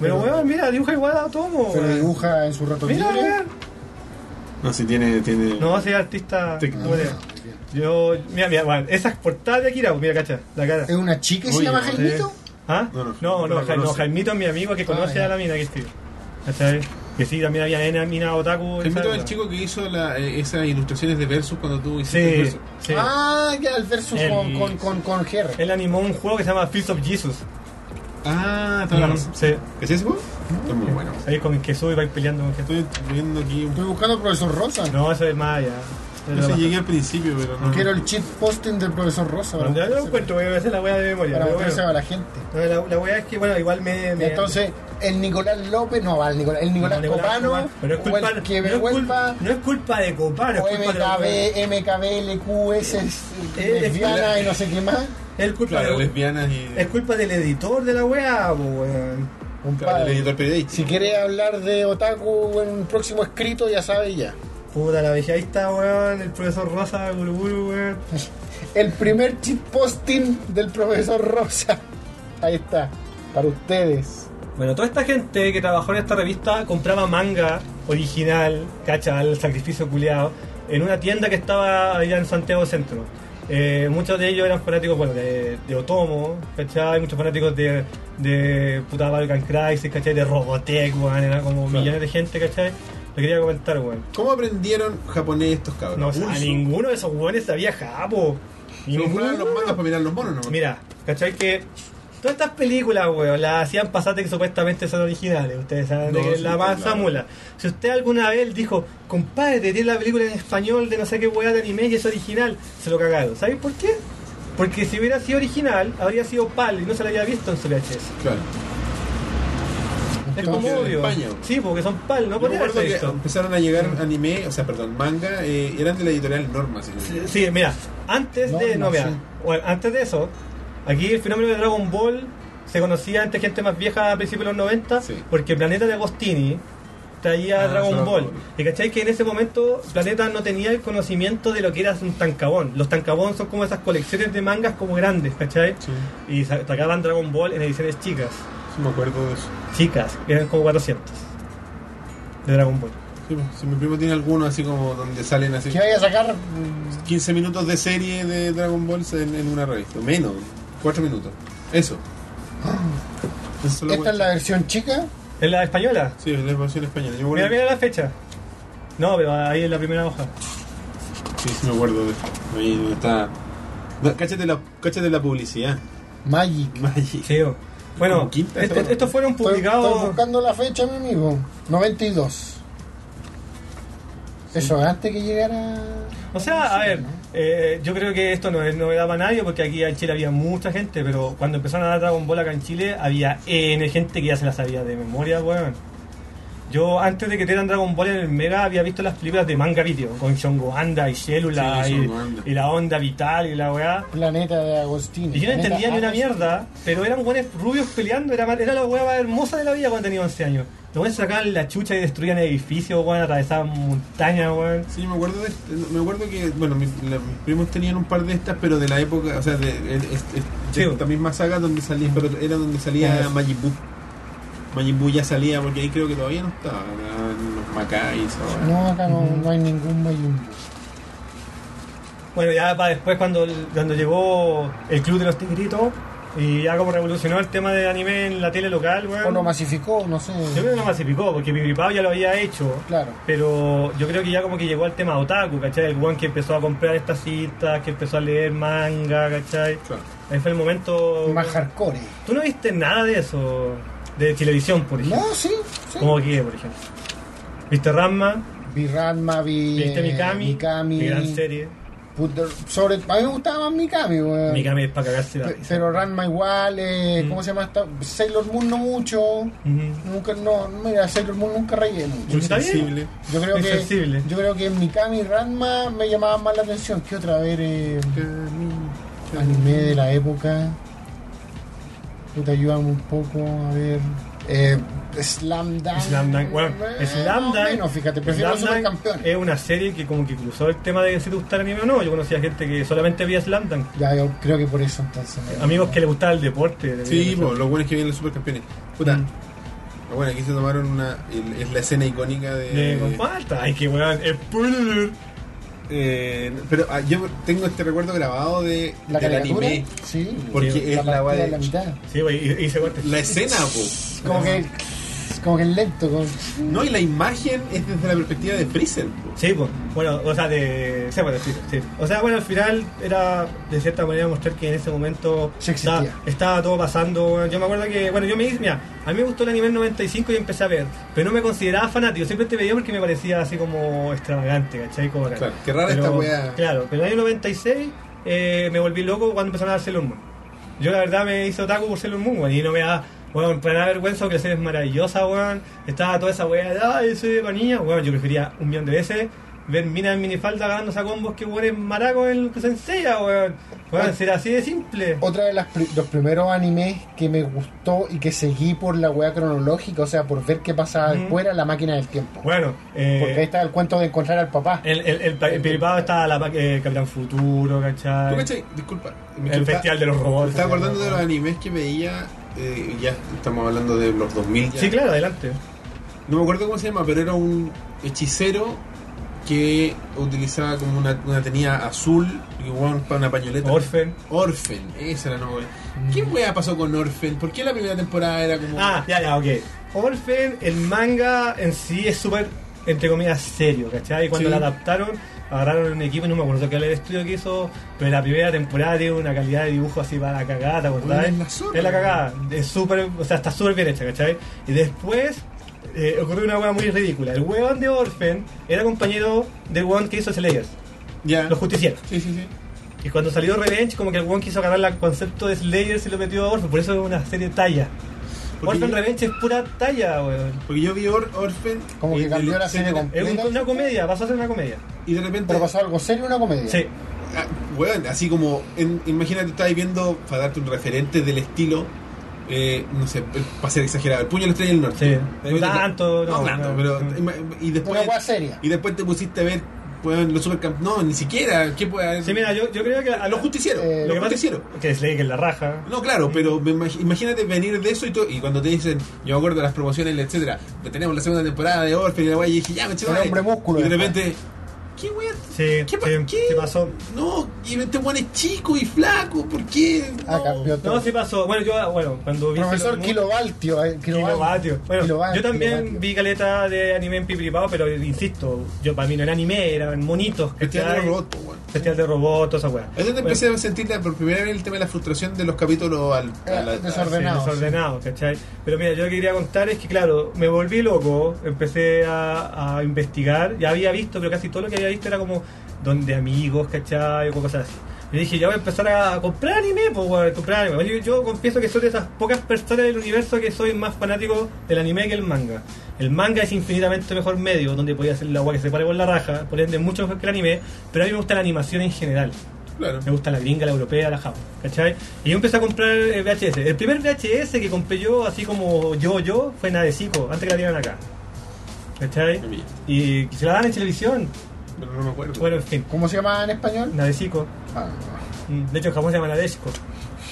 Speaker 3: Pero,
Speaker 2: Pero-
Speaker 3: weón, mira, dibuja igual a Otomo.
Speaker 2: pero
Speaker 3: weón.
Speaker 2: dibuja en su rato
Speaker 3: Mira,
Speaker 2: libre.
Speaker 3: weón.
Speaker 1: No, si tiene. tiene...
Speaker 3: No, soy artista.
Speaker 1: Te-
Speaker 2: Ah,
Speaker 3: ¿cómo le-
Speaker 2: bien.
Speaker 3: Yo, mira, mira, bueno, esas portadas de Akira, pues, mira, cacha, la cara.
Speaker 2: ¿Es una chica que se
Speaker 1: Oye,
Speaker 2: llama
Speaker 1: no
Speaker 3: sé.
Speaker 2: Jaimito?
Speaker 3: ¿Ah?
Speaker 1: No, no,
Speaker 3: No,
Speaker 1: no
Speaker 3: no,
Speaker 1: la
Speaker 3: Ja- no,
Speaker 1: conoce.
Speaker 3: Jaimito es mi amigo que conoce
Speaker 2: Ah, ya.
Speaker 3: a la mina que escribe. ¿Cachai? Que sí, también había nena, mina otaku.
Speaker 1: El mito
Speaker 3: ¿sabes?
Speaker 1: del chico que hizo la- eh, esas ilustraciones de Versus cuando tú hiciste
Speaker 3: Sí,
Speaker 1: Versus.
Speaker 3: sí.
Speaker 2: Ah, ya, el versus
Speaker 3: El-
Speaker 2: con, con, con, con GR.
Speaker 3: Él animó un juego que se llama Fields of Jesus.
Speaker 1: Ah, toda la
Speaker 3: Mm,
Speaker 1: razón.
Speaker 3: Sí.
Speaker 1: ¿Es ese juego? Es muy bueno.
Speaker 3: Ahí con el que sube y vais peleando con gente.
Speaker 1: Estoy viendo aquí un.
Speaker 2: Estoy buscando al profesor Rosa.
Speaker 3: No, eso es más allá.
Speaker 1: No sé, llegué al principio, pero no.
Speaker 2: Quiero el cheat posting del profesor Rosa. para
Speaker 3: Yo lo
Speaker 2: mostrárselo-
Speaker 3: encuentro, voy a hacer la wea de memoria.
Speaker 2: Para
Speaker 3: pero
Speaker 2: mostrárselo
Speaker 3: bueno.
Speaker 2: a la gente.
Speaker 3: No, la, la wea es que, bueno, igual me. me-
Speaker 2: Entonces, el Nicolás López, no, el Nicolás, el Nicolás
Speaker 3: no,
Speaker 2: Copano,
Speaker 3: Copano, pero es
Speaker 2: o
Speaker 3: culpa,
Speaker 2: el que
Speaker 3: no,
Speaker 2: me
Speaker 3: es
Speaker 2: vuelva,
Speaker 3: culpa, no es culpa de Copano,
Speaker 2: o
Speaker 3: es culpa de la wea.
Speaker 2: MKB, MKB, LQS,
Speaker 3: Eh, es
Speaker 2: lesbiana
Speaker 3: culpa-
Speaker 2: y no sé qué más,
Speaker 3: Es culpa
Speaker 1: Claro,
Speaker 3: de-
Speaker 1: lesbianas y.
Speaker 3: Es culpa del editor de la wea, po, weón.
Speaker 1: Claro, el
Speaker 2: compadre.
Speaker 1: editor periodista.
Speaker 2: Si quieres hablar de otaku en un próximo escrito, ya sabes ya.
Speaker 3: Puta la bella, ahí está, weón, el profesor Rosa, Guruguru, weón.
Speaker 2: El primer chip posting del profesor Rosa. Ahí está, para ustedes.
Speaker 3: Bueno, toda esta gente que trabajó en esta revista compraba manga original, cacha, el sacrificio culiado, en una tienda que estaba allá en Santiago Centro. Eh, muchos de ellos eran fanáticos bueno, de, de Otomo, ¿cachai? Muchos fanáticos de, de puta Balkan Crisis, ¿cachai? De Robotech, weón, era como millones de gente, ¿cachai? Le quería comentar, weón.
Speaker 1: ¿Cómo aprendieron japonés estos cabros?
Speaker 3: No, o sea,
Speaker 1: Ursu.
Speaker 3: ninguno de esos weones sabía japo.
Speaker 1: Se compraban
Speaker 3: Ninguno.
Speaker 1: los mangas para mirar los monos, ¿no?
Speaker 3: Mira, ¿cachai que todas estas películas, weón, las hacían pasar de que supuestamente son originales? Ustedes saben de
Speaker 1: No,
Speaker 3: que es
Speaker 1: sí, pues,
Speaker 3: la más
Speaker 1: claro.
Speaker 3: mula. Si usted alguna vez dijo, compadre, tiene la película en español de no sé qué weá de anime y es original, se lo cagaron. ¿Sabes por qué? Porque si hubiera sido original, habría sido PAL y no se la había visto en su VHS.
Speaker 1: Claro.
Speaker 3: Es
Speaker 2: Entonces,
Speaker 3: como
Speaker 1: en
Speaker 3: obvio.
Speaker 1: España.
Speaker 3: Sí, porque son PAL,
Speaker 1: Yo
Speaker 3: no
Speaker 1: me
Speaker 3: podía
Speaker 1: acuerdo
Speaker 3: haberse
Speaker 1: que
Speaker 3: visto.
Speaker 1: empezaron a llegar anime, o sea, perdón, manga, eh, eran de la editorial Norma, si no me equivoco.
Speaker 3: Sí, mira, antes
Speaker 2: No,
Speaker 3: de.
Speaker 2: no,
Speaker 3: No, mira,
Speaker 2: sí.
Speaker 3: bueno, antes de eso, aquí el fenómeno de Dragon Ball se conocía entre gente más vieja a principios de los 90,
Speaker 1: Sí.
Speaker 3: porque Planeta de Agostini traía
Speaker 1: Ah,
Speaker 3: Dragon
Speaker 1: Dragon
Speaker 3: Ball.
Speaker 1: Ball.
Speaker 3: Y cacháis que en ese momento Planeta no tenía el conocimiento de lo que era un tancabón. Los tancabón son como esas colecciones de mangas como grandes, ¿cachai?
Speaker 1: Sí,
Speaker 3: Y sa- sacaban Dragon Ball en ediciones chicas.
Speaker 1: sí me acuerdo de eso.
Speaker 3: Chicas, que eran como 400 de Dragon Ball.
Speaker 1: Sí, pues, si mi primo tiene alguno así como donde salen así
Speaker 2: Que vaya a sacar
Speaker 3: Mm.
Speaker 1: 15 minutos de serie de Dragon Ball en, en una revista, menos, 4 minutos.
Speaker 3: (gasps)
Speaker 1: Eso. Eso solo
Speaker 2: Esta es la versión chica.
Speaker 3: ¿En la española?
Speaker 1: Sí, es la versión española. Yo me
Speaker 3: Mira,
Speaker 1: acuerdo-
Speaker 3: mira la fecha. No, pero ahí en la primera hoja.
Speaker 1: Sí, sí me acuerdo de esto. Ahí donde está... No, cáchate, la, cáchate la publicidad. (laughs)
Speaker 2: Magic.
Speaker 1: Magic.
Speaker 3: Feo. Bueno,
Speaker 1: Como quinta,
Speaker 3: este-
Speaker 1: ¿no?
Speaker 3: estos fueron
Speaker 2: Estoy, estoy
Speaker 3: publicados.
Speaker 2: buscando la fecha, mi amigo. 92. Eso, antes que llegara.
Speaker 3: O sea, a ver, eh, yo creo que esto no es novedad para nadie porque aquí en Chile había mucha gente, pero cuando empezaron a dar Dragon Ball acá en Chile había N gente que ya se la sabía de memoria, weón. Yo antes de que dieran Dragon Ball en el Mega había visto las películas de manga video con Shongo Anda y Célula
Speaker 1: Sí,
Speaker 3: y,
Speaker 1: Shongo Anda.
Speaker 3: y la onda vital y la weá.
Speaker 2: Planeta de Agostini.
Speaker 3: Y yo no
Speaker 2: Planeta
Speaker 3: entendía ni una
Speaker 2: Agostini.
Speaker 3: mierda, pero eran buenos rubios peleando, era, mar- era la hueá más hermosa de la vida cuando tenía 11 años. Los buenos sacaban la chucha y destruían edificios, weón, atravesaban montañas, weón.
Speaker 1: Sí, me acuerdo, de, este, me acuerdo que, bueno, mi- la- mis primos tenían un par de estas, pero de la época, o sea, de, de- de- de
Speaker 3: Sí.
Speaker 1: esta misma saga donde salía, pero era donde
Speaker 3: Ah,
Speaker 1: salía
Speaker 3: sí.
Speaker 1: Majin Buu. Majin Buu ya salía, porque ahí creo que todavía no estaba, eran los Macais,
Speaker 2: No, acá no, no hay ningún Majin Buu.
Speaker 3: Bueno, ya para después cuando, cuando llegó el Club de los Tigritos y ya como revolucionó el tema de anime en la tele local, weón.
Speaker 2: O lo masificó, no sé.
Speaker 3: Yo creo que no masificó, porque Pipiripao ya lo había hecho.
Speaker 2: Claro.
Speaker 3: Pero yo creo que ya como que llegó al tema otaku, ¿cachai? El weón que empezó a comprar estas citas, que empezó a leer manga, ¿cachai?
Speaker 1: Claro.
Speaker 3: Ahí fue el momento...
Speaker 2: Más hardcore.
Speaker 3: ¿Tú no viste nada de eso? De televisión, por ejemplo.
Speaker 2: No, sí, sí.
Speaker 3: ¿Cómo que, por ejemplo? ¿Viste Ramma?
Speaker 2: Vi Ranma, vi.
Speaker 3: ¿Viste
Speaker 2: eh,
Speaker 3: Mikami?
Speaker 2: Mikami.
Speaker 3: Mi gran serie.
Speaker 2: Puta- sobre, a mí me gustaba más Mikami, weón.
Speaker 3: Mikami Mm. es para cagarse la
Speaker 2: Pe-
Speaker 3: risa.
Speaker 2: Pero Ranma igual, eh, ¿cómo se llama esta? Sailor Moon no mucho.
Speaker 3: Ujú.
Speaker 2: Nunca, no, mira, Sailor Moon nunca reí mucho.
Speaker 3: Está bien.
Speaker 1: Sensible.
Speaker 2: Yo creo
Speaker 3: Es
Speaker 2: que
Speaker 3: sensible.
Speaker 2: yo creo que Mikami y Ranma me llamaban más la atención que otra vez eh, anime de la época. Puta, ayúdame un poco, a ver. Eh, Slam Dunk.
Speaker 3: Slam Dunk, bueno,
Speaker 2: Eh,
Speaker 3: Slam
Speaker 2: más o
Speaker 3: Dunk-
Speaker 2: menos, fíjate, prefiero
Speaker 3: Slam
Speaker 2: los
Speaker 3: Dunk
Speaker 2: supercampeones.
Speaker 3: Es una serie que como que cruzó el tema de si te gustara anime o no. Yo conocía gente que solamente veía Slam Dunk.
Speaker 2: Ya, yo creo que por eso entonces. me-
Speaker 3: Amigos que les gustaba el deporte. le
Speaker 1: Sí,
Speaker 3: veían
Speaker 1: po,
Speaker 3: eso.
Speaker 1: lo bueno es que vienen los supercampeones. Puta.
Speaker 3: Mm.
Speaker 1: lo Bueno, aquí se tomaron una. el- es la escena icónica de.
Speaker 3: De- con falta. Ay, qué weón. Spoiler.
Speaker 1: eh, pero ah, yo tengo este recuerdo grabado de,
Speaker 2: La
Speaker 1: del
Speaker 2: caricatura,
Speaker 1: anime.
Speaker 2: sí.
Speaker 1: Porque
Speaker 3: Sí,
Speaker 1: es la,
Speaker 2: partida
Speaker 1: weá
Speaker 2: de la
Speaker 1: de.
Speaker 2: mitad.
Speaker 3: Sí, güey, y, y se corta.
Speaker 1: La escena, po.
Speaker 2: Como que, como que lento. Como...
Speaker 1: No, y la imagen es desde la perspectiva de Freezer, po.
Speaker 3: Sí, pues. Bueno, o sea, de. sí, bueno, sí, sí. O sea, bueno, al final era de cierta manera mostrar que en ese momento
Speaker 2: Sí existía.
Speaker 3: estaba, estaba todo pasando. bueno, Yo me acuerdo que, bueno, yo me hice, mira, a mí me gustó el anime en 95 y empecé a ver, pero no me consideraba fanático, siempre te veía porque me parecía así como extravagante, ¿cachai? Como bacán.
Speaker 1: Claro, qué rara
Speaker 3: Pero-
Speaker 1: esta weá.
Speaker 3: Claro, pero en el año 96 eh, me volví loco cuando empezaron a dar Sailor Moon. Yo la verdad me hice otaku por Sailor Moon, weón, y no me da, weón, para nada vergüenza que la serie es maravillosa, weón. Estaba toda esa weá de, ay, soy de panilla, weón, yo prefería un millón de veces ver minas en minifalda ganándose a combos que weón es maraco en que se enseña, weón. Weón, será así de simple.
Speaker 2: Otra de las pri- los primeros animes que me gustó y que seguí por la wea cronológica, o sea, por ver qué pasaba
Speaker 3: Ujú.
Speaker 2: después era la máquina del tiempo.
Speaker 3: Bueno, eh,
Speaker 2: Porque ahí está el cuento de encontrar al papá.
Speaker 3: el, el, el, pa- el piripao está la, pa- eh, Capitán Futuro, ¿cachai?
Speaker 1: ¿Tú cachai? Disculpa. me
Speaker 3: El
Speaker 1: está-
Speaker 3: Festival de los
Speaker 1: Me
Speaker 3: Robots.
Speaker 1: estaba acordando de los animes que veía. eh, ya estamos hablando de los 2000. ya.
Speaker 3: Sí, claro, adelante.
Speaker 1: No me acuerdo cómo se llama, pero era un hechicero que utilizaba como una, una tenía azul y weón, para una pañoleta.
Speaker 3: Orphan.
Speaker 1: Orphan, esa era la novela. ¿Qué weá pasó con Orphan? ¿Por qué la primera temporada era como.?
Speaker 3: Mm. Ah, ya, ya, ok. Orphan, el manga en sí es súper, entre comillas, serio, ¿cachai? Y cuando
Speaker 1: Sí.
Speaker 3: la adaptaron, agarraron un equipo, no me acuerdo qué era el estudio que hizo, pero la primera temporada tiene una calidad de dibujo así para la cagada, ¿te acordás?
Speaker 1: Oye, es la zorra.
Speaker 3: Es la cagada. Es súper, o sea, está súper bien hecha, ¿cachai? Y después eh, ocurrió una hueá muy ridícula. El hueón de Orphan era compañero del hueón que hizo Slayers,
Speaker 1: ya.
Speaker 3: los justicieros.
Speaker 1: Sí, sí, sí.
Speaker 3: Y cuando salió Revenge, como que el weón quiso agarrar el concepto de Slayers y lo metió a Orphan, por eso es una serie talla.
Speaker 1: Porque-
Speaker 3: Orphan Revenge es pura talla, weón.
Speaker 1: Porque yo vi Or- Orphan.
Speaker 2: Como que
Speaker 1: eh,
Speaker 2: cambió
Speaker 1: del
Speaker 2: la serie
Speaker 1: etcétera,
Speaker 2: completa.
Speaker 3: Es un- una comedia, pasó a ser una comedia.
Speaker 1: Y de repente.
Speaker 2: Pero pasó algo serio y una comedia.
Speaker 3: Sí,
Speaker 1: Ah, weón, así como, en- imagínate, estáis viendo, para darte un referente del estilo, eh, no sé, para ser exagerado, el puño de la estrella del norte.
Speaker 3: Sí. No tanto,
Speaker 1: no,
Speaker 3: no,
Speaker 1: tanto,
Speaker 3: no.
Speaker 1: pero.
Speaker 3: Mm.
Speaker 1: ima- Y
Speaker 2: Una
Speaker 1: después,
Speaker 2: wea seria.
Speaker 1: y después te pusiste a ver, weón, los supercampeones. No, ni siquiera, ¿qué puede haber?
Speaker 3: sí mira, yo, yo creo que
Speaker 1: A los justicieros,
Speaker 2: Eh,
Speaker 1: los
Speaker 3: lo que pasa
Speaker 1: justicieros.
Speaker 3: es que Slayer es la raja.
Speaker 1: No, claro, pero me imag- imagínate venir de eso y, todo- y cuando te dicen, yo me acuerdo de las promociones, etcétera, que tenemos la segunda temporada de Orphan y la guay, y dije, ya, me chaval.
Speaker 2: El hombre músculo,
Speaker 1: Y de
Speaker 2: después.
Speaker 1: repente, ¿qué weón?
Speaker 3: Sí,
Speaker 1: ¿Qué, pa-
Speaker 3: sí,
Speaker 1: qué?
Speaker 3: sí pasó.
Speaker 1: No, y este weón es chico y flaco, ¿por qué?
Speaker 2: Ah,
Speaker 1: No.
Speaker 2: cambió todo.
Speaker 3: No, sí pasó. Bueno, yo, bueno, cuando vi.
Speaker 2: Profesor
Speaker 3: Sailor Moon-
Speaker 2: Kilovaltio. eh,
Speaker 3: Kilovatio. Bueno,
Speaker 2: Kilovatio,
Speaker 3: yo también
Speaker 2: kilovatio.
Speaker 3: vi caleta de anime en Pipiripao, pero insisto, yo para mí no era anime, eran monitos.
Speaker 1: Cristiano
Speaker 3: ¿cachai?
Speaker 1: Robot, po, Este weón.
Speaker 3: Festival de robots, toda esa weá.
Speaker 1: Ahí es donde empecé a sentir la- por primera vez el tema de la frustración de los capítulos al, a la- a-
Speaker 2: Eh, desorden.
Speaker 3: desordenado,
Speaker 2: Ordenado,
Speaker 3: desordenado, ¿cachai? Pero mira, yo lo que quería contar es que, claro, me volví loco, empecé a, a investigar, ya había visto, pero casi todo lo que había visto era como donde amigos, ¿cachai? O cosas así. Y dije, ya voy a empezar a comprar anime, pues, weón, comprar anime. Yo, yo confieso que soy de esas pocas personas del universo que soy más fanático del anime que el manga. El manga es infinitamente mejor medio, donde podía hacer la agua que se pare por la raja, por ende, mucho mejor que el anime, pero a mí me gusta la animación en general.
Speaker 1: Claro.
Speaker 3: Me gusta la gringa, la europea, la japa, ¿cachai? Y yo empecé a comprar eh, VHS. El primer VHS que compré yo, así como yo, yo, fue Nadecico, antes que la dieran acá. ¿Cachai?
Speaker 1: Qué bien.
Speaker 3: Y se la dan en televisión.
Speaker 1: Pero no me acuerdo.
Speaker 3: Bueno, en fin,
Speaker 2: ¿Cómo se llama en español?
Speaker 3: Nadecico.
Speaker 2: Ah,
Speaker 3: Mm, De hecho, en Japón se llama Nadesco.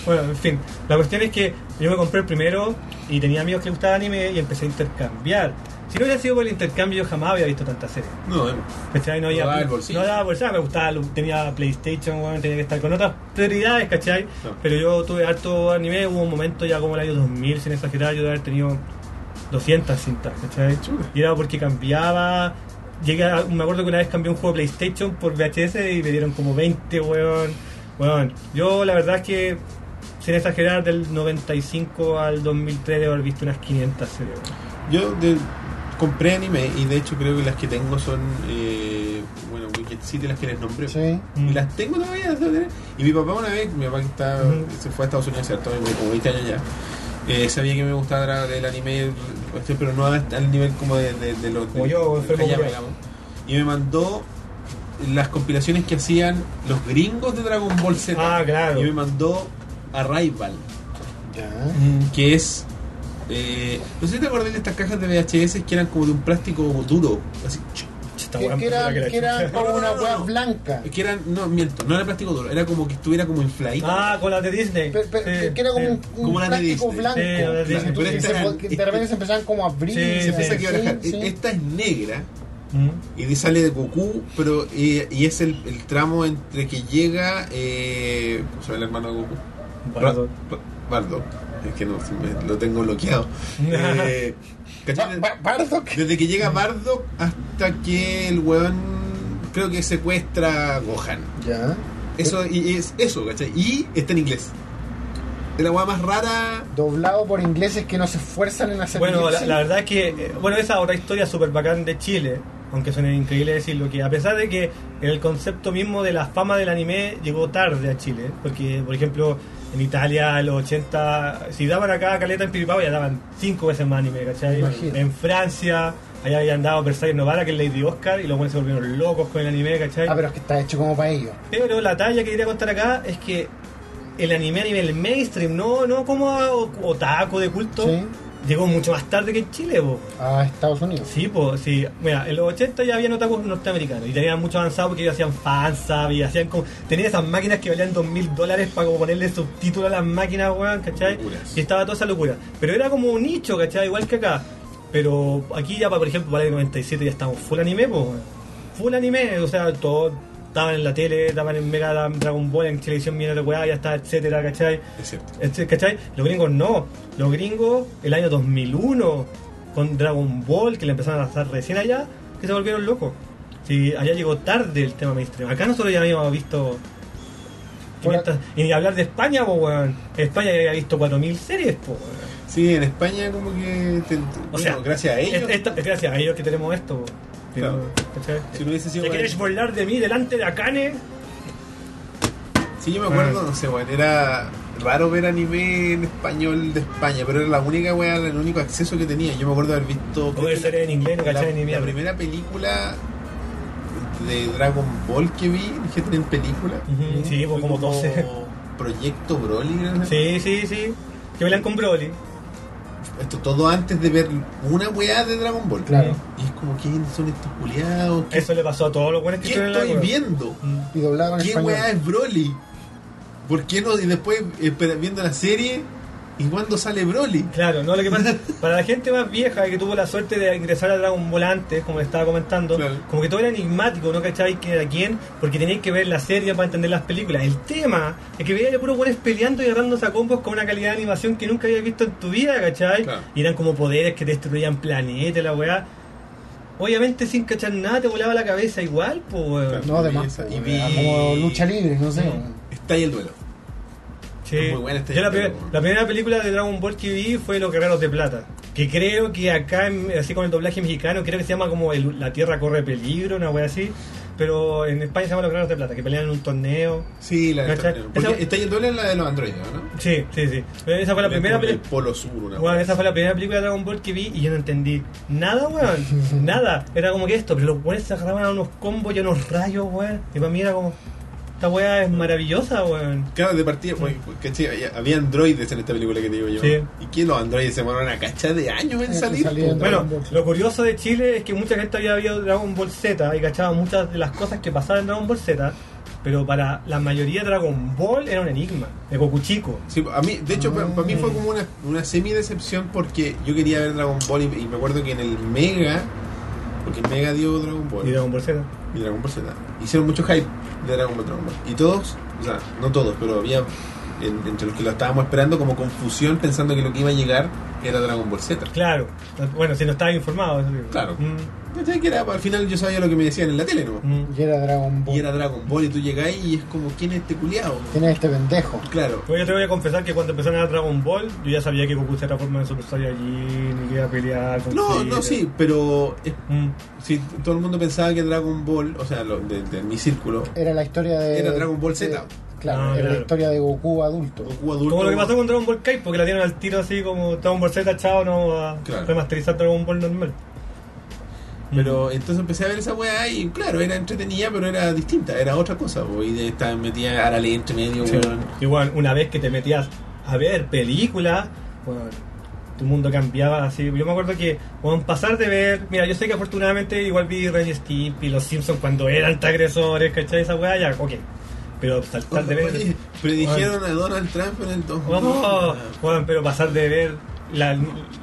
Speaker 3: Bueno, en fin, la cuestión es que yo me compré el primero y tenía amigos que les gustaba anime y empecé a intercambiar. Si no hubiera sido por el intercambio, yo jamás había visto tanta serie.
Speaker 1: No, eh,
Speaker 3: ¿Cachai? No, había-
Speaker 1: daba el bolsillo.
Speaker 3: no daba bolsillo, me gustaba, lo- tenía PlayStation, weón, tenía que estar con otras prioridades, ¿cachai?
Speaker 1: No.
Speaker 3: Pero yo tuve harto anime, hubo un momento ya como el año 2000, sin exagerar, yo de haber tenido 200 cintas, ¿cachai?
Speaker 1: Chuta.
Speaker 3: Y era porque cambiaba, llegué a- me acuerdo que una vez cambié un juego de PlayStation por VHS y me dieron como 20, weón. Weón, yo la verdad es que, sin exagerar, del 95 al 2003 debo haber visto unas 500 series, weón.
Speaker 1: yo de- compré anime y de hecho creo que las que tengo son, eh, bueno, Wicked City, las que les nombré.
Speaker 2: Sí.
Speaker 3: Mm.
Speaker 1: Y las tengo todavía. las debo tener. Y mi papá una vez, mi papá que está, se fue a Estados Unidos, ¿cierto? Como 20 años ya. eh, sabía que me gustaba el anime, este, pero no al al nivel como de, de, de lo
Speaker 3: Como
Speaker 1: de-
Speaker 3: yo,
Speaker 1: del
Speaker 3: enfermo
Speaker 1: Hayama,
Speaker 3: culiao.
Speaker 1: digamos. Y me mandó las compilaciones que hacían los gringos de Dragon Ball Z.
Speaker 3: Ah, claro.
Speaker 1: Y me mandó Arrival,
Speaker 2: Ya.
Speaker 3: Mm.
Speaker 1: que es... eh, no sé si te acuerdas de estas cajas de VHS que eran como de un plástico duro, así, chu,
Speaker 3: Esta
Speaker 2: Que,
Speaker 3: weón,
Speaker 2: que
Speaker 3: puta
Speaker 2: era,
Speaker 3: la
Speaker 2: que era
Speaker 3: chucha.
Speaker 2: como
Speaker 1: No, no,
Speaker 2: una
Speaker 1: no,
Speaker 2: hueá
Speaker 1: no.
Speaker 2: blanca.
Speaker 1: que eran, no, miento, no era plástico duro, era como que estuviera como infladita.
Speaker 3: Ah, con las de Disney.
Speaker 2: Pe- pe-
Speaker 3: Sí,
Speaker 2: que- que era como
Speaker 3: sí.
Speaker 2: un, un
Speaker 1: Como la de
Speaker 2: plástico
Speaker 1: Disney.
Speaker 2: blanco.
Speaker 3: Sí, la de
Speaker 2: Que
Speaker 3: Disney.
Speaker 2: tú-
Speaker 1: Pero
Speaker 2: que
Speaker 1: esta
Speaker 2: se
Speaker 1: era-
Speaker 2: fo- que de repente se empezaban como a abrir.
Speaker 3: Sí,
Speaker 2: y
Speaker 3: se
Speaker 1: Empieza a
Speaker 2: sí,
Speaker 1: quebrar.
Speaker 2: sí.
Speaker 1: e, Esta es negra,
Speaker 3: Mm.
Speaker 1: Y sale de Goku, pero eh, y es el, el tramo entre que llega. Eh, ¿Cómo se llama el hermano de Goku?
Speaker 3: Bardock.
Speaker 1: Ra- Ra- Bardock. Es que no, se me- lo tengo
Speaker 2: (laughs)
Speaker 1: bloqueado. Eh,
Speaker 2: Ba-
Speaker 1: ¿cachai?
Speaker 2: ba- Ah, Bardock.
Speaker 1: Desde que llega Bardock hasta que el weón creo que secuestra a Gohan.
Speaker 2: Ya.
Speaker 1: Eso y y es eso, ¿cachai? Y está en inglés. Es la weá más rara.
Speaker 2: Doblado por ingleses que no se esfuerzan en hacer
Speaker 3: Bueno, la,
Speaker 2: bien.
Speaker 3: la verdad es que, eh, bueno, esa otra historia súper bacán de Chile, aunque suene increíble decirlo, que a pesar de que el concepto mismo de la fama del anime llegó tarde a Chile, porque, por ejemplo, en Italia, en los 80, si daban acá caleta en Piripao, ya daban cinco veces más anime, ¿cachai?
Speaker 2: Imagino.
Speaker 3: En Francia, allá habían dado Versailles Novara, que es Lady Oscar, y los buenos se volvieron locos con el anime, ¿cachai?
Speaker 2: Ah, pero es que está hecho como para ellos.
Speaker 3: Pero la talla que quería contar acá es que el anime a nivel mainstream, no, no como a- o- otaku de culto,
Speaker 2: Sí.
Speaker 3: llegó mucho más tarde que en Chile, vos.
Speaker 2: A Estados Unidos.
Speaker 3: Sí, pues, sí. Mira, en los 80 ya había otakus norteamericanos y tenían mucho avanzado porque ellos hacían fansub y hacían como. Tenían esas máquinas que valían dos mil dólares para como ponerle subtítulo a las máquinas, weón, ¿cachai?
Speaker 1: Locuras.
Speaker 3: Y estaba toda esa locura. Pero era como un nicho, ¿cachai? Igual que acá. Pero aquí ya, pa- por ejemplo, para el 97 ya estamos full anime, pues, weón. Full anime, o sea, todo. Estaban en la tele, estaban en Mega Dragon Ball, en televisión, mira de weá, ya está, etcétera, ¿cachai?
Speaker 1: Es cierto.
Speaker 3: Este, ¿Cachai? Los gringos no. Los gringos, el año 2001, con Dragon Ball, que le empezaron a lanzar recién allá, que se volvieron locos. Sí, allá llegó tarde el tema mainstream. Acá nosotros ya habíamos visto.
Speaker 2: Fuera-
Speaker 3: 500 Y ni hablar de España, po, weón. España ya había visto 4.000 series, po, weón.
Speaker 1: Sí, en España como que. te-
Speaker 3: O
Speaker 1: bueno,
Speaker 3: sea,
Speaker 1: gracias a ellos.
Speaker 3: Es- esta- es gracias a ellos que tenemos esto, po.
Speaker 1: Claro.
Speaker 3: ¿Cachai?
Speaker 1: Si no hubiese sido
Speaker 3: ¿Te
Speaker 1: por
Speaker 3: quieres
Speaker 1: ellos.
Speaker 3: burlar de mí delante de Akane?
Speaker 1: Sí, yo me
Speaker 3: Ah.
Speaker 1: acuerdo, no sé, weón, era raro ver anime en español de España, pero era la única weá, el único acceso que tenía. Yo me acuerdo haber visto creo
Speaker 3: ver
Speaker 1: que
Speaker 3: series en inglés, no
Speaker 1: la,
Speaker 3: cachai ni
Speaker 1: la
Speaker 3: mierda.
Speaker 1: primera película de Dragon Ball que vi, que en película.
Speaker 3: Ujú, sí, pues,
Speaker 1: Fue (laughs)
Speaker 3: como 12.
Speaker 1: Proyecto Broly, ¿no?
Speaker 3: Sí, sí, sí. Que bailan con Broly.
Speaker 1: Esto todo antes de ver una weá de Dragon Ball.
Speaker 2: Claro.
Speaker 1: Y es como, ¿quiénes son estos culiados? ¿Qué,
Speaker 3: Eso le pasó a todos los buenos que
Speaker 1: qué
Speaker 3: estuvieron en la
Speaker 1: estoy
Speaker 3: weón.
Speaker 1: viendo?
Speaker 3: Mm.
Speaker 2: Y doblado en
Speaker 1: ¿Qué
Speaker 2: español.
Speaker 1: weá es Broly? ¿Por qué no? Y después eh, pero viendo la serie, ¿y cuándo sale Broly?
Speaker 3: Claro, no, lo que
Speaker 1: (laughs)
Speaker 3: pasa para la gente más vieja que tuvo la suerte de ingresar a Dragon Ball antes, como les estaba comentando,
Speaker 1: Claro.
Speaker 3: como que todo era enigmático, ¿no cacháis que era quién? Porque teníais que ver la serie para entender las películas. El tema es que veías a puros buenos peleando y agarrándose a combos con una calidad de animación que nunca habías visto en tu vida, ¿cachai?
Speaker 1: Claro.
Speaker 3: Y eran como poderes que destruían planetas, la weá. Obviamente sin cachar nada te volaba la cabeza igual, pues weón.
Speaker 1: Claro.
Speaker 2: No, de
Speaker 1: Y
Speaker 2: más. pues,
Speaker 1: vi-
Speaker 2: ah, Como lucha libre, no sé.
Speaker 1: Está ahí el duelo.
Speaker 3: Sí.
Speaker 1: Es muy buena esta
Speaker 3: Yo la,
Speaker 1: historia,
Speaker 3: primer-
Speaker 1: weón.
Speaker 3: la primera película de Dragon Ball que vi fue Los Guerreros de Plata. Que creo que acá, en- así con el doblaje mexicano, creo que se llama como el- La Tierra Corre Peligro, una wea así. Pero en España se llama Los Guerreros de Plata, que pelean en un torneo.
Speaker 1: Sí, la de
Speaker 3: ¿Cachai?
Speaker 1: Torneo. Porque
Speaker 3: Esa-
Speaker 1: Está ahí el duelo es la de los androides, ¿no?
Speaker 3: Sí, sí, sí. Pero Esa fue la primera
Speaker 1: El
Speaker 3: película.
Speaker 1: Polo Sur, una
Speaker 3: Bueno,
Speaker 1: cosa.
Speaker 3: esa fue la primera película de Dragon Ball que vi y yo no entendí
Speaker 1: (laughs)
Speaker 3: nada, weón. Nada. Era como que esto, pero los weones se agarraban a unos combos y a unos rayos, weón. Y para mí era como, esta wea es maravillosa, weón.
Speaker 1: Claro, de partida, pues, ¿cachai? Había- había androides en esta película que te digo yo.
Speaker 3: Sí.
Speaker 1: ¿Y que los androides se demoraron a cachar de años en
Speaker 2: Sí,
Speaker 1: salir? pues.
Speaker 2: salían.
Speaker 1: po?
Speaker 3: Bueno,
Speaker 2: Dragon Ball Z.
Speaker 3: lo curioso de Chile es que mucha gente había visto Dragon Ball Z y cachaba muchas de las cosas que pasaban en Dragon Ball Z, pero para la mayoría Dragon Ball era un enigma. De Goku chico.
Speaker 1: Sí, a mí, de hecho, para mí fue como una, una semi-decepción porque yo quería ver Dragon Ball y, y me acuerdo que en el Mega, porque el Mega dio Dragon Ball
Speaker 3: Y Dragon Ball Z.
Speaker 1: y Dragon Ball Z, hicieron mucho hype de Dragon Ball, Dragon Ball. Y todos, o sea, no todos, pero había en- entre los que lo estábamos esperando como confusión pensando que lo que iba a llegar era Dragon Ball Z.
Speaker 3: Claro. Bueno, si no estaba informado. eso digo.
Speaker 1: Claro.
Speaker 3: Mm,
Speaker 1: Pensé que era, al final yo sabía lo que me decían en la tele, ¿no?
Speaker 3: mm.
Speaker 2: Y era Dragon Ball.
Speaker 1: Y era Dragon Ball y tú llegás y es como, ¿quién es este culiao?
Speaker 2: ¿Quién es este pendejo?
Speaker 1: Claro.
Speaker 3: Bueno, yo te voy a confesar que cuando empezaron a dar Dragon Ball, yo ya sabía que Goku se transformaba en Super Saiyajin y que iba a pelear con
Speaker 1: No,
Speaker 3: Freezer.
Speaker 1: no, sí, pero es-
Speaker 3: Mm.
Speaker 1: si todo el mundo pensaba que Dragon Ball, o sea, lo- de, de mi círculo,
Speaker 2: Era la historia de.
Speaker 1: Era Dragon Ball Z.
Speaker 2: de- claro,
Speaker 3: Ah,
Speaker 2: era la
Speaker 3: claro.
Speaker 2: historia de Goku adulto.
Speaker 1: Goku adulto.
Speaker 3: Como lo que pasó con Dragon Ball Kai, porque la dieron al tiro así como Dragon Ball Z, chao, no va a
Speaker 1: Claro.
Speaker 3: remasterizar Dragon Ball normal. Mm.
Speaker 1: Pero entonces empecé a ver esa weá y claro, era entretenida, pero era distinta, era otra cosa. po, Y de esta metía a la ley entre medio,
Speaker 3: Sí.
Speaker 1: weón.
Speaker 3: Igual, una vez que te metías a ver películas, bueno, tu mundo cambiaba así. Yo me acuerdo que, bueno, pasar de ver. Mira, yo sé que afortunadamente igual vi Ren y Stimpy, los Simpsons cuando eran tan agresores, ¿cachai? Esa weá, ya, ok. Pero saltar de ver.
Speaker 1: Oye, Predijeron a Donald Trump en el 2000.
Speaker 3: Vamos, weón, pero pasar de ver la,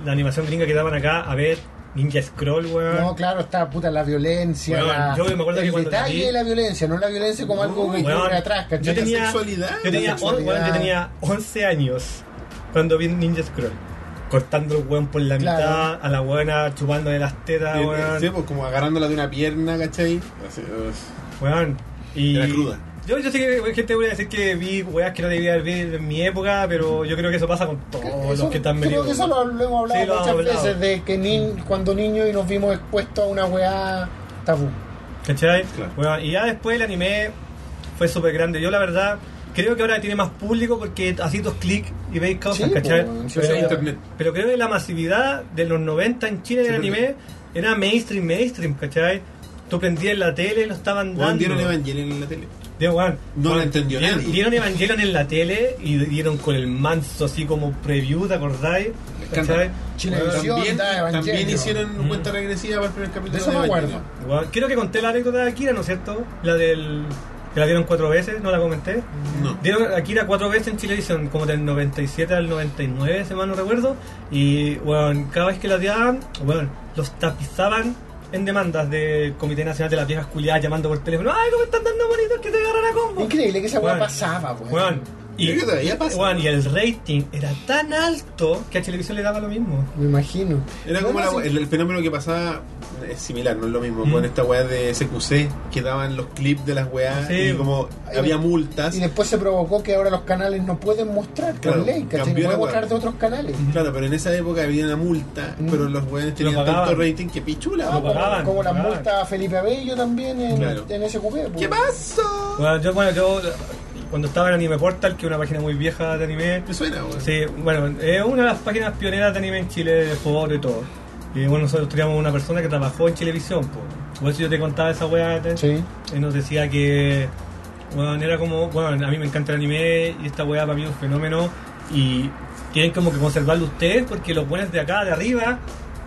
Speaker 3: la animación gringa que daban acá a ver Ninja Scroll, weón.
Speaker 2: No, claro, está puta la violencia.
Speaker 3: Bueno,
Speaker 2: la-
Speaker 3: yo me acuerdo
Speaker 2: el
Speaker 3: que cuando
Speaker 2: detalle
Speaker 3: la vi-
Speaker 2: de la violencia, no la violencia como algo que
Speaker 3: Weón,
Speaker 2: ocurre atrás, ¿cachai?
Speaker 3: yo tenía,
Speaker 1: La sexualidad,
Speaker 3: yo, tenía
Speaker 1: la
Speaker 3: on-
Speaker 2: sexualidad.
Speaker 3: weón, yo tenía 11 años cuando vi Ninja Scroll. Cortando el weón por la
Speaker 2: Claro.
Speaker 3: mitad, a la buena chupándole las tetas,
Speaker 1: Eh, eh,
Speaker 3: Ah, weón.
Speaker 1: sí, pues, como agarrándola de una pierna, ¿cachai? Así, uh,
Speaker 3: Weón, Y
Speaker 1: Era cruda.
Speaker 3: Yo, yo sé que hay gente que voy a decir que vi weas que no debía haber visto en mi época, pero yo creo que eso pasa con todos
Speaker 2: Eso-
Speaker 3: los que están
Speaker 2: creo
Speaker 3: metidos.
Speaker 2: que eso lo, lo hemos hablado
Speaker 3: Sí, lo
Speaker 2: muchas
Speaker 3: hemos hablado.
Speaker 2: veces, de que ni- cuando niños y nos vimos expuestos a una weá tabú.
Speaker 3: ¿Cachai?
Speaker 1: Claro.
Speaker 3: Bueno, y ya después el anime fue súper grande. Yo la verdad creo que ahora tiene más público porque así dos clics y veis cosas,
Speaker 2: Sí,
Speaker 3: ¿cachai?
Speaker 2: po, weón, sí,
Speaker 3: pero,
Speaker 2: sí,
Speaker 1: internet.
Speaker 3: pero creo que la masividad de los 90 en Chile del
Speaker 1: Sí,
Speaker 3: anime era mainstream, mainstream, ¿cachai? Tú prendías la tele, lo estaban dando.
Speaker 1: weón, dieron Evangelion en la tele.
Speaker 3: Digo, weón,
Speaker 1: No
Speaker 3: weón,
Speaker 1: la entendió
Speaker 3: dieron,
Speaker 1: nadie.
Speaker 3: Dieron Evangelion en la tele y dieron con el manso así como preview, ¿te acordáis?
Speaker 1: Escándalo.
Speaker 3: ¿Cachai?
Speaker 2: Chilevisión.
Speaker 1: También,
Speaker 2: da Evangelion.
Speaker 1: también hicieron
Speaker 3: Mm.
Speaker 1: cuenta regresiva para el primer capítulo.
Speaker 2: De eso me
Speaker 1: Evangelion.
Speaker 2: acuerdo.
Speaker 3: Weón, Creo que conté la anécdota de Akira, ¿no es cierto? La del... que la dieron cuatro veces, no la comenté.
Speaker 1: No.
Speaker 3: Dieron a Akira cuatro veces en Chilevisión, como del 97 al 99, si mal no recuerdo. Y, bueno, cada vez que la daban, bueno, los tapizaban en demandas del Comité Nacional de las Viejas Culiadas llamando por teléfono. ¡Ay, cómo están dando bonitos que te agarran a combo!
Speaker 2: Increíble que esa weá
Speaker 3: Weón.
Speaker 2: pasaba, weón.
Speaker 3: Weón, y,
Speaker 1: Creo que todavía pasa.
Speaker 3: weón, y el rating era tan alto que a Chilevisión le daba lo mismo.
Speaker 2: Me imagino.
Speaker 1: Era como
Speaker 2: No,
Speaker 1: la-
Speaker 2: sí.
Speaker 1: el, el fenómeno que pasaba, es similar, no es lo mismo,
Speaker 3: Mm.
Speaker 1: con esta weá de SQC, que daban los clips de las weás
Speaker 3: Sí.
Speaker 1: y como había multas.
Speaker 2: Y después se provocó que ahora los canales no pueden mostrar por
Speaker 1: Claro,
Speaker 2: ley, ¿cachai? No
Speaker 1: cambió la
Speaker 2: pueden
Speaker 1: weá.
Speaker 2: mostrar de otros canales.
Speaker 1: Claro, pero en esa época había una multa,
Speaker 2: Mm.
Speaker 1: pero los weones tenían tanto
Speaker 3: pagaban.
Speaker 1: rating que pichula.
Speaker 3: Lo
Speaker 2: Ah,
Speaker 1: po.
Speaker 2: como,
Speaker 3: pagaban,
Speaker 2: como
Speaker 3: lo
Speaker 2: las
Speaker 3: pagaban.
Speaker 2: multas a Felipe Abello también en,
Speaker 1: Claro.
Speaker 2: en ese cupé.
Speaker 1: ¿Qué
Speaker 2: pasa?
Speaker 1: pasó?
Speaker 3: Bueno, yo, bueno, yo cuando estaba en Anime Portal, que es una página muy vieja de anime,
Speaker 1: Me suena, weón.
Speaker 3: sí, bueno, es una de las páginas pioneras de anime en Chile, de jugador y todo. Y bueno, nosotros teníamos una persona que trabajó en Chilevisión, pues. Por eso yo te contaba esa weá. te-
Speaker 2: Sí.
Speaker 3: Y nos decía que, bueno, era como, bueno, a mí me encanta el anime y esta weá para mí es un fenómeno y tienen como que conservarlo ustedes porque los buenos de acá, de arriba,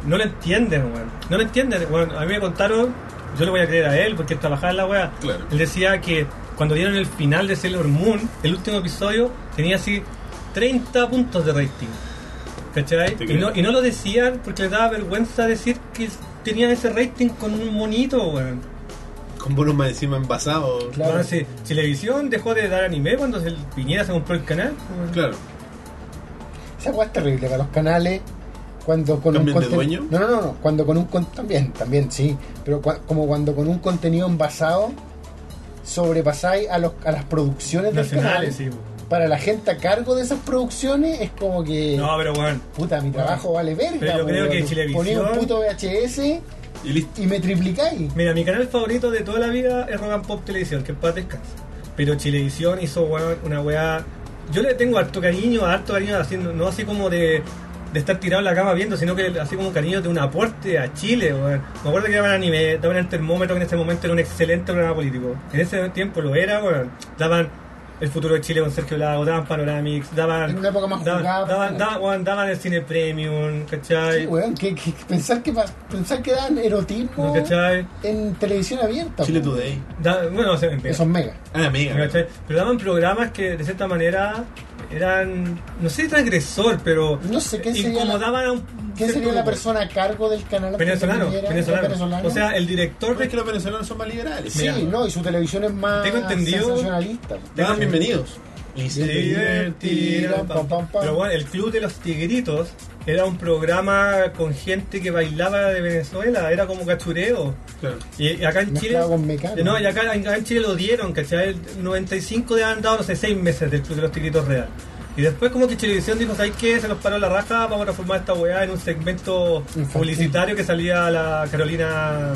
Speaker 3: no lo entienden, weón. No lo entienden, weón. A mí me contaron, yo le voy a creer a él porque él trabajaba en la weá.
Speaker 1: Claro.
Speaker 3: Él decía que cuando dieron el final de Sailor Moon, el último episodio, tenía así 30 puntos de rating. ¿Cachai?
Speaker 1: Te
Speaker 3: Y
Speaker 1: creo.
Speaker 3: no, y no lo decían porque les daba vergüenza decir que tenía ese rating con un monito, weón.
Speaker 1: Con bolos más encima envasados. Claro.
Speaker 2: Claro.
Speaker 3: Bueno, sí, Televisión dejó de dar anime cuando se, Piñera se compró el canal.
Speaker 2: Esa weá es terrible para los canales. Cuando con
Speaker 1: ¿Cambian de
Speaker 2: conten-
Speaker 1: dueño?
Speaker 2: No, no, no, no. Cuando con un con- también, también, sí. Pero cua- como cuando con un contenido envasado sobrepasáis a, los, a las producciones del
Speaker 3: Nacionales,
Speaker 2: canal.
Speaker 3: sí, po.
Speaker 2: Para la gente a cargo de esas producciones es como que.
Speaker 3: No, pero bueno.
Speaker 2: Puta, mi trabajo vale verga.
Speaker 3: Pero yo
Speaker 2: po,
Speaker 3: creo que
Speaker 2: weón.
Speaker 3: Chilevisión-
Speaker 2: Poní un puto VHS
Speaker 1: Y listo.
Speaker 2: y me triplicáis.
Speaker 3: Mira, mi canal favorito de toda la vida es Rogan Pop Televisión, que en paz descanse. Pero Chilevisión hizo weón, una weá. Yo le tengo harto cariño, harto cariño, así, no no así como de, de estar tirado en la cama viendo, sino que así como cariño de un aporte a Chile. weón. Me acuerdo que daban anime, daban el termómetro, que en ese momento era un excelente programa político. En ese tiempo lo era, weón. Daban El futuro de Chile con Sergio Lago, daban Panoramix, daban.
Speaker 2: En una época más
Speaker 3: daban,
Speaker 2: jugada,
Speaker 3: daban,
Speaker 2: pues,
Speaker 3: daban- weón, daban el cine premium, ¿cachai?
Speaker 2: Sí, weón, que, que- que pensar, que, pa- pensar que dan erotismo
Speaker 3: ¿Cachai?
Speaker 2: en televisión abierta.
Speaker 1: Chile
Speaker 2: weón.
Speaker 1: Today.
Speaker 3: Da- bueno, se me
Speaker 2: Eso es mega.
Speaker 1: Ah, amiga.
Speaker 3: ¿Cachai? Pero daban programas que de cierta manera eran, no sé, transgresor, pero
Speaker 2: No sé, ¿qué sería
Speaker 3: incomodaban a un...
Speaker 2: ¿Quién sería
Speaker 3: cierto
Speaker 2: la
Speaker 3: grupo.
Speaker 2: persona a cargo del canal?
Speaker 3: pues. Venezolano,
Speaker 2: Antonio Piñera?
Speaker 3: venezolano.
Speaker 2: ¿Venezolano? Pues
Speaker 3: O sea, eh, el director
Speaker 1: Pero es que
Speaker 3: de...
Speaker 1: los venezolanos son más liberales.
Speaker 2: sí,
Speaker 1: Mira,
Speaker 2: no, y su televisión es más
Speaker 3: Tengo entendido-
Speaker 2: sensacionalista.
Speaker 1: te dan bienvenidos. Y
Speaker 3: Se
Speaker 1: se
Speaker 3: divertirán,
Speaker 2: pam, pam, pam.
Speaker 3: Pero bueno, el Club de los Tigritos era un programa con gente que bailaba de Venezuela, era como cachureo.
Speaker 1: Claro.
Speaker 3: Y y acá en Chile...
Speaker 2: Mezclado con Mecano.
Speaker 3: No, y acá, acá en Chile lo dieron, ¿cachai? El 95 le han dado, no sé, 6 meses del Club de los Tigritos Real. Y después como que Chilevisión dijo, ¿sabes qué? Se nos paró la raja, vamos a transformar esta weá en un segmento
Speaker 2: Infantil.
Speaker 3: publicitario que salía la Carolina...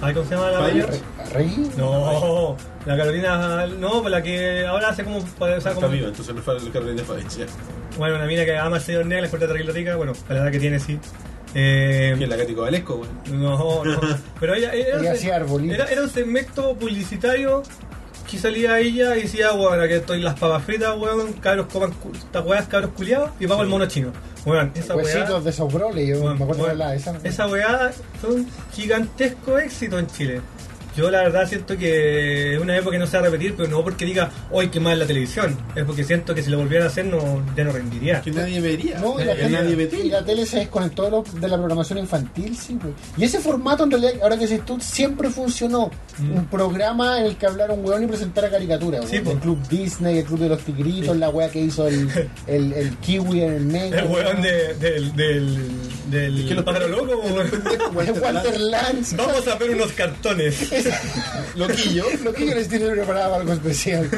Speaker 3: ¿Sabes cómo se llama la
Speaker 1: Bayer.
Speaker 3: mayor?
Speaker 2: ¿Rey?
Speaker 3: No, la Carolina... No, pues la que ahora hace como... o sea,
Speaker 1: Está
Speaker 3: como
Speaker 1: viva, entonces no fue el Carolina Faenz, ya.
Speaker 3: bueno, una mina que ama al señor Nea, la encuentra terrible rica, bueno, a la edad que tiene, sí. Eh,
Speaker 1: Que es la Cati pues, Valesco, güey.
Speaker 3: no,
Speaker 2: (laughs)
Speaker 3: no. Pero ella, era,
Speaker 2: Ella hacía arbolitos.
Speaker 3: era, era un segmento publicitario que salía ella y decía, bueno, aquí estoy las papas fritas, weón, cabros coman cu- estas weas, cabros culiados, y vamos al mono chino. Weón, esa weá.
Speaker 2: Huesitos de esos broles, yo
Speaker 3: weón,
Speaker 2: me acuerdo de
Speaker 3: weón,
Speaker 2: la esa.
Speaker 3: esa weá fue un gigantesco éxito en Chile. Yo la verdad siento que es una época que no se va a repetir, pero no porque diga, hoy qué mal la televisión. Es porque siento que si lo volvieran a hacer no, ya no rendiría.
Speaker 1: Que nadie vería.
Speaker 2: No, y la,
Speaker 1: que nadie ve
Speaker 2: tele, y
Speaker 1: tele.
Speaker 2: la tele se desconectó de, lo- de la programación infantil, sí, güey. Y ese formato, en realidad, ahora que dices tú, siempre funcionó. Un programa en el que hablara un weón y presentara caricaturas, güey.
Speaker 3: Mm. Sí, po.
Speaker 2: El Club Disney, el Club de los Tigritos, la weá que hizo el,
Speaker 3: (laughs)
Speaker 2: el, el Kiwi en el negro.
Speaker 3: El weón de, del, del, del
Speaker 1: Es que los
Speaker 3: pájaro loco, weón.
Speaker 1: pues,
Speaker 2: Walter, Walter Lance.
Speaker 3: Vamos a ver unos cartones.
Speaker 1: Loquillo.
Speaker 2: Lo que yo les tiene preparado
Speaker 3: (laughs)
Speaker 2: algo especial.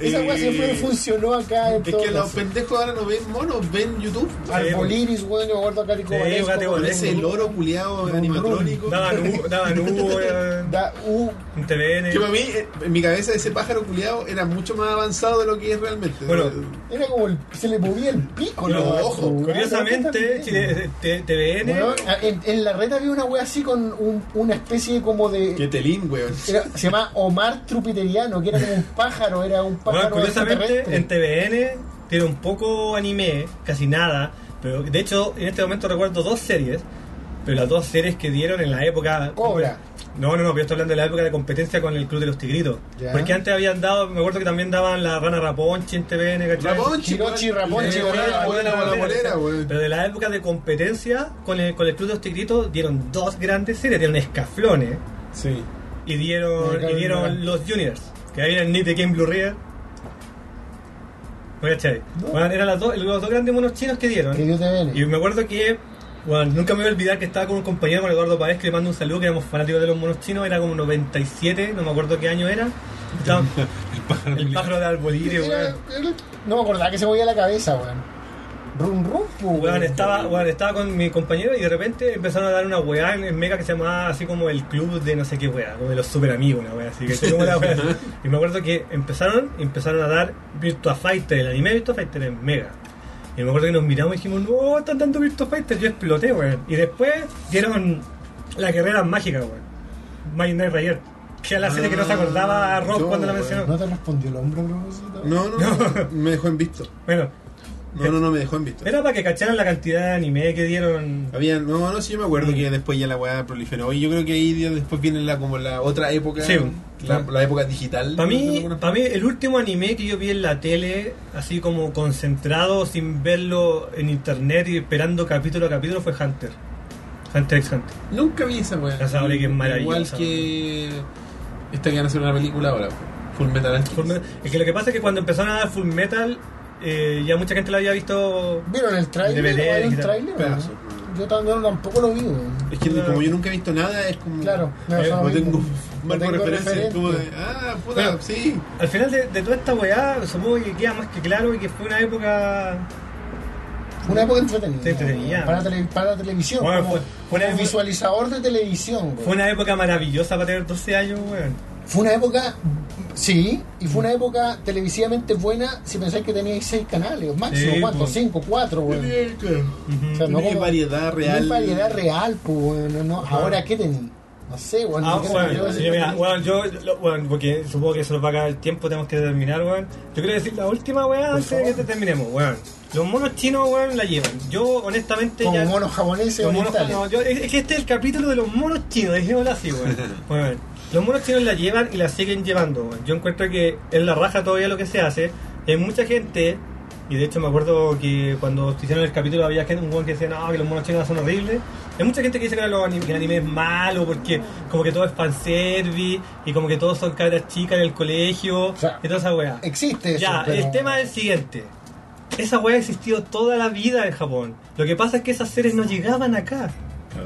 Speaker 2: Esa weá
Speaker 1: Eh,
Speaker 2: siempre funcionó acá en
Speaker 1: Es
Speaker 2: todo
Speaker 1: que los pendejos ahora no ven monos, ven YouTube.
Speaker 2: Arboliris, weón, yo me acuerdo acá Rico
Speaker 3: Sí,
Speaker 2: Valesco,
Speaker 3: gate
Speaker 2: weón.
Speaker 1: Con ese loro culiado animatrónico.
Speaker 3: Daba nu, daba nu, weón.
Speaker 2: Da- uh,
Speaker 3: eh, En
Speaker 1: (laughs)
Speaker 3: TVN.
Speaker 1: Que para mí, eh, en mi cabeza, ese pájaro culiado era mucho más avanzado de lo que es realmente.
Speaker 3: Bueno,
Speaker 2: Era como el- se le movía el pico,
Speaker 3: Los
Speaker 2: ¿no?
Speaker 1: ojos.
Speaker 2: Weón,
Speaker 3: Curiosamente, eh,
Speaker 2: también.
Speaker 3: Chile- te- TVN.
Speaker 2: Weón, en, en la red había una wea así con un- una especie como
Speaker 1: que
Speaker 2: de.
Speaker 1: telín, weón.
Speaker 2: era- se llama Omar Trupiteriano, que era como un pájaro, era un pájaro.
Speaker 3: Bueno, curiosamente,
Speaker 2: extraterrestre.
Speaker 3: en TVN tiene un poco anime, casi nada. Pero de hecho, en este momento recuerdo dos series. Pero las dos series que dieron en la época.
Speaker 2: Cobra.
Speaker 3: No, no, no, pero yo estoy hablando de la época de competencia con el Club de los Tigritos.
Speaker 2: Ya.
Speaker 3: Porque antes habían dado, me acuerdo que también daban la rana Raponchi en TVN, ¿cachai?
Speaker 1: Raponchi,
Speaker 2: Hirochi,
Speaker 1: weón.
Speaker 2: Raponchi,
Speaker 1: Eh,
Speaker 2: Bolera,
Speaker 1: weón,
Speaker 2: Bolera,
Speaker 1: la bolera, weón.
Speaker 3: Pero de la época de competencia con el, con el Club de los Tigritos dieron dos grandes series, dieron Escaflones
Speaker 1: Sí.
Speaker 3: y dieron,
Speaker 2: Claro,
Speaker 3: y dieron
Speaker 2: claro.
Speaker 3: los Juniors, que ahí eran Nick de Game Blue Rear. Voy a echar. Bueno, eran las dos- los dos grandes monos chinos que dieron.
Speaker 2: Que Dios te
Speaker 3: Y
Speaker 2: vene.
Speaker 3: me acuerdo que, bueno, nunca me voy a olvidar que estaba con un compañero, con Eduardo Paez, que le mando un saludo, que éramos fanáticos de los monos chinos, era como 97, no me acuerdo qué año era. Estaba- (laughs) el pájaro de arbolirio,
Speaker 2: Era-
Speaker 3: weón.
Speaker 2: era- no me acordaba que se movía la cabeza, weón. Rum rum, pues,
Speaker 3: Weón, estaba, weón, estaba con mi compañero y de repente empezaron a dar una weá en, en Mega que se llamaba así como el club de no sé qué weá, como de los super amigos, una weá así que tengo la weá. Y me acuerdo que empezaron, empezaron a dar Virtua Fighter, el anime Virtua Fighter en Mega. Y me acuerdo que nos miramos y dijimos, no, están dando Virtua Fighter, yo exploté, weón. Y después dieron la guerrera mágica, weón. My Night Rayer, que era la serie que no se acordaba Rob
Speaker 1: Ah, yo,
Speaker 3: cuando la
Speaker 1: weón.
Speaker 3: mencionó.
Speaker 2: ¿No te respondió el hombre a propósito?
Speaker 1: No, no, no, me dejó en visto.
Speaker 3: Bueno,
Speaker 1: No, no, no, me dejó en visto.
Speaker 3: era para que cacharan la cantidad de anime que dieron
Speaker 1: Había, no, no, sí, yo me
Speaker 3: Mm.
Speaker 1: acuerdo que después ya la weá proliferó. Y yo creo que ahí ya después viene la, como la otra época,
Speaker 3: Sí.
Speaker 1: la, la época digital.
Speaker 3: Para
Speaker 1: de
Speaker 3: mí,
Speaker 1: alguna forma.
Speaker 3: para mí, el último anime que yo vi en la tele, así como concentrado, sin verlo en internet y esperando capítulo a capítulo, fue Hunter. Hunter x Hunter.
Speaker 1: Nunca vi esa weá.
Speaker 3: Ya sabré que es
Speaker 1: Igual
Speaker 3: maravillosa.
Speaker 1: que esta que van a hacer una película ahora, Full Metal Alchemist.
Speaker 3: Full Metal- Es que lo que pasa es que cuando empezaron a dar Full Metal, eh, ya mucha gente lo había visto.
Speaker 2: ¿Vieron el trailer?
Speaker 3: DVD,
Speaker 2: ¿Vieron el
Speaker 3: digital.
Speaker 2: trailer?
Speaker 1: Pedazo.
Speaker 2: Yo también tampoco lo vi, weón.
Speaker 1: Es que como yo nunca he visto nada, es como.
Speaker 2: Claro, me
Speaker 1: Eh,
Speaker 2: pasaba
Speaker 1: no
Speaker 2: lo mismo.
Speaker 1: tengo (laughs)
Speaker 2: No
Speaker 1: marco de
Speaker 2: tengo
Speaker 1: referencia.
Speaker 2: referente.
Speaker 1: Como de, ah, puta,
Speaker 3: Bueno.
Speaker 1: sí.
Speaker 3: Al final de, de toda esta weá, supongo que queda más que claro y que fue una época.
Speaker 2: Fue una época entretenida.
Speaker 3: Sí, entretenida.
Speaker 2: Para, tele- para televisión.
Speaker 3: Bueno,
Speaker 2: como,
Speaker 3: fue- fue una
Speaker 2: como
Speaker 3: época-
Speaker 2: visualizador de televisión. güey.
Speaker 3: Fue una época maravillosa para tener 12 años, weón.
Speaker 2: Fue una época, sí, y fue una época televisivamente buena si pensáis que teníais seis canales, máximo,
Speaker 3: Sí,
Speaker 2: ¿cuántos?
Speaker 3: pues.
Speaker 2: Cinco, cuatro, güey.
Speaker 1: Tenía
Speaker 3: Ujú.
Speaker 2: O sea,
Speaker 1: variedad
Speaker 2: No hay
Speaker 1: real.
Speaker 2: variedad real, pues, güey, no, no. Ahora, ¿qué tenéis? No sé, weón.
Speaker 3: Ah,
Speaker 2: ¿por qué no
Speaker 3: bueno,
Speaker 2: me llegó ese
Speaker 3: yo, mira,
Speaker 2: capítulo?
Speaker 3: bueno, yo, lo- bueno, porque supongo que se nos va a acabar el tiempo, tenemos que terminar, weón. Yo quiero decir la última, weón, antes de que
Speaker 2: favor.
Speaker 3: terminemos, weón. Los monos chinos, weón, la llevan. Yo, honestamente,
Speaker 2: Como
Speaker 3: este ya...
Speaker 2: monos japoneses
Speaker 3: los monos-
Speaker 2: orientales.
Speaker 3: no, yo- es es que este es el capítulo de los monos chinos, dejémoslo así, weón. Weón, Los monos chinos la llevan y la siguen llevando, weón. Yo encuentro que es la raja todavía lo que se hace. Hay mucha gente, y de hecho me acuerdo que cuando hicieron el capítulo había gente, un weón que decía, no, que los monos chinos son horribles. Hay mucha gente que dice que, los anim- que el anime es malo porque como que todo es fanservice y como que todos son caras chicas en el colegio
Speaker 2: sea,
Speaker 3: y toda esa weá.
Speaker 2: Existe eso.
Speaker 3: Ya,
Speaker 2: pero-
Speaker 3: el tema es el siguiente. Esa weá ha existido toda la vida en Japón. Lo que pasa es que esas series no llegaban acá.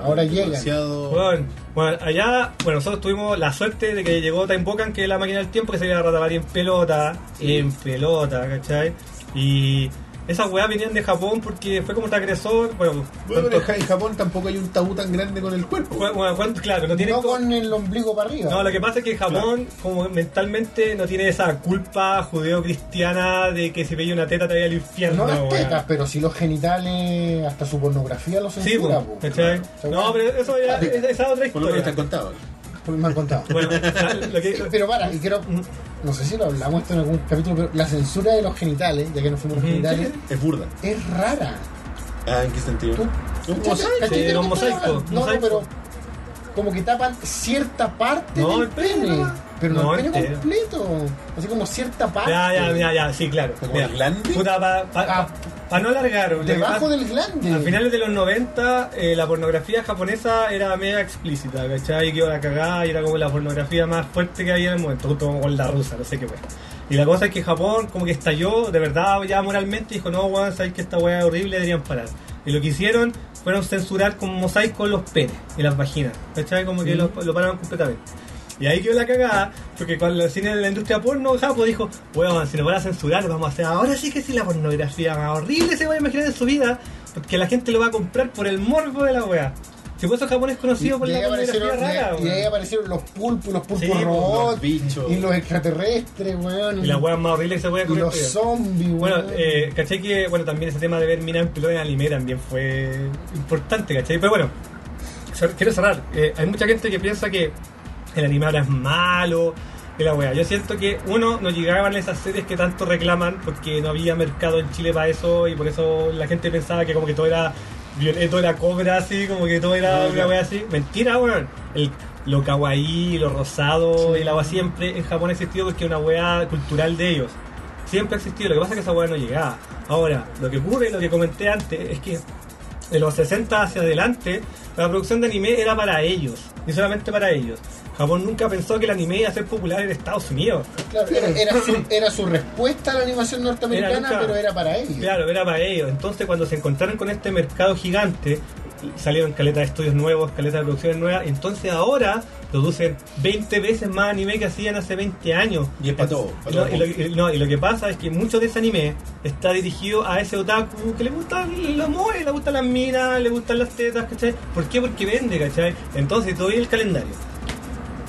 Speaker 2: Ahora llegan.
Speaker 1: Demasiado-
Speaker 3: Bueno, bueno, allá, bueno, nosotros tuvimos la suerte de que llegó Timebokan, que es la máquina del tiempo, que se iba a Ratabari en pelota, en pelota, ¿cachai? Y esas weas venían de Japón porque fue como transgresor, bueno,
Speaker 1: Bueno, pero en
Speaker 3: ¿cuánto-
Speaker 1: Ja- en Japón tampoco hay un tabú tan grande con el cuerpo.
Speaker 3: cu- bueno, cuánto- claro, no tiene...
Speaker 2: No
Speaker 3: co-
Speaker 2: con el ombligo para arriba.
Speaker 3: No, lo que pasa es que Japón, como mentalmente, no tiene esa culpa judeo-cristiana de que si veía una teta te veía al infierno.
Speaker 2: No las
Speaker 3: wea.
Speaker 2: tetas, pero si los genitales, hasta su pornografía lo
Speaker 3: Sí,
Speaker 2: censura.
Speaker 3: pues,
Speaker 2: po.
Speaker 3: ¿cachai?
Speaker 2: Seguro.
Speaker 3: No, pero eso ya, esa esa es otra
Speaker 1: Por lo menos te han
Speaker 3: historia.
Speaker 1: contado.
Speaker 2: Pues me han contado.
Speaker 3: Bueno, Mm. lo que...
Speaker 2: Pero para, y quiero. No sé si lo hablamos esto en algún capítulo, pero la censura de los genitales, ya que no fuimos los
Speaker 3: Ujú.
Speaker 2: genitales,
Speaker 1: Es burda.
Speaker 2: es rara.
Speaker 1: Ah, ¿en qué sentido?
Speaker 2: Tú-
Speaker 1: Un
Speaker 2: ¿cachai?
Speaker 1: mosaico.
Speaker 2: ¿Cachai de
Speaker 3: era un
Speaker 2: qué estoy
Speaker 3: mosaico,
Speaker 2: hablando? No, no,
Speaker 3: mosaico.
Speaker 2: pero. Como que tapan cierta parte
Speaker 3: No,
Speaker 2: del
Speaker 3: el pene,
Speaker 2: pene,
Speaker 3: no.
Speaker 2: pero no
Speaker 3: No,
Speaker 2: el pene
Speaker 3: entero.
Speaker 2: completo. Así como cierta
Speaker 3: (laughs)
Speaker 2: parte.
Speaker 3: Ya, ya, ya, ya, sí, claro.
Speaker 1: ¿Como
Speaker 3: Mira,
Speaker 1: el glande?
Speaker 3: Puta, para
Speaker 2: Ah.
Speaker 3: no alargar. lo que
Speaker 2: Debajo
Speaker 3: pasa-
Speaker 2: del glande.
Speaker 3: A finales de los 90, eh, la pornografía japonesa era media explícita, ¿cachai? Que iba a cagar y era como la pornografía más fuerte que había en el momento, junto con la rusa, no sé qué fue. Y la cosa es que Japón como que estalló, de verdad, ya moralmente, y dijo, no, weón, sabéis que esta weá es horrible, deberían parar. Y lo que hicieron fueron censurar con mosaico los penes y las vaginas, ¿cachai? Como que lo, lo pararon completamente. Y ahí quedó la cagada, porque cuando el cine de la industria porno, Japo dijo, weón, si nos van a censurar, vamos a hacer ahora sí que sí la pornografía más horrible se va a imaginar en su vida, porque la gente lo va a comprar por el morbo de la wea. Si por eso Japón es conocido por
Speaker 2: y,
Speaker 3: la
Speaker 2: ahí
Speaker 3: pornografía
Speaker 2: aparecieron,
Speaker 3: rara,
Speaker 2: y ahí
Speaker 3: weón.
Speaker 2: aparecieron los pulpos, los pulpos
Speaker 3: Sí, pues, los
Speaker 2: robots,
Speaker 1: bichos.
Speaker 2: y los extraterrestres, weón.
Speaker 3: Y la wea más horrible que se puede
Speaker 2: y
Speaker 3: comer.
Speaker 2: los zombies, weón.
Speaker 3: Bueno, eh, caché que bueno, también ese tema de ver Mina en pelota en anime también fue importante, caché. Pero bueno, cer- quiero cerrar. Eh, hay mucha gente que piensa que el anime ahora es malo, que la wea. Yo siento que, uno, no llegaban esas series que tanto reclaman porque no había mercado en Chile para eso y por eso la gente pensaba que como que todo era violeto, era cobra así, como que todo era una wea así. Mentira, weón. El- lo kawaii, lo rosado y la wea siempre en Japón ha existido porque es una wea cultural de ellos. Siempre ha existido, lo que pasa es que esa weá no llegaba. Ahora, lo que ocurre, lo que comenté antes, es que de los 60 hacia adelante, la producción de anime era para ellos, y solamente para ellos. Japón nunca pensó que el anime iba a ser popular en Estados Unidos.
Speaker 2: Claro, era, era su, era su respuesta a la animación norteamericana,
Speaker 3: Era nunca-
Speaker 2: pero era para ellos.
Speaker 3: Claro, era para ellos. Entonces, cuando se encontraron con este mercado gigante, salieron caleta de estudios nuevos, caleta de producciones nuevas. Entonces, ahora producen 20 veces más anime que hacían hace 20 años.
Speaker 1: Y es pa' todo, pa'
Speaker 3: No,
Speaker 1: todo.
Speaker 3: y, lo, y- no, y lo que pasa es que mucho de ese anime está dirigido a ese otaku que le gustan los moe, le gustan las minas, le gustan las tetas, ¿cachai? ¿Por qué? Porque vende, ¿cachai? Entonces, todo el calendario.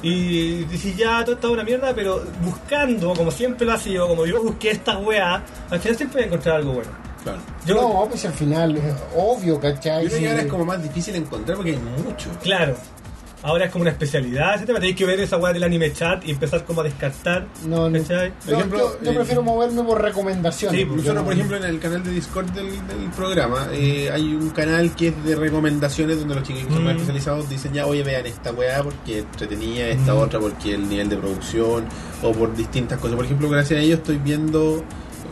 Speaker 3: Y dices, ya, todo está una mierda, pero buscando, como siempre lo ha sido, como yo busqué estas weas, al final siempre voy a encontrar algo bueno.
Speaker 1: Claro.
Speaker 3: Yo,
Speaker 2: No, pues al final, es obvio, ¿cachai?
Speaker 1: Yo creo que
Speaker 2: Sí.
Speaker 1: ahora es como más difícil encontrar porque hay mucho.
Speaker 3: claro, ahora es como una especialidad ese tema, tenéis que ver esa wea del anime chat y empezar como a descartar,
Speaker 2: No, no.
Speaker 3: ¿cachai?
Speaker 2: No,
Speaker 1: Por ejemplo,
Speaker 2: yo, yo
Speaker 1: eh,
Speaker 2: prefiero moverme por recomendaciones.
Speaker 3: Sí,
Speaker 2: Yo
Speaker 1: Nosotros, pues,
Speaker 2: no-
Speaker 1: por ejemplo, en el canal de Discord del, del programa, eh, hay un canal que es de recomendaciones donde los chicos que son más
Speaker 3: Mm.
Speaker 1: especializados dicen ya, oye, vean esta weá porque es entretenida, esta
Speaker 3: Mm.
Speaker 1: otra porque el nivel de producción o por distintas cosas. Por ejemplo, gracias a ellos estoy viendo,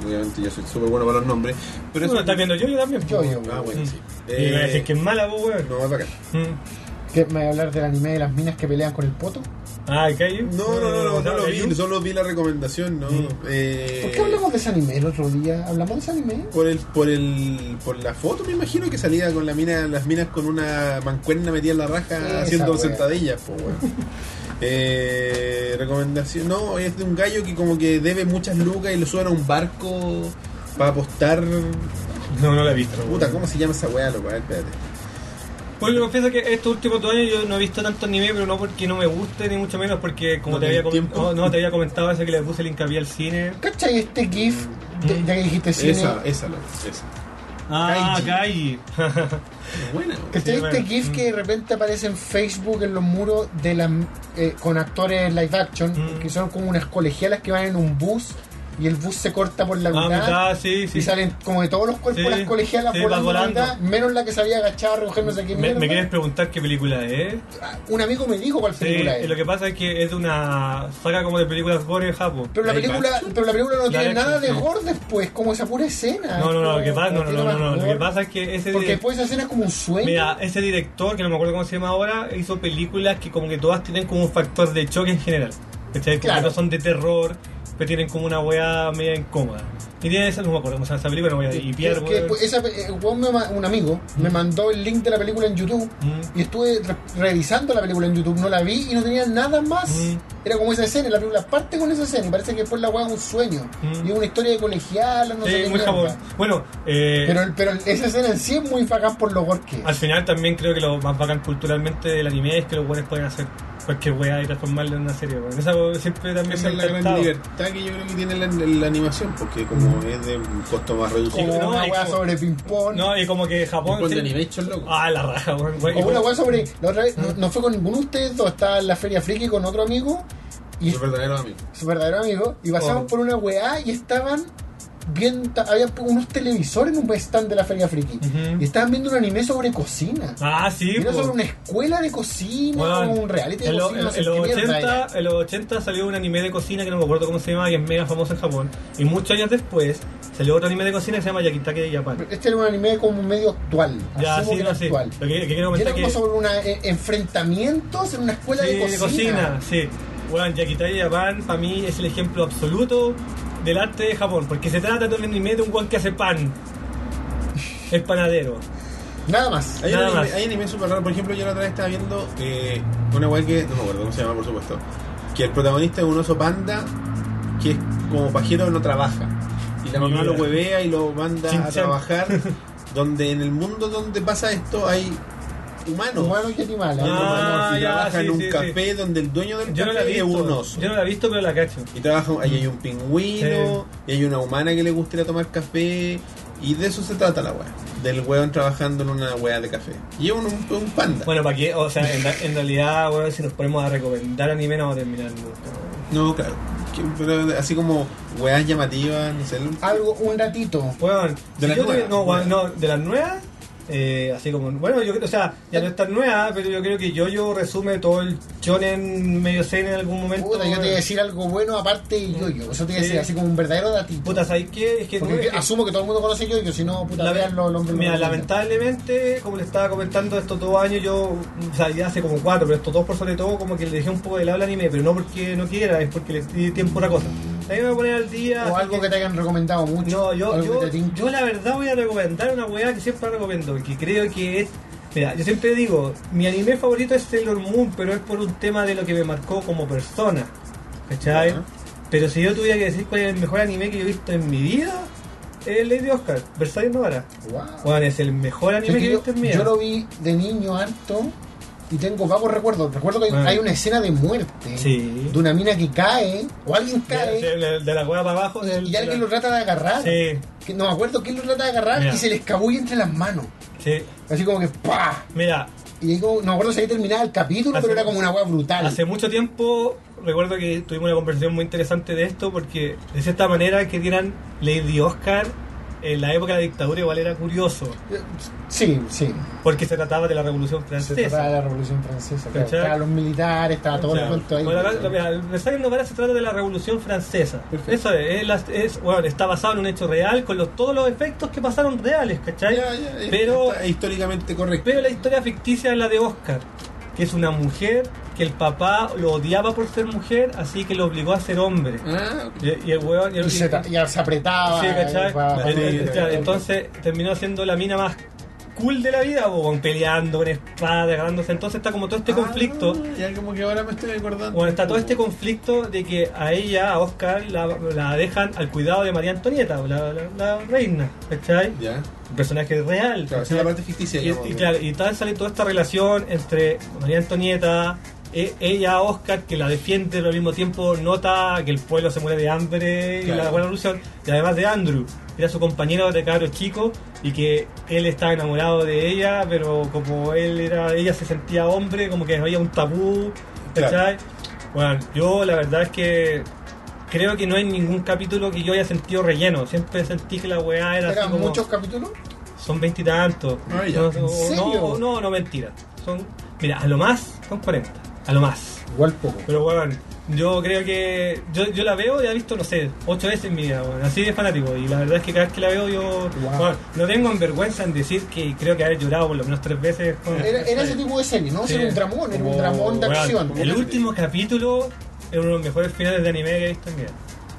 Speaker 1: obviamente yo soy súper bueno para los nombres, pero
Speaker 3: Pero
Speaker 1: eso
Speaker 3: eso lo estás viendo yo, yo también.
Speaker 2: Yo, yo.
Speaker 1: Ah, bueno,
Speaker 3: Mm.
Speaker 1: sí.
Speaker 3: Y me decís
Speaker 1: Eh,
Speaker 3: que es mala, pues, weón.
Speaker 1: No, es bacán.
Speaker 3: Mm.
Speaker 2: ¿Qué, ¿Me voy a hablar del anime de las minas que pelean con el poto?
Speaker 3: Ah, ¿qué hay?
Speaker 1: No, no, no, no, no lo
Speaker 3: ¿hay
Speaker 1: vi,
Speaker 3: un-
Speaker 1: solo vi la recomendación, ¿no?
Speaker 3: Mm.
Speaker 1: Eh,
Speaker 2: ¿Por qué hablamos de ese anime el otro día? ¿Hablamos de ese anime?
Speaker 1: Por el, por el, por la foto me imagino que salía con la mina, las minas con una mancuerna metida en la raja
Speaker 2: Esa
Speaker 1: haciendo
Speaker 2: wea.
Speaker 1: sentadillas, po,
Speaker 2: (laughs)
Speaker 1: weón. Eh, recomendación, no, es de un gallo que como que debe muchas lucas y lo suben a un barco para apostar.
Speaker 3: No, no la he visto.
Speaker 1: Puta, ¿cómo se llama esa weá, loco? A ver, espérate.
Speaker 3: Pues yo confieso que estos últimos dos años yo no he visto tanto anime, pero no porque no me guste, ni mucho menos porque, como
Speaker 1: No
Speaker 3: te,
Speaker 1: tenés
Speaker 3: había comen-
Speaker 1: tiempo.
Speaker 3: no, no, te había comentado, eso que le puse el hincapié al cine.
Speaker 2: ¿Cachai este GIF? de- ya que dijiste cine.
Speaker 1: Esa, esa, loco, esa.
Speaker 3: Ah,
Speaker 1: Kaiji.
Speaker 2: (laughs)
Speaker 3: Kaiji.
Speaker 1: Buena.
Speaker 2: ¿Cachai?
Speaker 3: Sí, bueno. mm.
Speaker 2: Este GIF que de repente aparece en Facebook en los muros de las eh, con actores live action,
Speaker 3: Mm.
Speaker 2: que son como unas colegialas que van en un bus y el bus se corta por la
Speaker 3: Ah,
Speaker 2: mitad.
Speaker 3: mitad, sí, sí.
Speaker 2: Y salen como de todos los cuerpos
Speaker 3: Sí,
Speaker 2: las colegialas
Speaker 3: sí,
Speaker 2: por la
Speaker 3: van volando.
Speaker 2: mitad, menos la que se había agachado a recoger no sé qué
Speaker 3: Me,
Speaker 2: mierda.
Speaker 3: me quieres preguntar qué película es.
Speaker 2: Ah, Un amigo me dijo cuál
Speaker 3: Sí,
Speaker 2: película es.
Speaker 3: lo que pasa es que es de una saga como de películas gore de Japón.
Speaker 2: Pero la
Speaker 1: Live
Speaker 2: película,
Speaker 1: action.
Speaker 2: pero la película no
Speaker 3: Live
Speaker 2: tiene
Speaker 3: action,
Speaker 2: nada de
Speaker 3: sí.
Speaker 2: gore después, como esa pura escena.
Speaker 3: No, no, no, lo que
Speaker 2: como-
Speaker 3: pasa, no, no,
Speaker 2: ah, tiene
Speaker 3: no, no,
Speaker 2: más
Speaker 3: no, lo que
Speaker 2: gore.
Speaker 3: pasa es que ese director-
Speaker 2: Porque después esa escena es como un sueño.
Speaker 3: Mira, ese director, que no me acuerdo cómo se llama ahora, hizo películas que como que todas tienen como un factor de choque en general. ¿Cachai? Como
Speaker 2: Claro.
Speaker 3: que no son de terror, pero tienen como una weá media incómoda. Y tiene esa, no me acuerdo cómo se llama esa película, no voy a
Speaker 2: Que-
Speaker 3: y Pierre,
Speaker 2: que
Speaker 3: weón.
Speaker 2: después esa pe- eh, weón me ma- un amigo me mandó el link de la película en YouTube
Speaker 3: Mm.
Speaker 2: y estuve re- revisando la película en YouTube, no la vi y no tenía nada más.
Speaker 3: Mm.
Speaker 2: Era como esa escena, la película parte con esa escena y parece que después la weá es un sueño.
Speaker 3: Mm.
Speaker 2: Y es una historia de colegial, no
Speaker 3: Sí,
Speaker 2: sé qué
Speaker 3: muy
Speaker 2: mierda.
Speaker 3: Japón. Bueno, eh,
Speaker 2: Pero, el- pero esa escena en sí es muy bacán por lo gore que es.
Speaker 3: al final también creo que lo más bacán culturalmente del anime es que los weones pueden hacer cualquier weá y transformarla en una serie, weón. Esa weá siempre también
Speaker 1: Esa es
Speaker 3: me ha
Speaker 1: la gran
Speaker 3: encantado.
Speaker 1: libertad que yo creo que tiene la, la animación, porque como es de un costo más reducido.
Speaker 2: Como
Speaker 3: no,
Speaker 2: una
Speaker 3: y
Speaker 2: weá
Speaker 3: como-
Speaker 2: sobre ping-pong.
Speaker 3: No, y como que Japón.
Speaker 1: Con
Speaker 3: sí-
Speaker 1: de Animation, loco.
Speaker 3: Ah, la raja, weón. weón. Y
Speaker 2: O una
Speaker 3: como- Mm.
Speaker 2: weá sobre. La otra vez, no, no fue con ninguno de ustedes dos, estaba en la Feria Friki con otro amigo y
Speaker 1: Los verdaderos amigos.
Speaker 2: su verdadero amigo, y pasamos
Speaker 3: Oh.
Speaker 2: por una weá y estaban viendo, había unos televisores en un stand de la Feria Friki,
Speaker 3: Ujú.
Speaker 2: y estaban viendo un anime sobre cocina.
Speaker 3: Ah, sí,
Speaker 2: Y era
Speaker 3: po.
Speaker 2: sobre una escuela de cocina,
Speaker 3: Bueno,
Speaker 2: como un reality de
Speaker 3: en, lo-
Speaker 2: cocina, no
Speaker 3: en-
Speaker 2: sé
Speaker 3: en los
Speaker 2: qué mierda
Speaker 3: 80,
Speaker 2: era.
Speaker 3: en los 80 salió un anime de cocina que no me acuerdo cómo se llama y es mega famoso en Japón. Y muchos años después salió otro anime de cocina que se llama Yakitake de Japan.
Speaker 2: Este era un anime como medio actual,
Speaker 3: Ya,
Speaker 2: asumo
Speaker 3: sí,
Speaker 2: que era
Speaker 3: no, sí.
Speaker 2: actual.
Speaker 3: Lo que, que quiero
Speaker 2: Y era
Speaker 3: comentar
Speaker 2: como
Speaker 3: que...
Speaker 2: sobre una, eh, enfrentamientos en una escuela
Speaker 3: Sí,
Speaker 2: de cocina.
Speaker 3: sí. Bueno, Yakitake de Japan para mí es el ejemplo absoluto del arte de Japón, porque se trata de un anime de un guan que hace pan. Es panadero.
Speaker 2: Nada más.
Speaker 1: Hay,
Speaker 3: Nada
Speaker 1: un anime,
Speaker 3: más.
Speaker 1: hay anime super raro, por ejemplo, yo la otra vez estaba viendo eh, una web que no me acuerdo cómo se llama, por supuesto, que el protagonista es un oso panda que es como pajero no trabaja y la mamá
Speaker 3: Mira.
Speaker 1: lo huevea y lo manda a
Speaker 3: Chin-chan. (laughs)
Speaker 1: trabajar, donde en el mundo donde pasa esto hay humanos.
Speaker 2: Humanos y ¿eh? animales.
Speaker 1: Hay humanos
Speaker 3: Ah,
Speaker 1: y
Speaker 3: ya,
Speaker 1: trabaja
Speaker 3: sí,
Speaker 1: en un
Speaker 3: sí,
Speaker 1: café donde el dueño del
Speaker 3: Yo no
Speaker 1: café
Speaker 3: la he
Speaker 1: es
Speaker 3: visto.
Speaker 1: un oso.
Speaker 3: Yo no la he visto, pero la cacho.
Speaker 1: Y trabaja, ahí
Speaker 3: Mm.
Speaker 1: hay un pingüino, y hay una humana que le gusta ir a tomar café, y de eso se trata la weá. Del weón trabajando en una weá de café. Y es un, un- un panda.
Speaker 3: Bueno, para que, o sea, en, ra- en realidad, bueno, si nos ponemos a recomendar anime, no vamos a terminar nunca. weón.
Speaker 1: No, claro. Que- Pero así como weas llamativas, no sé.
Speaker 3: Ah,
Speaker 2: Algo, un ratito.
Speaker 3: Bueno,
Speaker 1: De las
Speaker 3: yo
Speaker 1: nuevas.
Speaker 3: tuviera- no, bueno, no, de las nuevas, eh, así como, bueno, yo creo, o sea, ya no es tan nueva, pero yo creo que yo yo resume todo el shonen medio zen en algún momento.
Speaker 2: Puta, yo te iba a
Speaker 3: weón.
Speaker 2: decir algo bueno aparte de Yoyo. Eso te iba a decir
Speaker 3: Sí.
Speaker 2: así como un verdadero datito.
Speaker 3: Puta, ¿sabes qué? Es que,
Speaker 2: Porque
Speaker 3: no, es que-
Speaker 2: asumo que todo el mundo conoce Yoyo, si no, puta,
Speaker 3: la-
Speaker 2: veanlo, el hombre.
Speaker 3: mira,
Speaker 2: maravilla.
Speaker 3: lamentablemente, como le estaba comentando estos dos años, yo, o sea, ya hace como cuatro, pero estos dos por sobre todo, como que le dejé un poco de lado el anime, pero no porque no quiera, es porque le di tiempo a otra cosa. A mí me voy a poner al día.
Speaker 2: O
Speaker 3: así
Speaker 2: algo que te hayan recomendado mucho.
Speaker 3: No, yo,
Speaker 2: algo
Speaker 3: yo,
Speaker 2: que te tinque.
Speaker 3: yo la verdad voy a recomendar una weá que siempre recomiendo, que creo que es... Mira, yo siempre digo, mi anime favorito es Sailor Moon, pero es por un tema de lo que me marcó como persona. ¿Cachai?
Speaker 1: Ya.
Speaker 3: Pero si yo tuviera que decir cuál es el mejor anime que yo he visto en mi vida, es Lady Oscar, Versailles Novara.
Speaker 2: Wow.
Speaker 3: Bueno, es el mejor
Speaker 2: Sí,
Speaker 3: anime
Speaker 2: es
Speaker 3: que
Speaker 2: que
Speaker 3: he visto en mi
Speaker 2: yo,
Speaker 3: vida.
Speaker 2: yo lo vi de niño harto y tengo vagos recuerdos. Recuerdo que hay,
Speaker 3: Bueno.
Speaker 2: hay una escena de muerte
Speaker 3: Sí.
Speaker 2: de una mina que cae o alguien cae.
Speaker 3: De, de- de la weá para abajo. del-
Speaker 2: Y alguien
Speaker 3: de
Speaker 2: lo
Speaker 3: la-
Speaker 2: trata de agarrar.
Speaker 3: Sí,
Speaker 2: Que no me acuerdo quién lo trata de agarrar
Speaker 3: Mira.
Speaker 2: y se le escabulle entre las manos.
Speaker 3: sí.
Speaker 2: Así como que ¡pah!
Speaker 3: Mira,
Speaker 2: Y ahí como, no me acuerdo si ahí terminaba el capítulo,
Speaker 3: Hace-
Speaker 2: pero era como una hueá brutal.
Speaker 3: Hace mucho tiempo recuerdo que tuvimos una conversación muy interesante de esto porque de cierta manera que dieran Lady Oscar en la época de la dictadura igual era curioso
Speaker 2: Sí, sí.
Speaker 3: porque se trataba de la Revolución
Speaker 2: Se
Speaker 3: Francesa.
Speaker 2: trataba de la Revolución Francesa. claro.
Speaker 3: ¿Cachai?
Speaker 2: Estaban los militares, estaba todo
Speaker 3: O
Speaker 2: el
Speaker 3: sea,
Speaker 2: cuento ahí.
Speaker 3: bueno, acá, mira, el mensaje no para se trata de la Revolución Francesa. Eso es, es la- es- bueno, está basado en un hecho real con los, todos los efectos que pasaron reales, ¿cachai?
Speaker 1: Ya, ya, es-
Speaker 3: Pero
Speaker 1: está históricamente correcto.
Speaker 3: Pero la historia ficticia es la de Oscar, que es una mujer que el papá lo odiaba por ser mujer, así que lo obligó a ser hombre.
Speaker 1: Ah, ok.
Speaker 3: Y, y el huevón. y el-
Speaker 2: Mm. y se, ta- ya se apretaba.
Speaker 3: Sí, ¿cachai?
Speaker 2: eh, pa- pa-
Speaker 3: Eh, eh,
Speaker 1: sí,
Speaker 3: claro,
Speaker 1: sí.
Speaker 3: Entonces terminó siendo la mina más cool de la vida, bo, peleando con espada, agarrándose. Entonces está como todo este conflicto.
Speaker 1: Ah, ya como que ahora me estoy acordando.
Speaker 3: Bueno, está todo este conflicto de que a ella, a Oscar, la, la dejan al cuidado de María Antonieta, la, la- la reina, ¿cachai?
Speaker 1: Ya,
Speaker 3: Un personaje
Speaker 1: claro,
Speaker 3: real.
Speaker 1: esa
Speaker 3: ¿cachai?
Speaker 1: es la parte ficticia.
Speaker 3: Y,
Speaker 1: digamos.
Speaker 3: y claro, y tal sale toda esta relación entre María Antonieta, e- ella, Oscar, que la defiende, pero al mismo tiempo nota que el pueblo se muere de hambre y la
Speaker 1: Claro.
Speaker 3: buena revolución. Y además de Andrew, que era su compañero de cabros chico y que él estaba enamorado de ella, pero como él era, ella se sentía hombre, como que había un tabú.
Speaker 1: Claro.
Speaker 3: ¿cachai? Bueno, yo la verdad es que creo que no hay ningún capítulo que yo haya sentido relleno. Siempre sentí que la weá era así
Speaker 2: Eran
Speaker 3: como...
Speaker 2: muchos capítulos.
Speaker 3: Son veintitantos.
Speaker 1: Ah, ya.
Speaker 3: No,
Speaker 1: ¿En
Speaker 3: no,
Speaker 2: serio?
Speaker 3: no, no, no, mentira. Son, mira, a lo más son 40. A lo más.
Speaker 2: Igual poco.
Speaker 3: Pero weón, yo creo que. Yo, yo la veo y la he visto, no sé, ocho veces en mi vida, weón. Así de fanático. Y la verdad es que cada vez que la veo, yo.
Speaker 2: Wow.
Speaker 3: weón, no tengo en vergüenza en decir que creo que haber llorado por lo menos tres veces. weón.
Speaker 2: Era, era ese tipo de serie, ¿no?
Speaker 3: Sí.
Speaker 2: Era un dramón, era un
Speaker 3: Como,
Speaker 2: dramón de
Speaker 3: weón,
Speaker 2: acción.
Speaker 3: El último capítulo era uno de los mejores finales de anime que he visto en mi vida.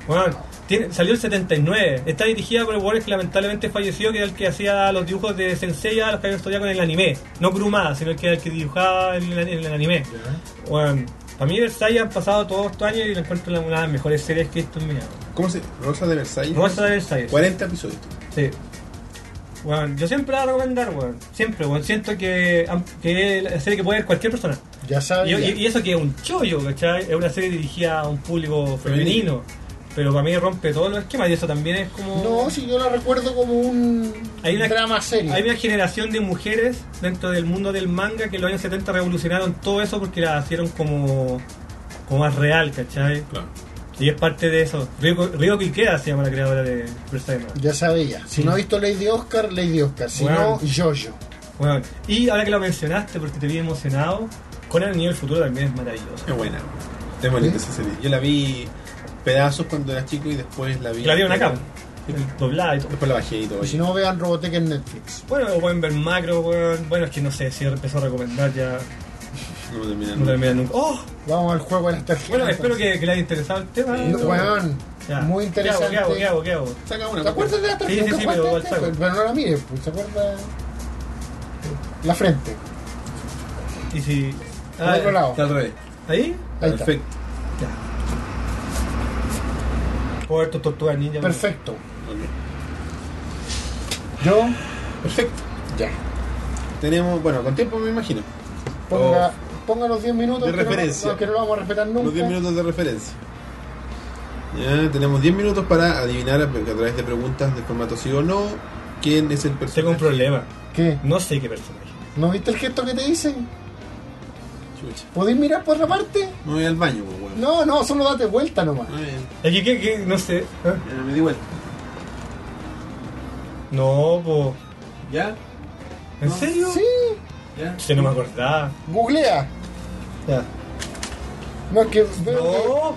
Speaker 3: Weón, tiene- salió el 79. Está dirigida por el Warren que lamentablemente falleció, que era el que hacía los dibujos de Sensei a los que había estudiado en el anime. No Grumada, sino el que era el que dibujaba en el, en el anime. Bueno, para mí Versailles han pasado todos estos años y lo encuentro la- una de las mejores series que he visto en mi vida.
Speaker 1: ¿Cómo se Rosa de Versalles.
Speaker 3: Rosa de Versalles.
Speaker 1: 40 episodios.
Speaker 3: Sí. Bueno, yo siempre la voy a recomendar, bueno, siempre, bueno, siento que, que es la serie que puede ver cualquier persona.
Speaker 2: Ya
Speaker 3: Y,
Speaker 2: sabes.
Speaker 3: y- y eso que es un chollo, ¿cachai? Es una serie dirigida a un público femenino. Pero para mí rompe todos los esquemas y eso también es como...
Speaker 2: No, si yo la recuerdo como un
Speaker 3: Hay una-
Speaker 2: drama serie.
Speaker 3: Hay una generación de mujeres dentro del mundo del manga que en los años 70 revolucionaron todo eso porque la hicieron como, como más real, ¿cachai?
Speaker 1: Claro.
Speaker 3: Y es parte de eso. Río, Río Quiquea se llama la creadora de Versailles. Mall.
Speaker 2: Ya sabía. Si
Speaker 3: Sí.
Speaker 2: no ha visto Lady Oscar, Lady Oscar. Si
Speaker 3: Bueno.
Speaker 2: no, Jojo.
Speaker 3: Bueno, y ahora que lo mencionaste porque te vi emocionado, Conan el Niño del Futuro también es maravilloso.
Speaker 1: Es buena. Es bonita esa serie. Yo la vi pedazos cuando era chico y después la vi.
Speaker 3: Que la dieron acá, doblada y todo.
Speaker 1: Después la bajé y todo.
Speaker 2: Y Si no, vean Robotech en Netflix.
Speaker 3: Bueno, o pueden ver macro, weón. Bueno, es que no sé si empezó a recomendar ya.
Speaker 1: No me terminé
Speaker 3: No
Speaker 1: nunca.
Speaker 3: termina nunca. ¡Oh!
Speaker 2: Vamos al juego de las tarjetas.
Speaker 3: Bueno, espero que, que le haya interesado el tema.
Speaker 2: No, weón,
Speaker 3: Ya.
Speaker 2: muy
Speaker 3: ¿Qué hago,
Speaker 2: interesante.
Speaker 3: ¿Qué hago? ¿Qué hago? ¿Qué hago?
Speaker 1: Saca una.
Speaker 2: ¿Te acuerdas de las tarjetas?
Speaker 3: Sí, sí, sí,
Speaker 2: ¿Te
Speaker 3: pero
Speaker 2: acuerdas?
Speaker 3: igual
Speaker 2: pero,
Speaker 3: saco.
Speaker 2: no la mires, pues, ¿se acuerda? La frente.
Speaker 3: Y si.
Speaker 2: Por
Speaker 3: Ah,
Speaker 2: otro lado.
Speaker 1: Está al revés.
Speaker 3: ¿Ahí?
Speaker 2: Ahí está.
Speaker 1: Perfecto.
Speaker 3: Ya. Puedo ver tu tortuga ninja. weón.
Speaker 2: Perfecto. Yo,
Speaker 1: Perfecto.
Speaker 2: ya.
Speaker 1: Tenemos, bueno, con tiempo me imagino.
Speaker 2: Ponga, ponga los 10 minutos
Speaker 1: De
Speaker 2: que no-
Speaker 1: referencia.
Speaker 2: no, que no lo vamos a respetar nunca.
Speaker 1: Los 10 minutos de referencia. Ya, tenemos 10 minutos para adivinar a, a través de preguntas de formato sí o no quién es el
Speaker 3: Tengo un
Speaker 1: personaje.
Speaker 3: problema.
Speaker 2: ¿Qué?
Speaker 3: No sé qué personaje.
Speaker 2: ¿No viste el gesto que te hice?
Speaker 1: Chucha.
Speaker 2: ¿Podéis mirar por otra parte?
Speaker 1: Me voy al baño, pues, weón.
Speaker 2: No, no, solo date vuelta nomás.
Speaker 1: Ay,
Speaker 3: Aquí, ¿qué? ¿Qué? No sé. ¿Eh?
Speaker 1: ya me di vuelta.
Speaker 3: No, po.
Speaker 1: ¿Ya?
Speaker 3: ¿En
Speaker 1: No.
Speaker 3: serio?
Speaker 2: Sí,
Speaker 1: ¿Ya?
Speaker 3: Yo no me acordaba.
Speaker 2: googlea.
Speaker 3: Ya.
Speaker 2: No, es que veo
Speaker 3: No.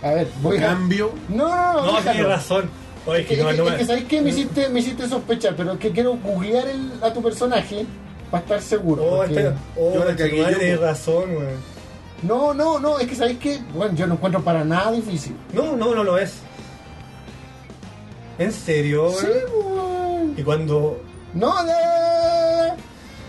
Speaker 2: que- A ver, voy a...
Speaker 1: Cambio.
Speaker 2: No, no, no,
Speaker 3: No,
Speaker 2: déjalo.
Speaker 3: tienes razón. Oye,
Speaker 2: Es que,
Speaker 3: que no,
Speaker 2: es
Speaker 3: no Mm.
Speaker 2: que-
Speaker 3: me.
Speaker 2: es que, ¿sabes qué? Me hiciste, me hiciste sospechar, pero es que quiero googlear el- a tu personaje para estar seguro.
Speaker 3: Oh,
Speaker 2: porque-
Speaker 3: espera. Oh,
Speaker 1: Yo la
Speaker 3: tu
Speaker 1: cagué
Speaker 3: madre,
Speaker 1: yo,
Speaker 3: tienes
Speaker 1: po.
Speaker 3: razón, weón.
Speaker 2: No, no, no, es que ¿sabes qué? Bueno, yo no encuentro para nada difícil.
Speaker 3: No, no, no lo es. ¿En serio?
Speaker 2: Sí,
Speaker 3: weón?
Speaker 2: weón.
Speaker 3: Y cuando.
Speaker 2: No, de...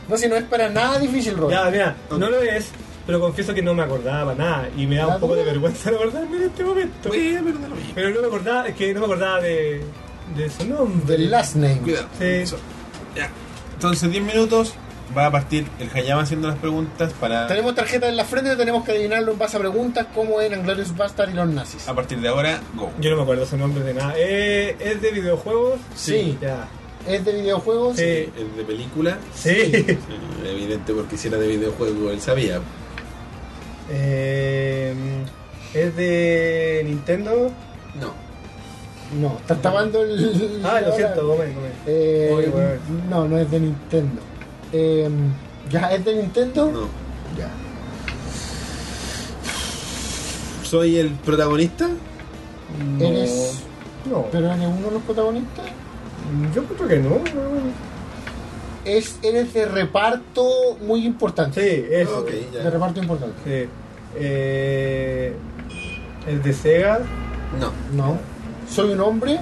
Speaker 2: No, si no es para nada difícil, Rob.
Speaker 3: Ya, mira, no lo es, pero confieso que no me acordaba nada. Y me da
Speaker 2: La
Speaker 3: un poco de
Speaker 2: duda.
Speaker 3: vergüenza (laughs) acordarme en este momento.
Speaker 1: Bueno, pero da lo mismo.
Speaker 3: Pero no me acordaba, es que no me acordaba de. de su nombre.
Speaker 2: Del last name.
Speaker 1: Cuidado.
Speaker 3: Sí.
Speaker 1: Eso. Ya. Entonces, 10 minutos. Va a partir el Hayama haciendo las preguntas para.
Speaker 2: Tenemos tarjeta en la frente, tenemos que adivinarlo en base a preguntas cómo eran Glorious Bastard y los nazis.
Speaker 3: Ah.
Speaker 1: A partir de ahora, go.
Speaker 3: Yo no me acuerdo su nombre de nada. Eh, ¿Es de videojuegos?
Speaker 2: Sí.
Speaker 3: Ya.
Speaker 2: ¿Es de videojuegos?
Speaker 3: Sí.
Speaker 1: El de película.
Speaker 3: Eh, Sí.
Speaker 1: eh, Evidente, porque si era de videojuego, él sabía.
Speaker 3: (laughs) Eh, ¿Es de Nintendo?
Speaker 1: No.
Speaker 2: No, está tapando el...
Speaker 3: Ah, lo
Speaker 2: ahora-
Speaker 3: siento, comen, comen.
Speaker 2: Eh,
Speaker 3: Oye, weón.
Speaker 2: no, no es de Nintendo. Eh, ¿Ya es de Nintendo?
Speaker 1: No.
Speaker 2: Ya.
Speaker 1: ¿Soy el protagonista?
Speaker 2: ¿Eres-
Speaker 3: No.
Speaker 2: ¿Pero eres uno de los protagonistas?
Speaker 3: Yo creo que no. no.
Speaker 2: Es, eres de reparto muy importante.
Speaker 3: Sí, eso.
Speaker 1: Ok, ya.
Speaker 2: De reparto importante.
Speaker 3: Sí. Eh, el de Sega.
Speaker 1: No.
Speaker 2: No. ¿Soy un hombre?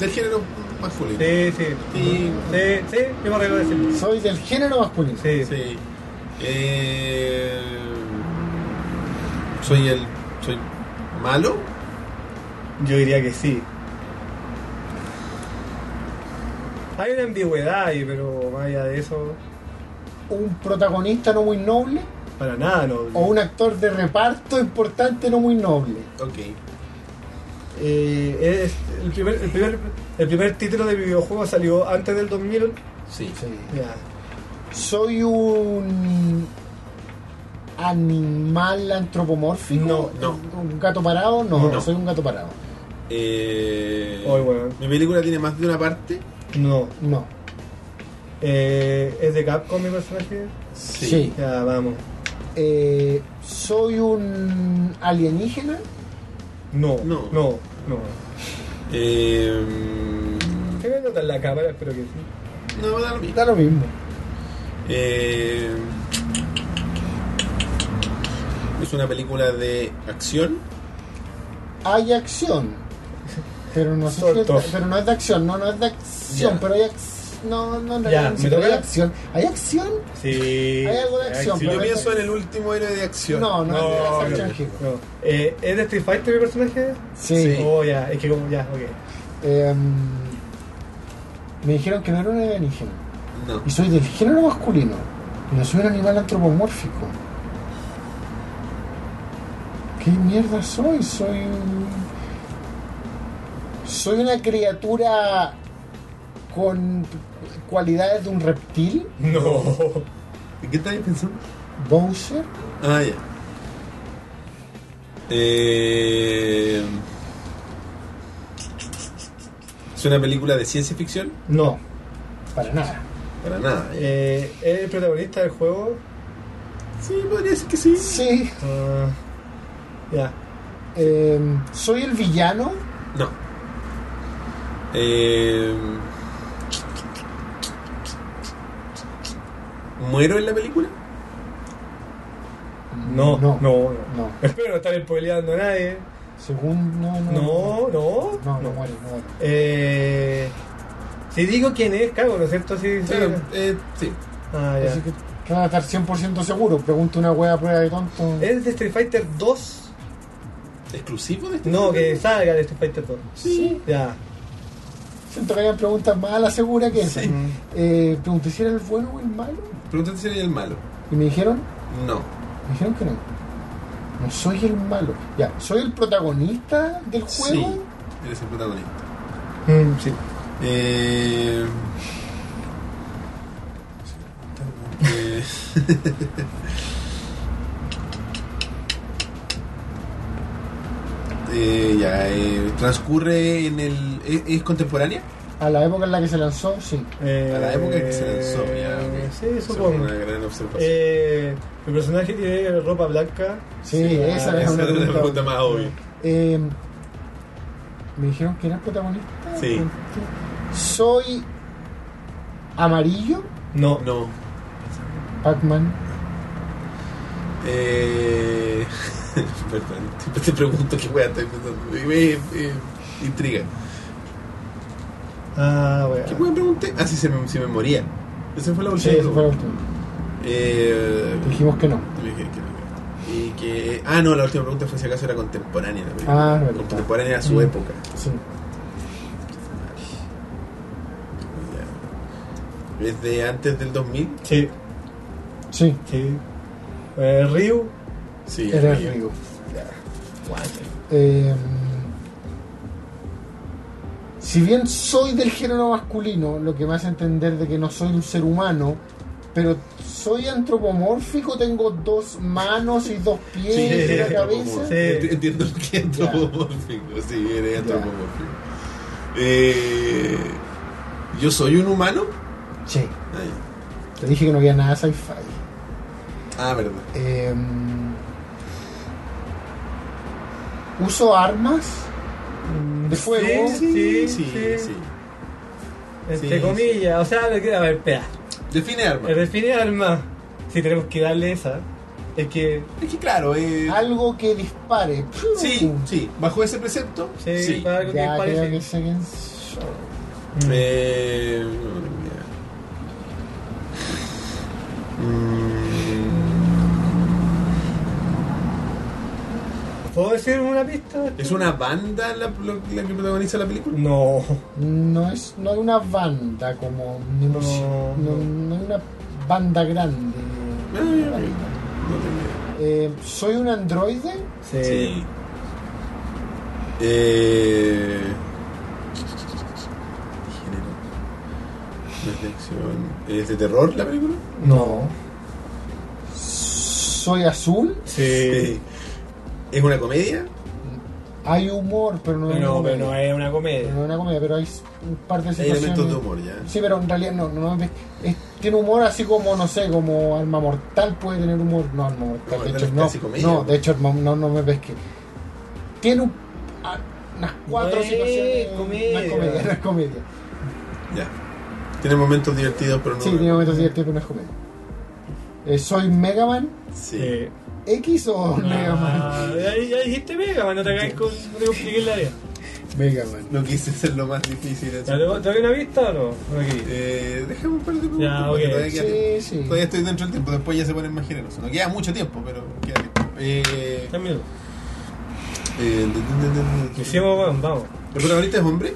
Speaker 1: Del género masculino.
Speaker 3: Sí, sí.
Speaker 1: Sí.
Speaker 3: Sí, sí, yo me arreglo de decirlo.
Speaker 2: ¿Soy del género masculino?
Speaker 3: Sí, sí.
Speaker 1: Sí. Eh, soy el. Soy malo.
Speaker 3: Yo diría que sí. Hay una ambigüedad ahí, pero más allá de eso.
Speaker 2: ¿Un protagonista no muy noble?
Speaker 3: Para nada, no.
Speaker 2: o un actor de reparto importante no muy noble.
Speaker 1: Ok.
Speaker 3: Eh, es el, primer, el, primer, el primer título de videojuego salió antes del 2000.
Speaker 1: Sí.
Speaker 2: Sí.
Speaker 3: Ya.
Speaker 2: Soy un animal antropomórfico.
Speaker 3: No,
Speaker 1: no.
Speaker 2: Un gato parado, no,
Speaker 1: No.
Speaker 2: soy un gato parado.
Speaker 1: Eh,
Speaker 3: Ay, weón.
Speaker 1: Mi película tiene más de una parte.
Speaker 3: No.
Speaker 2: No.
Speaker 3: Eh, ¿Es de Capcom mi personaje?
Speaker 2: Sí.
Speaker 3: Ya, vamos.
Speaker 2: Eh, soy un alienígena.
Speaker 3: No,
Speaker 1: No.
Speaker 3: no, no.
Speaker 1: Eh,
Speaker 3: ¿Qué me nota en la cámara? Espero que sí.
Speaker 1: no, da lo mismo.
Speaker 2: Da lo mismo.
Speaker 1: Eh, es una película de acción.
Speaker 2: Hay acción. Pero no, sé
Speaker 3: Sort
Speaker 2: qué-
Speaker 3: of.
Speaker 2: pero no es de acción, no, no es de acción,
Speaker 1: Ya.
Speaker 2: pero hay acción. No, no, no,
Speaker 3: Ya,
Speaker 2: no,
Speaker 3: ¿me
Speaker 2: pero
Speaker 3: toca?
Speaker 2: hay acción. ¿Hay acción?
Speaker 3: Sí.
Speaker 2: Hay algo de acción,
Speaker 1: Si
Speaker 2: pero-
Speaker 1: yo pienso en el último héroe de acción.
Speaker 2: No, no,
Speaker 3: No,
Speaker 2: es de
Speaker 3: no,
Speaker 2: acción,
Speaker 3: no,
Speaker 2: chico.
Speaker 3: no. Eh, ¿Es de Street Fighter mi personaje?
Speaker 2: Sí.
Speaker 1: Sí.
Speaker 3: Oh, ya, es que como, ya, ok.
Speaker 2: Em, me dijeron que no era un alienígena.
Speaker 1: No.
Speaker 2: Y soy del género masculino. Y no soy un animal antropomórfico. ¿Qué mierda soy? Soy un... Soy una criatura con cualidades de un reptil,
Speaker 3: No.
Speaker 1: ¿En qué estáis pensando?
Speaker 2: Bowser.
Speaker 1: Ah, ya. Eh, ¿Es una película de ciencia ficción?
Speaker 3: No.
Speaker 2: Para nada.
Speaker 1: Para nada. eh.
Speaker 3: Eh, ¿Es el protagonista del juego?
Speaker 1: Sí, podría decir que sí.
Speaker 2: Sí.
Speaker 3: Ah, ya.
Speaker 2: em, soy el villano.
Speaker 1: No. Eh, ¿Muero en la película?
Speaker 3: No,
Speaker 2: No.
Speaker 3: no, no.
Speaker 2: No.
Speaker 3: Espero no estar spoileando a nadie.
Speaker 2: Según... No, no.
Speaker 3: No, no.
Speaker 2: No, no muere, no muere.
Speaker 3: Eh, si digo quién es, cago, ¿no es cierto? Sí, sí.
Speaker 1: Claro, eh, sí.
Speaker 3: Ah, ya.
Speaker 2: Así que van a estar 100% seguro. Pregunta una wea a prueba de tonto.
Speaker 3: ¿Es de Street Fighter 2?
Speaker 1: ¿Exclusivo de este
Speaker 3: No, que
Speaker 1: juego?
Speaker 3: salga de Street Fighter 2.
Speaker 2: Sí.
Speaker 3: Ya.
Speaker 2: Siento que hayan preguntas más a la segura que esa.
Speaker 1: Sí.
Speaker 2: Eh, pregunté si era el bueno o el malo.
Speaker 1: Pregúntate si eres el malo.
Speaker 2: Y me dijeron,
Speaker 1: No.
Speaker 2: me dijeron que no. No soy el malo. Ya, soy el protagonista del
Speaker 1: Sí.
Speaker 2: juego.
Speaker 1: Eres el protagonista.
Speaker 3: Mm, sí.
Speaker 1: Eh... (laughs) eh, eh, ya, eh, transcurre en el. ¿Es, es contemporánea?
Speaker 2: A la época en la que se lanzó, sí.
Speaker 3: Eh,
Speaker 1: A la época en que se lanzó,
Speaker 2: Eh,
Speaker 1: ya. ok.
Speaker 3: Sí,
Speaker 1: Esa fue
Speaker 3: supongo.
Speaker 1: Una gran observación.
Speaker 3: Eh, mi personaje tiene ropa blanca.
Speaker 2: Sí, esa
Speaker 3: ah,
Speaker 2: es
Speaker 1: Esa
Speaker 2: (laughs) una
Speaker 1: era la
Speaker 2: pregunta.
Speaker 1: pregunta más obvia.
Speaker 2: Eh, me dijeron que era el protagonista.
Speaker 1: Sí.
Speaker 2: Soy amarillo,
Speaker 3: No.
Speaker 1: No.
Speaker 2: Pac-Man.
Speaker 1: Eh... (laughs) Perdón, siempre te pregunto qué wea estoy pensando. Y me eh, intriga.
Speaker 3: Ah, wea.
Speaker 1: ¿Qué wea pregunté? Ah, sí, se me, se me moría. Esa fue la
Speaker 2: Sí,
Speaker 1: última.
Speaker 2: ese fue la
Speaker 1: pregunta.
Speaker 2: última.
Speaker 1: Eh,
Speaker 2: Dijimos que no.
Speaker 1: le dije que no. Y que. Ah, no, la última pregunta fue si acaso era contemporánea. la película.
Speaker 2: Ah, verdad.
Speaker 1: contemporánea a su
Speaker 2: Mm.
Speaker 1: época.
Speaker 2: Sí.
Speaker 1: ¿Desde antes del 2000?
Speaker 3: Sí,
Speaker 2: Sí,
Speaker 3: sí. Eh, Ryu.
Speaker 1: Sí,
Speaker 2: era
Speaker 1: ya.
Speaker 2: el Río.
Speaker 3: Guay.
Speaker 2: Eh, si bien soy del género masculino, lo que me hace entender de que no soy un ser humano, pero soy antropomórfico, tengo dos manos y dos pies
Speaker 1: Sí, (laughs)
Speaker 2: y
Speaker 1: eres
Speaker 2: una
Speaker 1: antropomórfico.
Speaker 2: cabeza.
Speaker 3: Sí.
Speaker 1: Enti- Entiendo lo que es antropomórfico. Sí, eres antropomórfico. Eh, ¿Yo soy un humano?
Speaker 2: Che,
Speaker 1: Ah, ya.
Speaker 2: te dije que no había nada sci-fi.
Speaker 1: Ah, verdad.
Speaker 2: Eh, uso armas de fuego.
Speaker 3: Sí, sí,
Speaker 1: sí.
Speaker 3: sí.
Speaker 1: sí. Sí,
Speaker 3: Entre comillas. O sea, lo que- a ver, espera.
Speaker 1: Define arma.
Speaker 3: El define arma, si tenemos que darle esa, es que.
Speaker 1: Es que claro, eh,
Speaker 2: Algo que dispare.
Speaker 1: sí, sí, bajo ese precepto,
Speaker 3: Sí,
Speaker 1: sí.
Speaker 3: para algo que
Speaker 2: Ya creo que
Speaker 3: parece.
Speaker 2: sé quién soy.
Speaker 3: Mm.
Speaker 1: Eh, no, no, ya. Mm,
Speaker 3: ¿Puedo decir una pista?
Speaker 1: ¿Es una banda la, lo- la que protagoniza la película?
Speaker 3: No.
Speaker 2: No es, no hay una banda como ni
Speaker 3: No,
Speaker 2: no, no,
Speaker 3: no.
Speaker 2: no hay una banda grande.
Speaker 1: Ah, ya, ya. No tengo idea.
Speaker 2: Eh, ¿Soy un androide?
Speaker 3: Sí.
Speaker 1: Sí. Eh... Género. No es de acción. ¿Es de terror la película?
Speaker 2: No. ¿Soy azul?
Speaker 3: Sí.
Speaker 1: Eh, ¿Es una comedia?
Speaker 2: Hay humor, pero no, es una
Speaker 3: Pero, eh. pero
Speaker 2: comedia.
Speaker 3: no es una
Speaker 2: Pero
Speaker 3: comedia.
Speaker 2: no es una comedia, pero hay un par de
Speaker 1: Hay
Speaker 2: situaciones.
Speaker 1: elementos de humor ya.
Speaker 2: Sí, pero en realidad no, no es- es- tiene humor así como, no sé, como Alma Mortal puede tener humor. No, Alma Mortal,
Speaker 1: No,
Speaker 2: de
Speaker 1: Alma
Speaker 2: hecho
Speaker 1: Mortal
Speaker 2: no.
Speaker 1: es comedia,
Speaker 2: no,
Speaker 1: pues.
Speaker 2: de hecho no, no, no me ves que... Tiene un- a- unas cuatro
Speaker 3: No es
Speaker 2: situaciones...
Speaker 3: comedia.
Speaker 2: No es comedia, no es comedia.
Speaker 1: Ya. Tiene momentos divertidos, pero no.
Speaker 2: sí, tiene momentos divertidos, pero no es comedia. Eh, ¿Soy Mega Man
Speaker 1: Sí.
Speaker 2: X o Mega Man?
Speaker 3: Ah, ya, ya dijiste Mega Man, no te hagas con. No te compliques la vida.
Speaker 2: Mega Man.
Speaker 1: No quise ser lo más difícil.
Speaker 3: ¿Te te doy una vista o no? Por aquí.
Speaker 1: Eh, déjame un par de preguntas.
Speaker 3: Ya,
Speaker 1: porque
Speaker 3: ok.
Speaker 1: todavía, queda tiempo.
Speaker 2: Sí, sí.
Speaker 9: Todavía estoy dentro del tiempo, después ya se ponen más generosos. No queda mucho tiempo, pero queda tiempo. Eh,
Speaker 3: Tres minutos.
Speaker 1: Eh, de- de- de- de-
Speaker 3: Lo hicimos, weón, vamos.
Speaker 1: ¿El protagonista es hombre?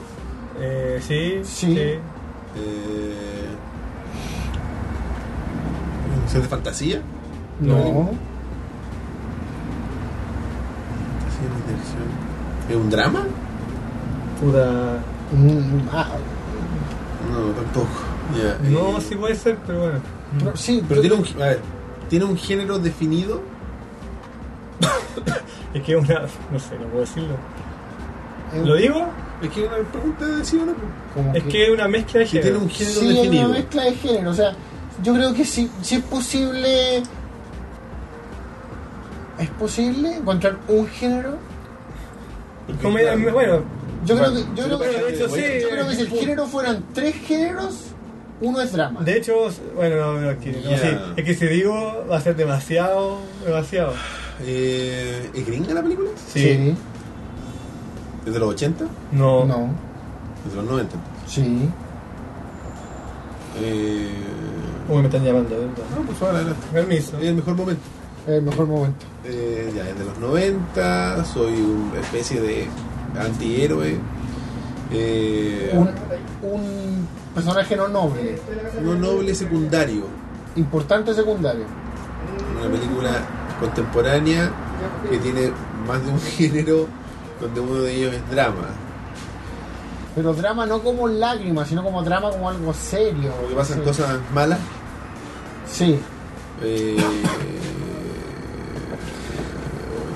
Speaker 3: Eh, sí,
Speaker 2: Sí.
Speaker 3: sí.
Speaker 1: Eh, ¿Es de fantasía?
Speaker 2: No.
Speaker 1: Fantasía no es de acción. ¿Es un drama?
Speaker 3: Puta.
Speaker 2: Mm, ah,
Speaker 1: No, tampoco. Ya,
Speaker 3: No,
Speaker 1: eh,
Speaker 3: sí puede ser, pero bueno.
Speaker 2: pero sí,
Speaker 1: Pero
Speaker 2: pero
Speaker 1: tiene un, gé- a ver, ¿tiene un género definido?
Speaker 3: Es que es una. No sé, no puedo decirlo. ¿Lo digo?
Speaker 1: Es que es una pregunta de sí o no. pues.
Speaker 2: como
Speaker 3: Es que es una mezcla de
Speaker 1: Si tiene
Speaker 3: género.
Speaker 1: un género
Speaker 2: Sí, hay una
Speaker 1: definido.
Speaker 2: mezcla de género. O sea, yo creo que sí, sí es posible. ¿Es posible encontrar un género?
Speaker 1: Porque,
Speaker 3: Como- eh,
Speaker 1: claro,
Speaker 3: Bueno,
Speaker 2: Yo creo
Speaker 1: Bueno,
Speaker 2: que, yo creo que,
Speaker 3: pero de hecho sí.
Speaker 2: yo creo que si el
Speaker 3: eh,
Speaker 2: género fueran tres géneros, uno es drama.
Speaker 3: De hecho, bueno, no, no, aquí, no,
Speaker 1: Ya.
Speaker 3: sí. Es que si digo, va a ser demasiado, demasiado.
Speaker 1: eh, ¿Es gringa la película?
Speaker 3: Sí.
Speaker 1: ¿Es de los 80?
Speaker 3: No.
Speaker 2: No.
Speaker 1: ¿Es de los 90? entonces.
Speaker 2: Sí.
Speaker 1: Eh,
Speaker 3: Uy, me están llamando, ¿verdad?
Speaker 1: no, pues ahora adelante.
Speaker 3: Permiso.
Speaker 1: Es el mejor momento.
Speaker 2: El mejor momento.
Speaker 1: Eh, ya, es de los 90, soy una especie de antihéroe. Eh,
Speaker 2: Un, un personaje no noble.
Speaker 1: no noble secundario.
Speaker 2: Importante secundario.
Speaker 1: Una película contemporánea que tiene más de un (laughs) género donde uno de ellos es drama.
Speaker 2: Pero drama no como lágrimas, sino como drama como algo serio.
Speaker 1: Porque pasan
Speaker 2: Sí.
Speaker 1: cosas malas.
Speaker 2: Sí.
Speaker 1: Eh,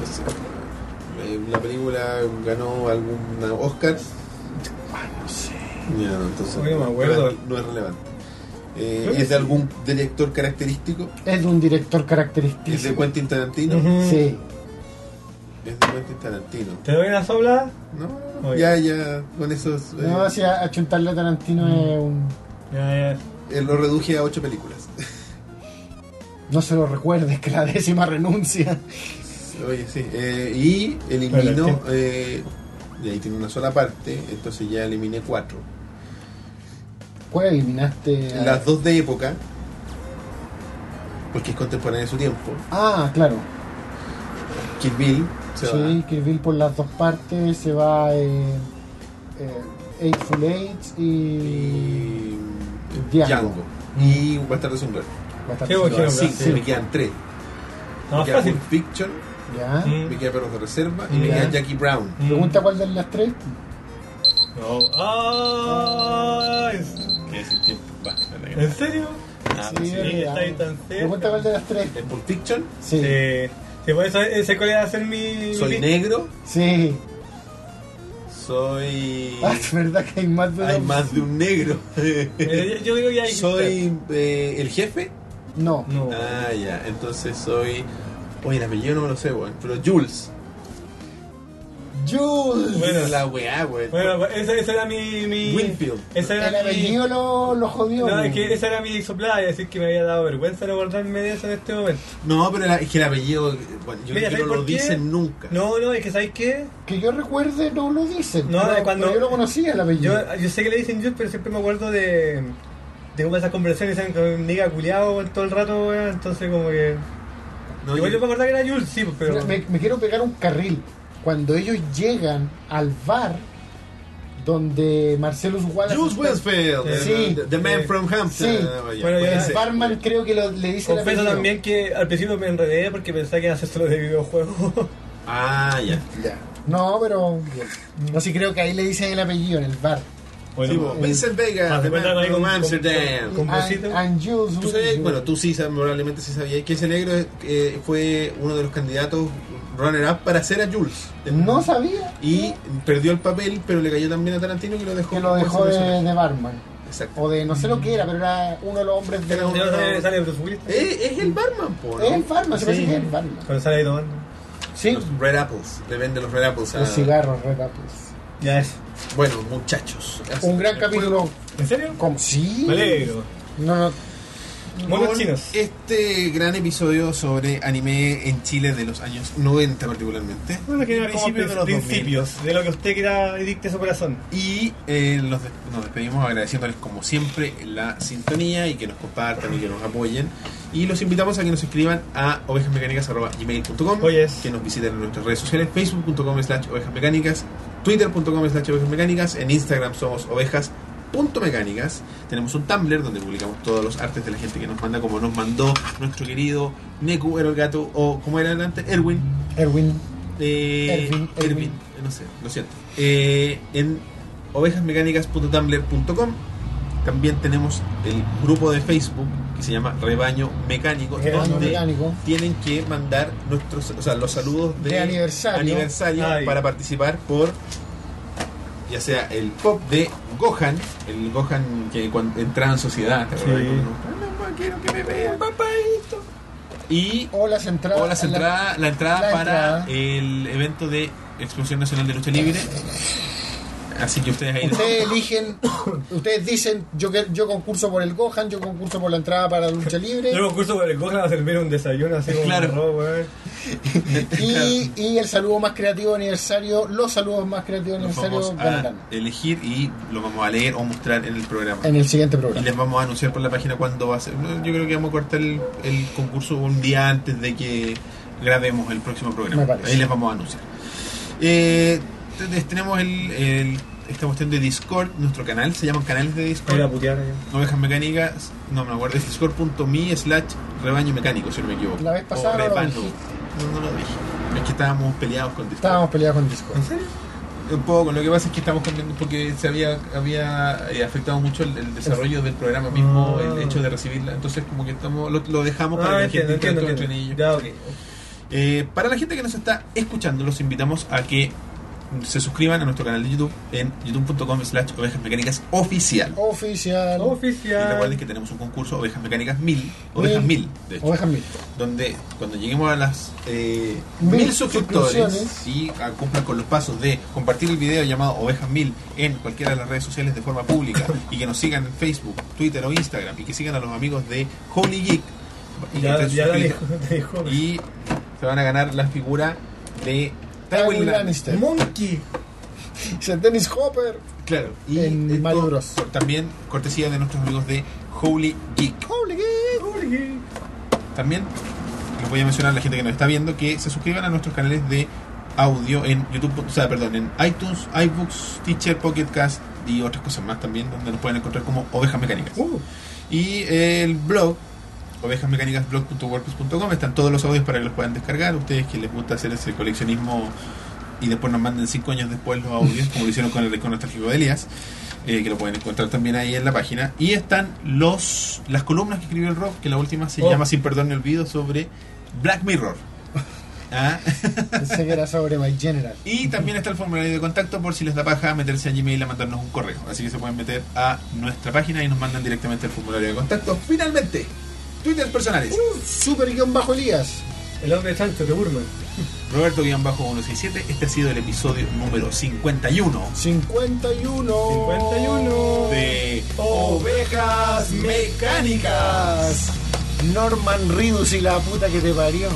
Speaker 1: no sé. Eh, La película ganó algún Oscar.
Speaker 3: Ah,
Speaker 2: No sé.
Speaker 1: Ya, no, entonces
Speaker 3: Oye, me acuerdo.
Speaker 1: no es relevante. Eh,
Speaker 3: Creo que
Speaker 1: ¿Es de
Speaker 3: sí.
Speaker 1: algún director característico?
Speaker 2: Es de un director
Speaker 1: ¿Es de
Speaker 2: característico.
Speaker 1: Quentin Tarantino?
Speaker 3: Ujú.
Speaker 2: Sí.
Speaker 1: Es de Quentin Tarantino.
Speaker 3: ¿Te doy una sobla?
Speaker 1: No, no, no,
Speaker 3: Oye.
Speaker 1: ya, ya, con esos. eh, Mm.
Speaker 2: No, si a- achuntarle a Tarantino es un...
Speaker 3: Ya, ya.
Speaker 1: eh, lo reduje a ocho películas. (laughs)
Speaker 2: No se lo recuerdes, que la décima (laughs) renuncia.
Speaker 1: Oye, sí. eh, y
Speaker 3: Vale,
Speaker 1: elimino.
Speaker 3: sí.
Speaker 1: Eh, y ahí tiene una sola parte, entonces ya eliminé cuatro.
Speaker 2: ¿Cuál Pues eliminaste? a-
Speaker 1: Las dos de época, porque es contemporánea de su tiempo.
Speaker 2: Ah, claro.
Speaker 1: Kill Bill, se va.
Speaker 2: sí, Kill Bill por las dos partes se va eh, eh, Eightful Eight y...
Speaker 1: Y.
Speaker 2: Django.
Speaker 1: Django. Y Bastardo sin Gloria.
Speaker 2: Bastante
Speaker 3: Qué buen
Speaker 2: similar.
Speaker 3: género,
Speaker 1: Sí,
Speaker 3: Pues sí.
Speaker 1: me quedan tres.
Speaker 3: No,
Speaker 1: me
Speaker 3: más
Speaker 1: queda
Speaker 3: fácil.
Speaker 1: Pulp Fiction,
Speaker 2: ¿Ya?
Speaker 3: Mm.
Speaker 1: me queda Perros de Reserva y me
Speaker 2: Ya.
Speaker 1: queda Jackie Brown.
Speaker 3: Mm.
Speaker 2: Pregunta cuál de las tres.
Speaker 3: No. Ah, ¿en-
Speaker 1: Que es el tiempo. Va, la pues
Speaker 3: ¿En serio?
Speaker 1: Ah,
Speaker 2: Sí,
Speaker 3: sí,
Speaker 2: ¿verdad?
Speaker 3: está ahí tan cerca.
Speaker 2: Pregunta cuál de las tres.
Speaker 1: ¿Es Pulp Fiction?
Speaker 2: Sí. Sí.
Speaker 3: Sí. Sí, por eso ese cuál iba a ser mi.
Speaker 1: Soy
Speaker 3: mi-
Speaker 1: negro, soy...
Speaker 2: Ah, es verdad que hay más de
Speaker 1: Hay
Speaker 2: dos.
Speaker 1: más de un negro.
Speaker 3: Eh, Yo, yo digo ya dijiste.
Speaker 1: soy eh, el jefe.
Speaker 2: No.
Speaker 3: No.
Speaker 1: Ah, ya. Entonces soy... Oye, el apellido no me lo sé, weón. Pero Jules.
Speaker 2: Jules.
Speaker 3: Bueno.
Speaker 1: Esa es la weá, weón.
Speaker 3: Bueno, esa, esa era mi. mi
Speaker 1: Winfield.
Speaker 3: Esa era
Speaker 2: El
Speaker 3: mi-
Speaker 2: apellido lo, lo jodió.
Speaker 3: No, es
Speaker 2: güey.
Speaker 3: que esa era mi soplada, y decir que me había dado vergüenza no acordarme de eso en este momento.
Speaker 1: No, pero la- es que el apellido... Bueno, yo
Speaker 3: Mira,
Speaker 1: creo que
Speaker 3: ¿sabes
Speaker 1: no lo
Speaker 3: por qué?
Speaker 1: dicen nunca.
Speaker 3: No, no, es que ¿sabes qué?
Speaker 2: Que yo recuerde, no lo dicen.
Speaker 3: No,
Speaker 2: pero,
Speaker 3: de cuando-
Speaker 2: pero yo lo conocía el apellido.
Speaker 3: Yo, yo sé que le dicen Jules, pero siempre me acuerdo de, de como esas conversaciones que con nigga culiado todo el rato, weón. Entonces, como que.
Speaker 1: No,
Speaker 3: Igual
Speaker 1: yo-
Speaker 3: yo me acordaba que era Jules, sí, pues, pero.
Speaker 2: Mira, me, me quiero pegar un carril. Cuando ellos llegan al bar donde Marcelus Wallace.
Speaker 1: Jules Westfield,
Speaker 2: Sí.
Speaker 1: the, the man from Hampton.
Speaker 2: Sí.
Speaker 1: Ah, ya,
Speaker 3: Bueno, ya,
Speaker 1: puede
Speaker 2: El
Speaker 1: ser.
Speaker 2: barman creo que lo- le dice la
Speaker 3: Confieso también que al principio me enredé porque pensaba que iba a hacer solo de videojuegos. (laughs)
Speaker 1: Ah, ya.
Speaker 2: No, pero. No sé, creo que ahí le dicen el apellido en el bar.
Speaker 1: Sí, bo, Vincent Vega,
Speaker 3: Ah,
Speaker 1: The
Speaker 3: se
Speaker 1: Man
Speaker 3: cuenta con-
Speaker 1: from
Speaker 3: con-
Speaker 1: Amsterdam.
Speaker 3: con-
Speaker 2: And,
Speaker 3: Composito.
Speaker 2: and Jules
Speaker 1: Tú sabías, bueno, tú sí, sabes, probablemente sí sabías que ese negro eh, fue uno de los candidatos runner-up para hacer a Jules.
Speaker 2: No sabía
Speaker 1: Y perdió el papel, pero le cayó también a Tarantino que lo dejó.
Speaker 2: que lo dejó
Speaker 1: como ese
Speaker 2: de,
Speaker 1: personaje.
Speaker 2: de barman.
Speaker 1: Exacto.
Speaker 2: O de no sé lo que era, pero era uno de los hombres de.
Speaker 1: Era uno de
Speaker 3: ¿Sale, sale Bruce Willis?
Speaker 1: Eh, es el barman, po, ¿no?
Speaker 2: Es el barman, se parece
Speaker 3: Sí.
Speaker 2: que es el barman.
Speaker 3: Cuando sale ahí tomando.
Speaker 2: Sí,
Speaker 1: Los Red Apples, le venden los Red Apples a...
Speaker 2: los cigarros, Red Apples.
Speaker 3: Ya es.
Speaker 1: Bueno, muchachos.
Speaker 2: Un gran capítulo.
Speaker 3: ¿En serio?
Speaker 2: como Sí.
Speaker 3: Me alegro.
Speaker 2: No, no.
Speaker 3: Monos
Speaker 1: con
Speaker 3: chinos.
Speaker 1: Este gran episodio sobre anime en Chile de los años 90 particularmente.
Speaker 3: Bueno, que era como
Speaker 1: Principios de los 2000.
Speaker 3: principios de lo que usted quiera y dicte su corazón.
Speaker 1: Y eh, los des- nos despedimos agradeciéndoles como siempre la sintonía y que nos compartan y que nos apoyen. Y los invitamos a que nos escriban a ovejasmecánicas.gmail.com
Speaker 3: Oye, es.
Speaker 1: Que nos visiten en nuestras redes sociales, facebook.com slash ovejasmecánicas, twitter.com slash ovejasmecánicas, en Instagram somos ovejas.mecánicas. Tenemos un Tumblr donde publicamos todos los artes de la gente que nos manda, como nos mandó nuestro querido Neku, era el gato, o como era antes, Erwin.
Speaker 2: Erwin.
Speaker 1: Eh,
Speaker 2: Erwin,
Speaker 1: Erwin,
Speaker 2: Erwin.
Speaker 1: eh, no sé, lo siento. Eh, en ovejasmecánicas.tumblr.com también tenemos el grupo de Facebook que se llama Rebaño Mecánico,
Speaker 2: Rebaño
Speaker 1: donde
Speaker 2: Mecánico.
Speaker 1: tienen que mandar nuestros, o sea, los saludos de,
Speaker 2: De aniversario.
Speaker 1: aniversario
Speaker 3: Ay.
Speaker 1: para participar por ya sea el pop de Gohan, el Gohan que cuando entraba en sociedad, ¿te acuerdas?
Speaker 3: Sí.
Speaker 1: Cuando, "Ah, mamá, quiero que me vean, papá, esto". Y
Speaker 2: O las entradas.
Speaker 1: o las entradas, la entrada
Speaker 2: la
Speaker 1: para
Speaker 2: entrada.
Speaker 1: el evento de Explosión Nacional de Lucha Libre. Así que ustedes ahí
Speaker 2: Ustedes eligen, ustedes dicen, yo que- yo concurso por el Gohan, yo concurso por la entrada para la lucha libre
Speaker 3: Luego curso con el Gohan va a servir un desayuno así como
Speaker 1: Claro.
Speaker 3: un arroz, weón.
Speaker 2: (laughs) y, y el saludo más creativo de aniversario, los saludos más creativos de
Speaker 1: los vamos
Speaker 2: aniversario
Speaker 1: a
Speaker 2: ganarán
Speaker 1: elegir y lo vamos a leer o mostrar en el programa.
Speaker 2: en el siguiente
Speaker 1: Y
Speaker 2: programa.
Speaker 1: les vamos a anunciar por la página cuándo va a ser. No, Yo creo que vamos a cortar el, el concurso un día antes de que grabemos el próximo programa.
Speaker 2: Me parece.
Speaker 1: Ahí les vamos a anunciar. Eh, entonces tenemos el, el- esta cuestión de Discord, nuestro canal, se llaman canales de Discord.
Speaker 3: Voy a putear eh. allá.
Speaker 1: Ovejas mecánicas, no me acuerdo, es discord.me slash rebaño mecánico, si no me equivoco.
Speaker 2: La vez pasada
Speaker 1: O
Speaker 2: no lo
Speaker 1: rebaño.
Speaker 2: dijiste.
Speaker 1: No, no lo dije. Es que estábamos peleados con Discord.
Speaker 2: Estábamos peleados con Discord.
Speaker 1: Un poco, lo que pasa es que estamos cambiando porque se había, había eh, afectado mucho el, el desarrollo del programa mismo,
Speaker 3: Ah.
Speaker 1: el hecho de recibirla. Entonces, como que estamos, lo, lo dejamos para
Speaker 3: Ah,
Speaker 1: que
Speaker 3: entiendo,
Speaker 1: la gente
Speaker 3: entiendo,
Speaker 1: interactúe
Speaker 3: entiendo.
Speaker 1: entre ellos.
Speaker 3: Ya, ok.
Speaker 1: Eh, para la gente que nos está escuchando, los invitamos a que se suscriban a nuestro canal de YouTube en youtube.com slash ovejas mecánicas oficial.
Speaker 2: Oficial.
Speaker 1: Y recuerden
Speaker 3: Oficial.
Speaker 1: que tenemos un concurso Ovejas Mecánicas 1000, Ovejas 1000, de hecho,
Speaker 2: Ovejas mil.
Speaker 1: donde cuando lleguemos a las eh,
Speaker 2: Mil
Speaker 1: 1000 suscriptores
Speaker 2: suscripciones.
Speaker 1: y ah, cumplan con los pasos de compartir el video llamado Ovejas 1000 en cualquiera de las redes sociales de forma
Speaker 2: (laughs)
Speaker 1: pública y que nos sigan en Facebook, Twitter o Instagram y que sigan a los amigos de Holy Geek y, que
Speaker 3: Ya,
Speaker 1: estén
Speaker 3: ya la
Speaker 1: suscritos.
Speaker 3: dijo, (laughs) te dijo.
Speaker 1: Y se van a ganar la figura de Tywin
Speaker 2: Tywin
Speaker 1: Lannister.
Speaker 2: Lannister.
Speaker 3: Monkey.
Speaker 2: Dice Dennis Hopper.
Speaker 1: Claro, y
Speaker 2: En
Speaker 1: esto
Speaker 2: Mario Bros.
Speaker 1: también cortesía de nuestros amigos de Holy Geek. También les voy a mencionar a la gente que nos está viendo que se suscriban a nuestros canales de audio en YouTube, o sea, perdón, en iTunes, iBooks, Teacher, Pocket Cast y otras cosas más también, donde nos pueden encontrar como Ovejas Mecánicas. Y el blog, ovejasmecánicasblog.wordpress.com, están todos los audios para que los puedan descargar. Ustedes que les gusta hacer ese coleccionismo y después nos manden cinco años después los audios, como lo hicieron con el Rincón Nostálgico de Elías, eh, que lo pueden encontrar también ahí en la página. Y están los las columnas que escribió el Rob, que la última se
Speaker 3: Oh.
Speaker 1: llama Sin Perdón ni Olvido, sobre Black Mirror. Ah,
Speaker 2: Pensé que era sobre My General.
Speaker 1: y también está el formulario de contacto por si les da paja meterse a Gmail a mandarnos un correo. Así que se pueden meter a nuestra página y nos mandan directamente el formulario de contacto. Finalmente, Twitter personales.
Speaker 2: Super guión bajo Elías.
Speaker 3: El hombre chancho de Burman.
Speaker 1: Roberto-167, este ha sido el episodio número 51
Speaker 2: 51.
Speaker 3: 51.
Speaker 1: de Ovejas Mecánicas.
Speaker 2: Norman Reedus y la puta que te parió.